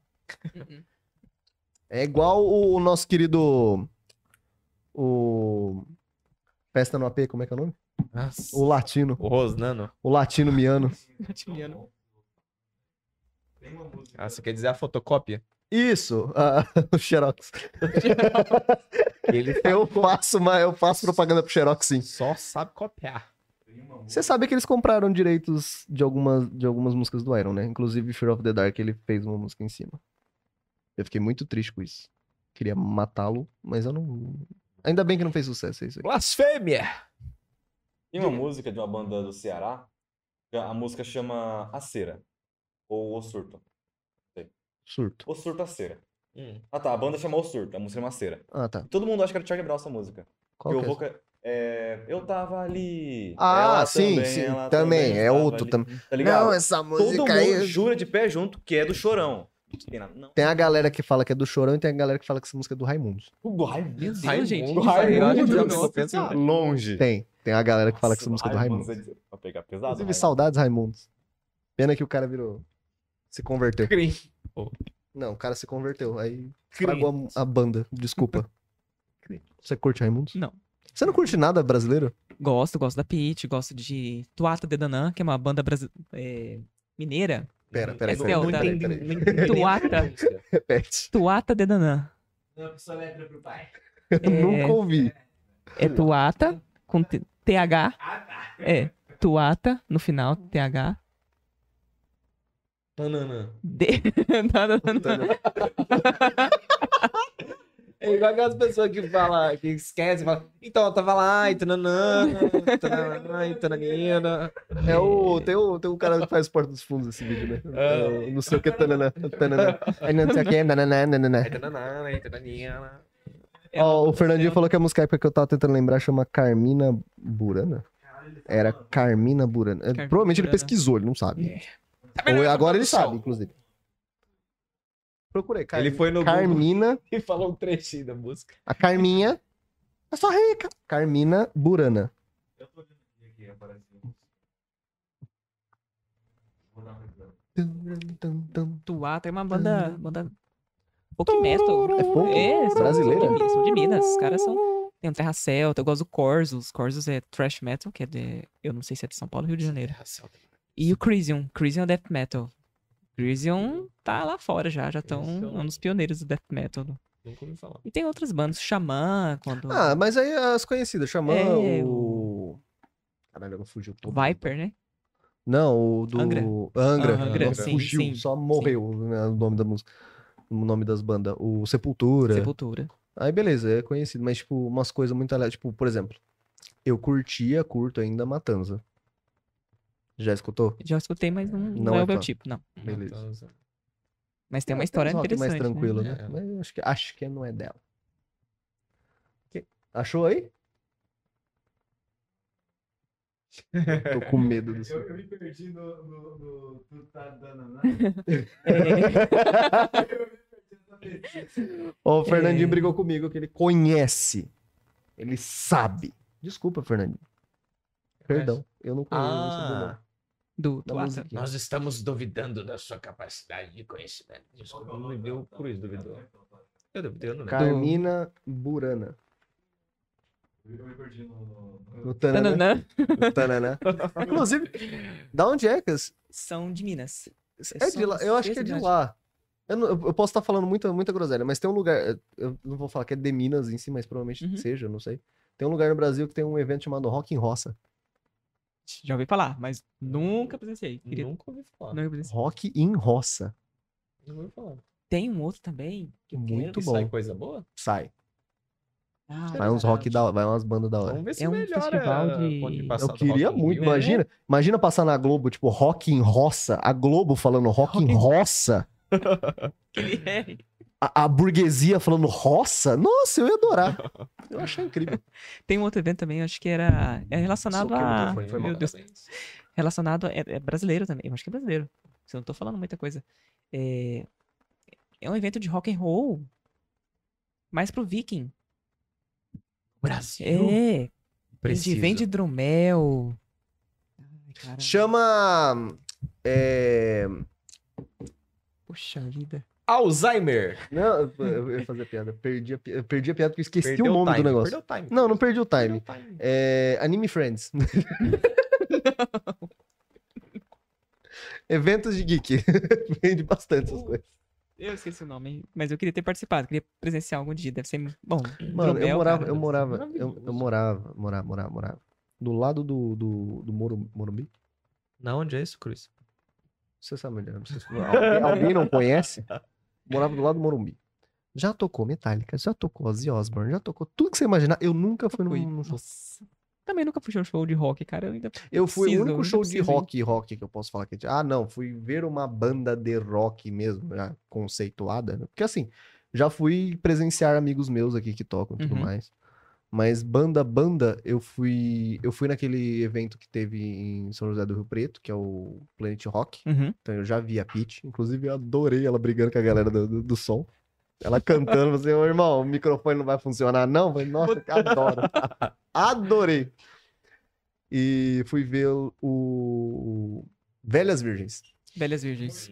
S1: É igual o, o nosso querido. O. Festa no AP, como é que é o nome?
S2: Nossa.
S1: O Latino.
S2: O Rosnano.
S1: O Latino Miano.
S6: Tem uma música.
S2: Ah, você quer dizer a fotocópia?
S1: Isso, ah, o Xerox.
S2: Ele
S1: Eu faço, uma, eu faço propaganda pro Xerox, sim.
S2: só sabe copiar.
S6: Tem uma música.
S1: Você sabe que eles compraram direitos de algumas, de algumas músicas do Iron, né? Inclusive Fear of the Dark, ele fez uma música em cima. Eu fiquei muito triste com isso. Queria matá-lo, mas eu não. Ainda bem que não fez sucesso, é isso aí.
S2: Blasfêmia!
S3: Tem uma música de uma banda do Ceará, que a a música chama A Cera, ou O Surto.
S1: Surto.
S3: O Surto A Cera.
S2: Hum.
S3: Ah tá, a banda chama O Surto, a música chama A Cera.
S1: Ah, tá.
S3: Todo mundo acha que era o Charlie Brown essa música.
S1: Qual
S3: eu
S1: que é?
S3: vou ca- é, Eu tava ali.
S1: Ah,
S3: ela
S1: sim,
S3: também,
S1: sim.
S3: ela
S1: Também, é
S3: tava
S1: outro
S3: ali.
S1: também.
S3: Tá ligado?
S1: Não, essa
S3: Todo
S1: música
S3: mundo
S1: aí. é
S3: jura de pé junto que é do Chorão. Tem nada- Não.
S1: Tem a galera que fala que é do Chorão e tem a galera que fala que essa música é do Raimundo.
S3: Do Raimundo.
S4: Meu Deus,
S2: Raimundo,
S4: gente.
S2: Raimundo,
S4: Raimundo,
S2: nossa
S4: nossa
S2: senhora.
S4: senhora.
S3: Longe.
S1: Tem. Tem a galera que fala que essa música é do Raimundo.
S3: Pra pegar pesado.
S1: Inclusive,
S3: Raimundo.
S1: saudades, Raimundo. Pena que o cara virou. Se converteu.
S2: Crim.
S1: Não, o cara se converteu. Aí estragou a, a banda. Desculpa. Você curte Raimundos?
S4: Não.
S1: Você não curte nada brasileiro?
S4: Gosto, gosto da Pitty, gosto de Tuata de Danã, que é uma banda brasi- é, mineira.
S1: Pera, pera,
S4: É
S1: pera.
S4: seu, tá?
S1: pera, pera, pera.
S4: Tuata,
S1: Repete.
S4: Tuata de Danã.
S6: Não, só letra pro pai.
S1: Eu
S4: É.
S1: nunca ouvi.
S4: É Tuata com T- TH.
S6: Ah, tá.
S4: É Tuata no final, TH.
S2: Tananã.
S4: D. Não, não, não, não.
S2: É igual aquelas pessoas que falam, que esquecem, falam, então, eu tava lá, e tananã, tananã, e tananina.
S1: É o, tem, o, tem o cara que faz Porta dos Fundos esse vídeo, né?
S2: É.
S1: É, Não sei o que. Tanana, tanana. Aí não sei o que. nananã, nananã.
S2: Aí tananana, e tananina.
S4: É
S1: Ó, o Fernandinho falou que a música épica que eu tava tentando lembrar chama Carmina Burana.
S6: tá
S1: Era Carmina Burana. É,
S4: Carmina
S1: Provavelmente ele
S4: Burana. É.
S1: pesquisou, ele não sabe.
S6: Tá
S4: Tá
S1: Ou agora ele sabe, inclusive. Procurei. Carmina.
S2: Ele foi no Google
S1: Carmina
S2: e falou um trechinho da música.
S1: A Carminha. Eu sou rica. Carmina Burana.
S6: Eu tô vendo aqui, aqui apareceu. Vou dar uma olhada.
S4: Tuata é uma banda. banda... Folk metal.
S1: É folk?
S4: É, são-
S1: Brasileira?
S4: São de, Minas, são de Minas. Os caras são. Tem um Terra Celta, eu gosto do Corsos. Corsos é thrash metal, que é de. Eu não sei se é de São Paulo, Rio de Janeiro. E o Crisium. Crisium é death metal. Crisium tá lá fora já, já estão.
S2: Crisium.
S4: É um dos pioneiros do death metal.
S2: Nunca ouvi falar.
S4: E tem outras bandas, Xamã, quando.
S1: Ah, mas aí as conhecidas. Xamã,
S4: É,
S1: o... Caralho, agora fugiu todo.
S4: Viper, né?
S1: Não, o do...
S4: Angra.
S1: Angra.
S4: Ah,
S2: Angra,
S1: Não,
S4: sim,
S1: fugiu,
S4: sim,
S1: só morreu né, o nome da música. O nome das bandas. O Sepultura.
S4: Sepultura.
S1: Aí beleza, é conhecido. Mas, tipo, umas coisas muito aleatórias. Tipo, por exemplo, eu curtia, curto ainda Matanza. Já escutou?
S4: Já escutei, mas não, não
S1: Não
S4: é,
S1: é
S4: o meu
S1: fã.
S4: tipo, não.
S1: Beleza.
S4: Mas tem uma história
S1: rock
S4: interessante.
S1: mais tranquilo,
S2: né?
S1: né?
S6: É.
S1: Mas eu acho que, acho que não é dela. Que- Achou aí? Tô com medo do
S6: Eu,
S1: seu.
S6: eu me perdi no. no, no tu tá dando nada.
S4: né?
S6: Eu me perdi nessa pesquisa.
S1: Ó, o Fernandinho
S4: É.
S1: brigou comigo que ele conhece. Ele sabe. Desculpa, Fernandinho. Perdão, eu não conheço.
S2: Ah.
S4: Do,
S1: Da né?
S4: do Atlas.
S1: musiquinha.
S5: Nós estamos duvidando da sua capacidade de conhecimento.
S6: Qual que
S5: Desculpa.
S6: é
S2: Não
S6: o nome
S2: lembro,
S6: dela?
S2: o Cruz duvidou. Eu duvidei, eu não lembro.
S1: Carmina Burana.
S6: Eu me perdi no. no- no-
S1: No tananã,
S4: Tananã.
S1: no tananã. Inclusive, da onde é que as-
S4: São de Minas.
S1: É de lá, eu acho que é de lá. Eu, não- eu posso estar falando muita, muita groselha, mas tem um lugar. Eu não vou falar que é de Minas em si, mas provavelmente
S4: Uhum.
S1: seja, eu não sei. Tem um lugar no Brasil que tem um evento chamado Rock em Roça.
S4: Já ouvi falar, mas nunca presenciei. Queria...
S2: Nunca ouvi falar.
S4: Nunca presenciei.
S1: Rock em Roça.
S2: Nunca ouvi falar.
S4: Tem um outro também.
S1: Muito
S2: E
S1: bom.
S2: sai
S1: Sai.
S2: coisa boa?
S4: Ah,
S1: Vai uns rock da vai umas bandas da hora.
S2: É Vamos ver se
S4: É um
S2: melhora
S4: festival
S2: a
S4: de-
S2: participação
S1: Eu
S2: do
S1: queria
S2: Rock in
S1: muito,
S2: Rio. é?
S1: imagina. Imagina passar na Globo, tipo, Rock em Roça. A Globo falando Rock em
S4: Rock em-
S1: Roça.
S4: ele é.
S1: A, a burguesia falando roça. Nossa, eu ia adorar. Eu achei incrível.
S4: Tem um outro evento também, acho que era é relacionado
S2: Soquei o
S4: a.
S2: microfone, foi
S4: Meu
S2: mal,
S4: Deus.
S2: parabéns.
S4: relacionado. É, é brasileiro também. Eu acho que é brasileiro. Se eu não tô falando muita coisa. É, é um evento de rock and roll. Mais pro viking.
S5: Brasil.
S4: É. Vende,
S5: Preciso.
S4: vende drumel. Ai, cara.
S1: Chama. É...
S4: Poxa vida.
S2: Alzheimer.
S1: Não, eu- eu eu ia fazer piada. Perdi a, pi- eu perdi a piada porque eu esqueci
S2: Perdeu
S1: o nome
S2: time,
S1: do negócio.
S2: Perdeu o time.
S1: Não, não perdi o
S2: Perdeu
S1: time.
S2: o time.
S1: É, Anime Friends. Eventos de geek. Vende bastante essas coisas.
S4: Eu esqueci o nome, mas eu queria ter participado, queria presenciar algum dia. Deve ser. Bom,
S1: Mano, eu
S4: drumel,
S1: morava,
S4: cara.
S1: eu morava, eu, eu
S2: maravilhoso.
S1: morava, morava, morava, morava. Do lado do, do, do Moru- Morumbi.
S2: Na onde é isso, Cruz?
S1: Você sabe onde é? não sei se- Alguém, alguém não conhece? Morava do lado do Morumbi. Já tocou Metallica, já tocou Ozzy Osbourne, já tocou tudo que você imaginar. Eu nunca fui
S4: Fui.
S1: num, num show.
S4: Nossa. Também nunca fui a um show de rock, cara. Eu ainda
S1: Eu fui
S4: preciso,
S1: o único
S4: ainda
S1: show de
S4: preciso ir.
S1: rock, rock que eu posso falar que ah não, fui ver uma banda de rock mesmo, já conceituada, né? porque assim já fui presenciar amigos meus aqui que tocam e tudo
S4: Uhum.
S1: mais, mas banda banda eu fui eu fui naquele evento que teve em São José do Rio Preto que é o Planet Rock,
S4: Uhum.
S1: então eu já vi a Pete, inclusive eu adorei ela brigando com a galera do, do, do som. Ela cantando, você, ô irmão, o microfone não vai funcionar, não? Eu Falei, nossa, que adoro. Adorei. E fui ver o, o Velhas Virgens.
S4: Velhas Virgens.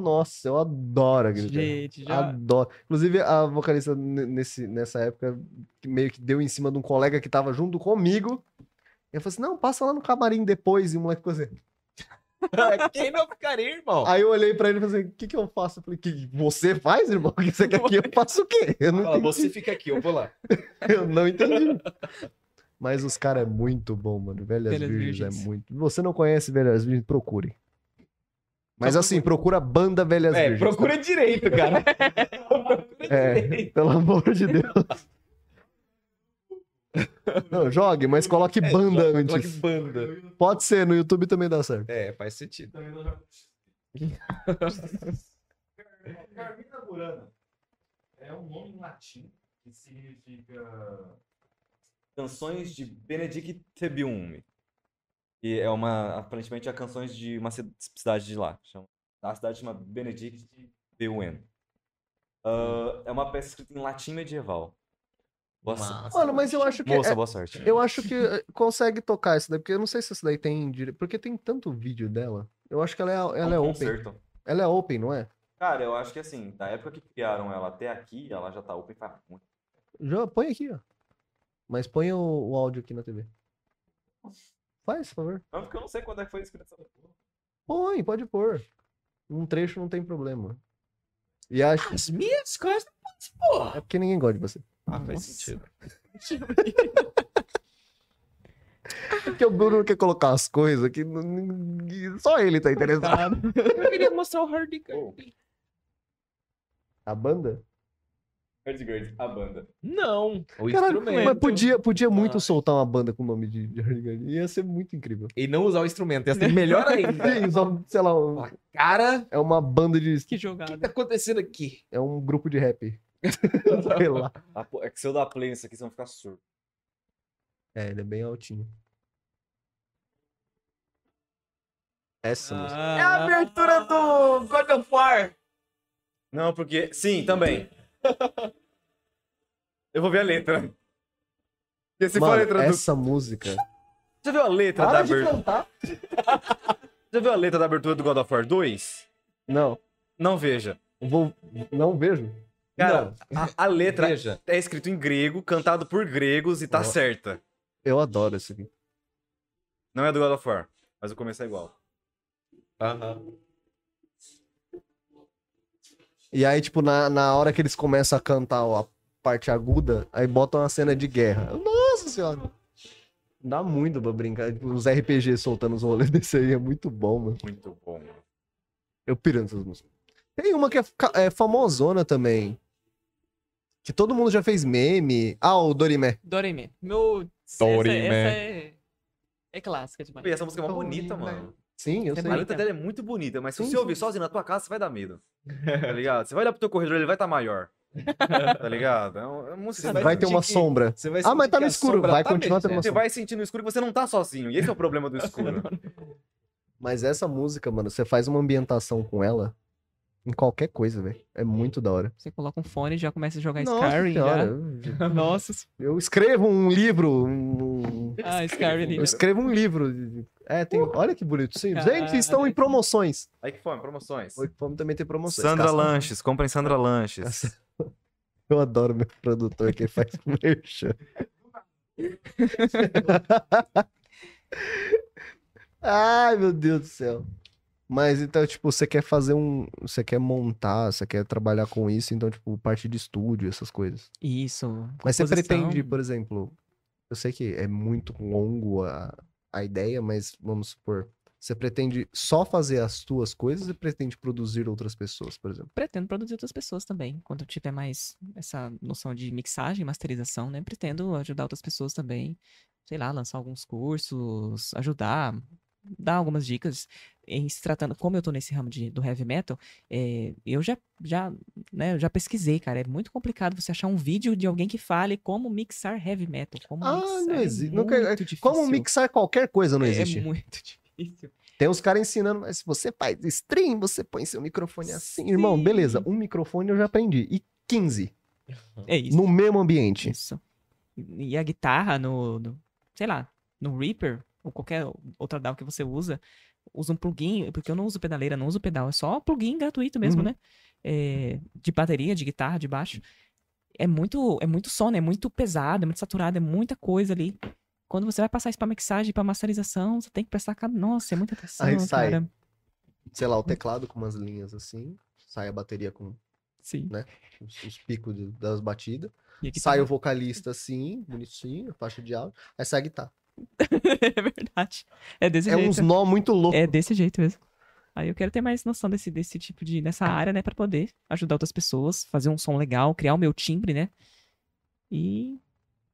S1: Nossa, eu adoro a Greta.
S4: Gente, já.
S1: Adoro. Inclusive, a vocalista n- nesse, nessa época que meio que deu em cima de um colega que tava junto comigo. Eu falei assim: não, passa lá no camarim depois. E o moleque ficou assim.
S2: Quem não ficaria, irmão?
S1: Aí eu olhei pra ele e falei assim: o que, que eu faço? Eu falei: que você faz, irmão? O que você quer que eu faça o quê? Eu não
S2: Fala,
S1: entendi.
S2: você fica aqui, eu vou lá.
S1: Eu não entendi. Mas os caras é muito bom, mano. Velhas,
S4: Velhas
S1: Virgens, é
S4: Virgens.
S1: muito. Você não conhece Velhas Virgens, procure. Mas assim, procura a banda Velhas
S2: É,
S1: Virgens.
S2: procura direito, cara.
S1: tá? É, pelo amor de Deus. Não, jogue, mas coloque banda
S2: Só que
S1: antes.
S2: banda.
S1: Pode ser, no YouTube também dá certo.
S2: É, faz sentido.
S6: Também não jogo. Car- Carmina Burana é um nome em latim que significa.
S3: Canções de Benedict Tebiume. E é uma, aparentemente, é canções de uma ci- cidade de lá. Chama, a cidade chama Benedict Tebiume. Ah, é uma peça escrita em latim medieval. Boa so-
S5: Massa.
S1: Mano, mas eu acho que.
S3: Moça,
S1: é-
S3: boa sorte.
S1: eu acho que eh, consegue tocar isso daí, porque eu não sei se isso daí tem. dire- Porque tem tanto vídeo dela. Eu acho que ela é, ela é
S3: um
S1: open.
S3: concerto.
S1: Ela é open, não é?
S3: Cara, eu acho que assim, da época que criaram ela até aqui, ela já tá open faz muito.
S1: Já, põe aqui, ó. Mas põe o, o áudio aqui na TV. Faz, por favor.
S3: Não, porque eu não sei quando é que foi escrita essa porra.
S1: Põe, pode pôr. Um trecho não tem problema. E acho.
S5: As minhas coisas, porra.
S1: É porque ninguém gosta de você.
S2: Ah, faz
S4: Nossa.
S2: sentido.
S1: Porque o Bruno quer colocar as coisas que não- ninguém- só ele tá interessado.
S5: Eu queria mostrar o Hardy.
S1: A banda?
S3: Nerds Girls, a banda.
S2: Não, o
S1: Caralho,
S2: instrumento.
S1: mas podia, podia muito
S2: Ah.
S1: soltar uma banda com o nome de Jordan Gardner. Ia ser muito incrível.
S2: E não usar o instrumento, ia ser melhor ainda.
S1: E usar, sei lá, um-
S2: Cara,
S1: é uma banda de.
S4: Que
S2: o que
S4: jogada.
S2: tá acontecendo aqui?
S1: É um grupo de rap. sei lá.
S3: Ah, pô, É que se eu dar play nisso aqui, vocês vão ficar surdo.
S1: É, ele é bem altinho. Essa música.
S4: Ah,
S2: É do God of War.
S3: Não, porque. Sim, também. eu vou ver a letra. E se for a
S1: Mano,
S3: letra do.
S1: essa música.
S3: Já viu a letra da
S1: Para de
S3: abertura?
S1: cantar.
S3: Já viu a letra da abertura do God of War 2?
S1: Não,
S3: Não veja.
S1: vou. Não vejo.
S3: Cara, a, a letra
S2: Veja.
S3: é escrito em grego, cantado por gregos e tá
S1: Ó.
S3: certa.
S1: Eu adoro esse aqui.
S3: Não é do God of War, mas o começo é igual.
S1: E aí, tipo, na, na hora que eles começam a cantar ó, a parte aguda, aí botam uma cena de guerra. Nossa senhora! Dá muito pra brincar. Tipo, Os RPG soltando os rolês desse aí é muito bom, mano.
S3: Muito bom.
S1: Eu piro nessas músicas. Tem uma que é, fa- é famosona também. Que todo mundo já fez meme. Ah, o Dorimé.
S4: Dorime. Meu.
S2: Dorime.
S4: Essa, essa é... é clássica demais.
S3: E essa música é uma
S1: Tô
S3: bonita,
S1: linda.
S3: mano.
S1: Sim, eu
S4: Você
S1: sei.
S3: A
S4: vai-
S3: letra
S4: Bonita.
S3: dela é muito bonita, mas se
S1: Sim,
S3: você ouvir sozinho na tua casa, você vai dar medo. Tá ligado? Você vai olhar pro teu corredor, ele vai estar maior. Tá ligado? É um- é um música que
S2: Você
S1: Vai ter uma
S2: sentir que-
S1: sombra.
S2: Você vai
S1: Ah, mas
S2: sentir
S1: tá
S2: que
S1: no
S2: a
S1: escuro,
S2: sombra
S1: vai
S2: tá
S1: continuar tendo
S2: mexendo.
S1: uma
S3: Você vai sentir no escuro que você não tá sozinho. E esse é o problema do escuro.
S1: Mas essa música, mano, você faz uma ambientação com ela em qualquer coisa, velho. É muito da hora.
S4: Você coloca um fone e já começa a jogar
S1: Nossa
S4: Skyrim.
S1: senhora,
S4: Já.
S1: eu-
S4: Nossa.
S1: Eu escrevo um livro. um-
S4: Ah, Skyrim.
S1: Eu escrevo um livro. de- de- É, tem. Olha que bonito. Sim. Gente,
S4: Caralho.
S1: estão em promoções.
S3: Aí que fome, promoções.
S1: Oi, Vamos também ter promoções.
S3: Sandra
S1: Caça-
S3: Lanches, comprem Sandra Lanches.
S1: Caça- Eu adoro meu produtor que faz merchan. Ai, meu Deus do céu. Mas então, tipo, você quer fazer um. Você quer montar, você quer trabalhar com isso, então, tipo, parte de estúdio, essas coisas.
S4: Isso.
S1: Mas você
S4: composição.
S1: pretende, por exemplo, eu sei que é muito longo a, a ideia, mas vamos supor, você pretende só fazer as suas coisas e pretende produzir outras pessoas, por exemplo?
S4: Pretendo produzir outras pessoas também. Quando eu tiver mais essa noção de mixagem, masterização, né? Pretendo ajudar outras pessoas também. Sei lá, lançar alguns cursos, ajudar, dar algumas dicas. Em se tratando, como eu tô nesse ramo de, do heavy metal, é, eu já, já, né, eu já pesquisei, cara. É muito complicado você achar um vídeo de alguém que fale como mixar heavy metal. Como
S1: Ah,
S4: mixar.
S1: não
S4: é
S1: existe.
S4: muito
S1: Não quer-
S4: difícil.
S1: Como mixar qualquer coisa não
S4: É-
S1: existe.
S4: É muito difícil.
S1: Tem uns caras ensinando, mas se você faz stream, você põe seu microfone assim. Irmão,
S4: Sim.
S1: beleza, um microfone eu já aprendi. E 15
S4: É isso.
S1: no mesmo ambiente.
S4: Isso. E e a guitarra no, no- sei lá, no Reaper ou qualquer outra DAW que você usa, usa um plugin, porque eu não uso pedaleira, não uso pedal, é só plugin gratuito mesmo,
S1: Uhum.
S4: né? É, de bateria, de guitarra, de baixo. É muito, é muito som, né? É muito pesado, é muito saturado, é muita coisa ali. Quando você vai passar isso pra mixagem, pra masterização, você tem que prestar cada. Nossa, é muita atenção,
S1: Aí sai.
S4: cara.
S1: Sei lá, o teclado com umas linhas assim, sai a bateria com
S4: Sim.
S1: os, os picos de- das batidas.
S4: E a guitarra-
S1: Sai o vocalista assim, bonitinho, a faixa de áudio. Aí sai a guitarra.
S4: é verdade. É desse
S1: É
S4: jeito.
S1: uns nó muito louco. Tá
S4: É desse jeito mesmo. Aí eu quero ter mais noção desse, desse tipo de. nessa área, né? Pra poder ajudar outras pessoas, fazer um som legal, criar o meu timbre, né? E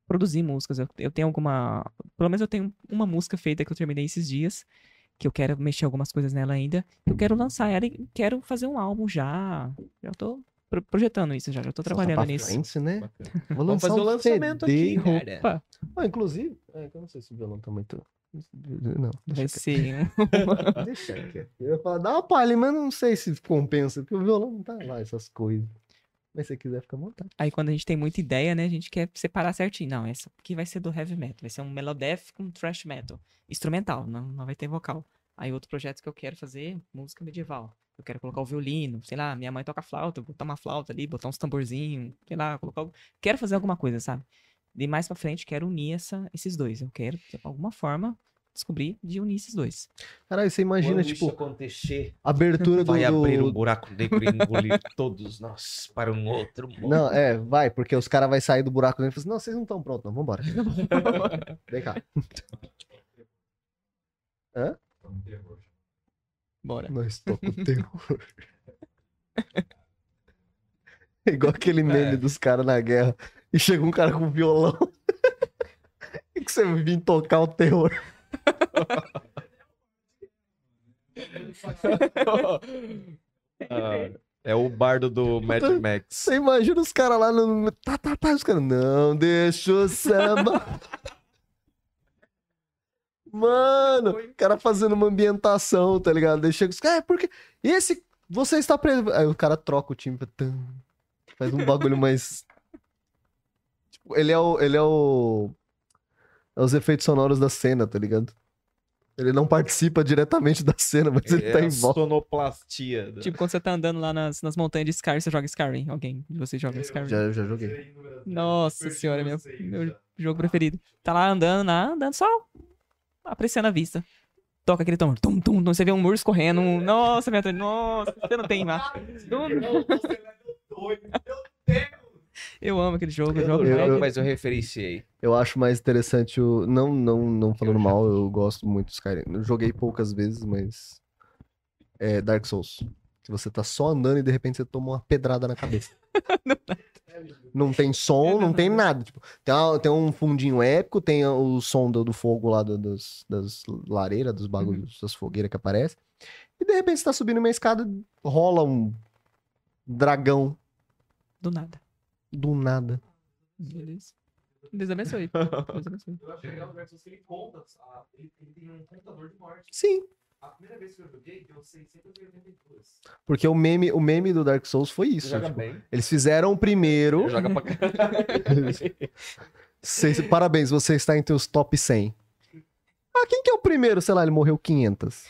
S4: produzir músicas. Eu, eu tenho alguma. Pelo menos eu tenho uma música feita que eu terminei esses dias, que eu quero mexer algumas coisas nela ainda. Eu quero lançar ela e quero fazer um álbum já. Já tô pro- projetando isso, já, já tô trabalhando
S1: tá Pra
S4: nisso.
S1: frente, né?
S2: Bacana.
S1: Vou
S2: Vamos
S1: lançar
S2: fazer o
S1: um
S2: lançamento
S1: CD.
S2: aqui, cara.
S4: Opa,
S1: Ah, inclusive, é, que eu não sei se o violão tá muito. Não, deixa
S4: vai
S1: quieto.
S4: ser um-
S2: Ah.
S1: Deixa quieto. Eu ia falar, dá uma palha, mas não sei se compensa, porque o violão não tá lá, essas coisas. Mas se você quiser, fica à vontade.
S4: Aí quando a gente tem muita ideia, né, a gente quer separar certinho. Não, essa aqui vai ser do heavy metal, vai ser um melodeath com thrash metal, instrumental, não, não vai ter vocal. Aí outro projeto que eu quero fazer, música medieval. Eu quero colocar o violino, sei lá, minha mãe toca flauta, botar uma flauta ali, botar uns tamborzinhos, sei lá, colocar. algo- Quero fazer alguma coisa, sabe? De mais pra frente, quero unir essa, esses dois. Eu quero, de alguma forma, descobrir de unir esses dois.
S1: Caralho, você imagina,
S5: Quando isso
S1: tipo,
S5: acontecer,
S1: a abertura do.
S5: vai abrir um
S1: do...
S5: buraco negro e engolir todos nós para um outro mundo.
S1: Não, é, vai, porque os caras vão sair do buraco dele e falam assim: não, vocês não estão prontos, não, vambora. Vem cá.
S4: Bora.
S1: Nós tô com terror. Igual aquele meme
S2: É.
S1: dos caras na guerra. E chega um cara com violão. E que você vim tocar o terror.
S2: é o bardo do Mad
S1: Puta-
S2: Max.
S1: Você imagina os caras lá no. Tá, tá, tá. Os caras. Não deixa o samba. Mano, o cara fazendo uma ambientação, tá ligado? Daí chega os caras. É, porque. Esse. Você está preso. Aí o cara troca o time. tum, Faz um bagulho mais. Tipo, ele é o. Ele é o. É os efeitos sonoros da cena, tá ligado? Ele não participa diretamente da cena, mas ele
S2: é
S1: tá
S2: a
S1: em volta.
S2: sonoplastia. do-
S4: Tipo, quando você tá andando lá nas, nas montanhas de Skyrim, você joga Skyrim. Alguém de vocês joga Skyrim.
S1: Já, já joguei.
S4: Nossa senhora, meu-
S6: Vocês, né?
S4: meu
S6: já.
S4: jogo preferido. Tá lá andando, lá andando, só apreciando a vista. Toca aquele tom, tum, tum, tum, você vê um urso correndo, um- nossa, minha nossa, você não tem lá.
S6: Não, você é doido.
S4: Eu amo aquele jogo, eu
S2: Eu
S4: jogo.
S1: eu-
S2: jogo,
S1: eu-
S2: mas eu referenciei.
S1: Eu acho mais interessante o. Não, não, não falando mal, eu gosto muito dos Skyrim. Eu joguei poucas vezes, mas. É Dark Souls. Que você tá só andando e de repente você toma uma pedrada na cabeça. não tem
S4: É
S1: som, não
S4: verdade.
S1: tem nada. Tipo, tem, uma- tem um fundinho épico, tem o som do, do fogo lá do- das, das lareiras, dos bagulhos, das fogueiras que aparecem. E de repente você tá subindo uma escada, rola um dragão
S4: Do nada.
S1: do nada.
S4: Beleza. Deus abençoe. Deus abençoe.
S6: Eu acho legal o Dark Souls que ele conta, ah, ele, ele tem um contador de morte.
S1: Sim.
S6: A primeira vez que eu joguei, deu 682.
S1: Porque o meme, o meme do Dark Souls foi isso.
S2: Joga
S1: tipo,
S2: bem.
S1: Eles fizeram o primeiro.
S2: Joga pra
S1: Cês- parabéns, você está entre os top 100. Ah, quem que é o primeiro? Sei lá, ele morreu 500.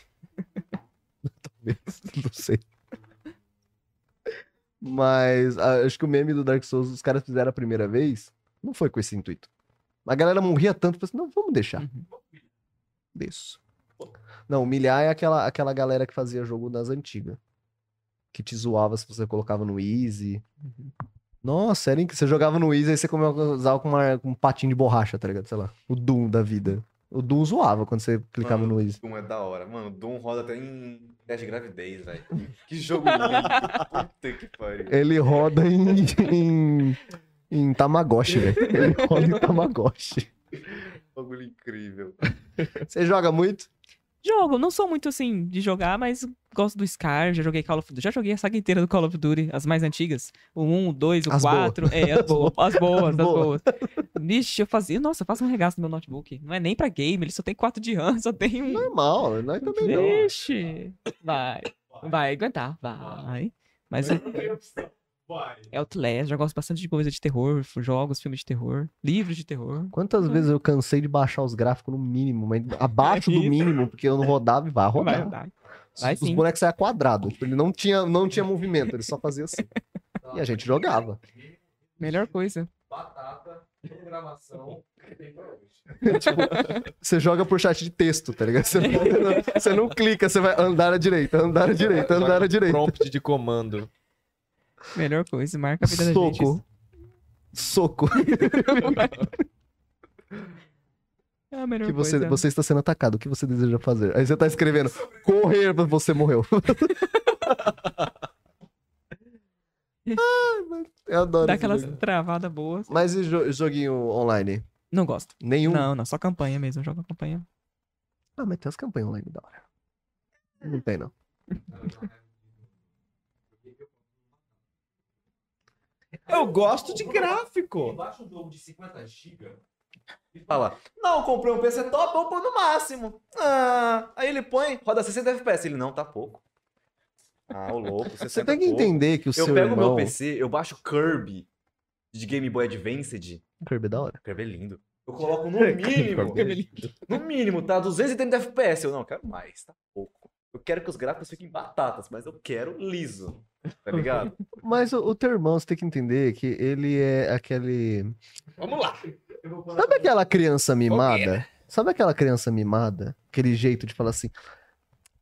S1: Talvez, não sei. Mas ah, acho que o meme do Dark Souls, os caras fizeram a primeira vez, não foi com esse intuito. A galera morria tanto, falou assim, não, vamos deixar.
S4: Uhum.
S1: Isso. Não, humilhar é aquela, aquela galera que fazia jogo das antigas. Que te zoava se você colocava no Easy. Nossa, era incrível. Você jogava no Easy, aí você comia- usava com, uma- com um patinho de borracha, tá ligado? Sei lá. O Doom da vida. O Doom zoava quando você clicava
S7: Uhum.
S3: Mano,
S1: no Easy.
S3: Doom é da hora. Mano, Doom roda até em teste de gravidez, velho. Que jogo lindo. Puta que pariu.
S1: Ele roda em. em, em Tamagotchi, velho. Ele roda em Tamagotchi.
S3: Bagulho incrível.
S1: Você joga muito?
S4: Jogo, não sou muito assim de jogar, mas gosto do Scar, já joguei Call of Duty, já joguei a saga inteira do Call of Duty, as mais antigas, o 1, o 2, o
S1: As boas.
S4: 4, é, as boas, as boas,
S1: boas.
S4: as boas. Vixe, eu fazia, nossa, eu faço um regaço no meu notebook, não é nem pra game, ele só tem 4 de RAM, só tem um...
S1: Normal, nós também não.
S4: Vixe, vai, vai aguentar, vai. Mas
S6: Mas não tem opção. Vai.
S4: é Outlast, já gosto bastante de coisa de terror, f- jogos, filmes de terror, livros de terror.
S1: Quantas vezes eu cansei de baixar os gráficos no mínimo, mas abaixo do
S4: É Isso.
S1: mínimo, porque eu não rodava e vai
S4: Vai,
S1: rodar.
S4: vai. vai
S1: os
S4: sim.
S1: bonecos saiam quadrado. Tipo, ele não tinha, não tinha movimento, ele só fazia assim. E a gente jogava.
S4: Melhor coisa.
S6: Batata, programação, tem pra hoje.
S1: tipo, você joga por chat de texto, tá ligado? Você não, você não- você não clica, você vai andar à direita, andar à direita, andar à direita.
S2: prompt de comando.
S4: Melhor coisa, marca a vida da gente.
S1: Soco. Soco.
S4: É a melhor
S1: Que você,
S4: coisa.
S1: você está sendo atacado. O que você deseja fazer? Aí você tá escrevendo. Correr, mas você morreu. Ah, mas eu adoro
S4: Dá
S1: esse
S4: aquelas
S1: jogo.
S4: travadas boas.
S1: Mas e jo- joguinho online?
S4: Não gosto.
S1: Nenhum?
S4: Não, não, só campanha mesmo, eu jogo a campanha.
S1: Ah, mas tem as campanhas online da hora. Não tem, não.
S2: Eu gosto de gráfico.
S6: Baixa um jogo de 50 GB e
S3: Fala. Não, comprei um PC top, vou pôr no máximo. Ah, aí ele põe, roda 60 FPS. Ele, não, tá pouco. Ah, o louco.
S1: Você
S3: 60
S1: tem que
S3: é pouco.
S1: entender que
S3: Eu
S1: o seu
S3: pego o
S1: irmão...
S3: meu PC, eu baixo Kirby de Game Boy Advanced.
S1: Kirby é da hora.
S3: Kirby é lindo. Eu coloco no mínimo,
S1: é
S3: no mínimo, tá? 230 FPS. Eu não quero mais, tá pouco. Eu quero que os gráficos fiquem batatas, mas eu quero liso. Tá ligado?
S1: Mas o, o teu irmão, você tem que entender que ele é aquele...
S5: Vamos lá.
S6: eu vou parar
S1: Sabe aquela criança mimada? Sabe aquela criança mimada? Aquele jeito de falar assim.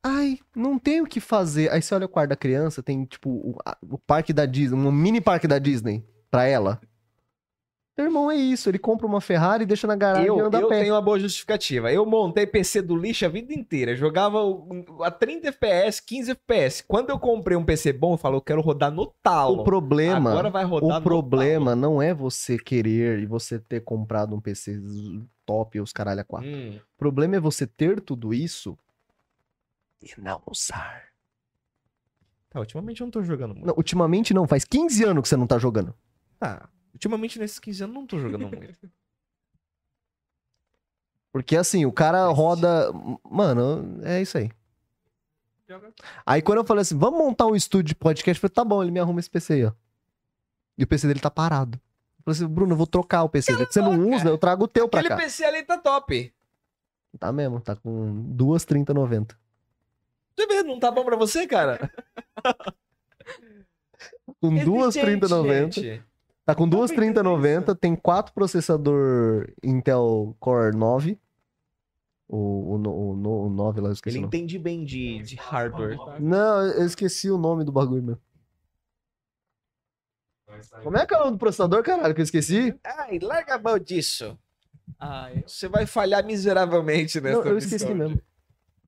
S1: Ai, não tem o que fazer. Aí você olha o quarto da criança, tem tipo o, a- o parque da Disney, um mini parque da Disney pra ela. Teu irmão é isso, ele compra uma Ferrari, deixa na garagem
S2: Eu,
S1: e anda a
S2: eu
S1: pé.
S2: tenho uma boa justificativa. Eu montei PC do lixo a vida inteira. Jogava o- a 30 FPS, 15 FPS. Quando eu comprei um PC bom, eu falo, eu quero rodar no talo.
S1: O problema,
S2: Agora vai rodar
S1: o
S2: no
S1: problema não é você querer e você ter comprado um PC top e os caralho a
S2: talo.
S1: quatro.
S2: Hum,
S1: O problema é você ter tudo isso e não usar.
S2: tá, ultimamente eu não tô jogando muito.
S1: Não, ultimamente não, faz 15 anos que você não tá jogando.
S2: Tá. Ultimamente, nesses 15 anos, eu não tô jogando muito.
S1: Porque assim, o cara
S2: Faz
S1: roda. Mano, é isso aí.
S6: Joga.
S1: Aí quando eu falei assim, vamos montar um estúdio de podcast, eu falei, tá bom, ele me arruma esse PC aí, ó. E o PC dele tá parado. Eu falei assim, Bruno, eu vou trocar o PC dele. Você não usa, eu trago o teu pra
S2: Aquele
S1: cá.
S2: PC ali tá top.
S1: Tá mesmo, tá com duas 30,90.
S2: Tu vê, não tá bom pra você, cara?
S1: Com duas
S2: Eficiente,
S1: 30,90.
S2: gente.
S1: Tá com
S2: Tá
S1: duas
S2: bem
S1: 3090, tem quatro processador Intel Core 9. O, o, no- o, no- o 9 lá, eu esqueci
S2: Ele
S1: o nome.
S2: entende bem de, de hardware.
S1: Não, eu esqueci o nome do bagulho, meu. Como é que é o nome do processador, caralho, que eu esqueci?
S5: Ai, larga a mão disso.
S4: Ai,
S2: Você vai falhar miseravelmente nessa
S1: Não, eu esqueci
S2: missão.
S1: mesmo.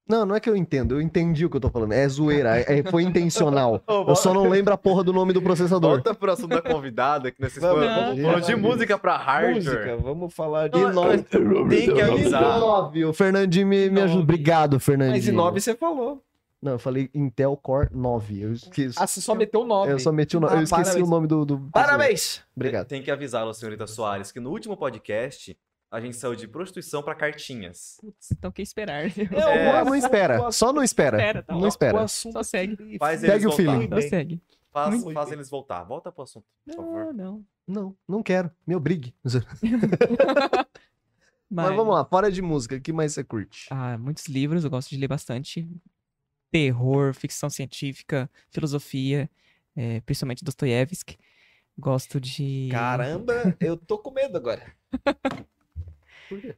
S1: Não, não é que eu entendo, eu entendi o que eu tô falando. É zoeira, é, foi intencional. Eu só não lembro a porra do nome do processador.
S3: Volta pro assunto da convidada, que nessa
S2: Vamos,
S3: história.
S2: vamos
S3: Falando
S2: falar
S3: de música pra
S2: é
S3: hardware.
S2: Música, vamos falar de.
S1: E nove-
S3: Tem que avisar.
S1: 9, o Fernandinho me, me ajuda. Obrigado, Fernandinho.
S2: Mas em 9 você falou.
S1: Não, eu falei Intel Core 9. Eu esqueci.
S2: Ah, você só meteu 9.
S1: Eu só meti o nome. eu
S2: Ah,
S1: esqueci
S2: parabéns.
S1: o nome do. do-
S2: Parabéns!
S1: Obrigado.
S3: Tem que avisá-la, senhorita Soares, que no último podcast a gente saiu de prostituição pra cartinhas.
S4: putz, então que esperar.
S2: Eu
S3: É.
S1: Não, não espera. Só não espera.
S4: Espera, tá
S1: Não
S4: bom.
S1: espera.
S4: Só segue.
S3: Faz
S1: Segue
S3: eles
S1: o
S3: voltar.
S1: feeling.
S4: Prossegue.
S3: Faz,
S2: Muito
S3: faz
S2: bem.
S3: eles voltar. Volta pro assunto, por favor.
S4: Não, não.
S1: Não, não quero. Me obrigue. Mas, vamos lá, fora de música, o que mais você curte?
S4: Ah, muitos livros, eu gosto de ler bastante. Terror, ficção científica, filosofia, eh, principalmente Dostoiévski. Gosto de.
S2: Caramba, eu tô com medo agora. Por quê?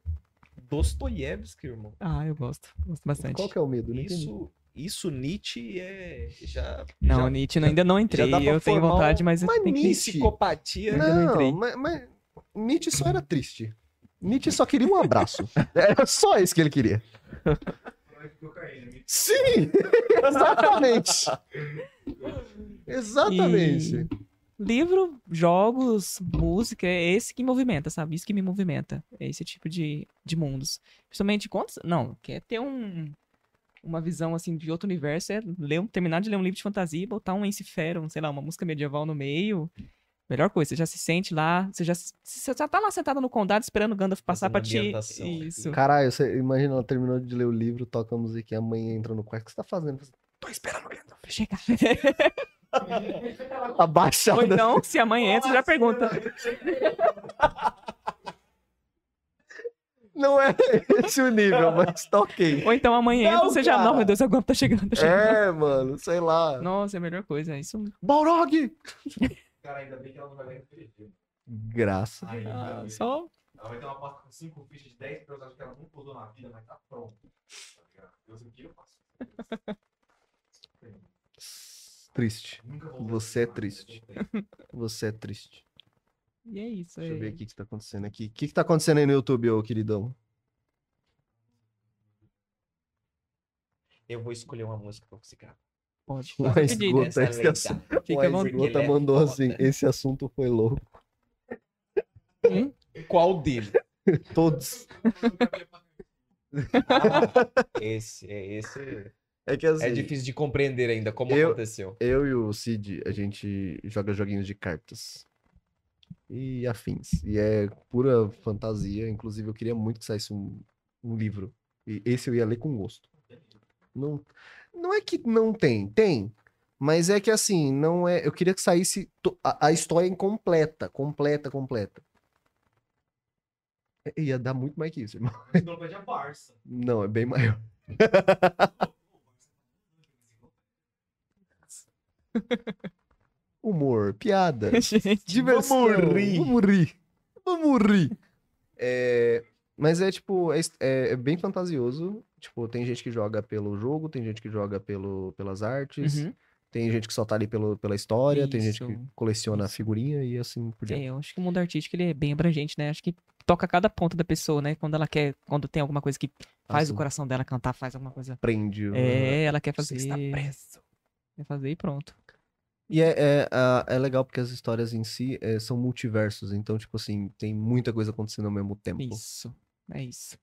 S2: Dostoiévski, irmão.
S4: Ah, eu gosto. Gosto bastante.
S1: Qual que é o medo? Não entendi.
S2: Isso, isso Nietzsche é. Já.
S4: Não,
S2: já...
S4: Nietzsche eu ainda não entrei.
S2: dá pra
S4: Eu tenho
S2: formar
S4: vontade,
S2: um-
S4: mas eu
S1: Mas
S4: tenho que.
S1: Nietzsche-
S2: Psicopatia.
S4: Não. ainda entrei.
S1: mas, mas Nietzsche só era triste. Nietzsche só queria um abraço. Era só isso que ele queria.
S4: é?
S6: né?
S1: Sim! Exatamente! Exatamente.
S4: Livro, jogos, música, é esse que movimenta, sabe? Isso que me movimenta. É esse tipo de, de mundos. Principalmente quantos. Não, quer ter um. Uma visão assim de outro universo é ler, um- terminar de ler um livro de fantasia e botar um Ence Feron, sei lá, uma música medieval no meio. Melhor coisa, você já se sente lá, você já, se- você já tá lá sentado no condado esperando o Gandalf passar
S2: Fazendo
S4: pra ti.
S2: ambientação.
S4: Isso.
S1: Caralho, você imagina, ela terminou de ler o livro, toca a musiquinha, a mãe entra no quarto. O que você tá fazendo? Você, Tô esperando o Gandalf.
S4: Chega. Ou
S1: Tá Abaixada.
S4: então, se amanhã entra, você já pergunta.
S1: Não é esse o nível, mas tá ok.
S4: Ou então amanhã entra,
S2: Não,
S4: você já.
S2: cara.
S4: Não, meu Deus, a Guampa tá chegando, tá chegando.
S1: É, mano, sei lá.
S4: Nossa, é a melhor coisa. Isso
S1: Balrog!
S6: Cara, ainda bem que ela não vai ganhar perdido.
S1: Graça.
S2: É,
S4: Ah,
S6: Ainda bem.
S4: só
S6: Ela vai ter uma aposta com 5 fichas de 10 pra eu acho que ela nunca usou na vida, mas tá pronto. Tá ligado? Deus, o que eu faço?
S1: Triste.
S6: Nunca vou usar
S1: Você é
S6: isso na vida,
S1: triste.
S6: não tem.
S1: Você é triste.
S4: e é isso.
S1: Deixa
S4: é.
S1: eu ver aqui o que tá acontecendo aqui. O que, que tá acontecendo aí no YouTube, ô queridão?
S2: Eu vou escolher uma música pra você gravar.
S4: Pode.
S1: Mas
S4: pode pedir,
S1: esgoto.
S4: né?
S1: Puta, esse assunto-
S4: Fica à vontade.
S1: O Gota mandou assim: esse assunto foi louco.
S4: Hum?
S2: Qual dele?
S1: Todos.
S2: Ah, Esse, é esse.
S1: É que assim.
S2: É difícil de compreender ainda como
S1: Eu-
S2: aconteceu.
S1: Eu e o Cid, a gente joga joguinhos de cartas. E afins. E é pura fantasia. Inclusive, eu queria muito que saísse um, um livro. E esse eu ia ler com gosto. Não, não é que não tem, tem. Mas é que assim, não é. Eu queria que saísse to- a, a história incompleta, completa, completa. I- Ia dar muito mais que isso, irmão.
S6: Enciclopédia Barça.
S1: Não, é bem maior. Humor, piada.
S4: Gente,
S1: Diversão.
S2: Vamos rir.
S1: Vamos rir. Vamos rir. É, mas é tipo, é, est- é- é bem fantasioso. Tipo, tem gente que joga pelo jogo, tem gente que joga pelo, pelas artes,
S4: uhum.
S1: Tem gente que só tá ali pelo, pela história, tem gente que
S4: Isso.
S1: coleciona figurinha e assim por diante.
S4: É, eu acho que o mundo artístico ele é bem abrangente, né? Acho que toca cada ponta da pessoa, né? Quando ela quer, quando tem alguma coisa que faz
S1: Azul.
S4: o coração dela cantar, faz alguma coisa.
S1: Prende. o-
S4: É, ela quer fazer.
S5: Você está preso.
S4: Quer fazer e pronto.
S1: Tá E é, é, a- é legal porque as histórias em si é, são multiversos, então, tipo assim, tem muita coisa acontecendo ao mesmo tempo.
S4: Isso. É isso.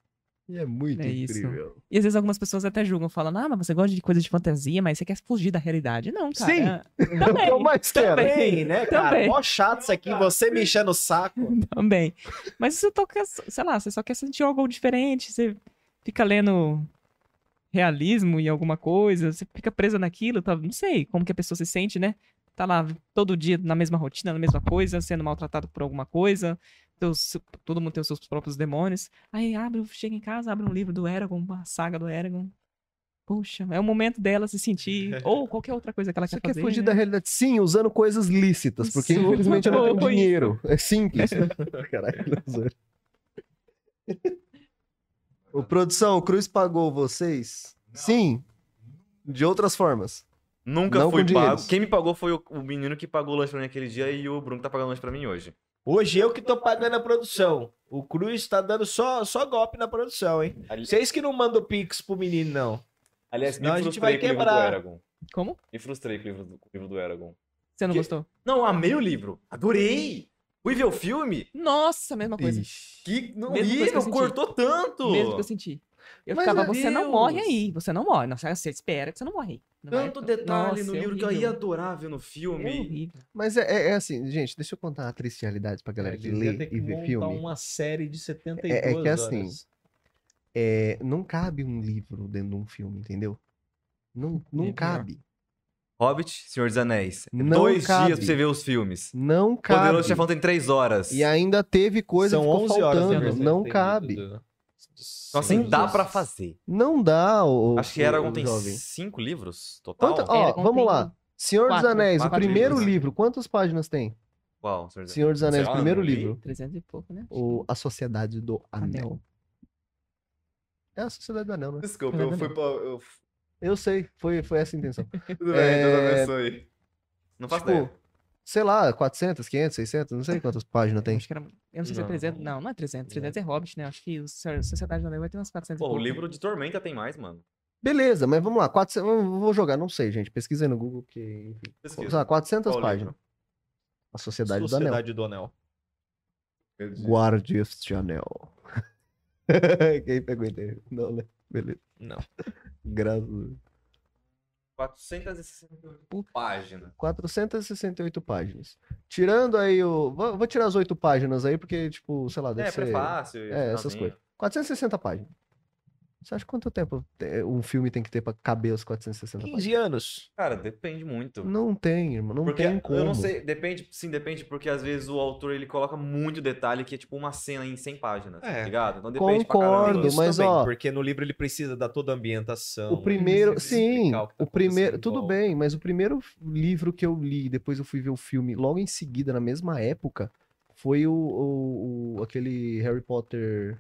S1: E é muito
S4: É isso.
S1: incrível.
S4: E às vezes algumas pessoas até julgam, falam, ah, mas você gosta de coisa de fantasia, mas você quer fugir da realidade. Não, cara. Sim.
S1: É o que eu
S4: Também,
S1: mais quero.
S4: também.
S2: Também, né, cara?
S4: Também.
S2: Mó chato isso aqui, você me enchendo o saco.
S4: também. Mas você toca, sei lá, você só quer sentir algo diferente, você fica lendo realismo e alguma coisa, você fica presa naquilo, tá? não sei como que a pessoa se sente, né? Tá lá todo dia na mesma rotina, na mesma coisa, sendo maltratado por alguma coisa, teus- todo mundo tem os seus próprios demônios. Aí abre, chega em casa, abre um livro do Eragon, uma saga do Eragon. Poxa, é o momento dela se sentir, ou qualquer outra coisa que ela
S1: Você
S4: quer
S1: quer
S4: fazer.
S1: fugir
S4: né?
S1: da realidade? Sim, usando coisas lícitas, porque
S4: Isso.
S1: infelizmente eu não tenho
S4: Foi isso.
S1: dinheiro. É simples. Caralho, zoeira. Ô, produção, o Cruz pagou vocês? Sim. De outras formas.
S7: Nunca
S1: Não
S7: fui
S1: com
S7: pago.
S1: dinheiro.
S7: Quem me pagou foi o, o menino que pagou o lanche pra mim aquele dia e o Bruno que tá pagando lanche pra mim hoje.
S2: Hoje eu que tô pagando a produção. O Cruz tá dando só, só golpe na produção, hein?
S3: Ali-
S2: Vocês que não mandam pix pro menino, não.
S3: Aliás,
S2: Senão a
S3: me
S2: gente
S3: frustrei
S2: vai
S3: com o livro
S2: quebrar.
S3: do Eragon.
S4: Como?
S3: Me frustrei com o livro do, com o livro do Eragon.
S4: Você não
S7: Que-
S4: gostou?
S7: Não, amei o livro. Adorei. Fui ver o filme.
S4: Nossa, mesma coisa.
S7: Que no
S4: Mesmo coisa que eu
S7: livro
S4: senti.
S7: cortou tanto.
S4: Mesmo que eu senti. Eu
S1: Mas,
S4: ficava,
S1: meu
S4: você não
S7: Deus!
S4: morre aí, você não morre. Não, você espera que você não morre aí. Não vai-
S7: Tanto detalhe
S4: Nossa,
S7: no
S4: é
S7: livro que eu ia
S4: horrível.
S7: adorar ver no
S4: É
S7: filme.
S4: horrível.
S1: Mas é, é- é assim, gente, deixa eu contar a triste realidade pra galera que
S2: É, Eles iam ter
S1: lê
S2: que
S1: e vê
S2: montar um
S1: filme.
S2: uma série de 72
S1: É- é que assim,
S2: horas.
S1: É, não cabe um livro dentro de um filme, entendeu?
S2: É
S1: Não, não
S4: pior.
S1: cabe.
S7: Hobbit, Senhor dos Anéis.
S1: Não
S7: Dois
S1: cabe.
S7: dias pra você ver os filmes.
S1: Não
S7: Poderoso
S1: cabe.
S7: Chefão tem três horas.
S1: E ainda teve coisa
S2: São
S1: que ficou
S2: 11 horas.
S1: faltando.
S2: né, você
S1: não
S2: tem
S1: cabe.
S2: do- do-
S7: Só assim
S2: do-
S7: dá pra fazer.
S1: Não dá, o,
S7: Acho que era ontem
S1: jovem.
S7: cinco livros total.
S1: Quanta-
S4: É,
S1: ó,
S4: contém-
S1: vamos lá. Senhor
S4: quatro-
S1: dos Anéis, o
S7: quatro
S1: primeiro
S7: livros.
S1: livro, quantas páginas tem?
S7: Qual? Senhor dos
S1: Senhor dos Anéis,
S7: Sei
S1: o
S7: lá,
S1: primeiro
S7: não li.
S1: livro.
S4: 300 e pouco, né?
S1: O A Sociedade do Anel.
S4: Anel.
S1: É a Sociedade do Anel, né?
S7: Desculpa,
S4: eu fui
S7: pra. Eu...
S1: Eu sei, foi, foi essa a intenção.
S7: Tudo então tá
S1: bem, Deus É,
S7: abençoe. Não faço
S1: tipo,
S7: ideia.
S1: sei lá, 400, 500, 600, não sei quantas páginas tem.
S4: Acho que era, eu não sei se é
S7: Não.
S4: 300. Não, não é 300. 300 é Hobbit, né? Acho que o Senhor- Sociedade do Anel vai ter umas 400 e
S7: Pô, o
S4: pouco. né?
S7: livro de Tormenta tem mais, mano.
S1: Beleza, mas vamos lá, 400, eu vou jogar, não sei, gente, pesquisa aí no Google que... enfim.
S7: Pesquisa.
S1: Sei lá, 400
S7: Qual o
S1: páginas.
S7: livro?
S1: A Sociedade, do Anel.
S2: Sociedade do Anel.
S1: Guarde este anel. Quem pegou inteiro? Não, né? Beleza.
S2: Não.
S1: Graças a Deus.
S7: 468 páginas.
S1: 468 páginas. Tirando aí o. Vou, vou tirar as oito páginas aí, porque, tipo, sei lá, deve
S7: É,
S1: ser.
S7: prefácio.
S1: É, essas
S7: finalzinho.
S1: coisas. 460 páginas. Você acha quanto tempo te- um filme tem que ter pra caber os 460
S2: 15 anos.
S7: Cara, depende muito.
S1: páginas? Não tem, irmão. Não
S7: Porque
S1: tem como.
S7: eu não sei, depende, sim, depende, porque às vezes o autor ele coloca muito detalhe que é tipo uma cena em 100 páginas, tá
S2: É.
S7: ligado? Então depende pra
S1: Concordo,
S7: caramba.
S2: Isso
S1: mas,
S2: também,
S1: ó,
S2: Porque no livro ele precisa dar toda a ambientação.
S1: O primeiro, sim,
S7: tá
S2: tá
S1: o primeiro, tudo bem, mas o primeiro livro que eu li, depois eu fui ver o filme, logo em seguida, na mesma época, foi o, o- o- aquele Harry Potter,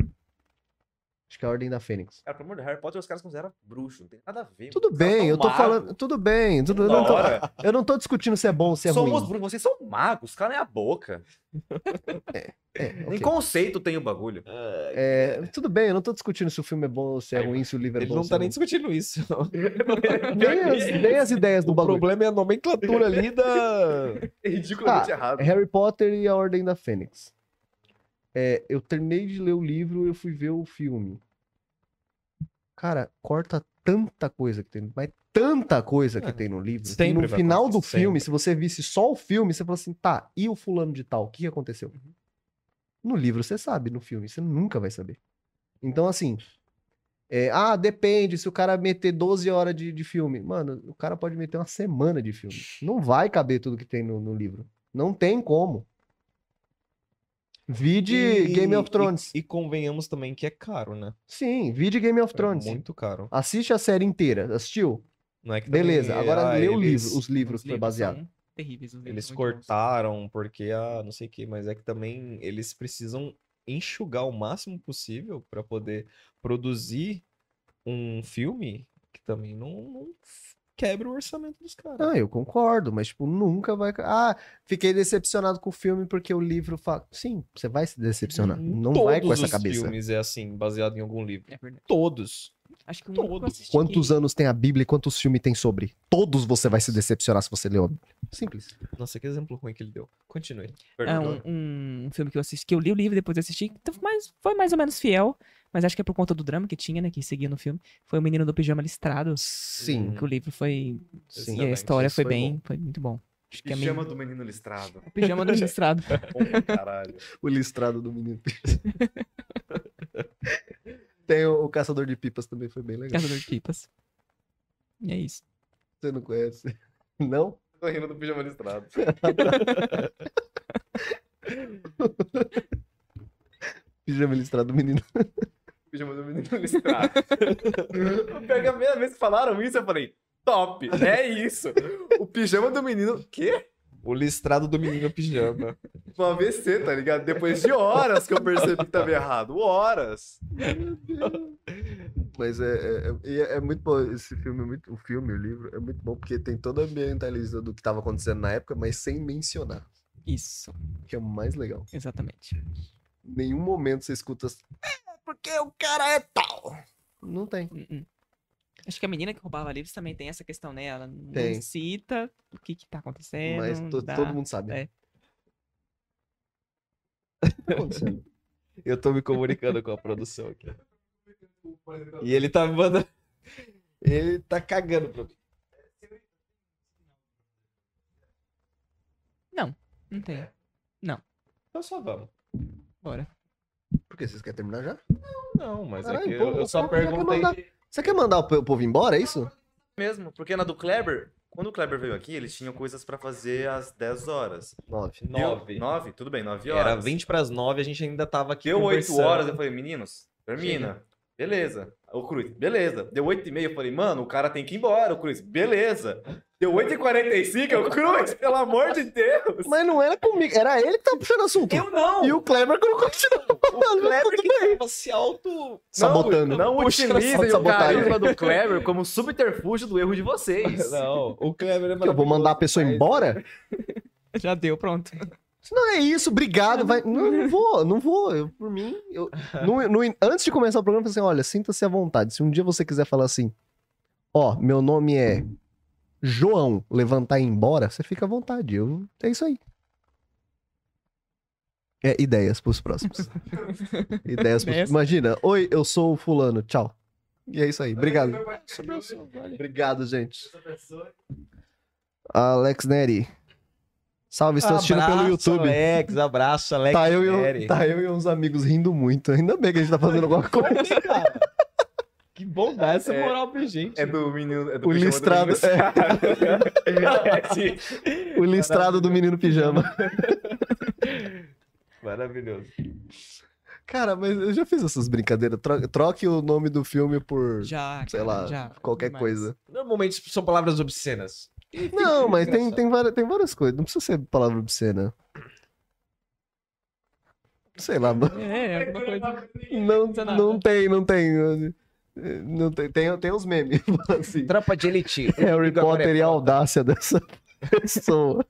S1: acho que é a Ordem da Fênix.
S7: Cara, pelo amor de Deus, Harry Potter, os caras consideram bruxo, não tem nada a ver.
S1: Tudo
S7: mano. Os caras
S1: bem,
S7: são
S1: eu tô
S7: magos.
S1: falando, tudo bem, tudo- eu,
S7: Da
S1: não tô,
S7: hora.
S1: eu não tô discutindo se é bom ou se é
S7: Somos
S1: ruim.
S7: bruxos, vocês são magos, cara é a boca.
S1: É,
S7: Nem
S1: ok.
S7: conceito tem o bagulho.
S1: É, tudo bem, eu não tô discutindo se o filme é bom ou se é ruim, se o livro é
S2: Ele
S1: bom
S2: não
S1: se
S2: tá
S1: é
S2: nem
S1: ruim.
S2: discutindo isso.
S1: nem, as, nem as ideias do
S2: o
S1: bagulho.
S2: problema é a nomenclatura ali da.
S7: É ridiculamente
S1: Tá.
S7: errado.
S1: Harry Potter e a Ordem da Fênix. É, eu terminei de ler o livro eu fui ver o filme. Cara, corta tanta coisa que tem, mas tanta coisa que
S2: É,
S1: tem no livro. que
S2: sempre
S1: no
S2: vai
S1: final do
S2: acontecer,
S1: filme, se você visse só o filme, você fala assim, tá, e o fulano de tal, o que que aconteceu?
S2: Uhum.
S1: No livro você sabe, no filme você nunca vai saber. Então, assim, é, ah, depende, se o cara meter 12 horas de, de filme. Mano, o cara pode meter uma semana de filme. Não vai caber tudo que tem no, no livro. Não tem como. Vide
S2: E-
S1: Game of
S2: e-
S1: Thrones.
S2: E, convenhamos também que é caro, né?
S1: Sim, vide Game of
S2: É
S1: Thrones.
S2: muito caro.
S1: Assiste a série inteira. Assistiu?
S2: Não é que
S1: Beleza,
S2: também,
S1: agora
S2: ah,
S1: lê o
S2: eles-
S1: livro, os livros que foi baseado.
S4: são Terríveis. Os livros
S2: Eles
S4: são muito bons.
S2: cortaram porque ah, não sei o que, mas é que também eles precisam enxugar o máximo possível para poder produzir um filme que também não, não quebra o orçamento dos caras.
S1: Não, Ah, eu concordo, mas, tipo, nunca vai. Ah, fiquei decepcionado com o filme porque o livro fala. Sim, você vai se decepcionar. Não vai com
S2: Uhum. Todos
S1: essa
S2: os
S1: cabeça.
S2: filmes é assim, baseado em algum livro.
S4: É verdade.
S2: Todos.
S4: Acho que o único que eu
S2: Todos.
S4: assisti
S1: Quantos
S4: que-
S1: anos tem a Bíblia e quantos filmes tem sobre? Todos você vai se decepcionar se você leu a Bíblia. Simples.
S2: Nossa, que exemplo ruim que ele deu. Continue.
S4: É um, um filme que eu assisti, que eu li o livro e depois assisti, então foi mais- foi mais ou menos fiel, mas acho que é por conta do drama que tinha, né, que seguia no filme. Foi o Menino do Pijama Listrado,
S1: Sim.
S4: que o livro foi...
S2: Sim,
S4: e a
S2: exatamente,
S4: história
S1: isso
S4: foi
S1: foi
S4: bem, foi muito bom. Acho que é meio... É,
S7: Pijama do menino listrado.
S4: Pijama do Listrado.
S7: Bom, caralho.
S1: O listrado do menino. tem o, o Caçador de Pipas também, foi bem legal.
S4: Caçador de Pipas. E é isso.
S1: Você não conhece? Não?
S7: Tô rindo do pijama listrado.
S1: Pijama listrado do menino.
S7: Pijama do menino listrado. Pior que a primeira vez que falaram isso, eu falei, top, é isso. O pijama do menino, quê?
S2: O listrado do menino pijama.
S7: Um AVC, tá ligado? Depois de horas que eu percebi que tava errado. Horas.
S1: Mas é, é, é- é muito bom. Esse filme, é muito, o filme, o livro, é muito bom porque tem toda a ambientalista do que estava acontecendo na época, mas sem mencionar.
S4: Isso,
S1: que é o mais legal.
S4: exatamente.
S1: Em nenhum momento você escuta assim, é porque o cara é tal. Não tem.
S4: Hum, hum. Acho que a menina que roubava livros também tem essa questão, né? Ela não
S1: Tem.
S4: cita o que que tá
S2: É,
S4: acontecendo.
S1: mas to-
S4: dá-
S1: todo mundo sabe.
S4: é.
S1: Tá acontecendo?
S2: Eu tô me comunicando com a produção aqui. E ele tá me mandando. Ele tá cagando pra mim.
S4: Não tem.
S2: Então só vamos.
S4: Bora.
S1: Por que vocês querem terminar já?
S2: Não, mas é
S1: Caralho,
S2: que
S1: pô,
S2: eu, eu
S1: o
S2: só
S1: cara já quer
S2: perguntei.
S1: mandar- Você quer mandar o, pe- o povo embora, é isso?
S7: Mesmo, porque na do Kleber, quando o Kleber veio aqui, ele tinha coisas pra fazer às 10 horas.
S1: Nove.
S2: Nove.
S7: 9? Tudo bem, 9 horas.
S2: Era 20 pras 9, a gente ainda tava aqui.
S7: Deu 8
S2: conversando.
S7: horas, eu falei, meninos, termina. Beleza. O Cruz, beleza. Deu 8 e meia, eu falei, mano, o cara tem que ir embora, o Cruz, beleza. Deu 8 e 45, eu, Cruz, pelo amor de Deus.
S1: Mas não era comigo, era ele que tava puxando assunto.
S7: Eu não.
S1: E o Kleber que não continuou falando. mas
S2: Kleber
S1: tudo
S2: que
S1: bem.
S2: tava se auto.
S1: Sabotando.
S7: Não, não
S1: Puxa,
S7: utilizem o
S1: sabotagem.
S7: carisma do Kleber como subterfúgio do erro de vocês.
S2: Não, o Kleber é
S1: Que eu vou mandar a pessoa
S2: mas-
S1: embora?
S4: Já deu, pronto.
S1: Não, é isso, obrigado. Vai... Não, não vou, não vou. Eu, por mim, eu... no- no in- antes de começar o programa, eu falei assim: olha, sinta-se à vontade. Se um dia você quiser falar assim, ó, meu nome é João, levantar e ir embora, você fica à vontade. Eu... É isso aí. É, ideias pros próximos. ideias pros...
S4: Nessa.
S1: Imagina, oi, eu sou o fulano, tchau. E é isso aí, obrigado. Obrigado, gente.
S6: Essa pessoa
S1: Alex Neri. Salve, estou assistindo pelo YouTube.
S2: Alex, abraço, Alex.
S1: Tá eu, e
S2: Neri.
S1: eu, tá eu e uns amigos rindo muito. Ainda bem que a gente tá fazendo alguma coisa.
S2: Que bom dar essa
S7: É-
S2: moral pra gente.
S7: É do menino. É do
S1: O
S7: pijama do
S1: listrado.
S7: menino
S1: é,
S7: listrado. É, sim.
S1: o listrado do menino pijama.
S2: Maravilhoso.
S1: Cara, mas eu já fiz essas brincadeiras. Tro- Troque o nome do filme por,
S4: Já,
S1: sei
S4: cara,
S1: lá,
S4: já,
S1: qualquer
S4: demais.
S1: coisa.
S2: Normalmente são palavras obscenas.
S1: Não, mas tem,
S2: engraçado.
S1: tem, várias, tem várias coisas. Não precisa ser palavra obscena. Sei lá, mano.
S4: É, alguma coisa.
S1: Não,
S4: precisa
S1: não
S4: nada.
S1: tem, não tem. Não tem, tem, tem os memes, assim.
S5: Tropa de elite.
S1: Harry
S5: Igor
S1: Potter é e
S5: Corepa.
S1: a audácia dessa pessoa.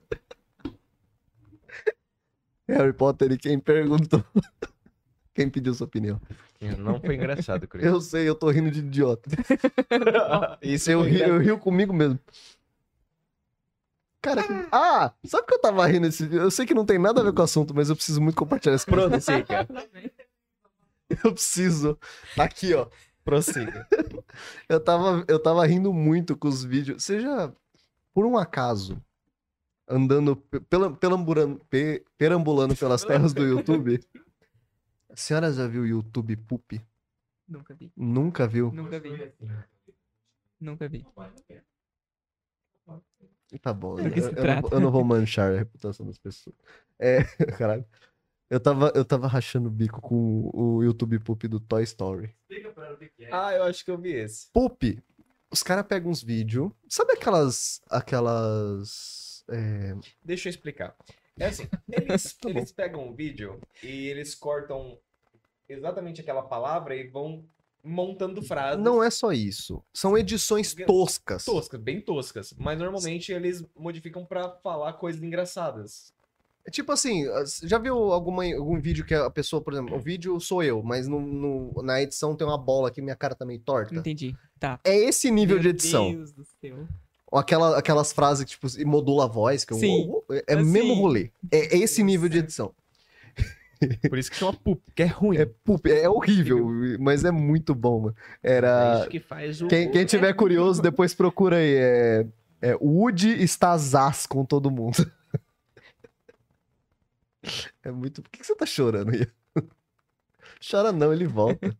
S1: Harry Potter e quem perguntou. Quem pediu sua opinião?
S2: Não foi engraçado, Cris.
S1: Eu sei, eu tô rindo de idiota.
S2: Isso
S1: Eu,
S2: foi
S1: ri, eu rio comigo mesmo. Cara, ah, sabe que eu tava rindo esse dia? Eu sei que não tem nada a ver com o assunto, mas eu preciso muito compartilhar isso com você, cara. Eu preciso. Tá aqui, ó.
S2: Prossiga.
S1: Eu tava, eu tava rindo muito com os vídeos. Seja por um acaso, andando, pe- pela- pelamburan- pe- perambulando pelas terras do YouTube. A senhora já viu o YouTube Poop?
S4: Nunca vi,
S1: Nunca viu?
S4: nunca vi. Nunca vi.
S1: Tá bom, eu,
S4: Do É que se
S1: eu não, vou- eu não vou manchar a reputação das pessoas. É, caralho. Eu tava, eu tava rachando o bico com o YouTube Poop do Toy Story.
S6: explica pra ela o que que é.
S2: Ah, eu acho que eu vi esse.
S1: Poop, os caras pegam uns vídeos. Sabe aquelas. aquelas. é,
S2: Deixa eu explicar. É assim, eles, eles pegam um vídeo e eles cortam exatamente aquela palavra e vão montando frases.
S1: Não é só isso. São edições toscas.
S2: Toscas, bem toscas. Mas normalmente eles modificam pra falar coisas engraçadas.
S1: É tipo assim, as- já viu alguma, algum vídeo que a pessoa, por exemplo, o vídeo sou eu, mas no, no- na edição tem uma bola aqui, minha cara tá meio torta.
S4: Entendi. Tá.
S1: É esse nível de edição.
S4: Meu Deus do céu.
S1: Ou aquela- aquelas frases que, tipo, e modula a voz. Que eu-
S4: Sim.
S1: é o mesmo
S4: Assim.
S1: rolê. É, é esse nível de edição.
S2: Por isso que chama poop, que é ruim.
S1: É, pup- é horrível, mas é muito bom, mano.
S5: É
S1: Era.
S5: isso que faz o.
S1: ah, Quem, quem tiver curioso, depois procura aí. É, é Woody está zaz com todo mundo. É muito. Por que, que você tá chorando aí? Chora não, ele volta.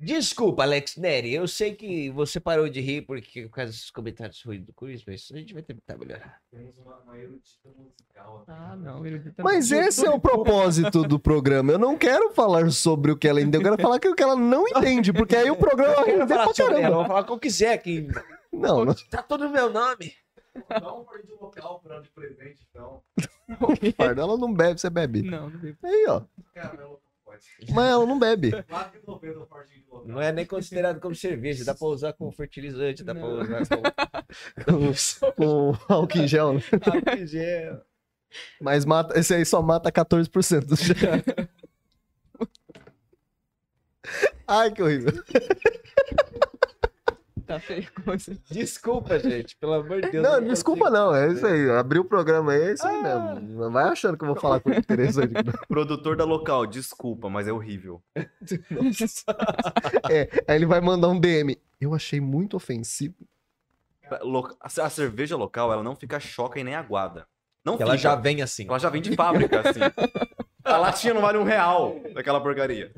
S5: Desculpa, Alex Neri. Eu sei que você parou de rir porque, por causa desses comentários ruins do Chris, mas a gente vai tentar melhorar.
S6: Temos uma, uma erudita musical né? aqui.
S4: Ah, não. ele tá-
S1: Mas esse é o propósito do programa. Eu não quero falar sobre o que ela entendeu. Eu quero falar aquilo que ela não entende, porque aí o programa vai
S5: Eu
S1: render
S5: vou
S1: pra
S5: falar sobre ela, eu
S1: caramba.
S5: vou falar como quiser, que
S1: Não, não
S5: tá todo no meu nome.
S6: Dá um por de local pra ela de presente, então.
S1: fardo. Ela não bebe, você bebe.
S4: Não, não veio.
S1: Aí, ó.
S6: Caramelo com pote.
S1: Mas ela não bebe.
S6: 4,90 o portinho um de local.
S5: Não é nem considerado como cerveja, dá pra usar como fertilizante, dá
S4: Não.
S5: pra usar como.
S1: com, com álcool em gel, né? Mas mata, esse aí só mata 14% do gel. Ai, que horrível.
S4: Tá feio a coisa.
S5: Desculpa, gente, pelo amor de Deus.
S1: Não,
S5: eu
S1: desculpa
S5: consigo.
S1: não, é isso aí. Abriu o programa aí, é isso aí
S5: Ah.
S1: mesmo. Vai achando que eu vou falar coisa interessante.
S7: Produtor da local, desculpa, mas é horrível.
S1: É, aí ele vai mandar um DM. Eu achei muito ofensivo.
S7: Lo- A a cerveja local, ela não fica choca e nem aguada. Não
S2: Ela
S7: fica.
S2: já vem assim.
S7: Ela já vem de fábrica, assim. A latinha não vale um real daquela porcaria.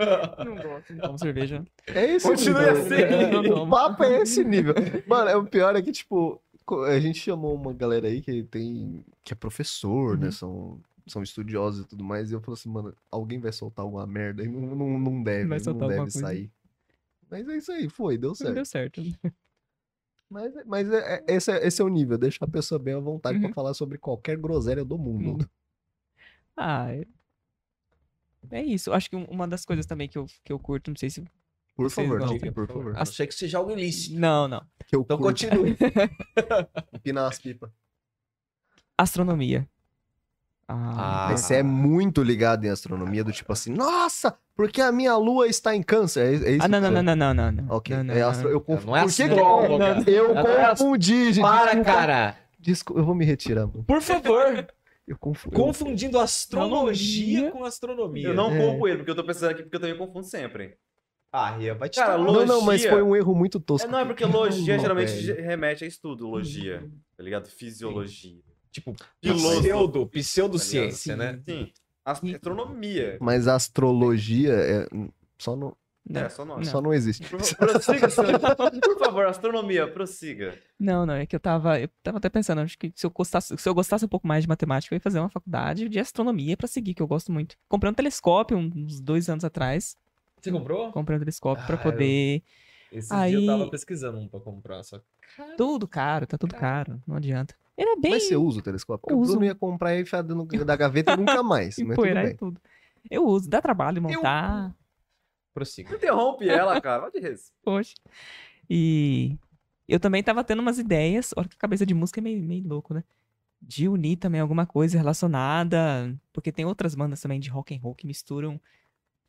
S4: Não gosto, não tomo cerveja.
S1: É esse
S7: Continue
S1: nível.
S7: assim.
S4: Não
S1: O
S4: tomo.
S1: papo é esse nível. Mano, é o pior é que, tipo, co- a gente chamou uma galera aí que tem. que é professor, né? São, são estudiosos e tudo mais. E eu falo assim, mano, alguém vai soltar alguma merda e não, não, não deve,
S4: Vai
S1: não
S4: soltar alguma
S1: deve
S4: coisa.
S1: sair. Mas é isso aí, foi, deu
S4: Não
S1: certo.
S4: deu certo.
S1: Mas, mas é- é- esse, é, esse é o nível, deixar a pessoa bem à vontade pra
S4: Uhum.
S1: falar sobre qualquer groselha do mundo.
S4: Ah, é- é isso. Acho que um- uma das coisas também que eu, que eu curto, não sei se.
S1: Por
S4: Vocês
S1: favor,
S4: não,
S1: diga, por favor.
S5: A não ser que seja algo ilícito.
S4: Não, não.
S1: Que eu
S5: Então
S1: curto
S5: continue.
S1: empinar as pipas.
S4: Astronomia. Ah,
S1: Mas você é muito ligado em astronomia, do tipo assim, nossa, porque a minha lua está em câncer. É, é isso
S4: Ah, não,
S1: que você-
S4: não, não, não, não, não, não.
S1: Ok.
S4: Não, não,
S1: é
S4: não,
S1: astro...
S4: não.
S1: Eu confundi.
S5: Não é
S1: Por que que-
S5: astrólogo,
S1: Não, Eu
S5: Não é
S1: confundi, gente.
S5: Para,
S1: desculpa.
S5: cara!
S1: Desculpa, eu vou me retirar, mano.
S2: Por favor,
S1: Eu confundi.
S2: confundindo astrologia
S4: Astronomia.
S2: com astronomia.
S7: Eu não
S1: É.
S7: compro ele, porque eu tô pensando aqui, porque eu também confundo sempre.
S2: Ah, Ria, vai te
S7: Cara,
S2: tomar.
S1: Não, não, mas
S7: Logia.
S1: foi um erro muito
S7: É,
S1: tosco.
S7: não, é porque logia
S1: Não,
S7: geralmente
S1: velho.
S7: remete a estudo, logia. Tá ligado? Fisiologia.
S2: Tipo,
S7: Piloto.
S2: pseudo, pseudociência,
S4: Tá
S2: né?
S4: ligado?
S7: Sim. Astronomia.
S1: Mas a astrologia é... só, não...
S4: Não.
S7: É, só nós.
S1: só não existe.
S7: Por fa- Prossiga, senhor. Por favor, astronomia, prossiga.
S4: Não, não, é que eu tava, eu tava até pensando, acho que se eu gostasse, se eu gostasse um pouco mais de matemática, eu ia fazer uma faculdade de astronomia pra seguir, que eu gosto muito. Comprei um telescópio uns dois anos atrás,
S2: Você comprou?
S4: comprei um telescópio pra
S2: Ah, eu-
S4: poder,
S2: Esse
S4: Aí-
S2: dia eu tava pesquisando um pra comprar, só que
S4: tudo caro, tá tudo caro, não adianta. Era bem
S1: Mas você usa o telescópio? Porque o
S4: Uso.
S1: Bruno ia comprar e enfiar dentro da gaveta e nunca mais. Mas tudo
S4: empoeirar e
S1: bem.
S4: tudo. Eu uso, dá trabalho montar,
S2: prossiga.
S7: Interrompe ela, cara. Vai de res.
S4: poxa. E eu também tava tendo umas ideias, olha que a cabeça de música é meio, meio louco, né? De unir também alguma coisa relacionada, porque tem outras bandas também de rock and roll que misturam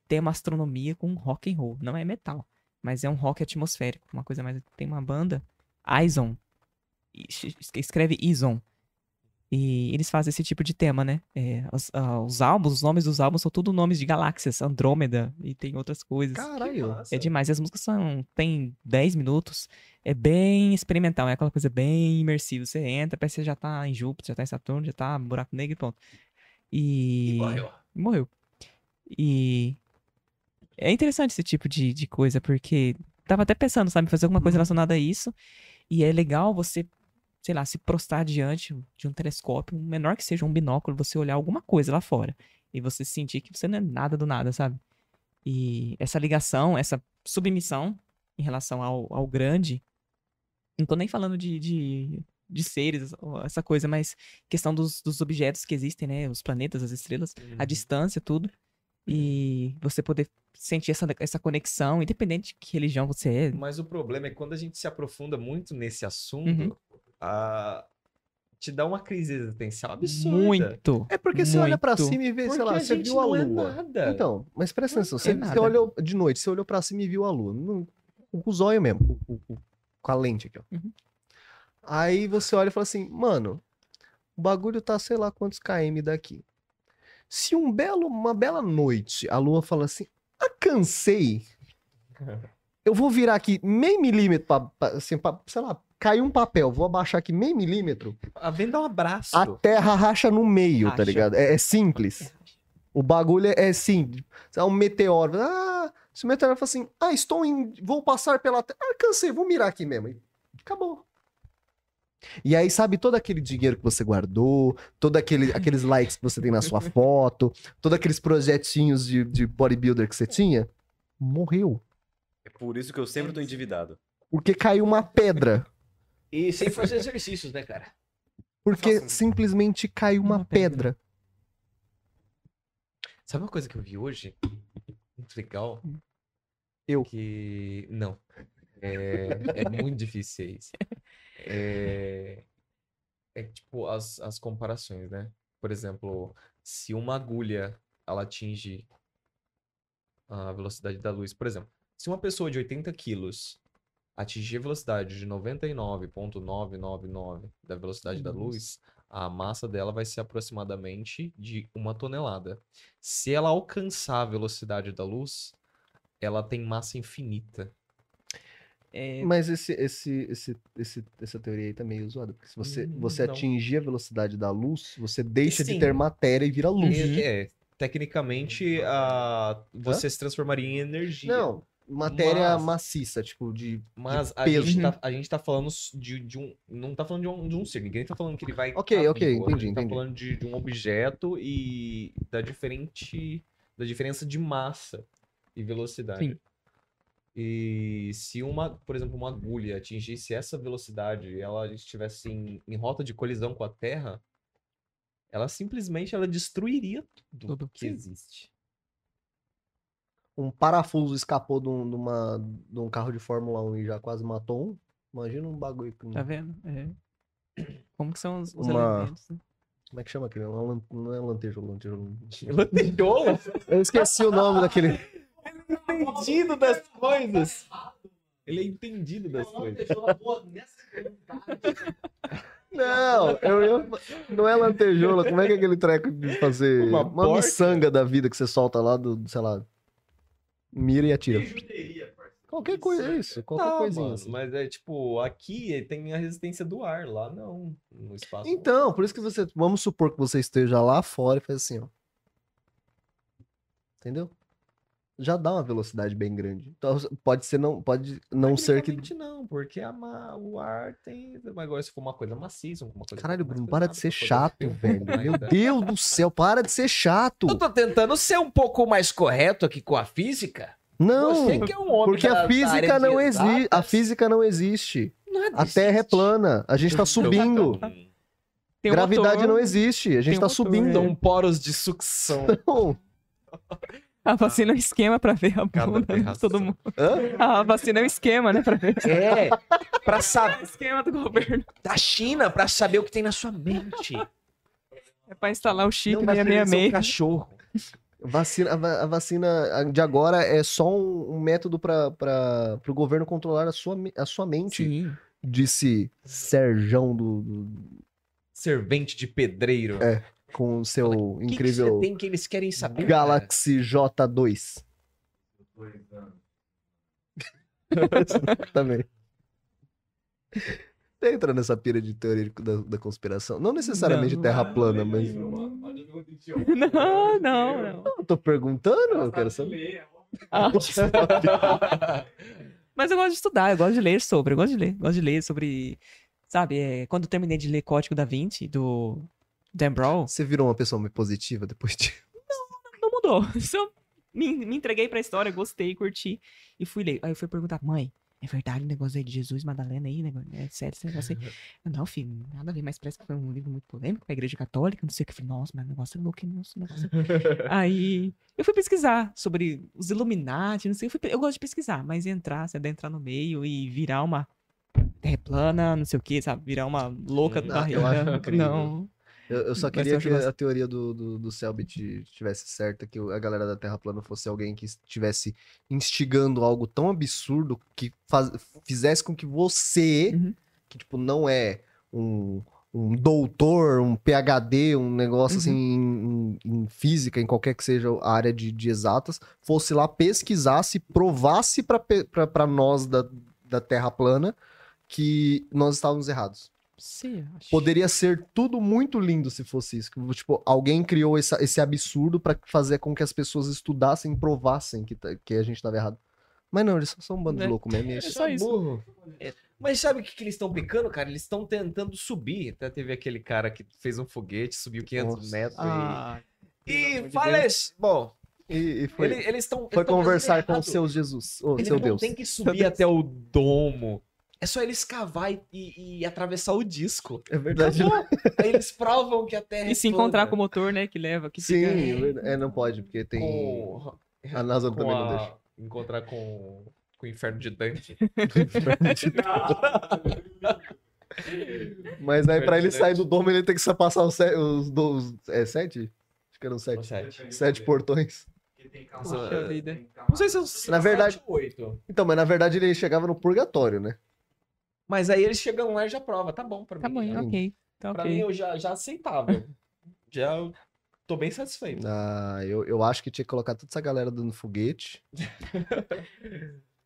S4: tema astronomia com rock and roll. Não é metal, mas é um rock atmosférico, uma coisa mais. Tem uma banda, Izon, e es- es- escreve Izon. E eles fazem esse tipo de tema, né? É, os, ah, os álbuns, os nomes dos álbuns são tudo nomes de galáxias, Andrômeda e tem outras coisas.
S1: Caralho.
S4: É demais. E as músicas são. Tem 10 minutos. É bem experimental. É aquela coisa bem imersiva. Você entra, parece que você já tá em Júpiter, já tá em Saturno, já tá em buraco negro e pronto. E.
S5: Morreu.
S4: Morreu. E. É interessante esse tipo de, de coisa, porque tava até pensando, sabe, fazer alguma coisa relacionada a isso. E é legal você, sei lá, se prostrar diante de um telescópio, menor que seja um binóculo, você olhar alguma coisa lá fora. E você sentir que você não é nada do nada, sabe? E essa ligação, essa submissão em relação ao, ao grande. Não tô nem falando de, de, de seres, ó, essa coisa, mas questão dos, dos objetos que existem, né? Os planetas, as estrelas, a distância, tudo. E você poder sentir essa, essa conexão, independente de que religião você é.
S6: Mas o problema é que quando a gente se aprofunda muito nesse assunto, a- te dá uma crise existencial absurda.
S4: Muito.
S1: É porque você olha pra
S4: Muito.
S1: cima e vê,
S6: Porque
S1: sei lá,
S6: a
S1: você
S6: gente
S1: viu a
S6: não é
S1: lua.
S6: nada.
S1: Então, mas presta atenção,
S4: é
S1: você, você
S4: nada.
S1: olhou de noite, você olhou pra cima e viu a lua. Não- com os olhos mesmo, com, com- com a lente aqui, ó.
S4: Uhum.
S1: Aí você olha e fala assim, mano, o bagulho tá sei lá quantos km daqui. Se um belo, uma bela noite a lua fala assim, ah, cansei, eu vou virar aqui meio milímetro, pra, pra- assim, pra- sei lá, caiu um papel, vou abaixar aqui meio milímetro,
S6: A venda é um abraço.
S1: a terra racha no meio, tá
S4: Racha.
S1: ligado? É, é simples. O bagulho é, é assim, é um meteoro. Ah, se o meteoro fala assim, ah, estou em. Vou passar pela terra. Ah, cansei, vou mirar aqui mesmo. E acabou. E aí, sabe, todo aquele dinheiro que você guardou, todos aquele, aqueles likes que você tem na sua foto, todos aqueles projetinhos de, de bodybuilder que você tinha, morreu.
S7: É por isso que eu sempre tô endividado.
S1: Porque caiu uma pedra.
S2: E sem fazer exercícios, né, cara?
S1: Porque
S7: Nossa.
S1: simplesmente caiu uma,
S4: Uma pedra.
S1: pedra.
S6: Sabe uma coisa que eu vi hoje? Muito legal.
S1: Eu.
S6: tipo Que. Não. É, é muito difícil ser isso. É, é tipo as, as comparações, né? Por exemplo, se uma agulha ela atinge a velocidade da luz, por exemplo, se uma pessoa de 80 quilos atingir a velocidade de 99,999 da velocidade da luz, a massa dela vai ser aproximadamente de uma tonelada. Se ela alcançar a velocidade da luz, ela tem massa infinita.
S4: É,
S1: Mas esse, esse, esse, esse- essa teoria aí tá meio zoada, porque se você,
S6: Hum,
S1: você
S6: não.
S1: atingir a velocidade da luz, você deixa
S6: Sim.
S1: de ter matéria e vira luz.
S6: É, é, tecnicamente, a, você se transformaria em energia.
S1: Não, matéria
S6: Mas-
S1: maciça, tipo, de.
S6: Mas a
S1: peso. Uhum.
S6: gente, tá, a gente tá falando de, de um. Não tá falando de um, de um ser, ninguém tá falando que ele vai.
S1: Ok,
S6: tá
S1: ok,
S6: vivo, a
S1: entendi,
S6: gente Tá
S1: entendi.
S6: falando de, de um objeto e da diferente. da diferença de massa e velocidade.
S4: Sim.
S6: E se uma, por exemplo, uma agulha atingisse essa velocidade e ela estivesse em, em rota de colisão com a Terra, ela simplesmente ela destruiria tudo,
S4: Tudo. Sim.
S6: que existe.
S1: Um parafuso escapou de um, de uma- de um carro de Fórmula 1 e já quase matou um. Imagina um bagulho com.
S4: Tá vendo? É. Como que são os, os
S1: Uma-
S4: elementos? né?
S1: Como é que chama aquele? Uma lan- Não é lantejo, lantejo.
S6: Lantejola?
S1: Eu esqueci o nome daquele.
S6: entendido das coisas. Ele é entendido das coisas.
S1: Não, eu ia... não é lantejola. Como é que é aquele treco de fazer
S6: Uma
S1: uma,
S6: porca?
S1: miçanga da vida que você solta lá do, sei lá, mira e atira? Qualquer coisa, é isso. Qualquer
S6: Tá,
S1: coisinha.
S6: mano,
S1: assim.
S6: mas é tipo, aqui tem a resistência do ar, lá não, no espaço. não.
S1: Então, por isso que você. Vamos supor que você esteja lá fora e faz assim, ó. Entendeu? Já dá uma velocidade bem grande. Então, pode ser não, pode não É um ser que.
S6: Tecnicamente não, porque a ma- o ar tem. Mas agora, se for uma coisa maciça, uma coisa.
S1: Caralho,
S6: mais
S1: Bruno, para de
S6: pesada,
S1: ser
S6: uma coisa
S1: chato,
S6: mais
S1: velho. Meu
S6: ainda.
S1: Deus do céu, para de ser chato.
S2: Eu tô tentando ser um pouco mais correto aqui com a física.
S1: Não.
S2: Você que é um homem
S1: Porque
S2: da-
S1: a
S2: da área
S1: física
S2: de
S1: não existe. A
S2: exatas,
S1: física não existe.
S2: nada
S1: A Terra é
S2: existe.
S1: plana. A gente tá subindo.
S4: Tem um
S1: Gravidade
S4: motor,
S1: não existe. A gente
S4: Tem
S1: tá
S4: um motor,
S1: subindo.
S6: São poros de sucção.
S1: Então,
S4: A vacina é um esquema pra ver a
S6: Cada
S4: bunda de
S6: aberração.
S4: todo mundo.
S1: Hã?
S4: A vacina é um esquema, né? Pra ver
S2: É, pra
S4: o
S2: saber
S4: É um esquema do governo.
S2: da China, pra saber o que tem na sua mente.
S4: É pra instalar o chip
S2: Não vai perder seu
S4: 666.
S2: cachorro.
S1: vacina, a, va- a vacina de agora é só um, um método para o governo controlar a sua, me- a sua mente,
S4: Sim.
S1: disse Serjão do, do-
S6: Servente de pedreiro.
S1: É, com o seu
S2: O que que você
S1: incrível
S2: tem que eles querem saber? cara?
S1: Galaxy J2. Também. Você entra nessa pira de teoria de- da, da conspiração. Não necessariamente
S4: Não.
S1: terra plana, mas.
S4: Não, não, não.
S1: Eu tô perguntando, eu quero saber.
S4: Ah, Mas eu gosto de estudar, eu gosto de ler sobre, eu gosto de ler, gosto de ler sobre, sabe, é, quando eu terminei de ler Código da Vinci, do Dan Brown,
S1: Você virou uma pessoa mais positiva depois de.
S4: não mudou. Só me, me entreguei pra história, gostei, curti, e fui ler. Aí eu fui perguntar, mãe, é verdade o negócio aí de Jesus, Madalena aí, negócio, é sério esse negócio aí. Eu, não, filho, nada a ver, mas parece que foi um livro muito polêmico pra igreja católica, não sei o que. Eu falei, nossa, mas o negócio é louco, hein, nossa, o negócio é... aí eu fui pesquisar sobre os Illuminati, não sei, eu, fui pe- eu gosto de pesquisar, mas entrar, se adentrar no meio e virar uma terra plana, não sei o que, sabe, virar uma louca
S6: Não,
S4: da
S6: eu acho incrível.
S4: não.
S1: Eu, eu só
S4: Vai ser
S1: queria
S4: um
S1: que
S4: negócio-
S1: a teoria do, do, do Selbit tivesse certa, que a galera da Terra Plana fosse alguém que estivesse instigando algo tão absurdo que faz- fizesse com que você,
S4: Uhum.
S1: que tipo, não é um, um doutor, um PhD, um negócio
S4: Uhum.
S1: assim em, em- em física, em qualquer que seja a área de, de exatas, fosse lá, pesquisasse, provasse pra pe- pra pra nós da, da Terra Plana que nós estávamos errados.
S4: Sim, acho.
S1: Poderia ser tudo muito lindo se fosse isso. que, Tipo, alguém criou essa- esse absurdo pra fazer com que as pessoas estudassem e provassem que, tá- que a gente tava errado. Mas não, eles só são um bando de
S4: Né?
S1: louco mesmo. e é
S4: É
S1: isso.
S4: só isso. É.
S6: Burro.
S8: Mas sabe o que, que eles estão pecando, cara?
S6: Cara, eles estão tentando subir. Até teve aquele cara que fez um foguete, subiu 500
S1: Nossa.
S6: metros. e-
S4: Ah, pelo amor
S6: E
S4: de
S6: falece. Bom,
S1: E, e foi,
S6: ele- eles estão.
S1: foi conversar com o seu Jesus, ou
S6: Ele
S1: seu
S6: não
S1: Deus.
S6: tem que subir até o domo. É só eles cavar e, e- e atravessar o disco.
S1: É verdade.
S6: Acabou. Aí eles provam que a Terra é
S4: E se encontrar com o motor, né, que leva, que
S1: Sim,
S4: fica...
S1: é verdade. É, não pode, porque tem.
S6: com,
S1: A NASA
S6: com
S1: também não
S6: a-
S1: deixa.
S6: Encontrar com, com o inferno de Dante.
S1: Mas aí, pra ele
S6: Verdade.
S1: sair do domo, ele tem que passar os, se- os, dois- é, sete? Acho que eram
S6: Ou
S1: sete.
S6: sete.
S1: Sete portões.
S9: Porque tem
S4: é um
S6: Nossa,
S9: calma.
S4: vida.
S6: Não sei se eu
S1: Na verdade-
S6: sete ou oito.
S1: Então, mas na verdade ele chegava no purgatório, né?
S6: Mas aí eles chegam lá e já prova. Tá bom pra mim.
S4: Tá bom, hein?
S1: Hum.
S4: ok. Tá
S6: Pra
S4: ok.
S6: mim eu já, já aceitável. já tô bem satisfeito.
S1: Ah, eu, eu acho que tinha que colocar toda essa galera dando foguete.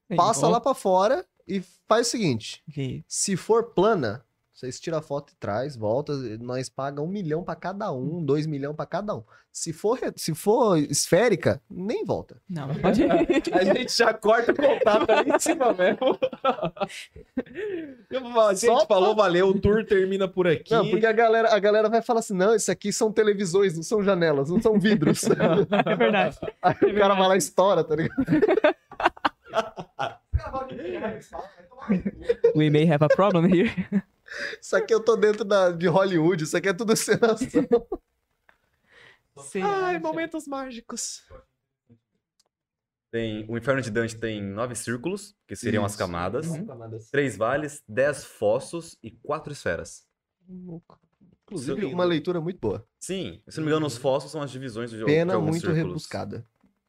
S4: Bem,
S1: Passa
S4: ó,
S1: lá pra fora e faz o seguinte:
S4: vê.
S1: se for plana, vocês tiram a foto e traz, volta, e nós paga um milhão pra cada um, dois milhão pra cada um. Se for, re- se for esférica, nem volta.
S4: Não, não pode.
S6: A gente já corta o contato ali em cima mesmo. Eu vou falar, gente,
S1: Só
S6: falou, valeu, o tour termina por aqui.
S1: Não, porque a galera, a galera vai falar assim: não, isso aqui são televisões, não são janelas, não são vidros.
S4: é verdade.
S1: Aí o cara vai lá e estoura, tá ligado?
S4: We may have a problem here.
S1: Isso aqui eu tô dentro da, de Hollywood, isso aqui é tudo cenas.
S6: Ai, momentos mágicos.
S7: Tem, o Inferno de Dante tem nove círculos, que seriam as
S1: Isso.
S7: camadas.
S4: Uhum.
S7: Três vales, dez fossos e quatro esferas.
S4: Louco.
S1: Inclusive, uma leitura muito boa.
S7: Sim, se não me engano, os fossos são as divisões de, de
S1: Uhum. Pena
S7: alguns
S1: muito
S7: círculos,
S1: rebuscada.
S7: se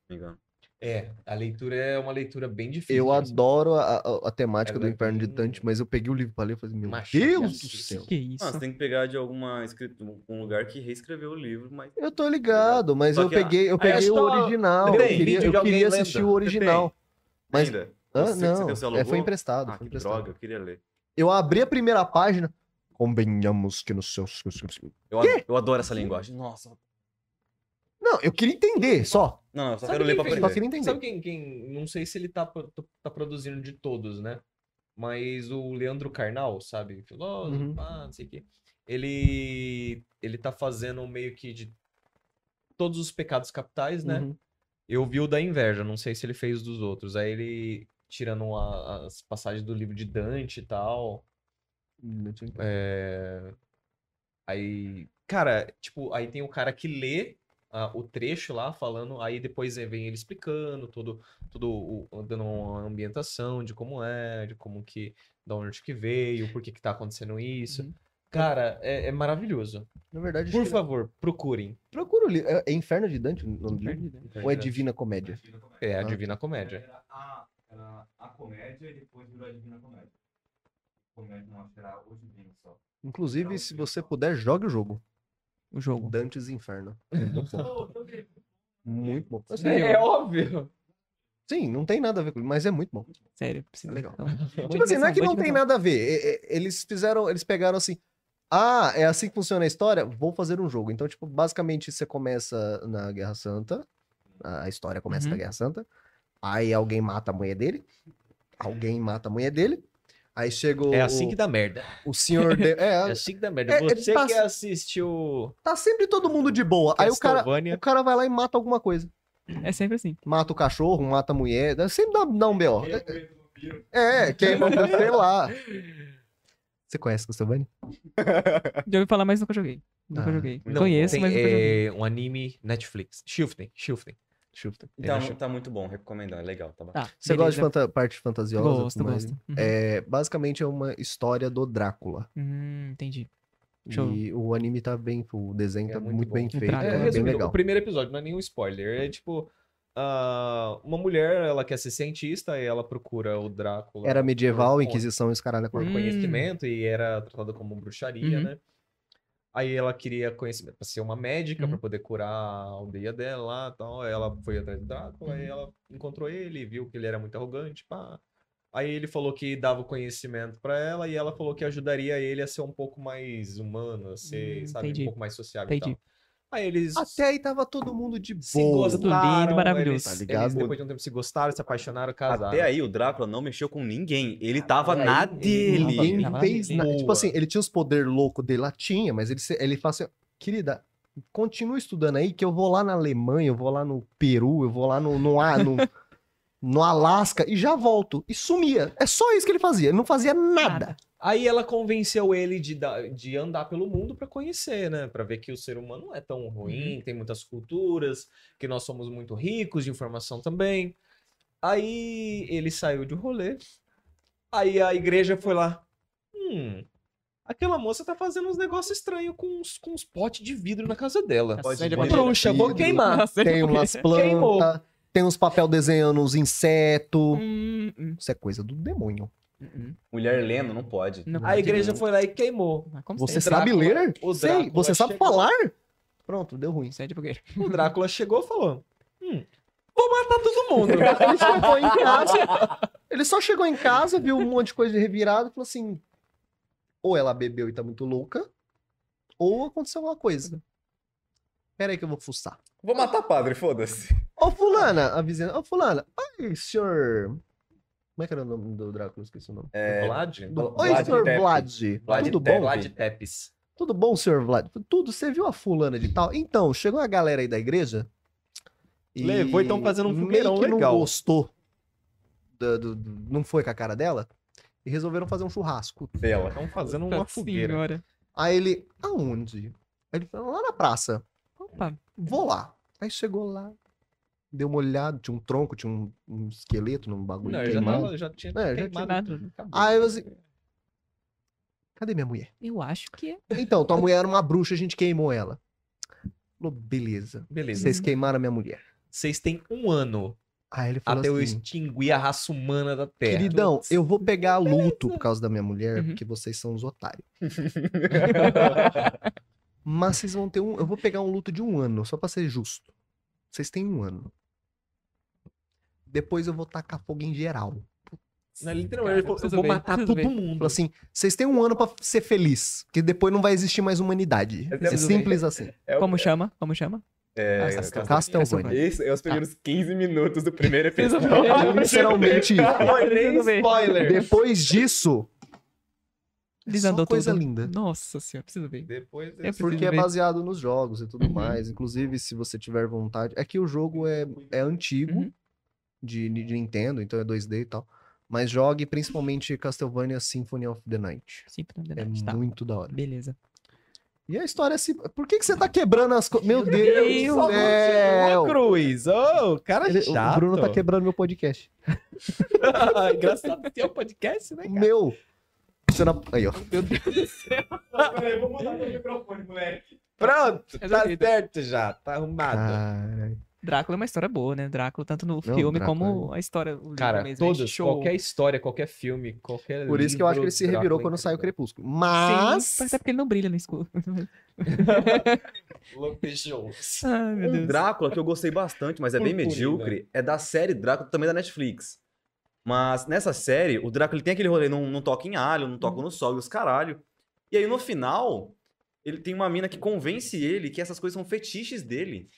S7: não me engano.
S6: É, a leitura é uma leitura bem difícil.
S1: Eu
S6: né?
S1: adoro a, a- a temática
S6: Ela
S1: do Inferno de
S6: tem
S1: Dante, mas eu peguei o livro pra ler e falei, meu
S6: uma
S1: Deus do
S6: chateação.
S1: céu.
S4: Que é isso?
S7: Ah, você tem que pegar de alguma escrita, um lugar que reescreveu o livro, mas
S1: Eu tô ligado, mas
S7: Só
S1: eu
S7: que, ah,
S1: peguei, eu
S6: aí
S1: peguei
S6: acho
S1: o
S6: que tá-
S1: original. Eu
S7: Tem
S1: queria,
S6: vídeo de
S1: eu
S6: alguém
S1: queria
S6: lendo.
S1: assistir o original. Mas
S7: ainda.
S1: Hã?
S7: Você- você
S1: não,
S7: tem o seu
S1: é,
S7: alugou?
S1: foi emprestado,
S7: Ah,
S1: foi
S7: que
S1: emprestado.
S7: droga, eu queria ler.
S1: Eu abri a primeira página. Convenhamos que nos seus.
S7: Eu, ad- eu adoro essa linguagem. Nossa.
S1: Não, eu queeria entender só.
S7: Não, eu só
S6: Sabe
S7: quero ler
S6: quem
S7: pra
S6: fez?
S7: aprender.
S1: Só queria
S6: Sabe
S1: entender.
S6: quem, quem. Não sei se ele tá, pro- tá produzindo de todos, né? Mas o Leandro Carnal, sabe? Filósofo,
S1: Uhum.
S6: pá, não sei o quê. Ele. Ele tá fazendo meio que de todos os pecados capitais, né?
S1: Uhum.
S6: Eu vi o da inveja, não sei se ele fez dos outros. Aí ele. Tirando a- as passagens do livro de Dante e tal.
S1: Uhum.
S6: É, Aí, cara, tipo, aí tem o cara que lê ah, o trecho lá falando, aí depois eh, vem ele explicando todo, todo o, dando uma ambientação de como é, de como que, da onde que veio, por que que tá acontecendo isso.
S4: Uhum.
S6: Cara, é, é maravilhoso.
S1: Na verdade,
S6: Por
S1: Por favor,
S6: favor, procurem.
S1: procura o livro. É, é Inferno de Dante o nome do livro? Ou é
S6: Verdade.
S1: Divina Comédia?
S6: É a
S1: Ah.
S6: Divina Comédia.
S9: Era a, era a comédia e depois virou a Divina Comédia. Comédia não, acho que era o Divino só.
S1: Inclusive, se você puder, jogue o jogo.
S4: O jogo.
S1: Dante's Inferno. Muito bom.
S7: Tá
S1: Muito bom.
S4: É,
S6: É óbvio.
S1: Sim, não tem nada a ver com isso, mas é muito bom.
S4: Sério, preciso.
S1: Legal.
S4: Então,
S1: Tipo assim, não é que não tem
S4: Motivação.
S1: nada a ver. e- e- Eles fizeram, eles pegaram assim. Ah, é assim que funciona a história? Vou fazer um jogo. Então, tipo, basicamente você começa na Guerra Santa. A história começa na
S4: Uhum.
S1: Guerra Santa. Aí alguém mata a mulher dele. Alguém mata a mulher dele. Aí chega o,
S6: É assim que dá merda.
S1: o senhor. de-
S6: É
S1: É,
S6: assim que dá merda.
S1: É, ele
S6: Você
S1: tá-
S6: que assistiu
S1: tá sempre todo mundo de boa. Aí o cara,
S6: Castlevania,
S1: o cara vai lá e mata alguma coisa.
S4: É sempre assim.
S1: Mata o cachorro, mata a mulher. dá- Sempre dá, dá um B.O. É- É, quem manda, sei lá. Você conhece Castlevania?
S4: Já ouvi falar, mas nunca joguei. Nunca
S1: Ah,
S4: joguei.
S6: Não,
S4: Conheço,
S6: tem,
S4: mas nunca joguei.
S6: é, um anime Netflix. Shifting, Shifting, Shifting.
S7: Tá, mu- tá muito bom, recomendar, é legal, tá bom.
S4: Tá,
S1: Você
S4: Então, beleza.
S1: gosta de fanta- parte fantasiosa? e tudo
S4: Gosto,
S1: mais,
S4: gosto.
S1: né?
S4: Uhum.
S1: É, basicamente é uma história do Drácula.
S4: Hum, entendi. Show. Um né?
S1: E o anime tá bem, o desenho
S6: É
S1: tá
S6: muito
S1: muito, bem
S4: bom.
S1: feito,
S4: Drácula.
S1: é, bem
S6: Resumindo,
S1: legal.
S6: O primeiro episódio não é nenhum spoiler. É tipo. ah, uma mulher, ela quer ser cientista e ela procura o Drácula
S1: Era medieval,
S6: Por-
S1: Inquisição é e os caras na
S6: por
S4: É. Hum.
S6: conhecimento e era tratada como bruxaria,
S4: Uhum.
S6: né? Aí ela queria conhecimento pra ser uma médica, pra
S4: Uhum.
S6: poder curar a aldeia dela lá e tal. Aí ela foi atrás do Drácula,
S4: Uhum.
S6: aí ela encontrou ele, viu que ele era muito arrogante, pá. Aí ele falou que dava o conhecimento pra ela e ela falou que ajudaria ele a ser um pouco mais humano, a ser,
S4: Hum,
S6: sabe,
S4: entendi.
S6: um pouco mais sociável e
S4: Entendi.
S1: Tá
S4: Ah,
S6: tal. Aí eles
S1: Até aí tava todo mundo de
S6: se
S1: boa.
S4: Tudo
S6: gostaram,
S4: lindo, maravilhoso.
S6: eles-
S1: Tá
S6: eles
S1: ligado?
S6: depois de um tempo se gostaram, se apaixonaram, casaram.
S7: Até aí o Drácula não mexeu com ninguém. Ele tava
S6: Até aí,
S7: na
S6: ele-
S7: dele.
S1: Ninguém
S4: Tava
S1: fez
S4: bem
S1: nada. Tipo
S6: boa.
S1: assim, ele tinha os poderes loucos dele lá, tinha, mas ele, se- ele fala assim, querida, continua estudando aí que eu vou lá na Alemanha, eu vou lá no Peru, eu vou lá no, no, A- no, no Alasca e já volto. E sumia. É só isso que ele fazia. Ele não fazia
S4: Tá
S1: nada.
S6: Aí ela convenceu ele de, dar- de andar pelo mundo pra conhecer, né? Pra ver que o ser humano não é tão ruim, tem muitas culturas, que nós somos muito ricos de informação também. Aí ele saiu de rolê. Aí a igreja foi lá. Hum, aquela moça tá fazendo uns negócios estranhos com uns, com uns potes de vidro na casa dela.
S4: Pode
S6: Pode
S4: crer.
S6: Bruxa, vou
S1: Vidro.
S6: queimar.
S1: Tem um umas
S6: Queimou.
S1: plantas, tem uns papel desenhando uns insetos.
S4: Hum, hum,
S1: Isso é coisa do demônio.
S4: hum, hum.
S7: Mulher lendo, não pode.
S4: Não
S6: A
S4: pode,
S6: igreja
S4: não.
S6: foi lá e queimou.
S4: Mas Como
S1: Você
S4: você
S1: sabe
S6: Drácula-
S1: ler?
S6: o
S1: Sei.
S6: Drácula
S1: Você sabe
S6: chegou-
S1: falar? Pronto, deu ruim.
S4: Sede bugueiro.
S6: O Drácula chegou e falou: Hum, vou matar todo mundo.
S1: Ele chegou em casa. Ele só chegou em casa, viu um monte de coisa revirada e falou assim: ou ela bebeu e tá muito louca, ou aconteceu alguma coisa. Pera aí que eu vou fuçar.
S2: Vou matar padre, foda-se.
S1: Ô, Fulana, a vizinha. Ô, Fulana, oi, senhor. Como é que era o nome do Drácula? Esqueci o nome.
S2: É,
S6: Vlad?
S1: Do-
S2: Vlad
S1: Oi, senhor
S2: Tepes.
S1: Vlad.
S2: Vlad
S1: Tudo
S2: Tepes.
S1: bom?
S6: Vlad Tepes.
S1: Tudo bom, senhor Vlad? Tudo, você viu a fulana de tal? Então, chegou a galera aí da igreja.
S6: Levou, então, fazendo um
S1: meio
S6: fogueirão
S1: que
S6: legal.
S1: não gostou. da- do- do- não foi com a cara dela. E resolveram fazer um churrasco.
S2: dela.
S6: Estão fazendo uma
S4: Nossa
S6: fogueira.
S4: senhora.
S1: Aí ele, aonde? Aí ele falou, lá na praça.
S4: Opa,
S1: Vou lá. Aí chegou lá. Deu uma olhada, tinha um tronco, tinha um, um esqueleto num bagulho
S6: Não, eu já,
S1: queimado.
S6: tava, já tinha
S1: É, já tinha
S6: queimado
S4: nada.
S6: tudo, acabou.
S1: Aí eu assim, cadê minha mulher?
S4: eu acho que é.
S1: Então, tua mulher era uma bruxa, a gente queimou ela. Falou, beleza.
S4: Hum,
S6: Beleza.
S4: Uhum.
S1: Vocês queimaram a minha mulher.
S6: Vocês têm um ano
S1: Aí ele falou
S6: até eu
S1: assim,
S6: extinguir a raça humana da Terra.
S1: queridão, eu vou pegar luto por causa da minha mulher,
S4: Uhum.
S1: porque vocês são os otários. Mas vocês vão ter um... Eu vou pegar um luto de um ano, só pra ser justo. Vocês têm um ano. Depois eu vou tacar fogo em geral.
S6: Não, é literalmente,
S4: Cara, eu
S6: ele falou, eu
S4: preciso
S6: vou
S4: ver,
S6: matar
S4: preciso
S6: todo
S4: ver.
S6: mundo.
S1: Falou assim, vocês têm um ano pra ser feliz, porque depois não vai existir mais humanidade.
S2: Eu
S1: É
S2: tenho-
S1: simples assim.
S2: É, o-
S4: Como chama? Como chama?
S2: é,
S4: Ah, essas
S2: Castlevania.
S1: Castlevania.
S2: Esse é os primeiros 15 minutos do primeiro episódio.
S1: É literalmente
S2: um
S1: isso.
S6: Foi nem
S4: Preciso ver.
S6: spoiler.
S1: Depois disso, é
S4: Desandou
S1: só coisa
S4: tudo.
S1: linda.
S4: Nossa senhora, preciso ver.
S6: Depois
S4: Eu preciso
S1: Porque é
S4: ver.
S1: baseado nos jogos e tudo
S4: Uhum.
S1: mais. Inclusive, se você tiver vontade. É que o jogo é, é antigo
S4: Uhum.
S1: de, de Nintendo, então é 2D e tal. Mas jogue principalmente Castlevania Symphony of the Night.
S4: Sim, pra
S1: É
S4: verdade, tá.
S1: muito da hora.
S4: Beleza.
S1: E a história é assim. Por que, que você tá quebrando as coisas? Meu Deus!
S6: Deus,
S1: do céu!
S6: Ô, Cruz, ô, o cara
S1: Ele-
S6: chato.
S1: o Bruno tá quebrando meu podcast.
S6: Graças a Deus, podcast, né, cara?
S1: Meu! Você não... Aí, ó.
S10: Peraí, vou mudar meu microfone, moleque.
S6: Pronto, tá
S4: Resolvido.
S6: certo já, tá arrumado.
S1: Caralho.
S4: é Drácula é uma história boa, né? Drácula, tanto no filme
S1: Drácula
S4: como a história. O livro
S6: Cara,
S4: mesmo, é
S6: todas,
S4: show.
S6: qualquer história, qualquer filme, qualquer
S1: Por isso que eu acho que ele se
S6: livro,
S1: revirou
S6: Drácula
S1: quando
S6: é
S1: saiu o
S6: incrível.
S1: Crepúsculo.
S4: Sim,
S1: Mas.
S4: mas é porque ele não brilha no escuro.
S6: Louco Peixoto.
S4: Ai, meu
S7: Um
S4: Deus.
S7: Drácula que eu gostei bastante, mas é bem
S6: Purpurina.
S7: medíocre, é da série Drácula também da Netflix. Mas nessa série, o Drácula ele tem aquele rolê, não, não toca em alho, não toca no sol e os caralho. E aí no final, ele tem uma mina que convence ele que essas coisas são fetiches dele.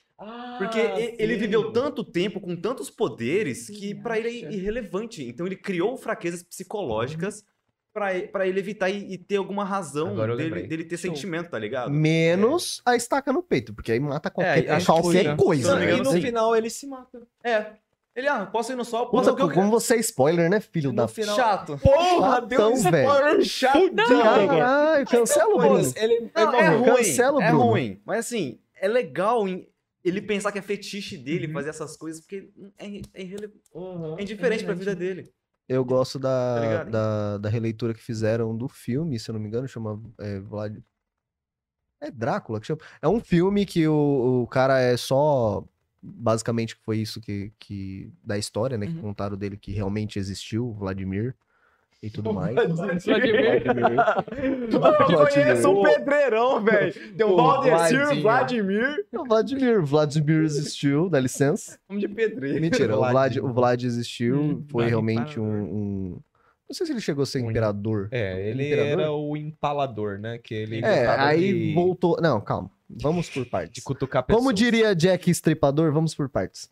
S7: Porque
S6: Ah,
S7: e- ele
S6: sim.
S7: viveu tanto tempo com tantos poderes que
S4: Sim,
S7: pra ele é
S4: acha.
S7: irrelevante. Então ele criou fraquezas psicológicas pra e- pra ele evitar e, e ter alguma razão
S6: Agora eu
S7: dele,
S6: lembrei.
S7: dele ter
S4: Show.
S7: sentimento, tá ligado?
S1: Menos a estaca no peito, porque aí mata
S7: É,
S1: qualquer,
S7: aí acho
S1: qualquer
S2: tá
S7: que foi, né?
S6: Não,
S1: coisa.
S7: Se
S1: né?
S6: e no
S7: Sim.
S6: final ele se mata.
S7: É. Ele, ah, posso ir no sol? Posso
S1: Puta,
S7: o que eu
S1: como você é spoiler, né, filho
S7: No
S1: da...
S7: final-
S1: Chato.
S7: Porra,
S1: Chatão,
S2: um
S7: Deus,
S1: velho.
S7: chato.
S1: Caralho, cancela
S7: Então,
S1: o Bruno.
S7: Ele
S1: Não,
S7: é ruim,
S1: Cancela o
S7: é
S1: Bruno.
S7: ruim. Mas assim, é legal em- ele pensar que é fetiche dele fazer essas coisas, porque é, é irrele- é indiferente pra vida dele.
S1: Eu gosto
S7: Tá
S1: da,
S7: ligado?
S1: da, da releitura que fizeram do filme, se eu não me engano, chama é, Vlad... É Drácula que chama. É um filme que o, o cara é só. Basicamente, foi isso que, que. Da história, né? Que
S4: Uhum.
S1: contaram dele que realmente existiu, Vladimir e tudo mais.
S7: Conheço um pedreirão, velho. Deu Valdecir,
S5: Vladinho.
S7: Vladimir.
S1: O Vladimir. Vladimir existiu, dá licença.
S7: Nome de pedreiro.
S1: Mentira, o Vlad, o Vlad existiu,
S4: Hum,
S1: foi
S4: Vlad
S1: realmente um,
S4: Impalador.
S1: um- Não sei se ele chegou a ser
S2: Um
S1: imperador.
S2: É, ele
S1: Imperador?
S2: era o empalador, né? Que ele
S1: É,
S2: gostava
S1: aí
S2: de,
S1: voltou. Não, calma. Vamos por
S2: de
S1: partes.
S2: cutucar pessoas.
S1: Como diria Jack Estripador, vamos por partes.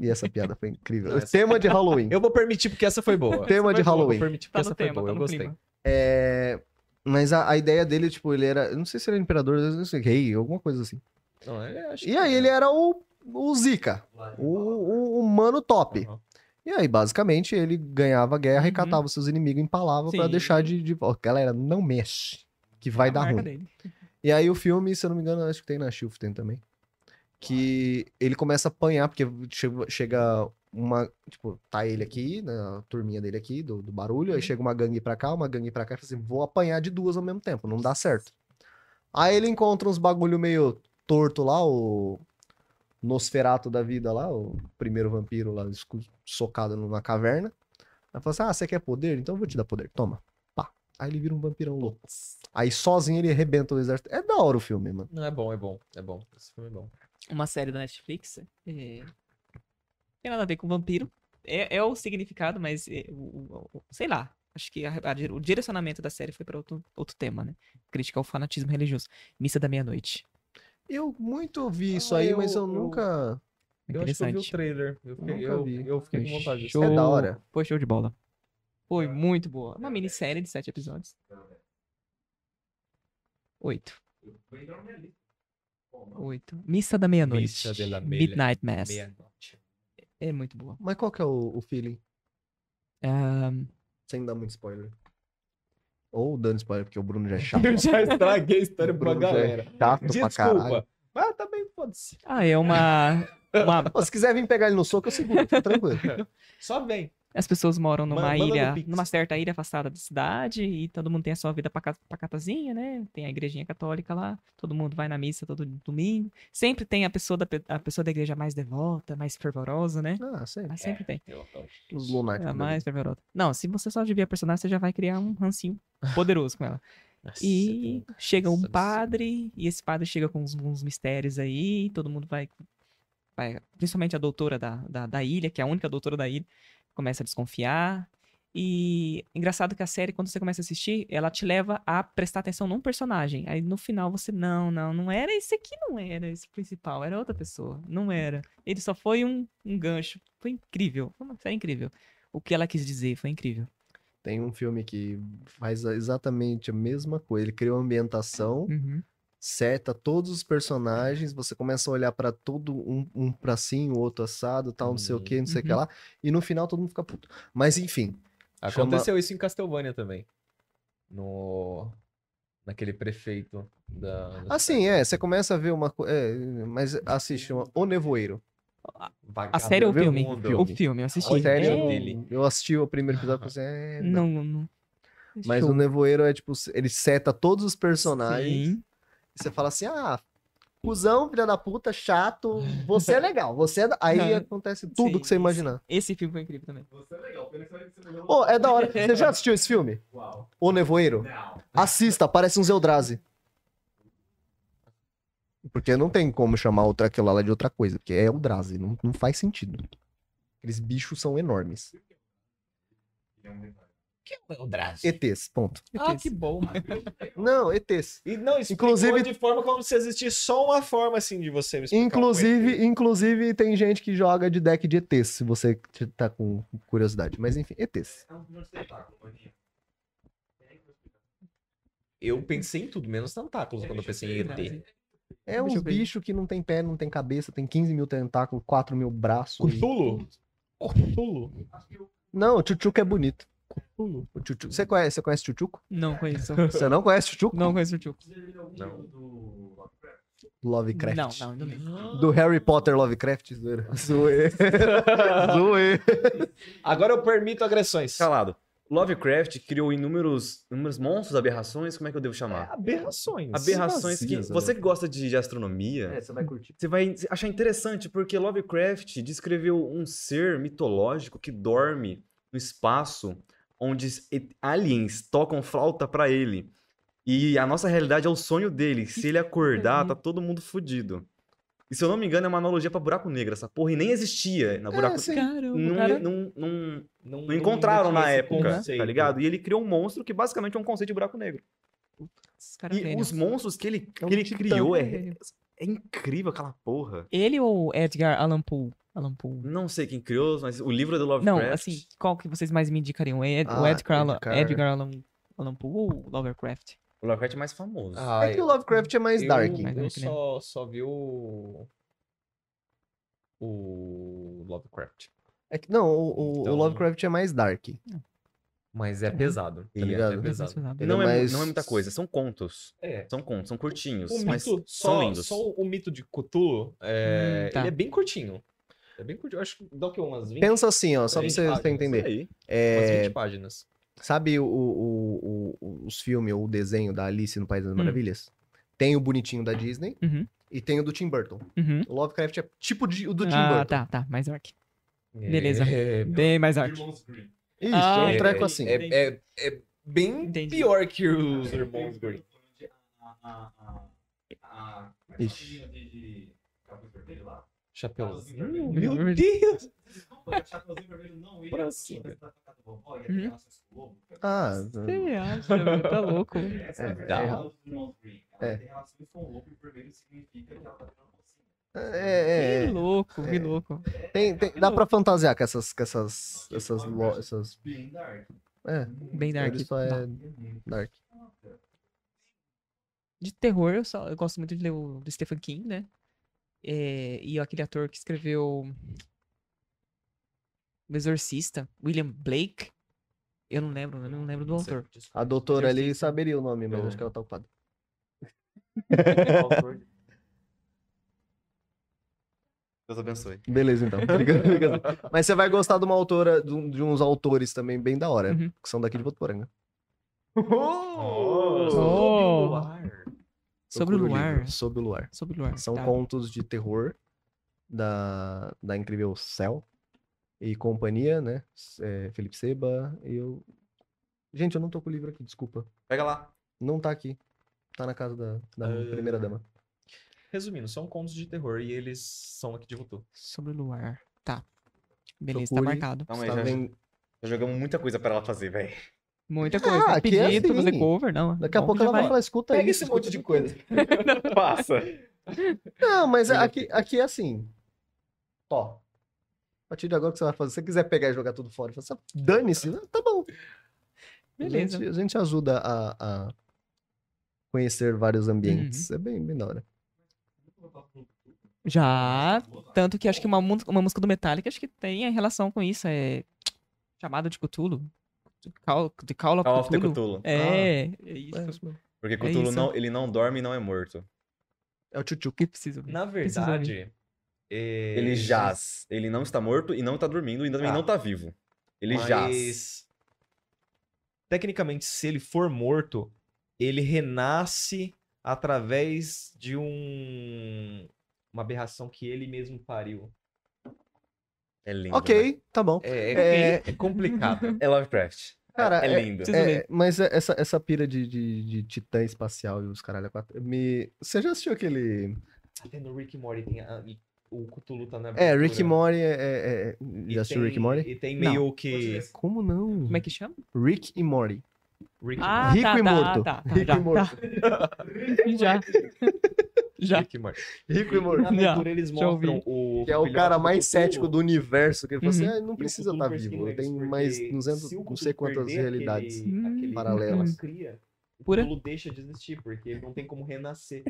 S1: E essa piada foi incrível.
S2: Não, essa-
S1: Tema de Halloween.
S2: Eu vou permitir porque essa foi boa.
S1: Tema de
S2: Foi boa, eu
S1: Halloween.
S2: Vou permitir porque
S4: Tá
S2: essa
S4: no
S2: foi
S4: tema,
S2: boa,
S4: tá
S2: eu
S4: no
S2: gostei.
S4: clima.
S1: É, Mas a, a ideia dele, tipo, ele era. eu Não sei se ele era imperador, eu não sei, rei, alguma coisa assim.
S2: Não, é, acho
S1: E
S2: que-
S1: aí ele era o, o Zika, o, o, o mano top.
S2: Uhum.
S1: E aí, basicamente, ele ganhava a guerra,
S4: Uhum.
S1: recatava seus inimigos, empalava pra
S4: Sim.
S1: deixar de. de... ó, galera, não mexe, que vai
S4: A
S1: dar
S4: Tá marca
S1: ruim.
S4: dele.
S1: E aí o filme, se eu não me engano, acho que tem na Shift tem também. Que ele começa a apanhar, porque che- chega uma. Tipo, tá ele aqui, na turminha dele aqui, do, do barulho, aí chega uma gangue pra cá, uma gangue pra cá, e fala assim: vou apanhar de duas ao mesmo tempo, não dá certo. Aí ele encontra uns bagulho meio torto lá, o Nosferato da vida lá, o primeiro vampiro lá, escu- socado numa caverna. Aí fala assim: ah, você quer poder? Então eu vou te dar poder, toma. Pá. Aí ele vira um vampirão louco. Aí sozinho ele arrebenta o exército. É da hora o filme, mano.
S2: Não, é bom, é bom, é bom. Esse filme é bom.
S4: Uma série da Netflix. é, Tem nada a ver com vampiro. É, é o significado, mas é, o- o- o- sei lá. Acho que a- a dire- o direcionamento da série foi pra outro, outro tema, né? Crítica ao fanatismo religioso. Missa da meia-noite.
S1: Eu muito ouvi
S2: Ah,
S1: isso aí, mas eu,
S2: eu- eu-
S1: nunca.
S2: Eu acho que eu vi o
S4: Interessante.
S2: trailer. Eu fiquei,
S1: Nunca
S2: eu,
S1: vi.
S2: eu fiquei com vontade. de
S4: Show.
S1: É
S2: assistir. É.
S1: da hora.
S4: Foi show de bola. Foi muito boa. Uma minissérie de sete episódios. Oito. Oito. Missa da meia-noite.
S2: Missa de la meia-
S4: Midnight Mass.
S2: Meia-noite.
S4: É muito boa.
S1: Mas qual que é o, o feeling?
S4: Ah,
S1: Sem dar muito spoiler. Ou dando spoiler, porque o Bruno já é chato.
S2: Eu já estraguei a história
S1: O
S2: pra
S1: Bruno já
S2: galera.
S1: É chato pra caralho.
S2: Desculpa. Mas tá também pode ser.
S4: ah, é uma. uma-
S1: Pô, se quiser vir pegar ele no soco, eu seguro, fica tranquilo.
S2: Só vem.
S4: As pessoas moram numa
S2: manda no
S4: ilha,
S2: Pix.
S4: numa certa ilha afastada da cidade, e todo mundo tem a sua vida paca- pacatazinha, né? Tem a igrejinha católica lá, todo mundo vai na missa todo domingo. Sempre tem a pessoa da, pe- a pessoa da igreja mais devota, mais fervorosa, né?
S1: Ah, sempre.
S4: Ah,
S2: É,
S4: sempre tem.
S1: Os
S4: É,
S1: lunáticos.
S4: a
S1: mesmo.
S4: mais fervorosa. Não, se você só devia personagem, você já vai criar um rancinho poderoso com ela. E chega um
S2: absurdo.
S4: padre, e esse padre chega com uns, uns mistérios aí, e todo mundo vai, vai- Principalmente a doutora da, da, da ilha, que é a única doutora da ilha, começa a desconfiar. E engraçado que a série, quando você começa a assistir, ela te leva a prestar atenção num personagem. Aí no final você, não, não, não era esse aqui, não era esse principal, era outra pessoa, não era. Ele só foi um, um gancho. Foi incrível, foi uma série incrível. O que ela quis dizer foi incrível.
S1: Tem um filme que faz exatamente a mesma coisa. Ele cria uma ambientação.
S4: Uhum.
S1: seta todos os personagens, você começa a olhar pra todo um, um pra sim, o outro assado, tal, não sei o que, não sei o que
S4: Uhum.
S1: lá, e no final todo mundo fica puto. Mas enfim,
S2: Aconteceu isso em Castlevania também. No... Naquele prefeito da... da
S4: Tá
S1: assim, é, você começa a ver uma coisa, mas assiste uma, O Nevoeiro.
S4: A série ou o filme?
S2: Vagabundo.
S4: O filme, eu assisti.
S2: A série
S4: É,
S2: eu dele.
S1: eu assisti o primeiro episódio e falei assim, é, não.
S4: Não, não.
S1: Mas
S4: Show.
S1: O Nevoeiro é tipo, ele seta todos os personagens,
S4: Sim.
S1: e você fala assim, ah, cuzão, filha da puta, chato, você é legal, você é... da-" Aí
S4: Aham.
S1: acontece tudo
S4: Sim,
S1: que você
S4: sim.
S1: imaginar.
S4: Esse filme foi incrível também.
S6: Você é legal, pena que você vai
S1: Ô, é da hora, você já assistiu esse filme?
S6: Uau.
S1: O Nevoeiro?
S6: Não.
S1: Assista, parece um Zeldrazi. Porque não tem como chamar outra, aquilo lá de outra coisa, porque é Eldrazi, não, não faz sentido. Aqueles bichos são enormes.
S5: É o Drazi.
S1: ETs, ponto.
S2: Ah, que bom.
S1: Não, ETs.
S2: E não, isso
S1: Inclusive-
S2: Inclusive... de forma como se existisse só uma forma, assim, de você me explicar um ET.
S1: Inclusive, inclusive, tem gente que joga de deck de ETs, se você t- tá com curiosidade. Mas enfim, ETs.
S6: É um filme de espetáculo, maninho.
S2: Eu pensei em tudo, menos tentáculos, quando eu pensei em ET.
S1: É
S4: Deixa
S1: uns
S4: eu ver.
S1: bichos que não tem pé, não tem cabeça, tem 15 mil tentáculos, 4 mil braços.
S2: Cthulhu?
S4: Cthulhu?
S1: Não, o Tchutchuco é bonito. O Tchutchuco. Você conhece, você conhece Tchutchuco?
S4: Não conheço.
S1: Você não conhece Tchutchuco?
S4: Não conheço o Tio.
S1: Lovecraft.
S4: Não, não, ainda não.
S1: Do Harry Potter Lovecraft, zoeira. Zoeira. zoeira.
S2: Agora eu permito agressões.
S7: Calado. Lovecraft criou inúmeros, inúmeros monstros, aberrações, como é que eu devo chamar? Ah,
S2: Aberrações.
S7: Aberrações que
S1: vazias,
S7: você que gosta de, de astronomia,
S3: É, você vai curtir.
S7: você vai achar interessante, porque Lovecraft descreveu um ser mitológico que dorme no espaço onde s- e- aliens tocam flauta pra ele. E a nossa realidade é o sonho dele. Se ele acordar, tá todo mundo fudido. E se eu não me engano, é uma analogia pra buraco negro. Essa porra e nem existia
S1: É,
S7: na buraco
S1: assim,
S4: Cara, o
S7: não,
S4: cara-
S7: não, não,
S2: Não,
S7: não encontraram
S2: ainda
S7: na
S2: tinha esse
S7: época,
S2: conceito.
S7: tá ligado? E ele criou um monstro que basicamente é um conceito de buraco negro.
S4: Esse cara é
S7: E
S4: gênio.
S7: os monstros que ele, que
S4: um
S7: ele
S4: titã,
S7: criou
S4: né,
S7: é,
S4: velho?
S7: é incrível aquela porra.
S4: Ele ou Edgar Allan Poe? Allan Poe.
S7: Não sei quem criou, mas o livro é do
S4: Não,
S7: Lovecraft.
S4: assim, qual que vocês mais me indicariam? Ed, o
S1: Ah,
S4: Edgar, Allan-
S1: Edgar.
S4: Edgar Allan, Allan Poe ou o Lovecraft?
S7: O Lovecraft é mais famoso.
S1: É que o Lovecraft é mais
S2: eu,
S1: dark.
S4: Mas
S2: Eu
S4: dark, né?
S2: só, só vi o. O Lovecraft.
S1: É que, não, o, o- o
S2: Então-
S1: Lovecraft é mais dark.
S7: Mas é pesado, tá
S1: Ele é-
S7: ligado?
S1: é
S7: É
S4: Mas não sei
S7: pesado.
S4: nada.
S1: Ele
S7: Não é, mu-
S1: mais-
S7: não é muita coisa, são contos.
S2: É.
S7: São contos, são curtinhos,
S2: O
S7: mas
S2: mito,
S7: são
S2: só,
S7: lindos.
S2: só o mito de Cthulhu, é,
S4: Hum, tá.
S2: ele é bem curtinho. É bem curtinho. Eu acho que dá o quê? Umas 20,
S1: Pensa assim, ó, só pra
S2: Gente,
S1: você
S2: ah,
S1: você entender.
S7: Aí.
S2: umas
S1: É,
S2: 20 páginas.
S1: sabe o- o- o- os filmes ou o desenho da Alice no País das Maravilhas? Tem o bonitinho da Disney
S4: Uhum.
S1: e tem o do Tim Burton.
S4: Uhum.
S1: O Lovecraft é tipo de- o do Tim
S4: Ah,
S1: Burton.
S4: tá, tá. Mais dark. Beleza.
S2: É,
S4: Bem mais dark.
S1: Isso,
S4: Ah,
S1: é um
S4: entendi.
S1: treco assim.
S4: Entendi.
S2: é, é, é bem
S4: Entendi.
S2: pior que os irmãos Grimm.
S1: Ixi.
S2: Chapeuzinho?
S4: Meu
S2: Meu Deus!
S6: Desculpa, Chapeuzinho Vermelho não ia
S2: Bracinho.
S6: representar a facada do vovó, ia
S4: Uhum.
S6: criar nossas lobo, cara.
S1: Ah,
S4: Você acha, velho? Tá louco.
S6: Essa é a
S2: tá.
S6: verdade dos irmãos Grimm. Ela
S1: É.
S6: tem relações com o lobo e o vermelho significa que ela tá virando mocinha.
S1: é, é,
S4: Que louco, que
S1: É.
S4: louco.
S1: é. Tem, tem- dá pra fantasiar com essas, com essas, essas, lo- essas-
S6: Bem dark.
S1: é,
S4: Bem dark.
S1: ele só é
S6: É muito.
S1: dark.
S4: De terror, eu, só, eu gosto muito de ler o do Stephen King, né? É, e aquele ator que escreveu O Exorcista, William Blake. Eu não lembro, eu não lembro do autor.
S1: A doutora ali saberia o nome, mas acho que ela tá ocupada.
S7: Deus abençoe.
S1: Beleza, então. Fica- fica- Mas você vai gostar de uma autora, de, um- de uns autores também bem da hora,
S4: Uhum.
S1: que são daqui de Votuporanga.
S4: Oh. Sobre o
S1: Procura
S4: luar.
S1: livro, Sobre o luar.
S4: Sobre o luar.
S1: São
S4: tá.
S1: contos de terror da, da incrível Cell e companhia, né? S- é, Felipe Seba e eu. Gente, eu não tô com o livro aqui, desculpa.
S7: Pega lá.
S1: Não tá aqui. Tá na casa da, da
S2: Ah.
S1: primeira dama.
S2: Resumindo, são contos de terror e eles são aqui de Votu.
S4: Sobre o luar. Tá. Beleza, tá
S1: Procure.
S4: marcado.
S7: Calma aí,
S1: Está
S7: já,
S1: vendo-
S7: já jogamos muita coisa pra ela fazer, velho.
S4: Muita coisa.
S1: Ah,
S4: Ah,
S1: aqui é
S4: Pedido, fazer
S1: assim.
S4: cover, não.
S1: Daqui a
S4: Bom que
S1: pouco
S4: já
S1: ela vai
S4: vai.
S1: falar, escuta
S2: Pega
S1: isso,
S2: esse monte
S1: escuta
S2: de
S1: isso."
S2: coisa.
S7: Passa.
S1: Não, mas aqui, aqui é assim. Ó. A partir de agora o que você vai fazer, se você quiser pegar e jogar tudo fora, você fala, dane-se, tá bom.
S4: Beleza.
S1: A gente, a gente ajuda a, a conhecer vários
S4: Uhum.
S1: ambientes. É bem, bem da hora.
S4: Já. Tanto que acho que uma, mu- uma música do Metallica acho que tem a relação com isso. É. Chamada de Cthulhu. De Call, de Call of
S7: Call of the
S4: Cthulhu.
S7: Cthulhu.
S4: É, é
S1: É,
S4: isso.
S1: isso mesmo.
S7: Porque Cthulhu
S4: isso.
S7: não, ele não dorme e não é morto.
S1: É o tchutchuco.
S4: Que preciso ver.
S2: Na
S4: Precisa
S2: verdade, é,
S7: Ele jaz. Ele não está morto e não está dormindo e também
S2: Tá.
S7: não está vivo. Ele
S2: mas,
S7: jaz.
S2: Tecnicamente, se ele for morto, ele renasce através de um uma aberração que ele mesmo pariu.
S7: É lindo. né?
S1: Ok, tá bom.
S2: É,
S1: É-
S2: é complicado.
S7: É Lovecraft. É-
S1: Cara,
S7: é,
S1: é-
S7: lindo.
S4: Preciso
S1: É,
S4: ver.
S1: mas é- essa, essa pira de, de, de titã espacial e os caralho a quatro. Me... Você já assistiu aquele.
S2: Até no Tá Rick e Morty tem a- o Cthulhu tá na
S1: É,
S2: abertura.
S1: Rick e Morty. é- é- é-
S2: E
S1: Já assistiu
S2: tem-
S1: Rick e Morty?
S2: E tem
S4: Não.
S2: meio que...
S1: Como não?
S4: Como é que chama?
S1: Rick e Morty.
S2: Rick e
S4: Ah,
S1: Rico
S4: tá,
S1: e
S4: tá,
S1: morto.
S4: Tá, tá,
S1: Rico
S4: já,
S1: e Morty.
S4: tá. Já. Já.
S2: Rick e Morty.
S1: Rico e Morty.
S2: Na aventura eles
S4: já ouvi.
S2: mostram o...
S1: Que é o
S2: filhote
S1: cara
S2: do
S1: mais
S2: Cthulhu.
S1: cético do universo. Que ele falou
S4: Uhum.
S1: assim: ah, não
S2: E o
S1: precisa
S2: Cthulhu
S1: estar
S2: persegue
S1: vivo. Eu
S2: eles,
S1: tenho
S2: porque
S1: mais
S2: se o
S1: 200, não sei
S2: Cthulhu
S1: quantas
S2: perder aquele-
S1: realidades.
S4: Hum,
S2: aquele
S1: paralelas.
S2: que cria, o
S4: Pura.
S2: Cthulhu deixa de existir, porque ele não tem como renascer.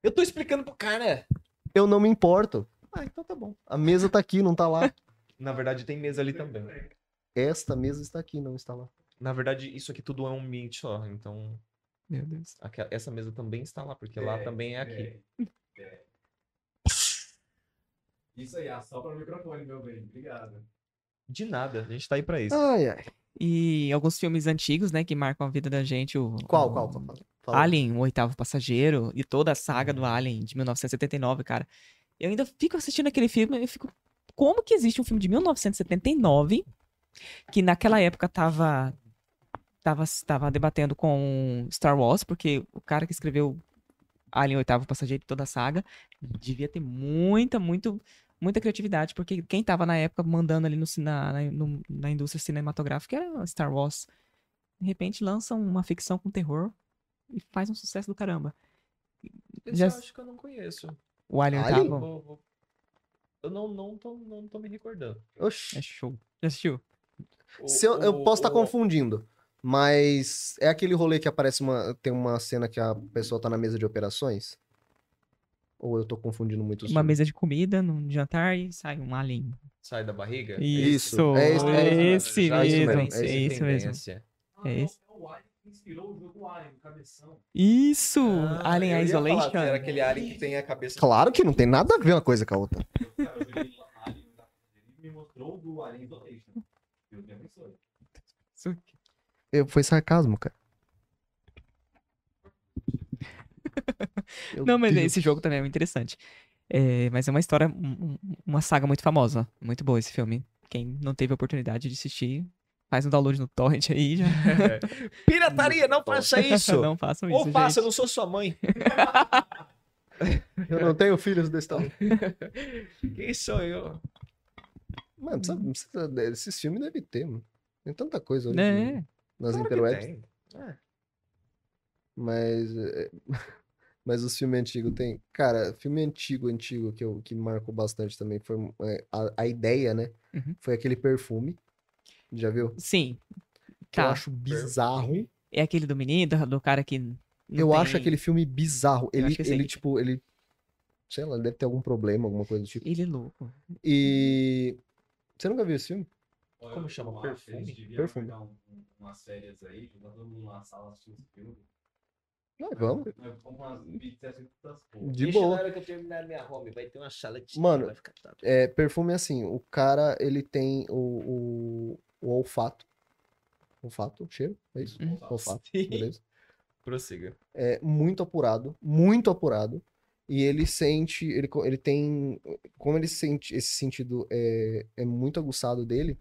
S2: Eu tô explicando pro cara.
S1: Eu não me importo.
S2: Ah, então tá bom.
S1: A mesa tá aqui, não tá lá.
S2: Na verdade, tem mesa ali também.
S1: Esta mesa está aqui, não está lá.
S2: Na verdade, isso aqui tudo é um meet só, então
S4: Meu Deus.
S2: aqua- essa mesa também está lá, porque lá também é aqui.
S6: Isso aí, assopra o microfone, meu bem. Obrigado.
S2: De nada, a gente tá aí pra
S4: Ah,
S2: isso.
S1: Ai, ai.
S4: E alguns filmes antigos, né, que marcam a vida da gente. O,
S1: Qual,
S4: o
S1: qual? qual? Fala.
S4: Alien, o oitavo passageiro, e toda a saga do Alien de 1979, cara. Eu ainda fico assistindo aquele filme e eu fico. Como que existe um filme de 1979 que naquela época tava. Tava, tava debatendo com Star Wars, porque o cara que escreveu Alien, o oitavo passageiro e toda a saga, devia ter muita, muito, muita criatividade, porque quem tava na época mandando ali no, ci- na, na, no- na indústria cinematográfica era Star Wars. De repente lançam uma ficção com terror e faz um sucesso do caramba.
S2: Esse
S4: já-
S2: eu acho que eu não conheço.
S4: O Alien
S1: Alien?
S4: oitavo
S2: Vou- vou- Eu não, não, tô, não tô me recordando.
S1: Oxi.
S4: é show. Já assistiu?
S2: O-
S1: Se eu, eu
S2: o-
S1: posso tá estar
S2: o-
S1: confundindo, mas é aquele rolê que aparece uma. Tem uma cena que a pessoa tá na mesa de operações? Ou eu tô confundindo muito os
S4: Uma
S1: filmes?
S4: mesa de comida num jantar e sai um Alien.
S2: Sai da barriga?
S1: Isso, é isso- é
S4: É
S1: isso
S4: esse
S1: mesmo, é isso
S4: mesmo.
S1: mesmo, é
S4: É isso mesmo.
S2: Tendência.
S6: Ah,
S4: É
S6: não,
S4: esse.
S6: É o Alien que inspirou o jogo Alien, o cabeção.
S4: Isso!
S2: Ah, eu
S4: Alien
S2: ia falar
S4: Isolation. é
S2: se Era aquele alien que tem a cabeça.
S1: Claro que não tem nada a ver uma coisa com a outra.
S6: Cara, eu joguei Alien, tá? Ele me mostrou o do Alien Isolation. Deus me abençoe.
S4: Isso.
S1: Eu, foi sarcasmo, cara. Meu
S4: Não, mas
S1: Deus.
S4: esse jogo também é muito interessante. É, mas é uma história, um- um- uma saga muito famosa. Muito boa esse filme. Quem não teve a oportunidade de assistir, faz um download no torrent aí já.
S5: Pirataria, não faça isso!
S4: não façam isso,
S5: Ou faça, eu
S4: gente.
S5: não sou sua mãe.
S1: Eu não tenho filhos desse tal.
S5: Quem sou eu?
S1: Mano, sabe,
S4: Uhum.
S1: não precisa- esses filmes devem ter, mano. Tem tanta coisa hoje em-
S4: Né?
S1: nas
S2: Claro que
S1: interwebs. É.
S2: tem.
S1: Mas, é, mas os filmes antigos tem. Cara, filme antigo, antigo, que, eu, que marcou bastante também foi é, a, a ideia, né?
S4: Uhum.
S1: Foi aquele perfume. Já viu?
S4: Sim.
S1: Que eu
S4: Tá.
S1: acho bizarro.
S4: É aquele do menino, do- do cara que. não
S1: Eu acho
S4: tem-
S1: aquele filme bizarro.
S4: Eu
S1: Ele,
S4: acho que eu sei
S1: ele
S4: que-
S1: tipo, ele. Sei lá, deve ter algum problema, alguma coisa do tipo.
S4: Ele é louco.
S1: E. Você nunca viu esse filme?
S6: Olha,
S2: Como
S6: eu
S2: chama?
S6: acho que eles
S2: Perfume?
S6: deviam
S1: Perfume.
S6: pegar um- um- umas férias aí, juntar todo mundo na sala assim. assistindo esse filme.
S1: Não, vamos.
S6: Nós Vamos umas pizzas assim, tantas porra.
S1: De
S5: Deixa na
S1: boa.
S5: hora que eu terminar minha home, vai ter uma sala de
S1: Mano,
S5: vai ficar top.
S1: É, perfume é assim, o cara, ele tem o, o, o olfato. Olfato, cheiro, é isso?
S4: Uhum.
S1: Olfato,
S2: Sim.
S1: beleza?
S2: Prossiga.
S1: é muito apurado, muito apurado, e ele sente, ele, co- ele tem, como ele sente, esse sentido é, é muito aguçado dele,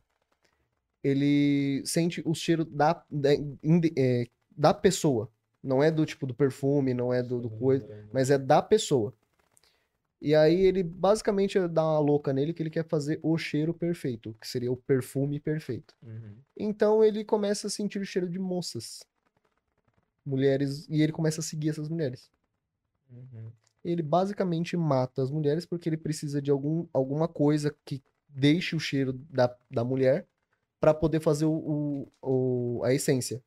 S1: ele sente o cheiro da, da, inde- é, da pessoa, não é do tipo do perfume, não é do, do coisa, mas é da pessoa. E aí ele basicamente dá uma louca nele que ele quer fazer o cheiro perfeito, que seria o perfume perfeito.
S2: Uhum.
S1: Então ele começa a sentir o cheiro de moças. Mulheres. E ele começa a seguir essas mulheres.
S2: Uhum.
S1: Ele basicamente mata as mulheres porque ele precisa de algum, alguma coisa que deixe o cheiro da, da mulher pra poder fazer o, o- o- a essência.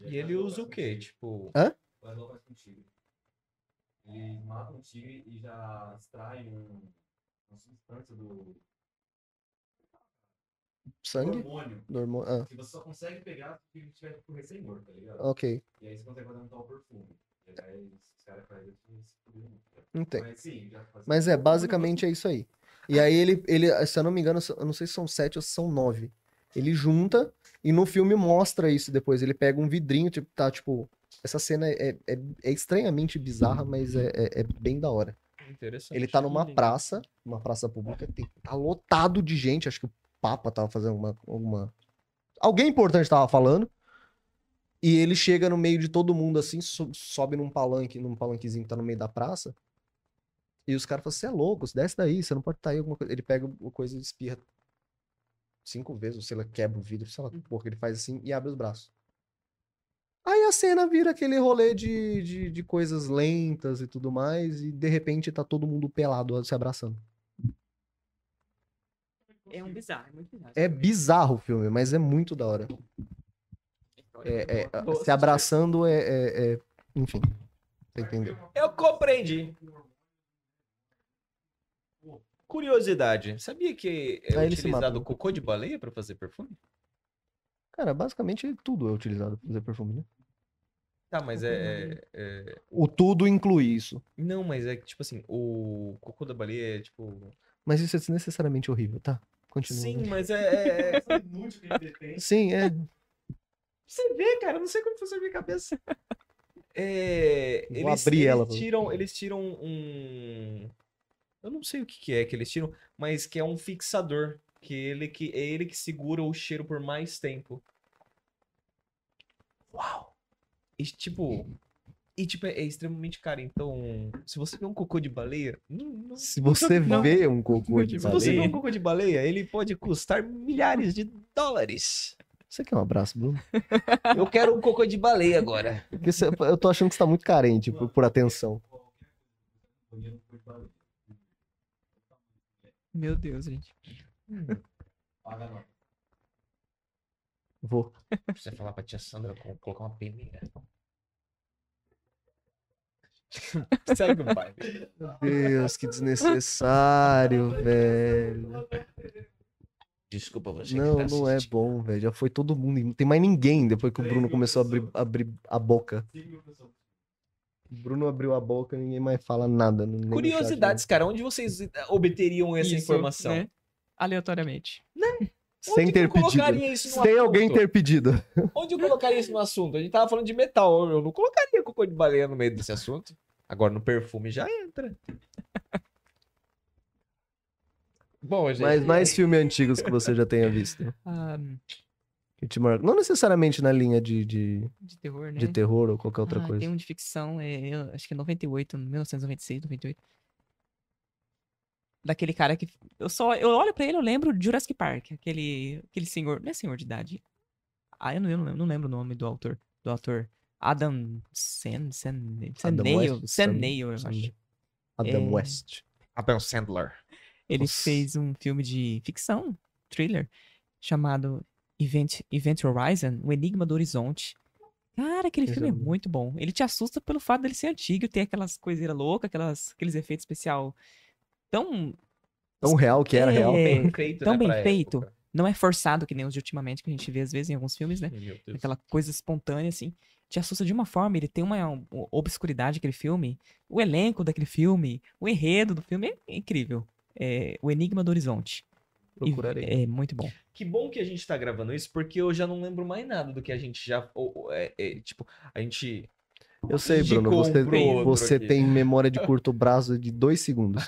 S2: E ele usa o quê? Tipo.
S6: Mas não faz com tigre. Eles matam um tigre e já extraem um, uma substância do
S1: Sangue?
S6: hormônio
S1: Do hormônio. Ah,
S6: que você só consegue pegar se o tigre estiver tipo, recém-morto, tá ligado?
S1: ok.
S6: E aí você consegue fazer um tal perfume. E aí os caras fazem isso e se fudeu muito, cara.
S1: Não tem.
S6: Mas sim, já fazia.
S1: Mas é, basicamente é isso aí. E aí ele, ele, se eu não me engano, eu não sei se são sete ou se são nove. Ele junta e no filme mostra isso depois. Ele pega um vidrinho, tipo, tá, tipo. Essa cena é, é, é estranhamente bizarra, mas é, é, é bem da hora.
S2: Interessante.
S1: Ele tá numa
S4: legal.
S1: praça, uma praça pública, tem- tá lotado de gente. Acho que o Papa tava fazendo alguma. alguma... Alguém importante tava falando. E ele chega no meio de todo mundo assim, so- sobe num palanque, num palanquezinho que tá no meio da praça. E os caras falam: Você é louco, você desce daí, você não pode estar aí. Alguma coisa. Ele pega uma coisa e espirra cinco vezes, ou sei lá, quebra o vidro, sei lá, que porra, que ele faz assim e abre os braços. Aí a cena vira aquele rolê de, de, de coisas lentas e tudo mais, e de repente tá todo mundo pelado se abraçando.
S4: É um bizarro, é muito bizarro.
S1: É bizarro o filme, mas é muito da hora. É, é, se abraçando é, é- é- Enfim, você entendeu?
S5: Eu compreendi.
S6: Curiosidade, sabia que é
S1: Aí ele se mata,
S6: utilizado
S1: né?
S6: cocô de baleia pra fazer perfume?
S1: Cara, basicamente tudo é utilizado pra fazer perfume, né?
S6: Tá, mas é, é- é-
S1: O tudo inclui isso.
S6: Não, mas é que, tipo assim, o cocô da baleia é tipo.
S1: Mas isso é desnecessariamente horrível, tá? Continua.
S6: Sim,
S1: né?
S6: mas é- é. é-
S11: Inútil que ele tem.
S1: Sim, é.
S6: Você vê, cara, eu não sei como funciona a minha cabeça. É,
S1: Vou
S6: eles,
S1: abrir
S6: eles
S1: ela pra você.
S6: tiram, eles tiram um. Eu não sei o que, que é que eles tiram, mas que é um fixador. Que ele que é ele que segura o cheiro por mais tempo. Uau! E tipo. E tipo, é, é extremamente caro. Então, se você vê um cocô de baleia, não, não-
S1: Se você
S6: Não.
S1: vê um cocô de
S6: se você vê um
S1: baleia...
S6: cocô de baleia, ele pode custar milhares de dólares.
S1: Você quer um abraço, Bruno?
S12: Eu quero um cocô de baleia agora.
S1: Porque você- eu tô achando que você tá muito carente por, por atenção.
S4: Meu Deus, gente.
S11: Paga não.
S1: Vou.
S12: Precisa falar pra tia Sandra co- colocar uma peneira.
S6: Segue o baile.
S1: Meu Deus, que desnecessário, velho.
S12: Desculpa você. que
S1: Não,
S12: tá
S1: não é
S12: assistindo.
S1: bom, velho. Já foi todo mundo. Não tem mais ninguém depois que o Bruno começou a abrir, abrir a boca. O Bruno abriu a boca e ninguém mais fala nada. nem no chat, né?
S6: Curiosidades, cara, onde vocês eh, obteriam essa
S4: Isso,
S6: informação?
S4: né? Aleatoriamente.
S1: Sem
S6: onde
S1: ter
S6: eu colocaria
S1: pedido.
S6: isso no
S1: Sem alguém
S6: assunto?
S1: ter pedido.
S6: Onde eu colocaria isso no assunto? A gente tava falando de metal, eu não colocaria cocô de baleia no meio desse assunto. Agora no perfume já entra. Bom, gente.
S1: Mas mais filmes antigos que você já tenha visto.
S4: Ah,
S1: Que te marcam. Não necessariamente na linha de, de,
S4: de terror, né?
S1: de terror ou qualquer outra
S4: Ah,
S1: coisa.
S4: Tem um de ficção, é, eu acho que é 98, 1996, 98. Daquele cara que. Eu só. Eu olho pra ele, eu lembro de Jurassic Park. Aquele, aquele senhor. Não é senhor de idade. Ah, eu não, eu não lembro, não lembro o nome do autor. Do ator. Adam Sen, Sen, Senneil.
S1: West, Sam-
S4: Senneil, eu acho.
S1: Adam
S4: É.
S1: West.
S6: Abel Sandler.
S4: Ele
S1: Nossa.
S4: fez um filme de ficção, thriller, chamado Event, Event Horizon, O Enigma do Horizonte. Cara, aquele
S1: Esse
S4: filme é
S1: eu não vi.
S4: muito bom. Ele te assusta pelo fato dele ser antigo, ter aquelas coiseiras loucas, aquelas, aqueles efeitos especial tão...
S1: Tão real que era real.
S4: É,
S6: feito,
S4: tão bem
S6: pra
S4: feito.
S6: época.
S4: não é forçado que nem os de ultimamente, que a gente vê às vezes em alguns filmes, né?
S6: Ai, Meu Deus.
S4: Aquela coisa espontânea, assim. Te assusta de uma forma, ele tem uma um, obscuridade aquele filme. O elenco daquele filme, o enredo do filme é incrível. É, o Enigma do Horizonte. E
S1: Procurarei.
S4: É muito bom.
S6: Que bom que a gente tá gravando isso, porque eu já não lembro mais nada do que a gente já. ou- ou, é, é, tipo, a gente.
S1: Eu sei,
S6: Indicou
S1: Bruno.
S6: um
S1: Você,
S6: pro outro
S1: você
S6: aqui.
S1: tem memória de curto prazo de dois segundos.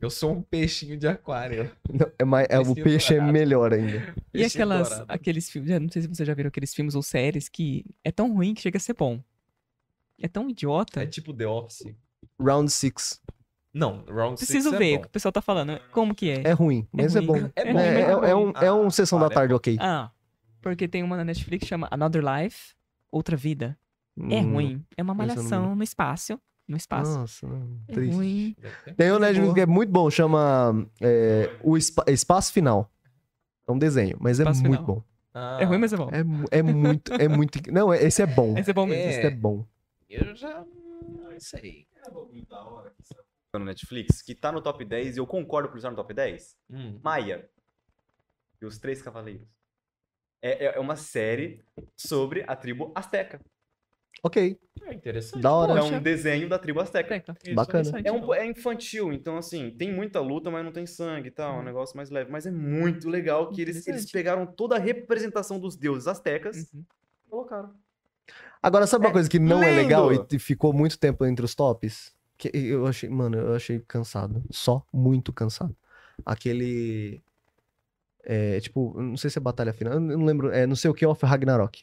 S6: Eu sou um peixinho de aquário.
S1: Não, é mais, é, o
S6: Peixinho
S1: peixe é
S6: dourado.
S1: melhor ainda.
S4: E
S6: Peixinho
S4: aquelas,
S6: dourado.
S4: aqueles filmes, eu não sei se vocês já viram aqueles filmes ou séries que é tão ruim que chega a ser bom. É tão idiota.
S6: É tipo The Office.
S1: Round six
S6: Não, Round Six
S4: Preciso
S6: é
S4: ver o
S6: bom.
S4: que o pessoal tá falando. Como que é?
S1: É ruim, mas é,
S4: ruim.
S1: bom.
S6: É bom,
S1: É,
S5: né?
S6: mas
S1: é- é um, é um
S6: Ah,
S1: sessão da
S6: cara, é
S1: tarde, ok.
S4: Ah, porque tem uma na Netflix que chama Another Life, Outra Vida. É
S1: Hum,
S4: ruim.
S1: esse
S4: É uma
S1: eu não
S4: malhação no espaço. No espaço.
S1: Nossa, não,
S4: É
S1: triste.
S4: ruim.
S1: Tem um
S4: Coisa
S1: Netflix
S4: boa.
S1: que é muito bom, chama é, o Espa- Espaço Final. É um desenho, mas é
S4: Espaço
S1: muito
S4: Final.
S1: bom.
S6: Ah,
S4: É ruim, mas é bom.
S1: É, mu- é muito, é muito. inc- Não, é- esse é bom.
S4: Mas é bom mesmo.
S12: É.
S1: Esse é bom.
S12: Eu já não sei.
S7: no Netflix, que tá no top 10, e eu concordo por estar no top 10.
S6: hum.
S7: Maia. E os Três Cavaleiros. É, é- é uma série sobre a tribo Azteca.
S1: Ok,
S6: É interessante.
S1: da hora.
S7: É um desenho da tribo Azteca.
S4: Perfeito.
S1: Bacana.
S7: É, um, é infantil, então assim, tem muita luta, mas não tem sangue e
S1: Hum.
S7: tal, é um negócio mais leve. Mas é muito legal que eles, eles
S4: Interessante.
S7: pegaram toda a representação dos deuses aztecas
S4: Uhum.
S7: e colocaram.
S1: Agora, sabe uma
S7: É
S1: coisa que não é legal e
S7: lindo.
S1: e ficou muito tempo entre os tops? Que eu achei, mano, eu achei cansado. Só muito cansado. Aquele. É, tipo, eu não sei se é Batalha Final, eu não lembro. É, não sei o que, Off Ragnarok.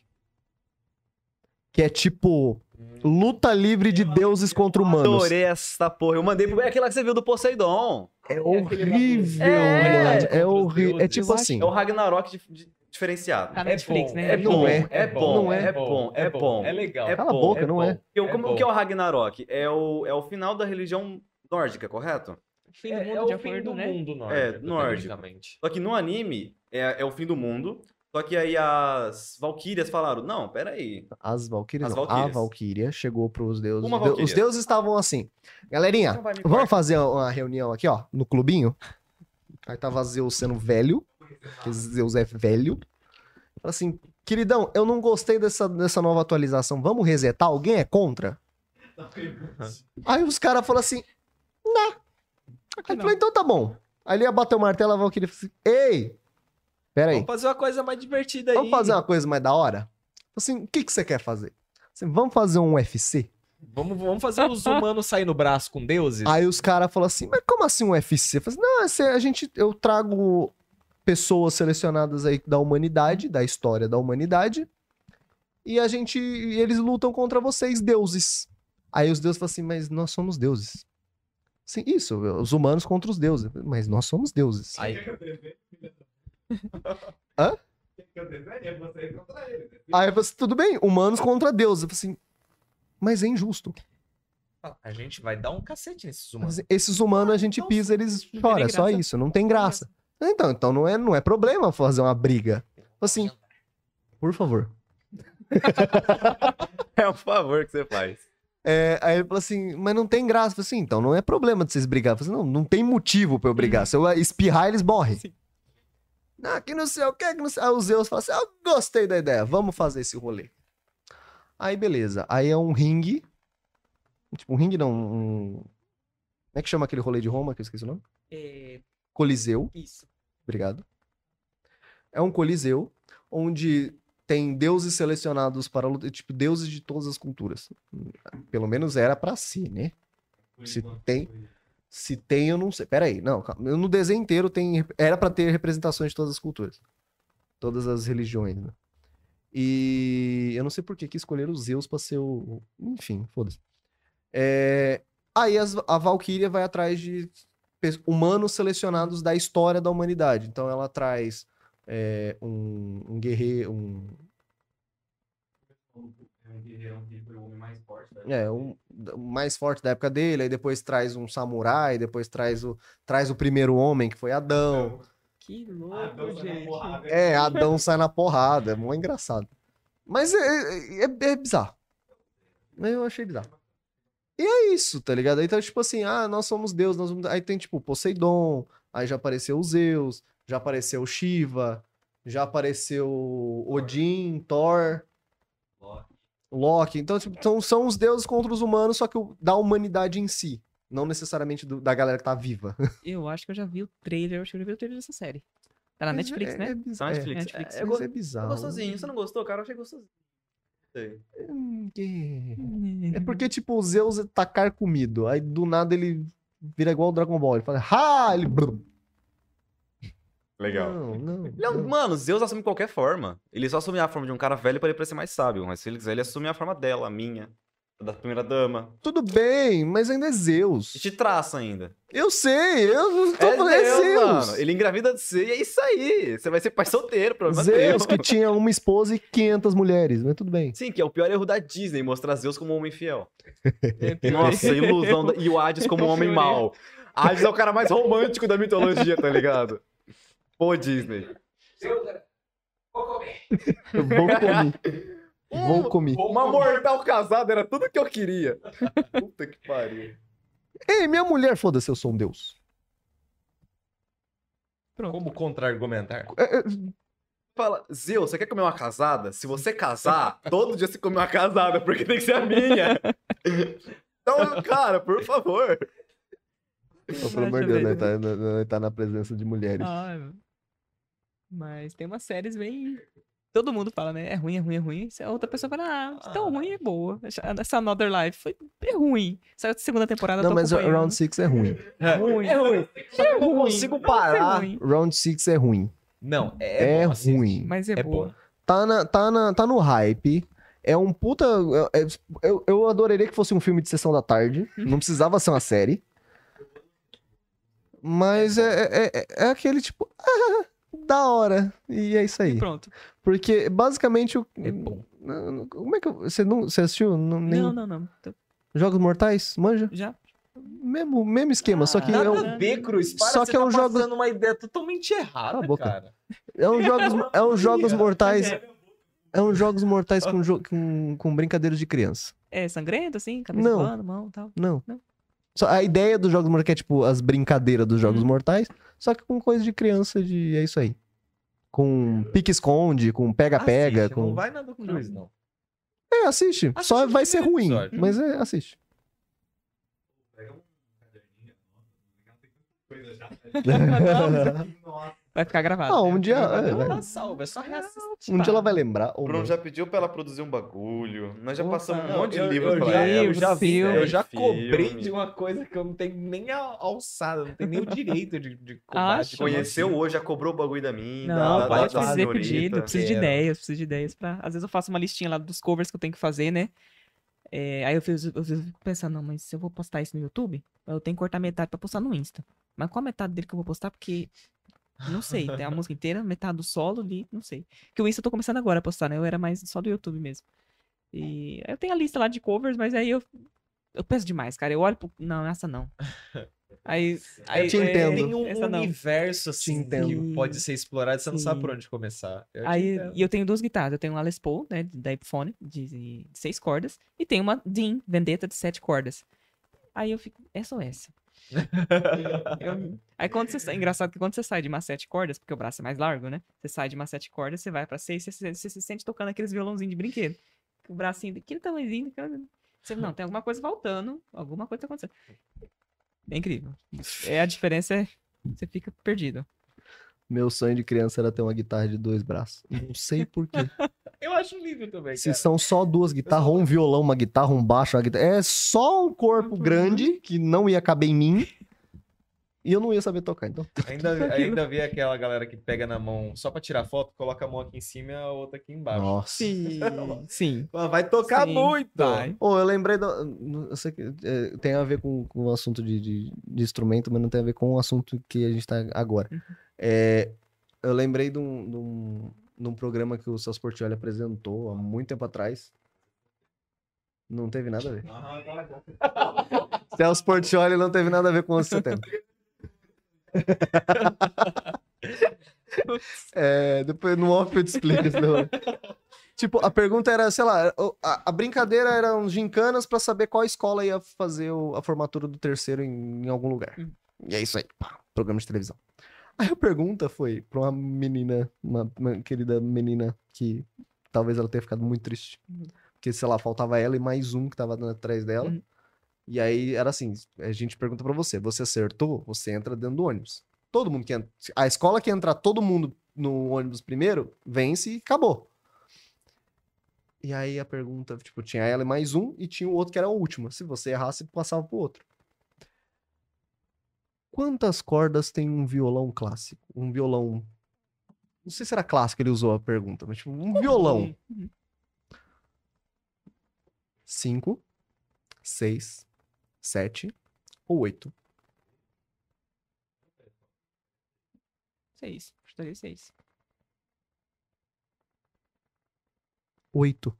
S1: Que é tipo. Luta livre de deuses contra humanos.
S7: Adorei essa porra. Eu mandei pro. É aquela que você viu do Poseidon.
S1: É
S6: aquele bagulho.
S1: horrível,
S7: É,
S1: mano.
S6: contra
S1: É
S6: os
S1: horrível. É
S6: deuses.
S1: tipo
S4: Eu
S1: assim.
S7: É o Ragnarok dif- di- diferenciado.
S4: Tá na Netflix, né?
S1: é bom,
S7: é bom,
S1: é
S7: bom, é bom.
S6: É legal.
S7: É
S1: Cala a
S7: bom,
S1: boca,
S6: é
S1: não é?
S6: bom.
S7: Eu- como-
S6: bom.
S7: o que é o Ragnarok? É o, é o final da religião nórdica, correto?
S4: Fim
S6: É,
S4: do mundo,
S6: é
S4: de
S6: o fim
S4: acordo,
S6: do
S4: né?
S6: mundo nórdico,
S7: É, nórdico.
S6: tecnicamente.
S7: Só que no anime é, é o fim do mundo. Só que aí as Valkyrias falaram: não, peraí.
S1: As Valkyrias,
S7: As
S1: não. A
S7: Valquírias.
S1: Valkyria chegou pros deuses.
S7: Uma
S1: Deu-
S7: Valquíria.
S1: Os deuses estavam assim. Galerinha,
S7: Não vai me
S1: vamos fazer uma reunião aqui, ó, no clubinho? Aí tava Zeus sendo velho, porque Zeus é velho. Fala assim, queridão, eu não gostei dessa, dessa nova atualização, vamos resetar? Alguém é contra? Aí os caras falaram assim, não. Aí
S4: não.
S1: falou, então tá bom. Aí ele ia bater o martelo, a Valkyria falou assim, ei, peraí.
S2: Vamos fazer uma coisa mais divertida aí.
S1: Vamos fazer uma coisa mais da hora? Assim, o que, que você quer fazer? Assim, vamos fazer um UFC?
S2: Vamos, vamos fazer os humanos sair no braço com deuses?
S1: Aí os caras falam assim, mas como assim um UFC? Eu falo assim, não, esse- a gente, eu trago pessoas selecionadas aí da humanidade, da história da humanidade, e a gente, e eles lutam contra vocês, deuses. Aí os deuses falam assim, mas nós somos deuses. Sim, isso, os humanos contra os deuses. Mas nós somos deuses.
S2: Aí,
S1: Aí eu falo assim, tudo bem, humanos contra deuses. Eu falo assim, mas é injusto.
S2: a gente vai dar um cacete nesses humanos.
S1: Mas esses humanos a gente
S4: Não,
S1: pisa, eles
S4: não
S1: choram,
S4: tem
S1: é só
S4: graça.
S1: isso, não tem graça. Então, então não é, não é problema fazer uma briga. Assim, por favor.
S7: É um favor que você faz.
S1: É, aí ele falou assim, mas não tem graça. Eu falei assim, então não é problema de vocês brigarem. Eu falei assim, não, não tem motivo pra eu brigar. Se eu espirrar, eles morrem. Ah, que não sei o que, que não sei. Aí o Zeus fala assim, ah, eu gostei da ideia, vamos fazer esse rolê. Aí beleza, aí é um ringue. Tipo, um ringue não, um... Como é que chama aquele rolê de Roma, que eu esqueci o nome?
S4: É,
S1: Coliseu.
S4: isso.
S1: Obrigado. É um coliseu onde tem deuses selecionados para luta, tipo, deuses de todas as culturas. Pelo menos era pra si, né? Se tem, se tem, eu não sei. Pera aí, não, calma. No desenho inteiro tem era pra ter representações de todas as culturas. Todas as religiões, né? E eu não sei por que que escolheram os Zeus pra ser o, enfim, foda-se. É, aí as- a Valkyria vai atrás de pe- humanos selecionados da história da humanidade. Então ela traz é, um, um guerreiro, um,
S6: É um guerreirão que foi o homem mais forte. né?
S1: é, um o mais forte da época dele, aí depois traz um samurai, depois traz o, traz o primeiro homem, que foi Adão.
S4: Que
S6: Ah,
S4: louco,
S6: dança na
S4: gente.
S6: porrada.
S1: É, Adão sai na porrada, é muito engraçado. Mas é, é, é- é bizarro. Eu achei bizarro. E é isso, tá ligado? Então, tipo assim, ah, nós somos Deus, nós somos... aí tem tipo Poseidon, aí já apareceu o Zeus, já apareceu o Shiva, já apareceu Odin, Thor. Loki. Então, tipo, então são os deuses contra os humanos, só que o- da humanidade em si. Não necessariamente do- da galera que tá viva.
S4: Eu acho que eu já vi o trailer, eu acho que eu já vi o trailer dessa série. Tá na
S1: Mas
S4: Netflix,
S1: é,
S4: né?
S1: É
S7: Tá
S1: bizarro.
S7: na
S1: É,
S7: Netflix.
S4: Netflix.
S7: É,
S1: mas
S7: eu gosto-
S1: é bizarro.
S7: gostosinho. Você não gostou, cara? Eu achei gostosinho. Sei.
S1: Hum, que- É
S4: Uhum.
S1: porque, tipo, o Zeus é tacar comido. Aí do nada ele vira igual o Dragon Ball. Ele fala, ha! Ele. brum.
S7: Legal.
S1: Não, não.
S7: Ele é um-
S1: não.
S7: Mano, Zeus assume qualquer forma. Ele só assume a forma de um cara velho pra ele parecer mais sábio. Mas se ele quiser, ele assume a forma dela, a minha, a da primeira dama.
S1: Tudo bem, mas ainda é
S7: E
S1: Zeus.
S7: te traça ainda.
S1: Eu sei, eu não tô falando. É Zeus.
S7: Ele engravida de você e é isso aí. Você vai ser pai solteiro, problema
S1: Zeus
S7: Deus.
S1: que tinha uma esposa e 500 mulheres, mas tudo bem.
S7: Sim, que é o pior erro da Disney, mostrar Zeus como um homem fiel.
S4: É pior.
S7: Nossa, ilusão. da- E o Hades como um homem
S4: Pior
S7: mau. Hades é o cara mais romântico da mitologia, tá ligado? Pô, Disney.
S1: Eu vou comer. Vou comer.
S7: Uma mortal casada era tudo que eu queria. Puta que pariu.
S1: Ei, minha mulher, foda-se, eu sou um deus.
S2: Como contra-argumentar?
S7: Fala, Zeus, você quer comer uma casada? Se você casar, todo dia você come uma casada, porque tem que ser a minha. Então, cara, por favor.
S1: Ô, pelo amor de Deus, né? Tá, né, né, tá na presença de mulheres.
S4: Ah, mas tem umas séries bem. Todo mundo fala, né? É ruim, é ruim, é ruim. Se a outra pessoa fala, ah, se tão ruim é boa. Essa Another Life foi é ruim. Saiu a segunda temporada, eu
S1: não,
S4: tô
S1: mas o
S4: tá acompanhando.
S1: Round 6 é ruim.
S4: É ruim. É ruim.
S7: Eu não consigo
S4: É
S7: parar.
S4: ruim.
S1: Round 6 é ruim.
S2: Não, é,
S1: É,
S2: bom, assim,
S1: ruim.
S4: Mas é,
S2: É
S4: boa.
S2: bom.
S1: Tá, na, tá, na, tá no hype. É um puta. é- é- eu, eu adoraria que fosse um filme de sessão da tarde. Não precisava ser uma série. Mas é, é, é- é aquele tipo. ah, da hora. E é isso aí.
S4: Pronto.
S1: Porque basicamente o.
S2: É bom.
S1: Como é que. eu- Você, não, você assistiu? Não, nem...
S4: Não, não, não. Tô-
S1: Jogos Mortais? Manja?
S4: Já.
S1: Mesmo, mesmo esquema, só que
S4: Ah,
S1: é um,
S4: nada
S2: Nada a ver, Cruz. Para,
S1: Só
S2: você
S1: que é
S2: tá
S1: um jogo-
S2: passando uma ideia totalmente errada,
S1: Cala a boca.
S2: cara.
S1: é um jogos, é um jogos mortais. É um jogos mortais com, jo- com, com brincadeiras de criança.
S4: É sangrento, assim? Cabeça
S1: Não.
S4: voando, mão e tal.
S1: Não.
S4: Não.
S1: Só a ideia dos jogos mortais é tipo as brincadeiras dos
S2: Hum.
S1: jogos mortais, só que com coisa de criança de é isso aí. Com pique-esconde, com pega-pega,
S2: Assiste,
S1: com
S2: Não vai nada com Cruz, não.
S1: É, assiste. Só
S2: Assiste
S1: vai
S2: o
S1: ser ruim,
S2: primeiro episódio.
S1: mas é, assiste. um
S6: Coisa já.
S4: Vai ficar gravado.
S1: Ah,
S4: né?
S1: um dia-
S4: Vai ficar
S1: é,
S4: gravado.
S2: Ela salva, é só reassistir.
S1: um dia ela
S4: Tá.
S1: vai lembrar.
S3: O
S1: Ou
S3: Bruno
S1: não.
S3: já pediu pra ela produzir um bagulho. Nós já
S4: Opa.
S3: passamos um
S4: Não,
S3: monte de
S2: eu-
S3: livro
S2: eu
S3: pra
S2: já-
S3: ela.
S2: eu já vi,
S4: filme,
S2: eu já
S7: filme.
S2: cobrei de uma coisa que eu não tenho nem a alçada, não tenho nem o direito de, de assim? cobrar.
S4: Acho.
S2: de tomar
S3: Conheceu hoje, já cobrou o bagulho da mim.
S4: Não,
S3: assim, da, da,
S4: pode
S3: da
S4: fazer
S3: senhorita.
S4: pedido. Eu preciso de
S2: Quero.
S4: ideias, preciso de ideias. Pra... Às vezes eu faço uma listinha lá dos covers que eu tenho que fazer, né? É, aí eu, fiz, eu fiz- eu fico pensando, não, mas se eu vou postar isso no YouTube, eu tenho que cortar metade pra postar no Insta. Mas qual a metade dele que eu vou postar? Porque, não sei, tem a música inteira, metade do solo ali, não sei. Porque o Insta eu tô começando agora a postar, né? Eu era mais só do YouTube mesmo. E aí eu tenho a lista lá de covers, mas aí eu, eu peço demais, cara. Eu olho pro... Não, essa não. Aí, aí
S1: Eu te
S4: é,
S1: entendo.
S2: Tem um
S4: Essa não.
S2: universo
S1: Te
S2: assim
S1: entendo.
S2: que pode ser explorado, você não sabe
S4: Sim.
S2: por onde começar. Eu te
S4: Aí,
S2: entendo.
S4: e eu tenho duas guitarras. Eu tenho uma Les Paul, né, da Epiphone, de, de seis cordas. E tenho uma Dean, Vendetta, de sete cordas. Aí eu fico, SOS. eu, aí quando você sai, engraçado que quando você sai de umas sete cordas, porque o braço é mais largo, né? Você sai de umas sete cordas, você vai pra seis, você, se- você se sente tocando aqueles violãozinhos de brinquedo. O bracinho daquele tamanhozinho. daquela- Você, não, tem alguma coisa faltando, alguma coisa tá acontecendo. É incrível. É, a diferença é, você fica perdido.
S1: Meu sonho de criança era ter uma guitarra de dois braços. Não sei porquê.
S2: Eu acho lindo também,
S1: Se
S2: cara.
S1: são só duas guitarras, um violão, uma guitarra, um baixo, uma guitarra. É só um
S2: Uhum.
S1: corpo grande que não ia caber em mim. E eu não ia saber tocar, então.
S2: Tá. Ainda, ainda vê aquela galera que pega na mão só pra tirar foto, coloca a mão aqui em cima e a outra aqui embaixo.
S1: Nossa.
S4: Sim, sim.
S2: Ah, Vai tocar
S4: Sim,
S2: muito!
S4: vai.
S1: Ô, eu lembrei da. eu sei que, é, tem a ver com, com o assunto de, de- de instrumento, mas não tem a ver com o assunto que a gente tá agora. É, eu lembrei de um, de um- de um programa que o Celso Portioli apresentou há muito tempo atrás. Não teve nada a ver. Celso Portioli não teve nada a ver com o 11 de setembro. É, depois no off eu te explico. senão- Tipo, a pergunta era, sei lá, o- a, a brincadeira era uns gincanas pra saber qual escola ia fazer o- a formatura do terceiro em, em algum lugar. E é isso aí, pá, programa de televisão. Aí a pergunta foi pra uma menina, uma, uma querida menina, que talvez ela tenha ficado muito triste. Porque, sei lá, faltava ela e mais um que tava dando atrás dela.
S4: Uhum.
S1: E aí era assim: a gente pergunta pra você, você acertou? Você entra dentro do ônibus. Todo mundo que entra. A escola que entrar todo mundo no ônibus primeiro, vence e acabou. E aí a pergunta, tipo, tinha ela e mais um, e tinha o outro que era a última. Se você errasse, passava pro outro. Quantas cordas tem um violão clássico? Um violão. Não sei se era clássico, ele usou a pergunta, mas tipo, um violão. Cinco, seis, sete ou oito.
S4: Seis. Chutaria seis.
S1: Oito.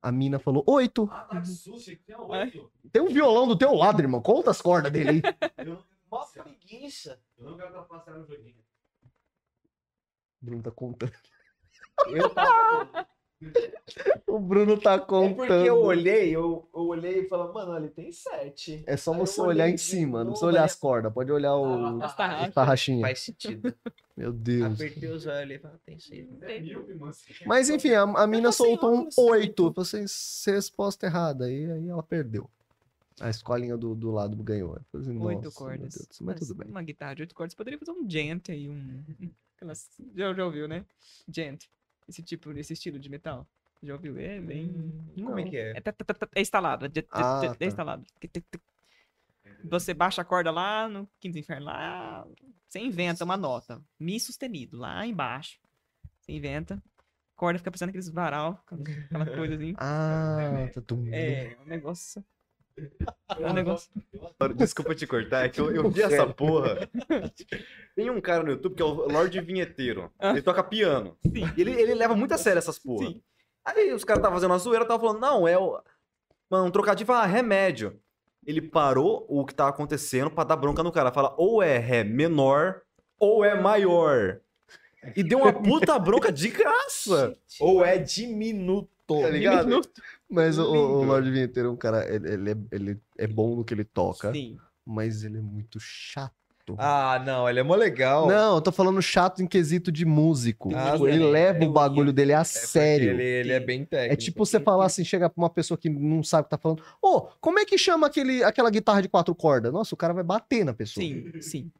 S1: A mina falou, oito.
S6: Ah, tá, que susto, achei que tinha oito.
S1: Tem um violão do teu lado, irmão. Conta as cordas dele aí.
S5: Mó preguiça.
S6: Eu não quero ultrapassar no joguinho.
S1: Bruno tá contando.
S2: Eu tava
S1: O Bruno tá
S2: É
S1: contando.
S2: porque eu olhei, eu, eu olhei e falei, mano, ele tem sete.
S1: É só
S2: Aí eu
S1: você
S2: olhei
S1: olhar em
S2: de
S1: cima, não
S2: novo,
S1: precisa olhar
S2: aí
S1: as cordas, pode olhar o,
S4: As tarraxas.
S1: as tarraxinhas.
S5: Faz sentido.
S1: Meu Deus.
S5: Apertei os olhos e
S2: "Ah,
S5: falei, tem seis.
S6: É míope, mano. Você
S1: Mas enfim, a, a mina
S4: sem
S1: soltou um
S4: óculos.
S1: 8. Vocês se resposta é errada. E aí ela perdeu. A escolinha do, do lado ganhou. Eu falei assim,
S4: Oito
S1: "Nossa, meu
S4: cordas.
S1: Deus, mas tudo bem.
S4: Uma guitarra de oito cordas poderia fazer um gent aí, um. aquelas- Já, já ouviu, né? Gent. Esse tipo, esse estilo de metal. Já ouviu? É bem.
S1: Hum,
S2: Como é que é?
S4: É, tá- tá- tá- tá- é instalado. É, de- de-
S1: Ah,
S4: de- é
S1: tá.
S4: instalado. Tic, tic, tic. Você baixa a corda lá no quinto inferno, lá. Você inventa uma nota. Mi sustenido, lá embaixo. Você inventa. A corda fica parecendo aqueles varal, aquela coisa assim.
S1: Ah, tá tum.
S4: É, um negócio. É um negócio.
S7: Desculpa te cortar, é que eu, eu vi essa porra. Tem um cara no YouTube que é o Lorde Vinheteiro. Ele toca piano. E ele, ele leva muito a sério essas porra.
S4: Sim.
S7: Aí os caras estavam fazendo uma zoeira, tava falando, não, é o. Mano, um trocadilho, ah, remédio. ele parou o que tá acontecendo pra dar bronca no cara. Fala, ou é ré menor, ou é maior. E deu uma puta bronca de graça.
S2: Ou é diminuto.
S1: Tá ligado? Mas o, o o Lorde Vinheteiro é um cara, ele, ele, é, ele é bom no que ele toca,
S4: Sim.
S1: mas ele é muito chato.
S2: Ah, não, ele é mó legal.
S1: Não, eu tô falando chato em quesito de músico.
S2: Ah,
S1: Tipo, ele
S2: sim.
S1: leva
S4: Eu
S1: o bagulho dele a
S2: É porque
S1: sério.
S2: Ele, ele é bem técnico.
S1: É tipo você falar assim, chegar pra uma pessoa que não sabe o que tá falando. Ô, como é que chama aquele, aquela guitarra de quatro cordas? Nossa, o cara vai bater na pessoa.
S4: Sim, sim.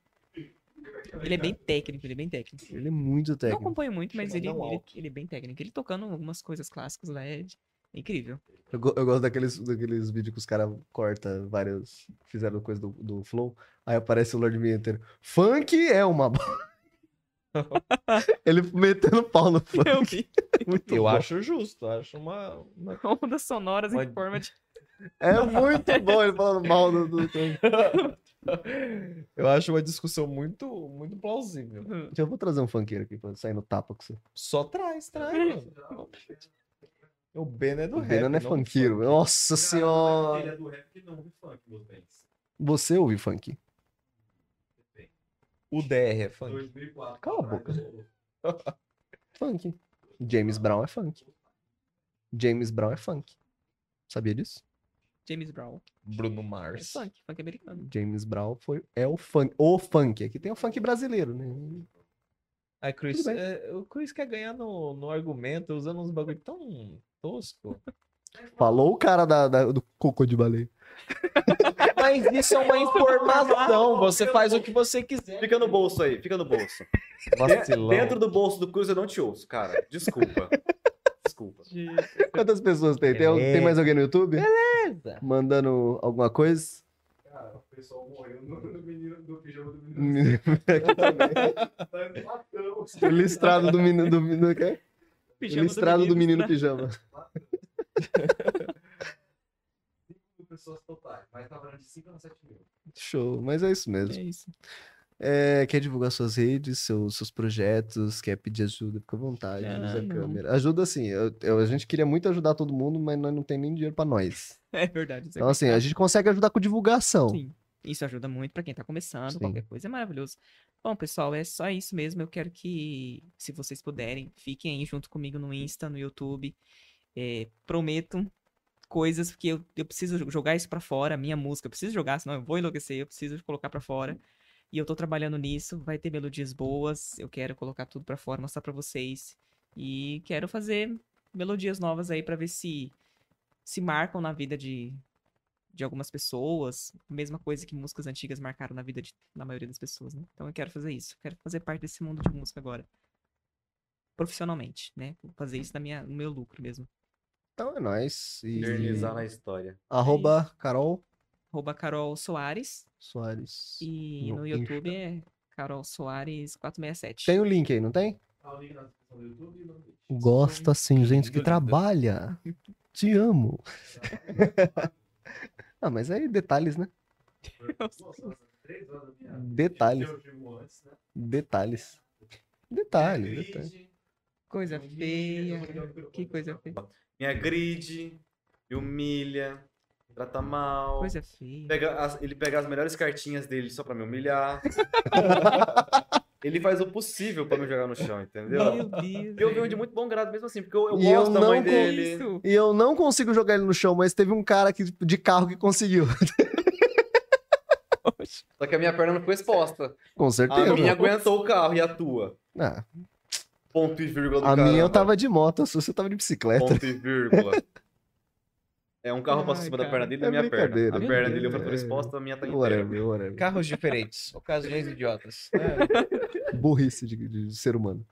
S4: Ele é bem técnico, ele é bem técnico.
S1: Ele é muito
S4: Não
S1: técnico.
S4: acompanho muito, mas
S2: Chama
S4: ele,
S2: não
S4: ele,
S2: alto.
S4: ele é bem técnico. Ele tocando algumas coisas clássicas da Ed. É incrível.
S1: Eu, go- eu gosto daqueles, daqueles vídeos que os caras cortam vários. Fizeram coisa do, do Flow. Aí aparece o Lord Minter. Funk é uma. bo-" ele metendo pau no funk. é
S4: Eu vi
S1: Muito
S2: Eu
S1: bom.
S2: acho justo, acho uma. uma-
S4: ondas sonoras em forma de.
S1: É muito bom ele falando mal do. do...
S2: Eu acho uma discussão muito, muito plausível.
S1: Eu vou trazer um funkeiro aqui pra sair no tapa com você.
S2: Só traz,
S1: Ah,
S2: traz,
S1: é.
S2: mano. O Ben é do
S1: O
S2: rap.
S1: Renan é
S2: do
S1: funkeiro.
S2: funk.
S1: Nossa
S6: Ele é
S1: senhora.
S6: do rap e não do funk, meus bens.
S1: Você ouve funk?
S2: O DR é funk.
S6: 2004.
S1: Cala a boca.
S6: Eu,
S1: Funk. James Brown é funk. James Brown é funk. Sabia disso?
S4: James Brown.
S2: Bruno
S4: É
S2: Mars.
S4: funk, funk americano.
S1: James Brown foi, é o funk. O funk. Aqui tem o funk brasileiro, né?
S2: Aí, Chris,
S1: Tudo
S2: é, o Chris quer ganhar no, no argumento usando uns bagulho tão tosco.
S6: É
S1: Falou o cara da, da- do cocô de baleia.
S2: Mas isso é uma informação. Você faz o que você quiser.
S7: Fica no bolso aí, fica no bolso.
S2: Vacilão.
S7: Dentro do bolso do Cruz eu não te ouço, cara. Desculpa. Desculpa.
S1: Quantas pessoas tem? Tem, tem mais alguém no YouTube?
S2: Beleza.
S1: Mandando alguma coisa?
S6: Cara, o pessoal morreu no, no menino do pijama do menino.
S1: Aqui também.
S6: Nós matamos.
S1: O listrado do menino do, menino- o quê? O
S4: Pijama
S1: listrado do menino
S4: né?
S1: pijama.
S6: pessoas totais, mas tá falando de 5 a 7 mil.
S1: Show, mas é isso mesmo.
S4: É isso.
S1: É, quer divulgar suas redes, seus, seus projetos, quer pedir ajuda, fica à vontade,
S4: Ah,
S1: usa a
S4: não.
S1: câmera. Ajuda assim, eu- eu- a gente queria muito ajudar todo mundo, mas nós não tem nem dinheiro pra nós.
S4: É verdade. isso é
S1: Então assim, a gente consegue ajudar com divulgação.
S4: Sim. Isso ajuda muito pra quem tá começando,
S1: Sim.
S4: qualquer coisa é maravilhoso. Bom, pessoal, é só isso mesmo. Eu quero que, se vocês puderem, fiquem aí junto comigo no Insta, no YouTube. É, prometo coisas porque eu, eu preciso jogar isso pra fora, a minha música. Eu preciso jogar, senão eu vou enlouquecer, eu preciso colocar pra fora. E eu tô trabalhando nisso, vai ter melodias boas, eu quero colocar tudo pra fora, mostrar pra vocês. E quero fazer melodias novas aí pra ver se se marcam na vida de, de algumas pessoas, mesma coisa que músicas antigas marcaram na vida de, da maioria das pessoas, né? Então eu quero fazer isso, quero fazer parte desse mundo de música agora. Profissionalmente, né? Vou Fazer isso na minha, no meu lucro mesmo.
S1: Então é nóis. E...
S7: Eternizar
S4: É
S7: na história.
S1: Arroba Carol
S4: Arroba Carol Soares
S1: Soares.
S4: e
S1: No
S4: no YouTube é Carol Soares 467.
S1: Tem um o link aí, não tem?
S6: Tá o link na descrição do YouTube e no Twitch.
S1: Gosta sim, gente que trabalha. Te amo. ah, mas aí detalhes, né?
S6: Nossa, 3 horas da minha.
S1: Detalhes,
S6: Eu digo antes, né?
S1: detalhes. Detalhes, detalhes.
S6: Grid,
S4: Coisa
S6: eu-
S4: feia.
S6: eu-
S7: um
S6: eu- eu-
S4: Que coisa feia.
S7: Minha grid, me humilha, trata mal.
S4: Coisa feia.
S7: Pega as- ele pega as melhores cartinhas dele só pra me humilhar. ele faz o possível pra me jogar no chão, entendeu?
S4: Meu Deus.
S7: E eu venho de muito bom grado mesmo assim, porque eu, eu
S1: E
S7: gosto
S1: eu
S7: da
S1: não
S7: mãe
S1: com-
S7: dele.
S4: Isso.
S1: E eu não consigo jogar ele no chão, mas teve um cara que, de carro que conseguiu.
S7: Só que a minha perna não foi exposta.
S1: Com
S7: A
S1: certeza.
S7: minha aguentou o carro e a tua.
S1: Ah,
S7: Ponto e vírgula do
S1: a minha eu
S7: caramba.
S1: tava de moto, a sua você tava de bicicleta.
S7: Ponto e vírgula. É um carro passou
S4: Ai,
S7: acima da
S4: cara.
S7: perna dele e da
S1: É
S7: minha perna.
S1: brincadeira.
S7: A perna dele eu
S1: É.
S7: tô exposta, a minha tá inteira.
S1: Whatever, whatever.
S5: Carros diferentes, ocasiões idiotas.
S1: Burrice de, de ser humano.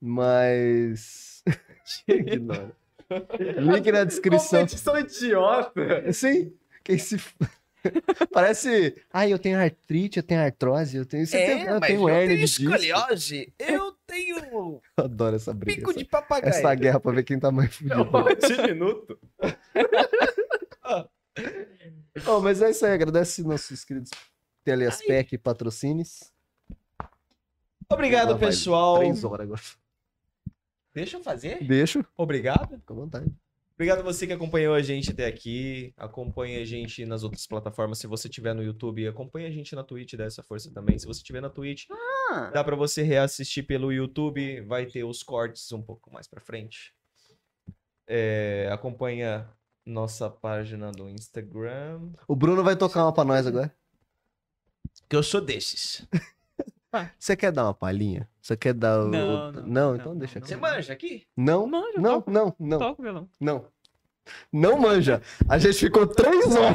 S1: Mas. Ignora. Link na descrição.
S7: Competição idiota.
S1: Sim, quem se. f- Parece. Ai, eu tenho artrite, eu tenho artrose, eu tenho. Você tem- eu tenho hérnia de disco.
S5: escoliose, eu tenho
S1: Eu adoro essa briga.
S5: pico
S1: essa,
S5: de papagaio.
S1: essa guerra pra ver quem tá mais fudido.
S7: Diminuto.
S1: Ó, mas é isso aí, agradece nossos inscritos Teleaspec e patrocines. Lá
S2: Obrigado,
S1: vai
S2: pessoal.
S1: Três horas agora.
S2: Deixa eu fazer?
S1: Deixo,
S2: Obrigado.
S1: fica à vontade.
S2: Obrigado a você que acompanhou a gente até aqui. Acompanhe a gente nas outras plataformas. Se você tiver no YouTube, acompanhe a gente na Twitch, dá essa força também. Se você tiver na Twitch, dá pra você reassistir pelo YouTube. Vai ter os cortes um pouco mais pra frente. É, acompanha nossa página do Instagram.
S1: O Bruno vai tocar uma pra nós agora.
S5: Porque eu sou desses.
S1: Você quer dar uma palhinha? Você quer dar o.
S4: Não,
S1: o-
S4: não,
S1: então
S4: não,
S1: deixa
S4: não,
S1: aqui.
S5: Você manja aqui?
S1: Não,
S4: Não, já
S1: não, não, não,
S4: Toca o violão.
S1: não. Não manja. A gente ficou três horas.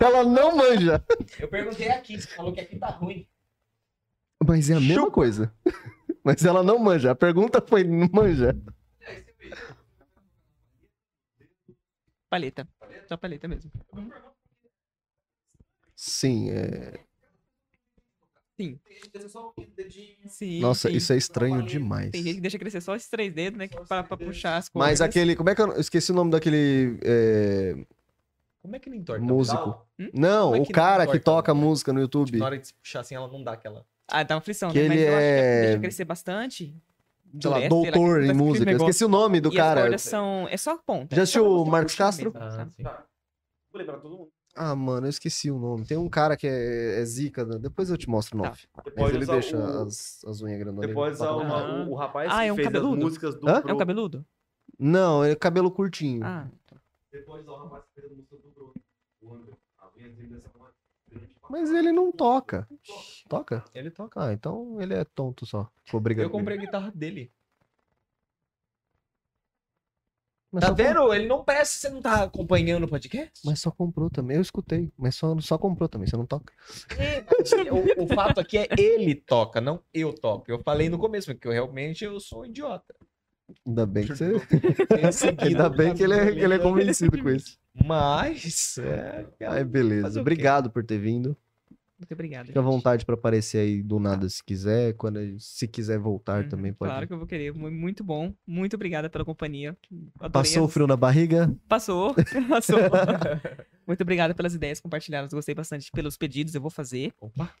S1: Ela não manja.
S5: Eu perguntei aqui, você falou que aqui tá ruim.
S1: Mas é a mesma coisa. Mas ela não manja. A pergunta foi: não manja.
S4: Paleta. Só paleta mesmo.
S1: Sim, é.
S4: Sim,
S1: Nossa,
S4: sim.
S1: isso é estranho demais.
S4: Tem gente que deixa crescer só esses três dedos, né? Que pra, pra puxar as coisas.
S1: Mas aquele. Como é que eu. eu Esqueci o nome daquele. é,
S2: Como é que não entorta?
S1: músico.
S4: Hum?
S1: Não,
S2: Como é
S1: o
S2: que
S1: cara
S2: não
S1: que
S2: entorta?
S1: toca música no
S2: Tipo,
S1: YouTube.
S2: na hora de se puxar assim, ela não dá aquela.
S4: Ah, dá uma aflição,
S1: Que
S4: né? Mas
S1: ele
S4: eu acho
S1: é-
S4: que deixa crescer bastante.
S1: Sei lá,
S4: Endurece, sei lá,
S1: doutor
S4: que
S1: em
S4: faz aquele
S1: música. Eu
S4: negócio.
S1: esqueci o nome do
S4: e as
S1: cara.
S4: cordas são... É só a ponta.
S1: Já
S4: é
S1: assistiu
S4: só
S1: o
S4: pra
S1: Marcos
S4: puxar
S1: Castro?
S4: mesmo, Ah. sabe?
S3: Vou lembrar todo mundo.
S1: Ah, mano, eu esqueci o nome. Tem um cara que é, é zica, né? depois eu te mostro
S4: Tá.
S1: o nome. Mas
S3: Depois
S1: ele
S3: usar
S1: deixa
S7: um
S3: o-
S1: as, as unhas grandonas.
S3: Depois
S1: Ele
S3: há
S1: bota na-
S3: uma- o, o rapaz
S4: Ah,
S3: que
S4: é um
S3: fez
S4: cabeludo?
S3: as músicas do
S1: Hã?
S4: É o
S3: Pro-
S4: cabeludo?
S1: Não, é cabelo curtinho.
S4: Ah,
S6: Depois lá, o rapaz que fez a música do Bruno. O André. A minha dessa uma grande
S1: Mas ele não toca. Toca?
S2: Ele toca.
S1: Ah, então ele é tonto só. Ficou brigando.
S2: Eu comprei a guitarra dele.
S1: comigo. Mas,
S2: Tá
S1: só com-
S2: vendo? Ele não parece que você não tá acompanhando o podcast.
S1: mas só comprou também. Eu escutei. Mas só, só comprou também. Você não toca.
S2: O, o fato aqui é ele toca, não eu toco. Eu falei no começo, porque eu realmente eu sou um idiota.
S1: Ainda bem que você.
S2: Tenho seguido
S1: Ainda bem
S2: a
S1: que ele é, que ele é
S2: lenda,
S1: convencido com isso.
S2: Mas. É,
S1: Ai,
S2: Fazer
S1: beleza.
S2: o quê?
S1: Obrigado por ter vindo.
S4: muito obrigado.
S1: Fica à
S4: gente.
S1: vontade pra aparecer aí do nada se quiser. Quando, se quiser voltar
S4: Uhum,
S1: também pode.
S4: Claro que eu vou querer. Mu- Muito bom. Muito obrigada pela companhia. Adorei
S1: Passou o
S4: as-
S1: frio na barriga?
S4: Passou. Passou. muito obrigada pelas ideias compartilhadas. Gostei bastante pelos pedidos. Eu vou fazer.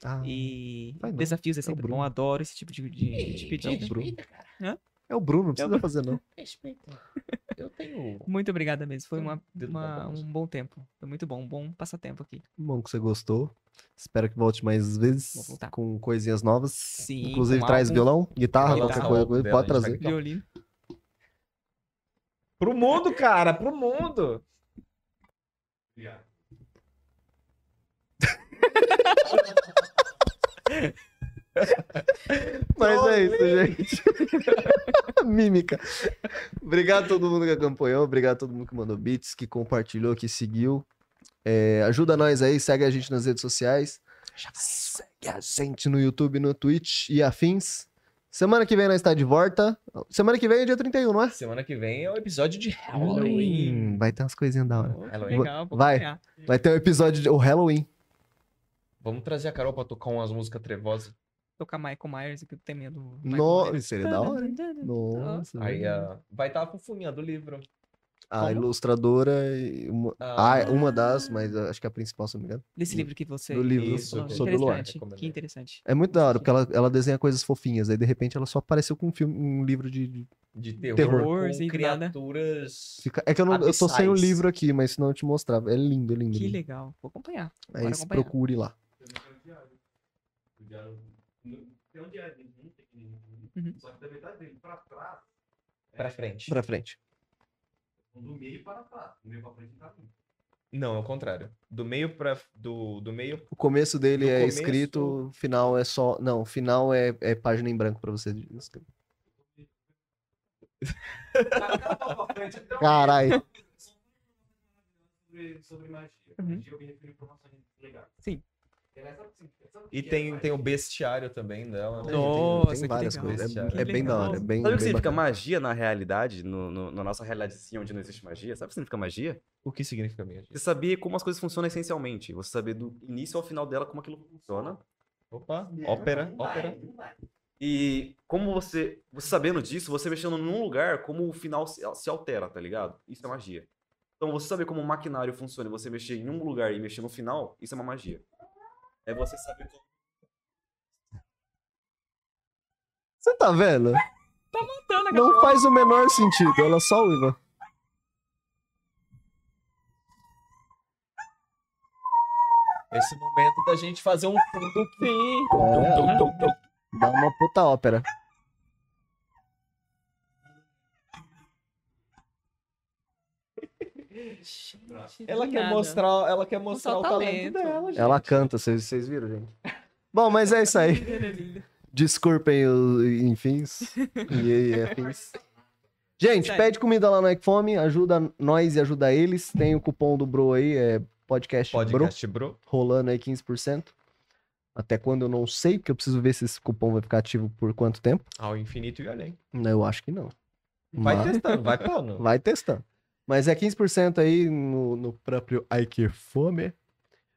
S1: Ah,
S4: E
S1: vai não.
S4: desafios é sempre
S1: Bruno.
S4: bom. Adoro esse tipo de, de, de
S5: Então,
S4: pedido.
S5: respeita, cara.
S1: É o Bruno, não precisa fazer não.
S5: Respeita. Eu tenho.
S4: Muito obrigada mesmo. Foi
S5: Então,
S4: uma,
S5: dedo
S4: uma-
S5: na bola.
S4: um bom tempo. Foi muito bom. Um bom passatempo aqui.
S1: Bom que você gostou. Espero que volte mais
S4: Vou
S1: vezes
S4: voltar.
S1: com coisinhas novas.
S4: Sim,
S1: Inclusive
S4: com
S1: traz
S4: álbum.
S1: violão, guitarra,
S4: Vai
S1: qualquer
S4: lançar
S1: coisa,
S2: o
S1: pode
S2: álbum dela, a gente
S1: trazer.
S2: Legal.
S4: Violino.
S2: Pro mundo, cara, pro mundo.
S6: Obrigado.
S1: Mas é isso, gente. Mímica. Obrigado a todo mundo que acompanhou, obrigado a todo mundo que mandou beats, que compartilhou, que seguiu. É, ajuda nós aí, segue a gente nas redes sociais.
S2: tá
S1: Segue a gente no YouTube, no Twitch e afins. Semana que vem nós está de volta. Semana que vem é dia 31, não é?
S2: Semana que vem é o episódio de Halloween.
S1: Hum, Vai ter umas coisinhas da hora.
S2: Halloween.
S4: Legal. vou
S1: Vai.
S4: acompanhar.
S1: Vai ter um episódio de o Halloween.
S2: Vamos trazer a Carol pra tocar umas músicas trevosas.
S4: Tocar Michael Myers aqui, temendo. o Michael
S1: No...
S4: Myers.
S1: Seria é da hora. hein? Nossa.
S2: um Aí
S1: velho.
S2: ah, vai estar tá afunhando o livro.
S1: a
S2: como?
S1: ilustradora e uma...
S2: Ah.
S1: ah, uma das, mas acho que a principal, se não me engano.
S4: Desse livro que você.
S1: Do livro
S2: Isso, É
S4: Nossa,
S1: sobre o Luar.
S4: interessante.
S2: Recomendo.
S4: Que interessante.
S1: É muito da hora, porque ela, ela desenha coisas fofinhas, aí de repente ela só apareceu com um filme, um livro de. de-
S2: De terror,
S1: Terror.
S4: Terror,
S2: com
S4: sem nada.
S2: criaturas.
S1: Fica- É que eu, não, eu tô sem o
S2: Abissais.
S1: livro aqui, mas senão eu te mostrava. É lindo, é lindo.
S4: Que
S1: lindo.
S4: legal. Vou acompanhar.
S1: Aí
S4: bora
S1: se
S4: acompanhar.
S1: procure lá.
S6: Eu não quero diário. O diário. não- Tem um diário muito pequenininho.
S4: Uhum.
S6: Só que da metade dele pra trás. é
S2: Pra frente.
S1: Pra frente.
S6: Do meio para trás. Do meio pra frente tá limpo.
S2: Não, é o contrário. Do meio pra. Do, do meio.
S1: O começo dele
S2: No
S1: é
S2: começo-
S1: escrito, o final é só. Não, o final é, é página em branco pra você.
S6: então.
S1: Caralho.
S6: Sobre, sobre magia.
S4: Uhum.
S6: Magia eu me refiro a informações legais.
S4: Sim.
S6: Ela é só assim, é só
S2: E
S6: pequena,
S2: tem,
S6: mas-
S2: tem o bestiário também dela. né?
S4: Nossa,
S1: tem
S4: que
S1: várias
S4: legal.
S1: coisas. É,
S2: Que
S1: é bem da
S4: legal.
S1: hora. É bem,
S7: Sabe o que
S1: bem
S7: significa
S1: bacana.
S7: magia na realidade, no, no- na nossa realidade sim, onde não existe magia? Sabe o que significa magia?
S2: O que significa mesmo?
S7: Você saber como as coisas funcionam essencialmente. Você saber do início ao final dela como aquilo funciona.
S2: Opa, ópera, ópera.
S7: E como você, você sabendo disso, você mexendo num lugar, como o final se, se altera, tá ligado? Isso é magia. Então você saber como o maquinário funciona, e você mexer em um lugar e mexer no final, isso é uma magia. É você saber como.
S1: Você tá vendo?
S4: Tô na
S1: Não faz o menor sentido, ela só uiva.
S2: Esse momento da gente fazer um fundo.
S4: Sim.
S1: É, Dá uma puta ópera.
S2: Ela
S4: Do
S2: quer
S4: nada.
S2: mostrar, ela quer mostrar o talento,
S4: talento.
S2: dela, gente.
S1: Ela canta, vocês vocês viram, gente? Bom, mas é isso aí. Desculpem os enfins. E aí, afins. Gente,
S4: Sério.
S1: pede comida lá no Ecfome, ajuda nós e ajuda eles. Tem o cupom do Bro aí, é podcast, Bro,
S2: Podcast Bro.
S1: rolando aí 15%. Até quando eu não sei, porque eu preciso ver se esse cupom vai ficar ativo por quanto tempo. né?
S2: Ao infinito e além.
S1: Eu acho que não.
S2: Vai
S1: Mas-
S2: testando, vai
S4: Então.
S2: pondo.
S1: Vai testando. Mas é 15% aí no, no próprio Ike Fome.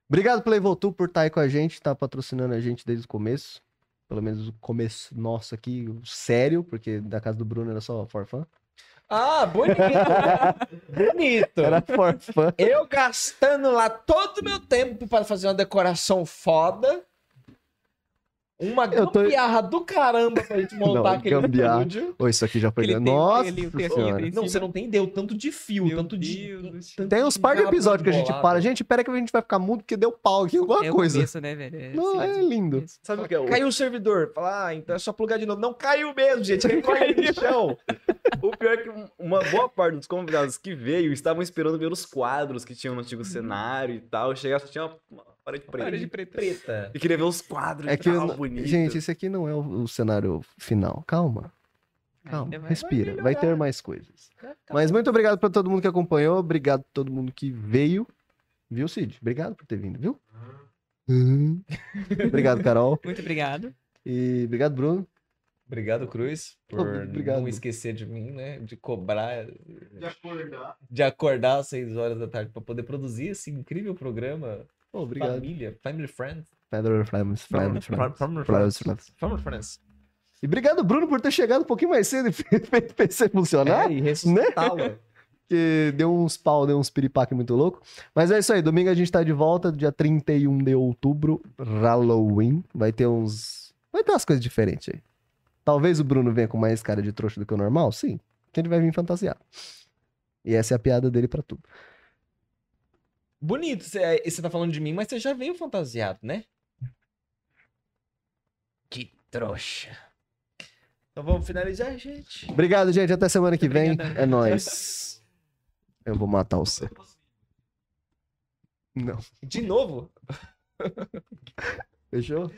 S1: Obrigado, Playvotu, por estar aí com a gente, tá patrocinando a gente desde o começo. Pelo menos o começo nosso aqui, o sério, porque da casa do Bruno era só forfã.
S2: Ah, bonito. bonito.
S1: Era forfã.
S2: Eu gastando lá todo o meu tempo para fazer uma decoração foda. Uma
S1: Eu tô-
S2: gambiarra do caramba pra gente montar
S1: Não,
S2: aquele
S1: gambiarra.
S2: estúdio.
S1: Ô, isso aqui já foi.
S4: Aquele
S1: grande.
S4: tem-
S1: Nossa!
S4: aquele- tem aqui, É
S1: senhora.
S4: tem-
S2: Não, você não tem ideia o tanto de fio, o tanto de. tanto
S1: Tem uns
S2: de
S1: par de
S2: cabo
S1: episódios que a gente
S2: enrolado.
S1: para. Gente, pera que a gente vai ficar mudo porque deu pau aqui, alguma
S4: É o
S1: coisa.
S4: começo, né, velho? É
S1: Não,
S4: assim
S1: é
S4: mesmo.
S1: lindo.
S4: Começo.
S7: Sabe o que é o.
S2: Caiu o servidor. Fala, ah, então é só plugar de novo. Não caiu mesmo, gente. Ele caiu no chão.
S7: O pior é que um- uma boa parte dos convidados que veio estavam esperando ver os quadros que tinham no
S1: Uhum.
S7: antigo cenário e tal. Chegaram, tinha uma- uma parede
S2: Parede
S7: preta.
S2: preta. preta.
S7: E queria ver os quadros
S1: É
S7: e
S1: que, eu
S7: tal,
S1: não-
S7: bonito.
S1: gente, esse aqui não é o, o cenário final. Calma, calma,
S4: Ainda vai-
S1: respira. Vai, ter mais coisas. Mas muito obrigado pra todo mundo que acompanhou, obrigado pra todo mundo que veio, viu, Cid? Obrigado por ter vindo, viu? Uhum. obrigado, Carol.
S4: Muito obrigado.
S1: E obrigado, Bruno.
S2: Obrigado, Cruz, por
S1: Obrigado.
S2: não esquecer de mim, né? De cobrar,
S6: De acordar.
S2: de acordar às 6 horas da tarde pra poder produzir esse incrível programa.
S1: Pô, obrigado.
S2: Família, Family Friends.
S1: Pedro Flames, Flames, Flames.
S2: Family
S1: Friends.
S2: Friends. Family Friends.
S1: E obrigado, Bruno, por ter chegado um pouquinho mais cedo e feito o PC funcionar.
S2: É, e ressuscitá-la.
S1: que deu uns pau, deu uns piripaque muito louco. Mas é isso aí, domingo a gente tá de volta, dia 31 de outubro, Halloween. Vai ter uns. Vai ter umas coisas diferentes aí. Talvez o Bruno venha com mais cara de trouxa do que o normal, sim. Porque ele vai vir fantasiado. E essa é a piada dele pra tudo.
S2: Bonito, você tá falando de mim, mas você já veio fantasiado, né?
S5: Que trouxa.
S2: Então vamos finalizar, gente.
S1: Obrigado, gente. Até semana que vem.
S4: Obrigada.
S1: É nóis. Eu vou matar você. Não.
S2: De novo?
S1: Fechou?